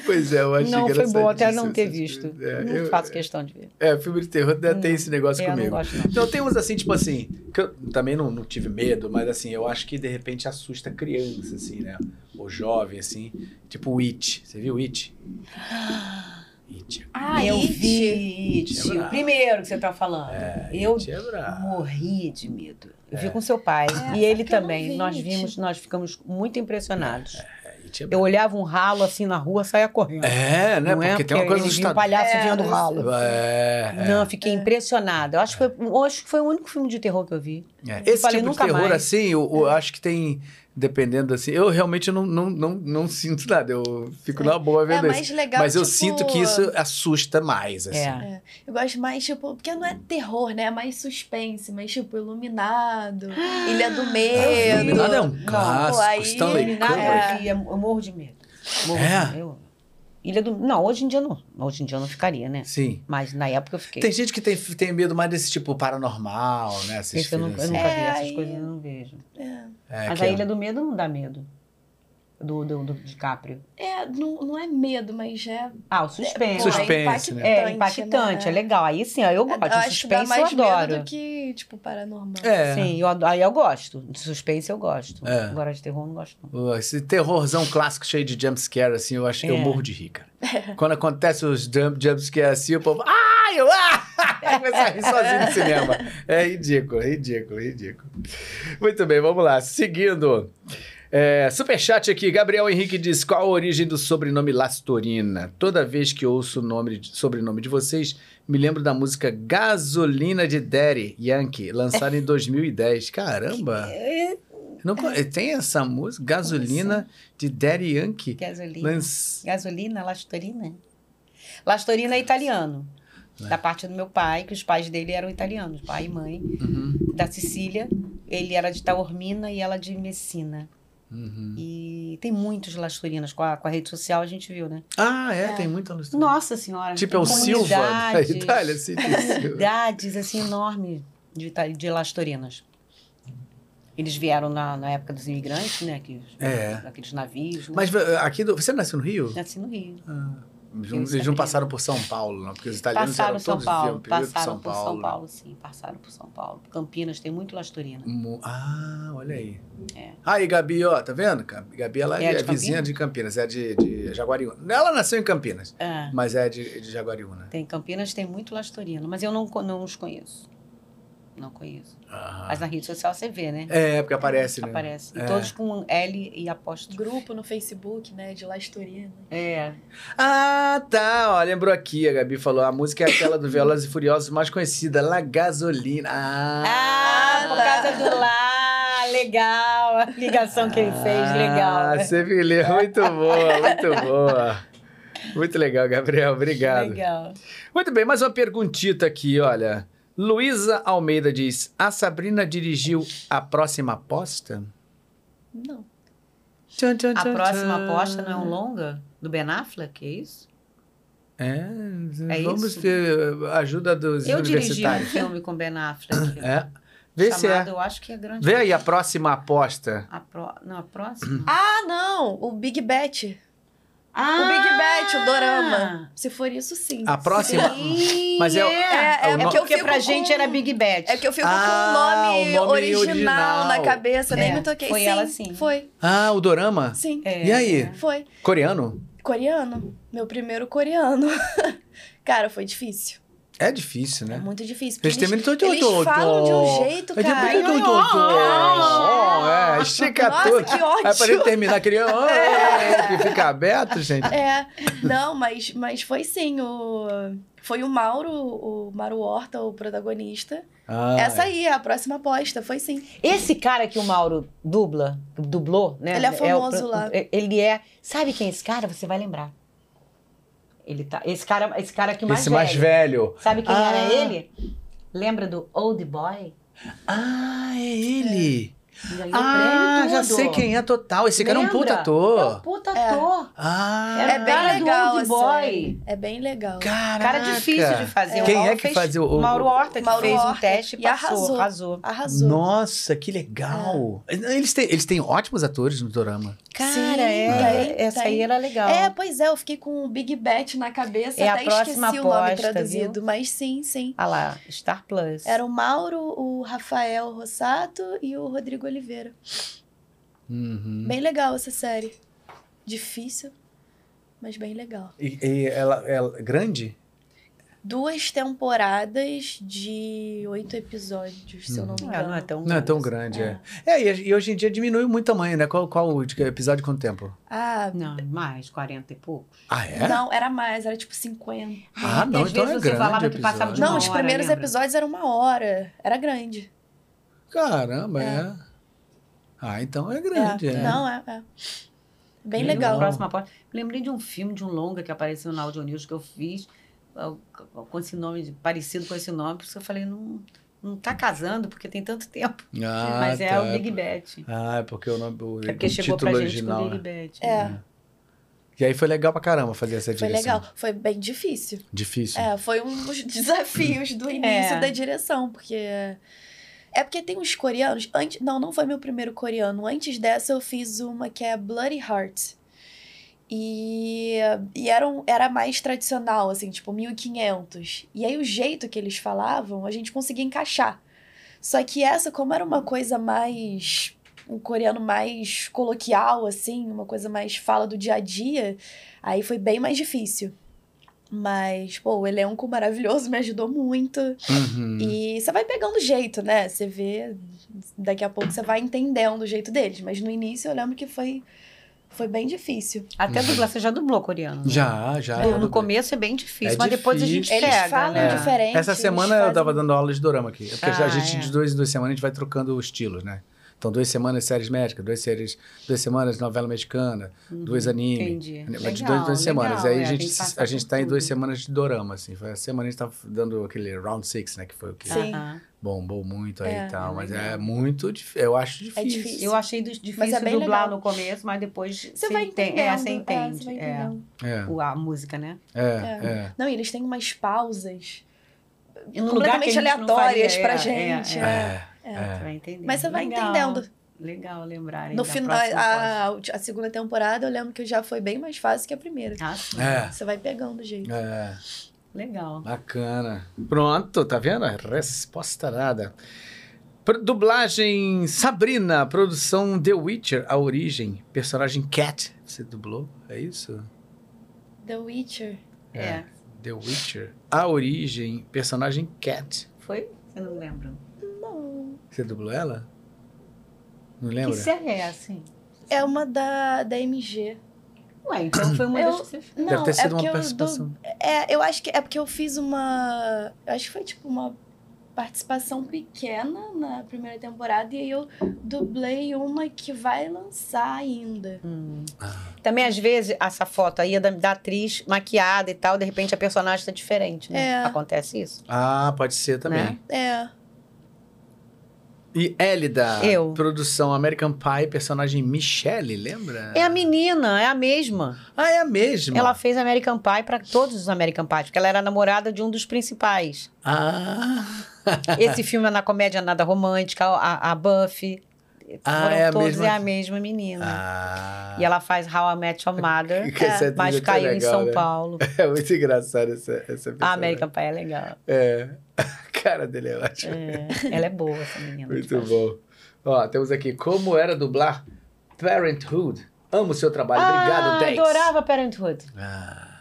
Speaker 1: Pois é, eu achei
Speaker 2: não foi bom até
Speaker 1: engraçadíssimo
Speaker 2: não ter
Speaker 1: essas
Speaker 2: visto.
Speaker 1: coisas. É,
Speaker 2: não
Speaker 1: eu-
Speaker 2: faço questão de ver. É,
Speaker 1: é, filme de terror ainda tem esse negócio
Speaker 2: eu não
Speaker 1: comigo.
Speaker 2: gosto, não.
Speaker 1: Então tem uns assim, tipo assim, que eu também não, não tive medo, mas assim, eu acho que de repente assusta criança, assim, né? Ou jovem, assim. Tipo o It. Você viu o It? It.
Speaker 3: Ah,
Speaker 2: eu
Speaker 3: It.
Speaker 2: vi It,
Speaker 1: Lembra?
Speaker 2: o primeiro que você tá falando. eu
Speaker 1: It é brabo.
Speaker 2: morri de medo. Eu vi
Speaker 1: É.
Speaker 2: com seu pai
Speaker 3: É,
Speaker 2: e ele
Speaker 3: é que eu
Speaker 2: também.
Speaker 3: não vi,
Speaker 2: nós
Speaker 3: It.
Speaker 2: vimos, nós ficamos muito impressionados.
Speaker 1: É, It é brabo.
Speaker 2: Eu olhava um ralo assim na rua, saía correndo.
Speaker 1: É, né?
Speaker 2: Não
Speaker 1: porque tem uma coisa
Speaker 2: ele viu um
Speaker 1: assustadora.
Speaker 2: palhaço
Speaker 3: É,
Speaker 2: vindo do ralo.
Speaker 1: É,
Speaker 2: Não, eu fiquei impressionada. Eu acho, que foi, eu acho que foi o único filme de terror que eu vi.
Speaker 1: é.
Speaker 2: eu
Speaker 1: Esse
Speaker 2: falei,
Speaker 1: tipo de
Speaker 2: nunca
Speaker 1: terror,
Speaker 2: mais. É.
Speaker 1: assim, eu, eu acho que tem, dependendo assim, eu realmente não, não, não, não sinto nada, eu fico na boa
Speaker 3: É
Speaker 1: vendo isso.
Speaker 3: mais legal,
Speaker 1: Mas eu
Speaker 3: tipo,
Speaker 1: sinto que isso assusta mais, assim.
Speaker 2: É.
Speaker 3: Eu gosto mais, tipo, porque não é terror, né? É mais suspense, mas tipo, Iluminado, Ilha
Speaker 2: tá
Speaker 3: do
Speaker 1: Ah,
Speaker 3: Medo.
Speaker 1: Iluminado é um
Speaker 2: Não,
Speaker 1: clássico,
Speaker 3: aí- É.
Speaker 1: Stanley
Speaker 2: Nada,
Speaker 1: Kubrick.
Speaker 2: eu, vi, eu morro de medo. Morro
Speaker 1: É?
Speaker 2: de medo. Eu- Ilha do- Não, hoje em dia não. Hoje em dia eu não ficaria, né?
Speaker 1: Sim.
Speaker 2: Mas na época eu fiquei.
Speaker 1: Tem gente que tem, tem medo mais desse tipo paranormal, né? Esses
Speaker 2: Esse eu, não, eu
Speaker 1: filmes assim.
Speaker 2: nunca vi,
Speaker 3: É,
Speaker 2: essas
Speaker 3: aí-
Speaker 2: coisas eu não vejo.
Speaker 1: É,
Speaker 2: Mas
Speaker 1: que
Speaker 2: a
Speaker 1: é-
Speaker 2: Ilha do Medo não dá medo. Do, do, do DiCaprio.
Speaker 3: É, não, não é medo, mas é.
Speaker 2: Ah, o suspense.
Speaker 3: pô,
Speaker 1: Suspense, né?
Speaker 2: É, impactante, é
Speaker 3: né?
Speaker 2: legal. Aí sim, aí eu gosto.
Speaker 3: Eu acho que dá
Speaker 2: suspense eu
Speaker 3: mais medo
Speaker 2: adoro.
Speaker 3: do que, tipo, paranormal.
Speaker 1: É.
Speaker 2: um- Sim, eu ado- aí eu gosto. De suspense eu gosto.
Speaker 1: É.
Speaker 2: Agora de terror eu não gosto. não.
Speaker 1: Pô, Esse terrorzão clássico cheio de jumpscare, assim, eu acho que eu
Speaker 2: É.
Speaker 1: morro de rir, cara. Quando acontece os jump, jumpscare assim, o povo. Ai, eu. Ah! Começa a rir sozinho no cinema. É ridículo, ridículo, é ridículo. Muito bem, vamos lá. Seguindo. É, superchat aqui, Gabriel Henrique diz: Qual a origem do sobrenome Lastorina? Toda vez que ouço o nome, sobrenome de vocês, me lembro da música Gasolina de Daddy Yankee, lançada em 2010. Caramba!
Speaker 3: É.
Speaker 1: Não
Speaker 2: É.
Speaker 1: co- tem essa
Speaker 2: assim?
Speaker 1: música, Gasolina, de Daddy Yankee.
Speaker 2: Gasolina.
Speaker 1: Lance...
Speaker 2: Gasolina, lastorina. Lastorina é italiano.
Speaker 1: É.
Speaker 2: Da parte do meu pai, que os pais dele eram italianos, pai e mãe.
Speaker 1: Uhum,
Speaker 2: Da Sicília, ele era de Taormina e ela de Messina.
Speaker 1: uhum.
Speaker 2: E tem muitos lastorinas com a, com a rede social, a gente viu, né?
Speaker 1: Ah, é,
Speaker 3: É.
Speaker 1: tem muita luz.
Speaker 2: Nossa senhora.
Speaker 1: Tipo, é
Speaker 2: tem
Speaker 1: o Silva da
Speaker 2: comunidades,
Speaker 1: Itália, Cid Silva.
Speaker 2: Comunidades, assim, enormes de, ita- de lastorinas. Eles vieram na, na época dos imigrantes, né? Que,
Speaker 1: É.
Speaker 2: Aqueles navios. Né?
Speaker 1: Mas eh, aqui, do... você nasceu no Rio?
Speaker 2: Nasci no Rio.
Speaker 1: Ah, Eles não- Eles não passaram por São Paulo, não, porque os italianos
Speaker 2: Passaram
Speaker 1: eram
Speaker 2: São
Speaker 1: todos
Speaker 2: Paulo,
Speaker 1: filmes, período de
Speaker 2: passaram
Speaker 1: São
Speaker 2: por São
Speaker 1: Paulo. né?
Speaker 2: Paulo, sim, passaram por São Paulo. Campinas tem muito lasturina.
Speaker 1: Mu- Ah, olha aí.
Speaker 2: É.
Speaker 1: Aí, Gabi, ó, tá vendo? Gabi- Gabi, ela é,
Speaker 2: É de
Speaker 1: vizinha
Speaker 2: Campinas?
Speaker 1: de Campinas, é de, de Jaguariúna. Ela nasceu em Campinas,
Speaker 2: É,
Speaker 1: mas é de, de Jaguariúna.
Speaker 2: tem Campinas tem muito lasturina, mas eu não, co- não os conheço. Não conheço.
Speaker 1: Ah.
Speaker 2: Mas na rede social você vê, né?
Speaker 1: É, porque aparece, né?
Speaker 2: Aparece. E
Speaker 1: É.
Speaker 2: todos com L e apóstrofe.
Speaker 3: Grupo no Facebook, né? De Lasturina.
Speaker 2: É.
Speaker 1: Ah, tá. Ó, lembrou aqui, a Gabi falou. A música é aquela do Velozes e Furiosos mais conhecida, La Gasolina. Ah, tá.
Speaker 2: Ah, por causa do lá, legal. A ligação que ele Ah, fez, legal. né?
Speaker 1: Ah, sempre leu. Muito boa, muito boa. Muito legal, Gabriel. Obrigado.
Speaker 2: Legal.
Speaker 1: Muito bem, mais uma perguntita aqui, olha. Luísa Almeida diz: A Sabrina dirigiu a próxima aposta?
Speaker 3: Não.
Speaker 1: Tchan, tchan,
Speaker 2: A
Speaker 1: tchan,
Speaker 2: próxima
Speaker 1: tchan.
Speaker 2: aposta não é um longa? Do Ben Affleck, é isso?
Speaker 1: É,
Speaker 2: É
Speaker 1: vamos
Speaker 2: isso?
Speaker 1: ter ajuda dos
Speaker 2: Eu dirigi um
Speaker 1: universitários.
Speaker 2: filme com Ben Affleck.
Speaker 1: É. Vê se
Speaker 2: chamado,
Speaker 1: é.
Speaker 2: eu acho que é grande.
Speaker 1: Vê aí a próxima aposta.
Speaker 2: A pró- Não, a próxima.
Speaker 3: Ah, não! O Big Bet.
Speaker 2: Ah!
Speaker 3: O Big Bet, o Dorama. Se for isso, sim.
Speaker 1: A próxima.
Speaker 2: Sim,
Speaker 1: Mas é o-
Speaker 3: É,
Speaker 1: é o
Speaker 3: é
Speaker 1: no-
Speaker 3: porque eu
Speaker 2: porque
Speaker 3: fico
Speaker 2: pra
Speaker 3: com-
Speaker 2: gente era Big Bet.
Speaker 3: É que eu fico
Speaker 1: Ah,
Speaker 3: com o nome,
Speaker 1: o nome
Speaker 3: original,
Speaker 1: original.
Speaker 3: na cabeça, nem
Speaker 2: É,
Speaker 3: me toquei.
Speaker 2: foi
Speaker 3: sim,
Speaker 2: ela, sim.
Speaker 3: Foi,
Speaker 1: Ah, o Dorama?
Speaker 3: sim.
Speaker 2: É.
Speaker 1: E aí?
Speaker 3: Foi.
Speaker 1: Coreano?
Speaker 3: Coreano. Meu primeiro coreano. Cara, foi difícil.
Speaker 1: É difícil, né?
Speaker 3: Muito difícil. Porque
Speaker 1: Eles também
Speaker 3: eles,
Speaker 1: tô,
Speaker 3: eles falam de um jeito,
Speaker 1: É
Speaker 3: cara.
Speaker 1: tipo, tô, tô, tô.
Speaker 3: Ai,
Speaker 1: É, estica
Speaker 3: Nossa,
Speaker 1: tudo.
Speaker 3: que
Speaker 1: Aí pra ele
Speaker 3: ódio.
Speaker 1: terminar aquele. É. Que fica aberto, gente.
Speaker 3: É, não, mas, mas foi sim. O, foi o Mauro, o Mauro Horta, o protagonista.
Speaker 1: Ah,
Speaker 3: Essa aí é a próxima aposta, foi sim.
Speaker 2: Esse cara que o Mauro dubla, dublou, né?
Speaker 3: Ele é
Speaker 2: o-
Speaker 3: famoso lá.
Speaker 2: Ele é. Sabe quem é esse cara? Você vai lembrar. Ele tá. Esse cara, esse cara que o mais,
Speaker 1: Esse
Speaker 2: velho.
Speaker 1: mais velho.
Speaker 2: Sabe quem
Speaker 1: Ah.
Speaker 2: era ele? Lembra do Old Boy?
Speaker 1: Ah, é ele.
Speaker 3: É.
Speaker 2: Ganhou
Speaker 1: Ah,
Speaker 2: prêmio
Speaker 1: já
Speaker 2: tudo.
Speaker 1: sei quem é total. Esse cara é um
Speaker 2: Lembra?
Speaker 1: puta
Speaker 2: É um
Speaker 1: ator.
Speaker 2: puta
Speaker 3: É.
Speaker 2: ator.
Speaker 1: Ah,
Speaker 2: Era
Speaker 3: É
Speaker 2: o
Speaker 3: bem
Speaker 2: cara do
Speaker 3: legal,
Speaker 2: Old
Speaker 3: assim.
Speaker 2: Boy.
Speaker 3: É bem legal.
Speaker 1: caraca.
Speaker 2: Cara difícil de fazer. O
Speaker 1: Quem
Speaker 2: Mauro
Speaker 1: é que
Speaker 2: fez-
Speaker 1: fazia o-
Speaker 2: o Mauro Horta que
Speaker 3: Mauro
Speaker 2: fez
Speaker 3: Horta.
Speaker 2: um teste e
Speaker 3: E
Speaker 2: passou,
Speaker 3: arrasou.
Speaker 2: arrasou.
Speaker 3: Arrasou.
Speaker 1: Nossa, que legal.
Speaker 3: É.
Speaker 1: Eles têm, eles têm ótimos atores no Dorama.
Speaker 2: Cara,
Speaker 3: Sim, tá
Speaker 2: é,
Speaker 3: tem,
Speaker 2: essa
Speaker 3: tem.
Speaker 2: aí era legal.
Speaker 3: É, pois é, eu fiquei com o Big Bet na cabeça,
Speaker 2: É a
Speaker 3: até esqueci
Speaker 2: próxima
Speaker 3: o nome
Speaker 2: aposta,
Speaker 3: traduzido, mas sim, sim.
Speaker 2: Ah lá, Star Plus.
Speaker 3: Era o Mauro, o Rafael Rossato e o Rodrigo Oliveira.
Speaker 2: Hum.
Speaker 1: Uhum.
Speaker 3: Bem legal essa série. Difícil, mas bem legal.
Speaker 1: E, e ela, ela grande?
Speaker 3: Duas temporadas de oito episódios, se eu não me
Speaker 2: Ah,
Speaker 3: engano.
Speaker 2: não é tão
Speaker 1: Não é tão
Speaker 2: grande.
Speaker 1: grande, é. É, e, e hoje em dia diminuiu muito o tamanho, né? Qual, qual o de- episódio quanto tempo?
Speaker 3: Ah,
Speaker 2: Não, mais, 40 e poucos.
Speaker 1: Ah, é?
Speaker 3: não, era mais, era tipo 50.
Speaker 1: Ah, não,
Speaker 2: Às
Speaker 1: então
Speaker 2: vezes
Speaker 1: é
Speaker 2: você
Speaker 1: grande
Speaker 2: falava
Speaker 1: o
Speaker 2: que passava de
Speaker 1: episódio.
Speaker 2: uma
Speaker 3: não, os
Speaker 2: hora,
Speaker 3: primeiros
Speaker 2: lembra?
Speaker 3: episódios eram uma hora. Era grande.
Speaker 1: Caramba, é. Ah, então é grande, é.
Speaker 3: Não, é. é. Bem
Speaker 1: Bem
Speaker 3: legal.
Speaker 1: legal.
Speaker 2: Próxima aposta. Lembrei de um filme, de um longa que apareceu na Audio News que eu fiz, ah, com esse nome, de- parecido com esse nome, por isso que eu falei, não, não tá casando, porque tem tanto tempo.
Speaker 1: Ah,
Speaker 2: Mas é
Speaker 1: tá.
Speaker 2: o Big Bet.
Speaker 1: Ah, é porque o nome, o,
Speaker 2: É
Speaker 1: o
Speaker 2: porque chegou pra
Speaker 1: título
Speaker 2: gente
Speaker 1: original.
Speaker 2: com o
Speaker 1: né?
Speaker 2: Big Bet.
Speaker 3: É,
Speaker 1: E aí foi legal pra caramba fazer essa
Speaker 3: foi
Speaker 1: direção.
Speaker 3: legal. Foi bem difícil.
Speaker 1: Difícil.
Speaker 3: É, foi um dos desafios do início
Speaker 2: É.
Speaker 3: da direção, porque. É porque tem uns coreanos. Antes, não, não foi meu primeiro coreano. Antes dessa, eu fiz uma que é Bloody Heart. E, e era, um- era mais tradicional, assim, tipo 1500. E aí o jeito que eles falavam, a gente conseguia encaixar. Só que essa, como era uma coisa mais. um coreano mais coloquial, assim, uma coisa mais fala do dia a dia, aí foi bem mais difícil. Mas, pô, o elenco maravilhoso me ajudou muito.
Speaker 1: Uhum.
Speaker 3: E você vai pegando jeito, né? Você vê, daqui a pouco você vai entendendo o jeito deles. Mas no início eu lembro que foi, foi bem difícil.
Speaker 2: Até dublar, você já dublou coreano? né?
Speaker 1: Já, já.
Speaker 2: No
Speaker 1: eu dublei.
Speaker 2: começo é bem difícil,
Speaker 1: É
Speaker 2: mas depois a gente
Speaker 1: difícil.
Speaker 2: pega,
Speaker 3: Eles falam
Speaker 2: né?
Speaker 3: diferente.
Speaker 1: Essa
Speaker 3: eles
Speaker 1: semana eu
Speaker 3: fazem-
Speaker 1: tava dando aula de dorama aqui. É porque
Speaker 2: um Ah,
Speaker 1: a gente,
Speaker 2: é.
Speaker 1: de duas em duas semanas, a gente vai trocando os estilos, né? Então, duas semanas séries médicas, duas, séries, duas semanas novela mexicana,
Speaker 2: Uhum,
Speaker 1: duas anime.
Speaker 2: Entendi.
Speaker 1: Mas de
Speaker 2: Legal,
Speaker 1: duas, em duas semanas.
Speaker 2: legal,
Speaker 1: aí
Speaker 2: é,
Speaker 1: a
Speaker 2: tem
Speaker 1: gente,
Speaker 2: que passar
Speaker 1: a gente
Speaker 2: por
Speaker 1: tá em
Speaker 2: tudo.
Speaker 1: duas semanas de dorama, assim. Foi a semana a gente tá dando aquele round six, né? Que foi o que
Speaker 3: Sim.
Speaker 2: Aham.
Speaker 1: bombou muito aí
Speaker 3: É,
Speaker 1: e tal.
Speaker 2: é
Speaker 1: Mas
Speaker 2: legal.
Speaker 1: é muito difícil. Eu acho difícil.
Speaker 3: difícil.
Speaker 2: Eu achei dos- difícil
Speaker 3: Mas é bem
Speaker 2: dublar
Speaker 3: legal.
Speaker 2: no começo, mas depois
Speaker 3: Você vai
Speaker 2: enten-
Speaker 3: entendendo.
Speaker 2: é, você
Speaker 3: é,
Speaker 2: entende.
Speaker 3: você vai
Speaker 2: é.
Speaker 3: entendendo.
Speaker 1: É,
Speaker 2: O- a música, né?
Speaker 1: é, é.
Speaker 3: Não, e eles têm umas pausas
Speaker 2: Num lugar que a
Speaker 3: completamente
Speaker 2: gente não
Speaker 3: aleatórias
Speaker 2: faria,
Speaker 3: pra
Speaker 2: é,
Speaker 3: gente.
Speaker 2: é,
Speaker 1: É,
Speaker 3: é.
Speaker 1: é.
Speaker 2: Você vai entendendo.
Speaker 3: Mas você vai
Speaker 2: Legal.
Speaker 3: entendendo.
Speaker 2: Legal lembrarem.
Speaker 3: No
Speaker 2: da
Speaker 3: final,
Speaker 2: próxima
Speaker 3: a, a ulti- a segunda temporada, eu lembro que já foi bem mais fácil que a primeira.
Speaker 2: pós. Ah, sim.
Speaker 1: É.
Speaker 3: Você vai pegando o jeito.
Speaker 1: É.
Speaker 2: Legal.
Speaker 1: Bacana. Pronto, tá vendo? Resposta dada. Pro- Dublagem Sabrina, produção The Witcher, a origem, personagem Cat. Você dublou? É isso?
Speaker 3: The Witcher.
Speaker 2: É.
Speaker 1: The Witcher, a origem, personagem Cat.
Speaker 2: Foi? Você não lembra?
Speaker 3: Não.
Speaker 1: Você dublou ela? Não
Speaker 2: Que
Speaker 1: lembra?
Speaker 2: série é essa, hein?
Speaker 3: É uma da, da MG.
Speaker 2: Ué, então foi uma
Speaker 3: Eu-
Speaker 2: das que você fez.
Speaker 3: Não,
Speaker 1: Deve ter
Speaker 3: é
Speaker 1: sido
Speaker 3: porque
Speaker 1: uma
Speaker 3: eu dou-
Speaker 1: participação.
Speaker 3: É, eu acho que é porque eu fiz uma. Eu acho que foi tipo uma participação pequena na primeira temporada e aí eu dublei uma que vai lançar ainda.
Speaker 2: Também, às vezes, essa foto aí é da, da atriz maquiada e tal, de repente a personagem tá diferente, né?
Speaker 3: É.
Speaker 2: Acontece isso.
Speaker 1: Ah, pode ser também.
Speaker 2: Né?
Speaker 3: É.
Speaker 1: E Elida,
Speaker 2: Eu.
Speaker 1: produção American Pie, personagem Michelle, lembra?
Speaker 2: É a menina, é a mesma.
Speaker 1: Ah, é a mesma.
Speaker 2: Ela fez American Pie pra todos os American Pies, porque ela era namorada de um dos principais.
Speaker 1: Ah,
Speaker 2: Esse filme é na comédia nada romântica, a, a Buffy.
Speaker 1: Ah,
Speaker 2: foram
Speaker 1: é a
Speaker 2: todos
Speaker 1: mesma-
Speaker 2: é a mesma menina.
Speaker 1: ah.
Speaker 2: E ela faz How I Met Your Mother,
Speaker 1: Que essa atriz
Speaker 2: mas
Speaker 1: é tão
Speaker 2: caiu em
Speaker 1: legal,
Speaker 2: São
Speaker 1: né?
Speaker 2: Paulo.
Speaker 1: É muito engraçado essa, essa pessoa.
Speaker 2: A American Pie é legal.
Speaker 1: É. A cara dele é ótima.
Speaker 2: É, ela é boa, essa menina.
Speaker 1: Muito bom. Ó, temos aqui como era dublar Parenthood. Amo o seu trabalho. Obrigado,
Speaker 2: ah,
Speaker 1: Dex.
Speaker 2: adorava Parenthood.
Speaker 1: Ah,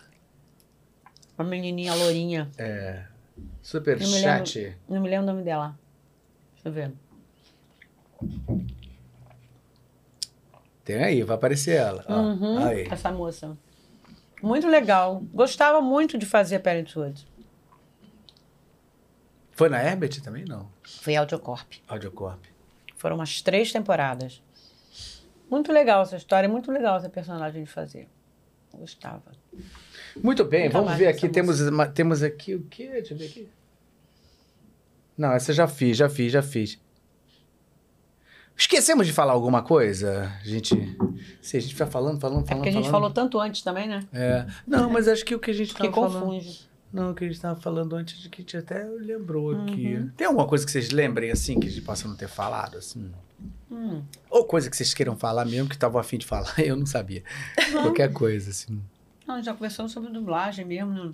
Speaker 2: Uma menininha lourinha.
Speaker 1: super
Speaker 2: Eu me
Speaker 1: chat.
Speaker 2: Não me lembro o nome dela. Deixa eu ver.
Speaker 1: Tem aí, vai aparecer ela. ó.
Speaker 2: Uhum,
Speaker 1: Ah, Aí.
Speaker 2: essa moça. Muito legal. Gostava muito de fazer Parenthood.
Speaker 1: Foi na Herbert também? Não.
Speaker 2: Foi Audiocorp.
Speaker 1: Audiocorp.
Speaker 2: Foram umas três temporadas. Muito legal essa história, muito legal essa personagem de fazer. Gostava.
Speaker 1: Muito bem,
Speaker 2: Nunca
Speaker 1: vamos
Speaker 2: mais
Speaker 1: ver
Speaker 2: essa
Speaker 1: aqui. Temos, ma- temos aqui o quê? Deixa eu ver aqui. Não, essa eu já fiz, já fiz, já fiz. Esquecemos de falar alguma coisa, gente. Se a gente ficar falando, falando, falando.
Speaker 2: É porque a gente falou
Speaker 1: falando.
Speaker 2: tanto antes também, né?
Speaker 1: É. Não, mas acho que o que a gente
Speaker 2: Que
Speaker 1: estava falando.
Speaker 2: confunde.
Speaker 1: Não, o que a gente estava falando antes de que a gente até lembrou
Speaker 2: Uhum.
Speaker 1: aqui. Tem alguma coisa que vocês lembrem, assim, que a gente possa não ter falado, assim?
Speaker 2: Hum.
Speaker 1: Ou coisa que vocês queiram falar mesmo, que estavam afim de falar, eu não sabia. Qualquer coisa, assim.
Speaker 2: Não, já conversamos sobre dublagem mesmo. né?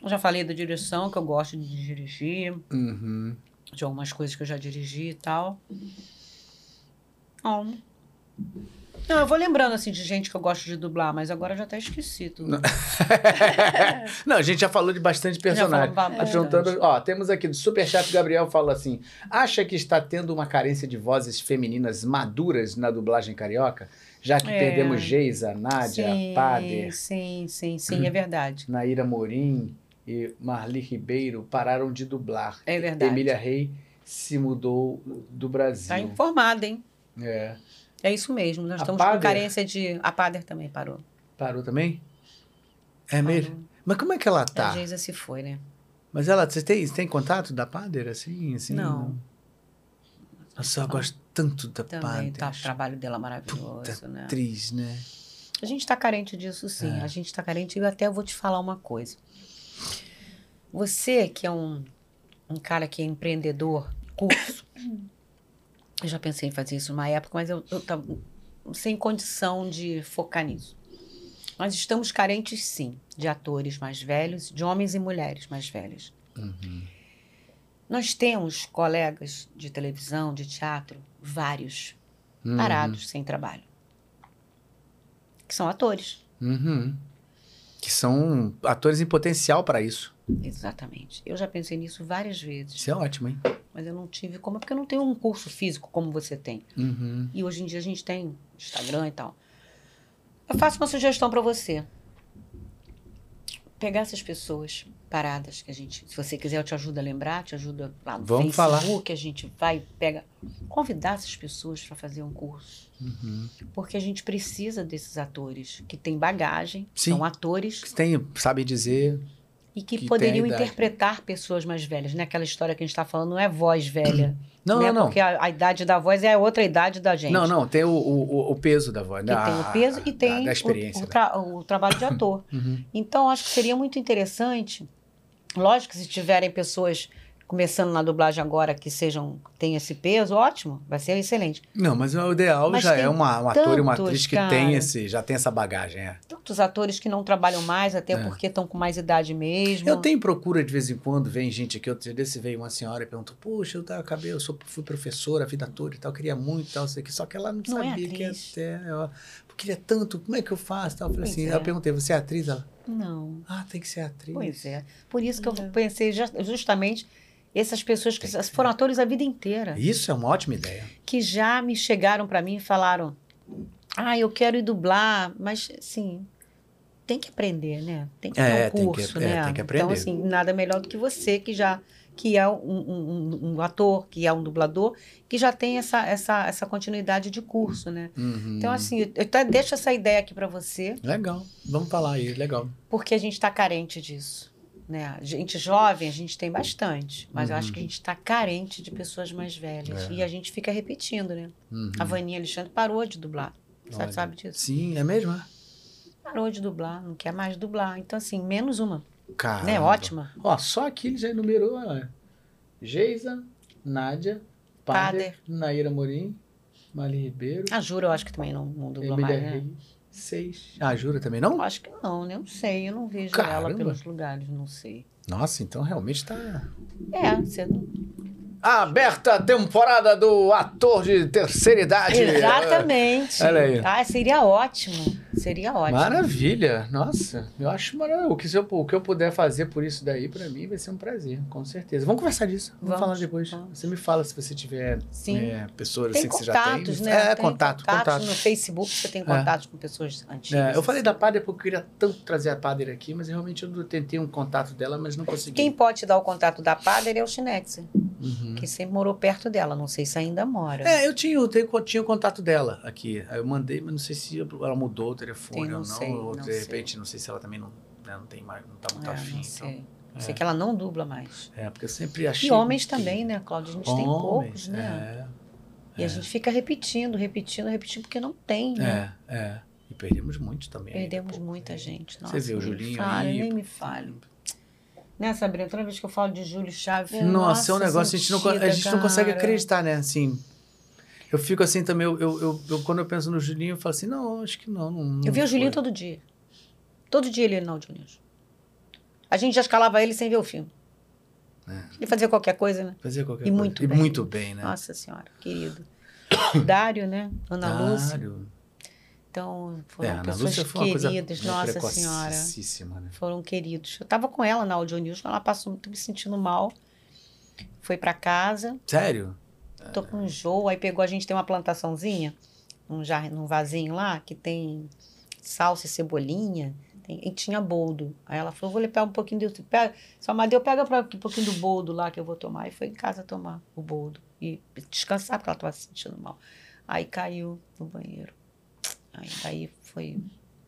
Speaker 2: Eu já falei da direção, que eu gosto de dirigir,
Speaker 1: Uhum.
Speaker 2: de algumas coisas que eu já dirigi e tal. Não. Não, eu vou lembrando assim de gente que eu gosto de dublar, mas agora eu já até esqueci tudo.
Speaker 1: Não, a gente já falou de bastante personagem.
Speaker 2: Já falava
Speaker 1: Tá Juntando, ó, temos aqui do Superchat o Gabriel fala assim: acha que está tendo uma carência de vozes femininas maduras na dublagem carioca? Já que
Speaker 2: É.
Speaker 1: perdemos Geisa, Nádia,
Speaker 2: sim,
Speaker 1: Pader,
Speaker 2: Sim, sim, sim, é verdade.
Speaker 1: Naira Morim e Marli Ribeiro pararam de dublar.
Speaker 2: É verdade.
Speaker 1: Emília Rey se mudou do Brasil.
Speaker 2: Tá informada, hein?
Speaker 1: É.
Speaker 2: É isso mesmo. Nós
Speaker 1: A
Speaker 2: estamos
Speaker 1: Pader?
Speaker 2: com carência de. A Pader também parou.
Speaker 1: Parou também? É mesmo? Mas como é que ela
Speaker 2: A
Speaker 1: tá?
Speaker 2: Geisa se foi, né?
Speaker 1: Mas ela, você tem, você tem contato da Pader assim? assim
Speaker 2: Não.
Speaker 1: Nossa, eu gosto tanto da
Speaker 2: Também
Speaker 1: Pader.
Speaker 2: tá o trabalho dela
Speaker 1: Puta
Speaker 2: maravilhoso, né?
Speaker 1: Atriz, né?
Speaker 2: A gente tá carente disso, sim. A gente tá carente. E eu até vou te falar uma coisa. Você, que é um, um cara que é empreendedor, curso. eu já pensei em fazer isso numa época, mas eu, eu tava sem condição de focar nisso. Nós estamos carentes, sim, de atores mais velhos, de homens e mulheres mais velhos. Nós temos colegas de televisão, de teatro, vários,
Speaker 1: Uhum.
Speaker 2: parados, sem trabalho. Que são atores.
Speaker 1: Uhum. Que são atores em potencial para isso.
Speaker 2: Exatamente. Eu já pensei nisso várias vezes,
Speaker 1: Isso é ótimo, hein?
Speaker 2: mas eu não tive como, porque eu não tenho um curso físico como você tem.
Speaker 1: Uhum.
Speaker 2: E hoje em dia a gente tem Instagram e tal. Eu faço uma sugestão pra você. Pegar essas pessoas paradas que a gente, se você quiser, eu te ajudo a lembrar, te ajudo lá no
Speaker 1: Vamos falar.
Speaker 2: Facebook, a gente vai e pega, convidar essas pessoas pra fazer um curso,
Speaker 1: uhum.
Speaker 2: porque a gente precisa desses atores que têm bagagem,
Speaker 1: Sim.
Speaker 2: são atores
Speaker 1: Que tem, sabem dizer.
Speaker 2: E que,
Speaker 1: Que
Speaker 2: poderiam
Speaker 1: tem a idade.
Speaker 2: interpretar pessoas mais velhas, né? Aquela história que a gente está falando não é voz velha.
Speaker 1: Não,
Speaker 2: né?
Speaker 1: não, não.
Speaker 2: Porque a, a idade da voz é a outra idade da gente.
Speaker 1: Não, não. Tem o, o, o peso da voz.
Speaker 2: Que
Speaker 1: da-
Speaker 2: tem o peso e tem
Speaker 1: Ah, Da, da experiência.
Speaker 2: o, o,
Speaker 1: né?
Speaker 2: tra- o trabalho de ator.
Speaker 1: Uhum.
Speaker 2: Então, acho que seria muito interessante. Lógico que se tiverem pessoas começando na dublagem agora que sejam tenham esse peso, ótimo, vai ser excelente.
Speaker 1: Não, mas o ideal
Speaker 2: Mas
Speaker 1: já
Speaker 2: tem
Speaker 1: é uma, um ator e uma
Speaker 2: tantos,
Speaker 1: atriz que
Speaker 2: cara.
Speaker 1: tem esse, já tem essa bagagem, é.
Speaker 2: Tantos atores que não trabalham mais, até
Speaker 1: É.
Speaker 2: porque estão com mais idade mesmo.
Speaker 1: Eu tenho procura de vez em quando, vem gente aqui, outro dia desse veio uma senhora e perguntou, poxa, eu tava- acabei, eu sou, fui professora a vida toda e tal, queria muito e tal, sei que, só que ela não,
Speaker 2: Não é
Speaker 1: sabia que ia
Speaker 2: atriz.
Speaker 1: ser, ela queria tanto, como é que eu faço e tal, eu falei
Speaker 2: Pois
Speaker 1: assim,
Speaker 2: é.
Speaker 1: eu perguntei, você é atriz? Ela,
Speaker 2: Não,
Speaker 1: ah, tem que ser atriz.
Speaker 2: pois é. Por isso que eu
Speaker 3: Não.
Speaker 2: pensei ju- justamente essas pessoas que
Speaker 1: Tem que ser.
Speaker 2: foram atores a vida inteira.
Speaker 1: Isso é uma ótima ideia.
Speaker 2: que já me chegaram para mim e falaram: "Ah, eu quero ir dublar", mas assim, tem que aprender, né? Tem que
Speaker 1: É,
Speaker 2: ter um
Speaker 1: tem que-
Speaker 2: curso,
Speaker 1: é,
Speaker 2: né?
Speaker 1: tem que aprender.
Speaker 2: Então assim, nada melhor do que você que já que é um, um- um- um ator, que é um dublador, que já tem essa essa essa continuidade de curso, né?
Speaker 1: Uhum.
Speaker 2: Então assim, eu eu até deixo essa ideia aqui para você,
Speaker 1: Legal, vamos falar aí, legal.
Speaker 2: porque a gente está carente disso. Né? A gente jovem, a gente tem bastante, mas eu acho que a gente está carente de pessoas mais velhas.
Speaker 1: Uhum. É.
Speaker 2: E a gente fica repetindo, né?
Speaker 1: Uhum.
Speaker 2: A Vaninha Alexandre parou de dublar. Você
Speaker 1: Olha.
Speaker 2: sabe disso?
Speaker 1: Sim, é mesmo?
Speaker 2: Né,
Speaker 1: é?
Speaker 2: Parou de dublar, não quer mais dublar. Então, assim, menos uma.
Speaker 1: Caramba.
Speaker 2: né? Ótima.
Speaker 7: Ó, só aqui ele já enumerou. ó. Geisa, Nádia, Pader, Naira Morim, Mali Ribeiro,
Speaker 2: A Jura, eu acho que também não, não dublou
Speaker 7: Emília
Speaker 2: mais, né?
Speaker 7: Reis, seis.
Speaker 1: Ah, jura também
Speaker 2: Eu
Speaker 1: não?
Speaker 2: acho que não, né? Eu não sei. Eu não vejo
Speaker 1: Caramba.
Speaker 2: ela pelos lugares, não sei.
Speaker 1: Nossa, então realmente tá...
Speaker 2: É, você não.
Speaker 1: Aberta a temporada do ator de terceira idade.
Speaker 2: Exatamente.
Speaker 1: É. Olha aí.
Speaker 2: Ah, seria ótimo. Seria ótimo.
Speaker 7: Ah, Maravilha, nossa, eu acho maravilhoso. O que, se eu, o que eu puder fazer por isso daí, pra mim, vai ser um prazer, com certeza. Vamos conversar disso, vamos,
Speaker 2: Vamos,
Speaker 7: falar depois.
Speaker 2: vamos.
Speaker 7: Você me fala se você tiver
Speaker 2: Sim.
Speaker 1: É, pessoas
Speaker 2: Tem
Speaker 1: assim que você já tem.
Speaker 2: contatos, né?
Speaker 1: É,
Speaker 2: Tem
Speaker 1: contato, contato. É.
Speaker 2: No Facebook você tem contatos com pessoas antigas.
Speaker 7: É, eu falei
Speaker 2: assim.
Speaker 7: da Pader porque eu queria tanto trazer a Pader aqui, mas realmente eu tentei um contato dela, mas não consegui.
Speaker 2: Quem pode te dar o contato da Padre é o Chinex,
Speaker 1: Uhum.
Speaker 2: que sempre morou perto dela. Não sei se ainda mora.
Speaker 1: É, eu tinha, eu tenho- eu tinha o contato dela aqui. Aí eu mandei, mas não sei se ela mudou o telefone
Speaker 2: Sim, não
Speaker 1: ou não.
Speaker 2: sei,
Speaker 1: ou
Speaker 2: não
Speaker 1: de
Speaker 2: sei.
Speaker 1: repente, não sei se ela também não, né, não tem mais, não tá muito
Speaker 2: É,
Speaker 1: afim.
Speaker 2: não
Speaker 1: então.
Speaker 2: sei. Eu sei que ela não dubla mais.
Speaker 1: É, porque eu sempre achei.
Speaker 2: E homens também, né, Cláudia? A gente tem poucos,
Speaker 1: Homens,
Speaker 2: né? E
Speaker 1: é.
Speaker 2: a gente fica repetindo, repetindo, repetindo, porque não tem,
Speaker 1: É,
Speaker 2: né?
Speaker 1: é, é. E perdemos muito também. ainda, é né?
Speaker 2: Perdemos
Speaker 1: pô.
Speaker 2: muita gente.
Speaker 1: Você vê o
Speaker 2: nem me
Speaker 1: Julinho
Speaker 2: fale,
Speaker 1: aí,
Speaker 2: Nem
Speaker 1: pô.
Speaker 2: me fale. Né, Sabrina? Toda vez que eu falo de Júlio Chaves,
Speaker 1: Nossa, é um negócio, a gente, não, co- a gente não consegue acreditar, né? Assim, eu fico assim também, eu, eu, eu- eu- quando eu penso no Julinho, eu falo assim, não, acho que não. não
Speaker 2: Eu vi
Speaker 1: não
Speaker 2: o Julinho
Speaker 1: foi.
Speaker 2: todo dia. Todo dia ele na Audio News. A gente já escalava ele sem ver o filme.
Speaker 1: É.
Speaker 2: Ele fazia qualquer coisa, né?
Speaker 1: Fazia qualquer
Speaker 2: E
Speaker 1: coisa.
Speaker 2: muito
Speaker 1: e
Speaker 2: bem.
Speaker 1: muito bem, né?
Speaker 2: Nossa Senhora, querido. Dário, né? Ana Lúcia.
Speaker 1: Dário.
Speaker 2: Então,
Speaker 1: É,
Speaker 2: foram
Speaker 1: Ana
Speaker 2: pessoas
Speaker 1: Lúcia foi uma coisa
Speaker 2: queridas,
Speaker 1: né,
Speaker 2: nossa senhora.
Speaker 1: precocíssima, né?
Speaker 2: Foram queridos. Eu tava com ela na Audio News, ela passou muito me sentindo mal. Foi pra casa,
Speaker 1: Sério?
Speaker 2: tô com enjoo, aí pegou, a gente tem uma plantaçãozinha, num, jar, num vasinho lá, que tem salsa e cebolinha, tem- e tinha boldo. Aí ela falou, vou lhe pegar um pouquinho do... Pega, só Madeu, pega pra, um pouquinho do boldo lá que eu vou tomar. E foi em casa tomar o boldo e descansar, porque ela tava se sentindo mal. Aí caiu no banheiro. Aí, aí foi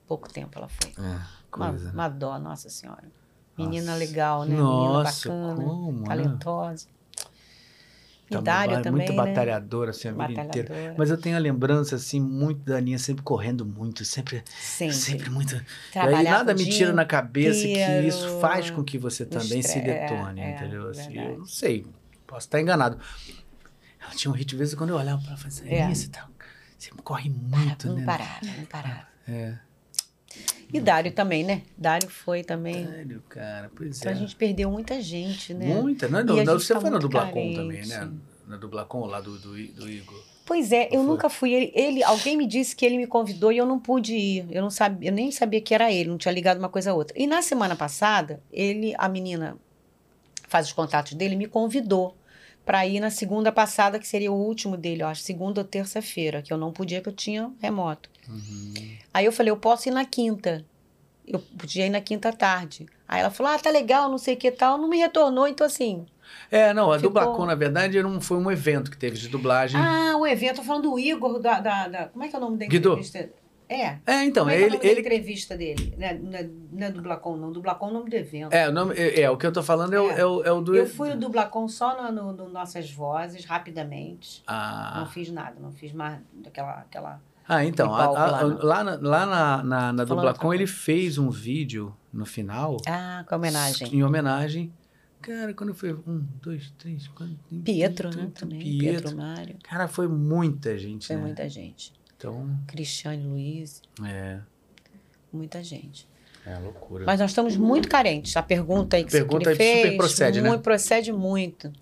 Speaker 2: pouco tempo ela foi.
Speaker 1: É,
Speaker 2: Uma,
Speaker 1: coisa. né?
Speaker 2: uma dó, nossa senhora. Menina
Speaker 1: Nossa.
Speaker 2: legal, né?
Speaker 1: Nossa,
Speaker 2: Menina bacana,
Speaker 1: como, né?
Speaker 2: talentosa. E
Speaker 1: Tá
Speaker 2: Dário
Speaker 1: ba-
Speaker 2: também,
Speaker 1: Muito
Speaker 2: né?
Speaker 1: batalhadora, assim, a vida inteira.
Speaker 2: Batalhadora.
Speaker 1: Mas eu tenho a lembrança, assim, muito da Aninha sempre correndo muito, sempre,
Speaker 2: Sempre.
Speaker 1: sempre muito. E aí
Speaker 2: Trabalhava
Speaker 1: nada
Speaker 2: o
Speaker 1: me
Speaker 2: dia
Speaker 1: tira na cabeça que isso
Speaker 2: inteiro.
Speaker 1: faz com que você também se
Speaker 2: estre- é,
Speaker 1: detone,
Speaker 2: é,
Speaker 1: entendeu? Assim, eu
Speaker 2: verdade.
Speaker 1: não sei, posso estar enganado. Ela tinha um hit de vez em quando eu olhava pra ela e falava assim,
Speaker 2: É. Um
Speaker 1: "Aninha, você, tá, você corre muito,
Speaker 2: Não
Speaker 1: né?
Speaker 2: parava, não parava.
Speaker 1: É.
Speaker 2: E Dário também, né? Dário foi também.
Speaker 1: Sério, cara, pois
Speaker 2: Então
Speaker 1: é.
Speaker 2: a gente perdeu muita gente, né?
Speaker 1: Muita, né?
Speaker 2: E
Speaker 1: Não,
Speaker 2: a
Speaker 1: não,
Speaker 2: gente
Speaker 1: você
Speaker 2: tá
Speaker 1: foi na
Speaker 2: muito
Speaker 1: Dublacon
Speaker 2: carente.
Speaker 1: também, né? Na Dublacon, lá do, do, I- do Igor.
Speaker 2: Pois é,
Speaker 1: Não
Speaker 2: eu
Speaker 1: foi?
Speaker 2: nunca fui. Ele, ele- alguém me disse que ele me convidou e eu não pude ir. Eu não sabia, eu nem sabia que era ele, não tinha ligado uma coisa a outra. E na semana passada, ele, a menina faz os contatos dele, me convidou para ir na segunda passada, que seria o último dele, eu acho, segunda ou terça-feira, que eu não podia, que eu tinha remoto.
Speaker 1: Uhum.
Speaker 2: Aí eu falei, eu posso ir na quinta. Eu podia ir na quinta à tarde. Aí ela falou, ah, tá legal, não sei o que tal. Não me retornou, então assim.
Speaker 1: É, não, a
Speaker 2: Ficou-
Speaker 1: Dublacon, na verdade, era um, foi um evento que teve de dublagem.
Speaker 2: Ah, o evento, eu tô falando do Igor, da. da- da- como é que é o nome da
Speaker 1: Guido.
Speaker 2: entrevista? É.
Speaker 1: é, então,
Speaker 2: Como é que é o
Speaker 1: ele,
Speaker 2: nome da
Speaker 1: ele
Speaker 2: entrevista dele? Não é, não é, não é do Blacon, não. Do Blacon é o nome do evento.
Speaker 1: É, o nome- é, é, o que eu tô falando é, o-
Speaker 2: É.
Speaker 1: é o, é o do.
Speaker 2: Eu fui o do Blacon só no, no- no Nossas Vozes, rapidamente. Não
Speaker 1: Ah,
Speaker 2: fiz nada, não fiz mais daquela... aquela...
Speaker 1: ah então. a- a-
Speaker 2: palco
Speaker 1: lá na, lá na, na, na
Speaker 2: Falando É,
Speaker 1: Dublacon,
Speaker 2: também.
Speaker 1: ele fez um vídeo no final
Speaker 2: Ah, com
Speaker 1: em homenagem. Cara, quando eu fui. Um, dois, três, quatro. cinco,
Speaker 2: Pietro,
Speaker 1: seis,
Speaker 2: né?
Speaker 1: oito,
Speaker 2: Também.
Speaker 1: Pietro.
Speaker 2: Pietro, Mário.
Speaker 1: Cara, foi muita gente,
Speaker 2: Foi
Speaker 1: né?
Speaker 2: muita gente.
Speaker 1: Então,
Speaker 2: Cristiane Luiz,
Speaker 1: é.
Speaker 2: muita gente.
Speaker 1: É loucura.
Speaker 2: Mas nós estamos muito carentes. A pergunta aí que
Speaker 1: Pergunta
Speaker 2: você
Speaker 1: aí super
Speaker 2: fez,
Speaker 1: procede, né?
Speaker 2: muito, procede muito.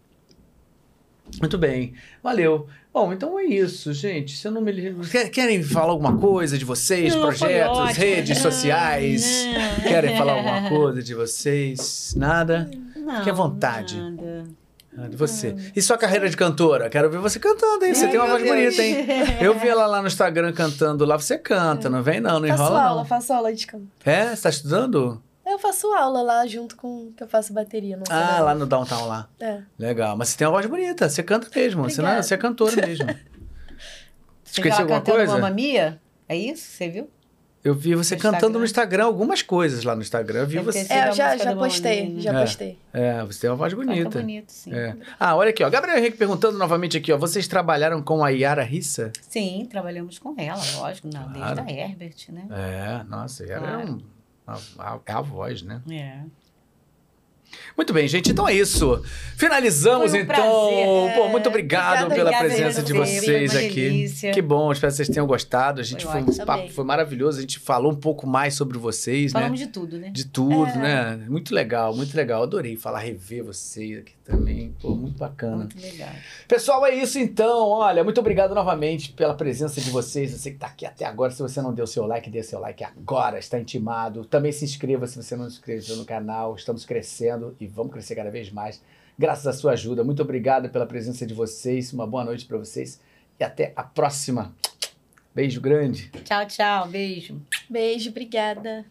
Speaker 1: Muito bem, valeu. Bom, então é isso, gente. Se eu não me lembro- Quer- Querem falar alguma coisa de vocês,
Speaker 2: Não, foi
Speaker 1: projetos,
Speaker 2: ótimo.
Speaker 1: redes sociais?
Speaker 2: Não,
Speaker 1: Querem falar alguma coisa de vocês? Nada?
Speaker 2: não,
Speaker 1: Fique à vontade.
Speaker 2: nada.
Speaker 1: Ah, De você. E sua carreira de cantora? Quero ver você cantando, hein? Você tem uma voz bonita, hein? Eu vi ela lá no Instagram cantando lá, você canta, não vem não, não
Speaker 3: faço
Speaker 1: enrola
Speaker 3: aula,
Speaker 1: não.
Speaker 3: faço aula de canto.
Speaker 1: É? Você tá estudando?
Speaker 3: Eu faço aula lá junto com que eu faço bateria. Não
Speaker 1: Ah, lá no Downtown lá.
Speaker 3: É.
Speaker 1: Legal, mas você tem uma voz bonita, você canta mesmo, você, não,
Speaker 3: Obrigada.
Speaker 1: você é cantora mesmo.
Speaker 2: Você viu ela
Speaker 1: Esqueceu alguma
Speaker 2: cantando
Speaker 1: coisa?
Speaker 2: Mamma Mia? É isso? Você viu?
Speaker 1: Eu vi você
Speaker 2: No
Speaker 1: cantando
Speaker 2: Instagram.
Speaker 1: no Instagram algumas coisas lá no Instagram. Eu vi
Speaker 2: Deve ter
Speaker 1: você.
Speaker 2: sido
Speaker 3: É,
Speaker 2: a
Speaker 3: eu já,
Speaker 2: música
Speaker 3: já
Speaker 2: do
Speaker 3: postei,
Speaker 2: Mamoninha,
Speaker 3: já
Speaker 1: né?
Speaker 3: postei.
Speaker 1: É, você tem uma voz
Speaker 2: Canta
Speaker 1: bonita.
Speaker 2: Tá, bonito, sim.
Speaker 1: É. Ah, olha aqui, ó. Gabriel Henrique perguntando novamente aqui, ó. Vocês trabalharam com a Yara Rissa?
Speaker 2: Sim, trabalhamos com ela, lógico, na,
Speaker 1: Claro.
Speaker 2: desde a Herbert, né?
Speaker 1: É, nossa, Yara é, um, a, a- é a voz, né?
Speaker 2: É.
Speaker 1: Muito bem, gente, então é isso. Finalizamos,
Speaker 2: Foi um
Speaker 1: então.
Speaker 2: prazer.
Speaker 1: Pô, muito obrigado
Speaker 3: Obrigada,
Speaker 1: pela
Speaker 3: obrigada
Speaker 1: presença
Speaker 3: a
Speaker 1: de
Speaker 3: você.
Speaker 1: vocês
Speaker 2: Foi uma
Speaker 1: aqui.
Speaker 2: delícia.
Speaker 1: Que bom, espero que vocês tenham gostado. A gente
Speaker 2: Foi
Speaker 1: foi, um
Speaker 2: ótimo.
Speaker 1: papo
Speaker 3: Também.
Speaker 1: foi maravilhoso, a gente falou um pouco mais sobre vocês, né?
Speaker 2: Falamos de tudo, né?
Speaker 1: De tudo,
Speaker 3: É.
Speaker 1: né? Muito legal, muito legal. Adorei falar, rever vocês aqui também. Pô, muito bacana.
Speaker 2: Muito legal.
Speaker 7: Pessoal, é isso então. Olha, muito obrigado novamente pela presença de vocês. Você que está aqui até agora. Se você não deu seu like, dê seu like agora. Está intimado. Também se inscreva se você não se inscreveu no canal. Estamos crescendo e vamos crescer cada vez mais. Graças à sua ajuda. Muito obrigado pela presença de vocês. Uma boa noite para vocês e até a próxima. Beijo grande.
Speaker 2: Tchau, tchau. Beijo.
Speaker 3: Beijo, obrigada.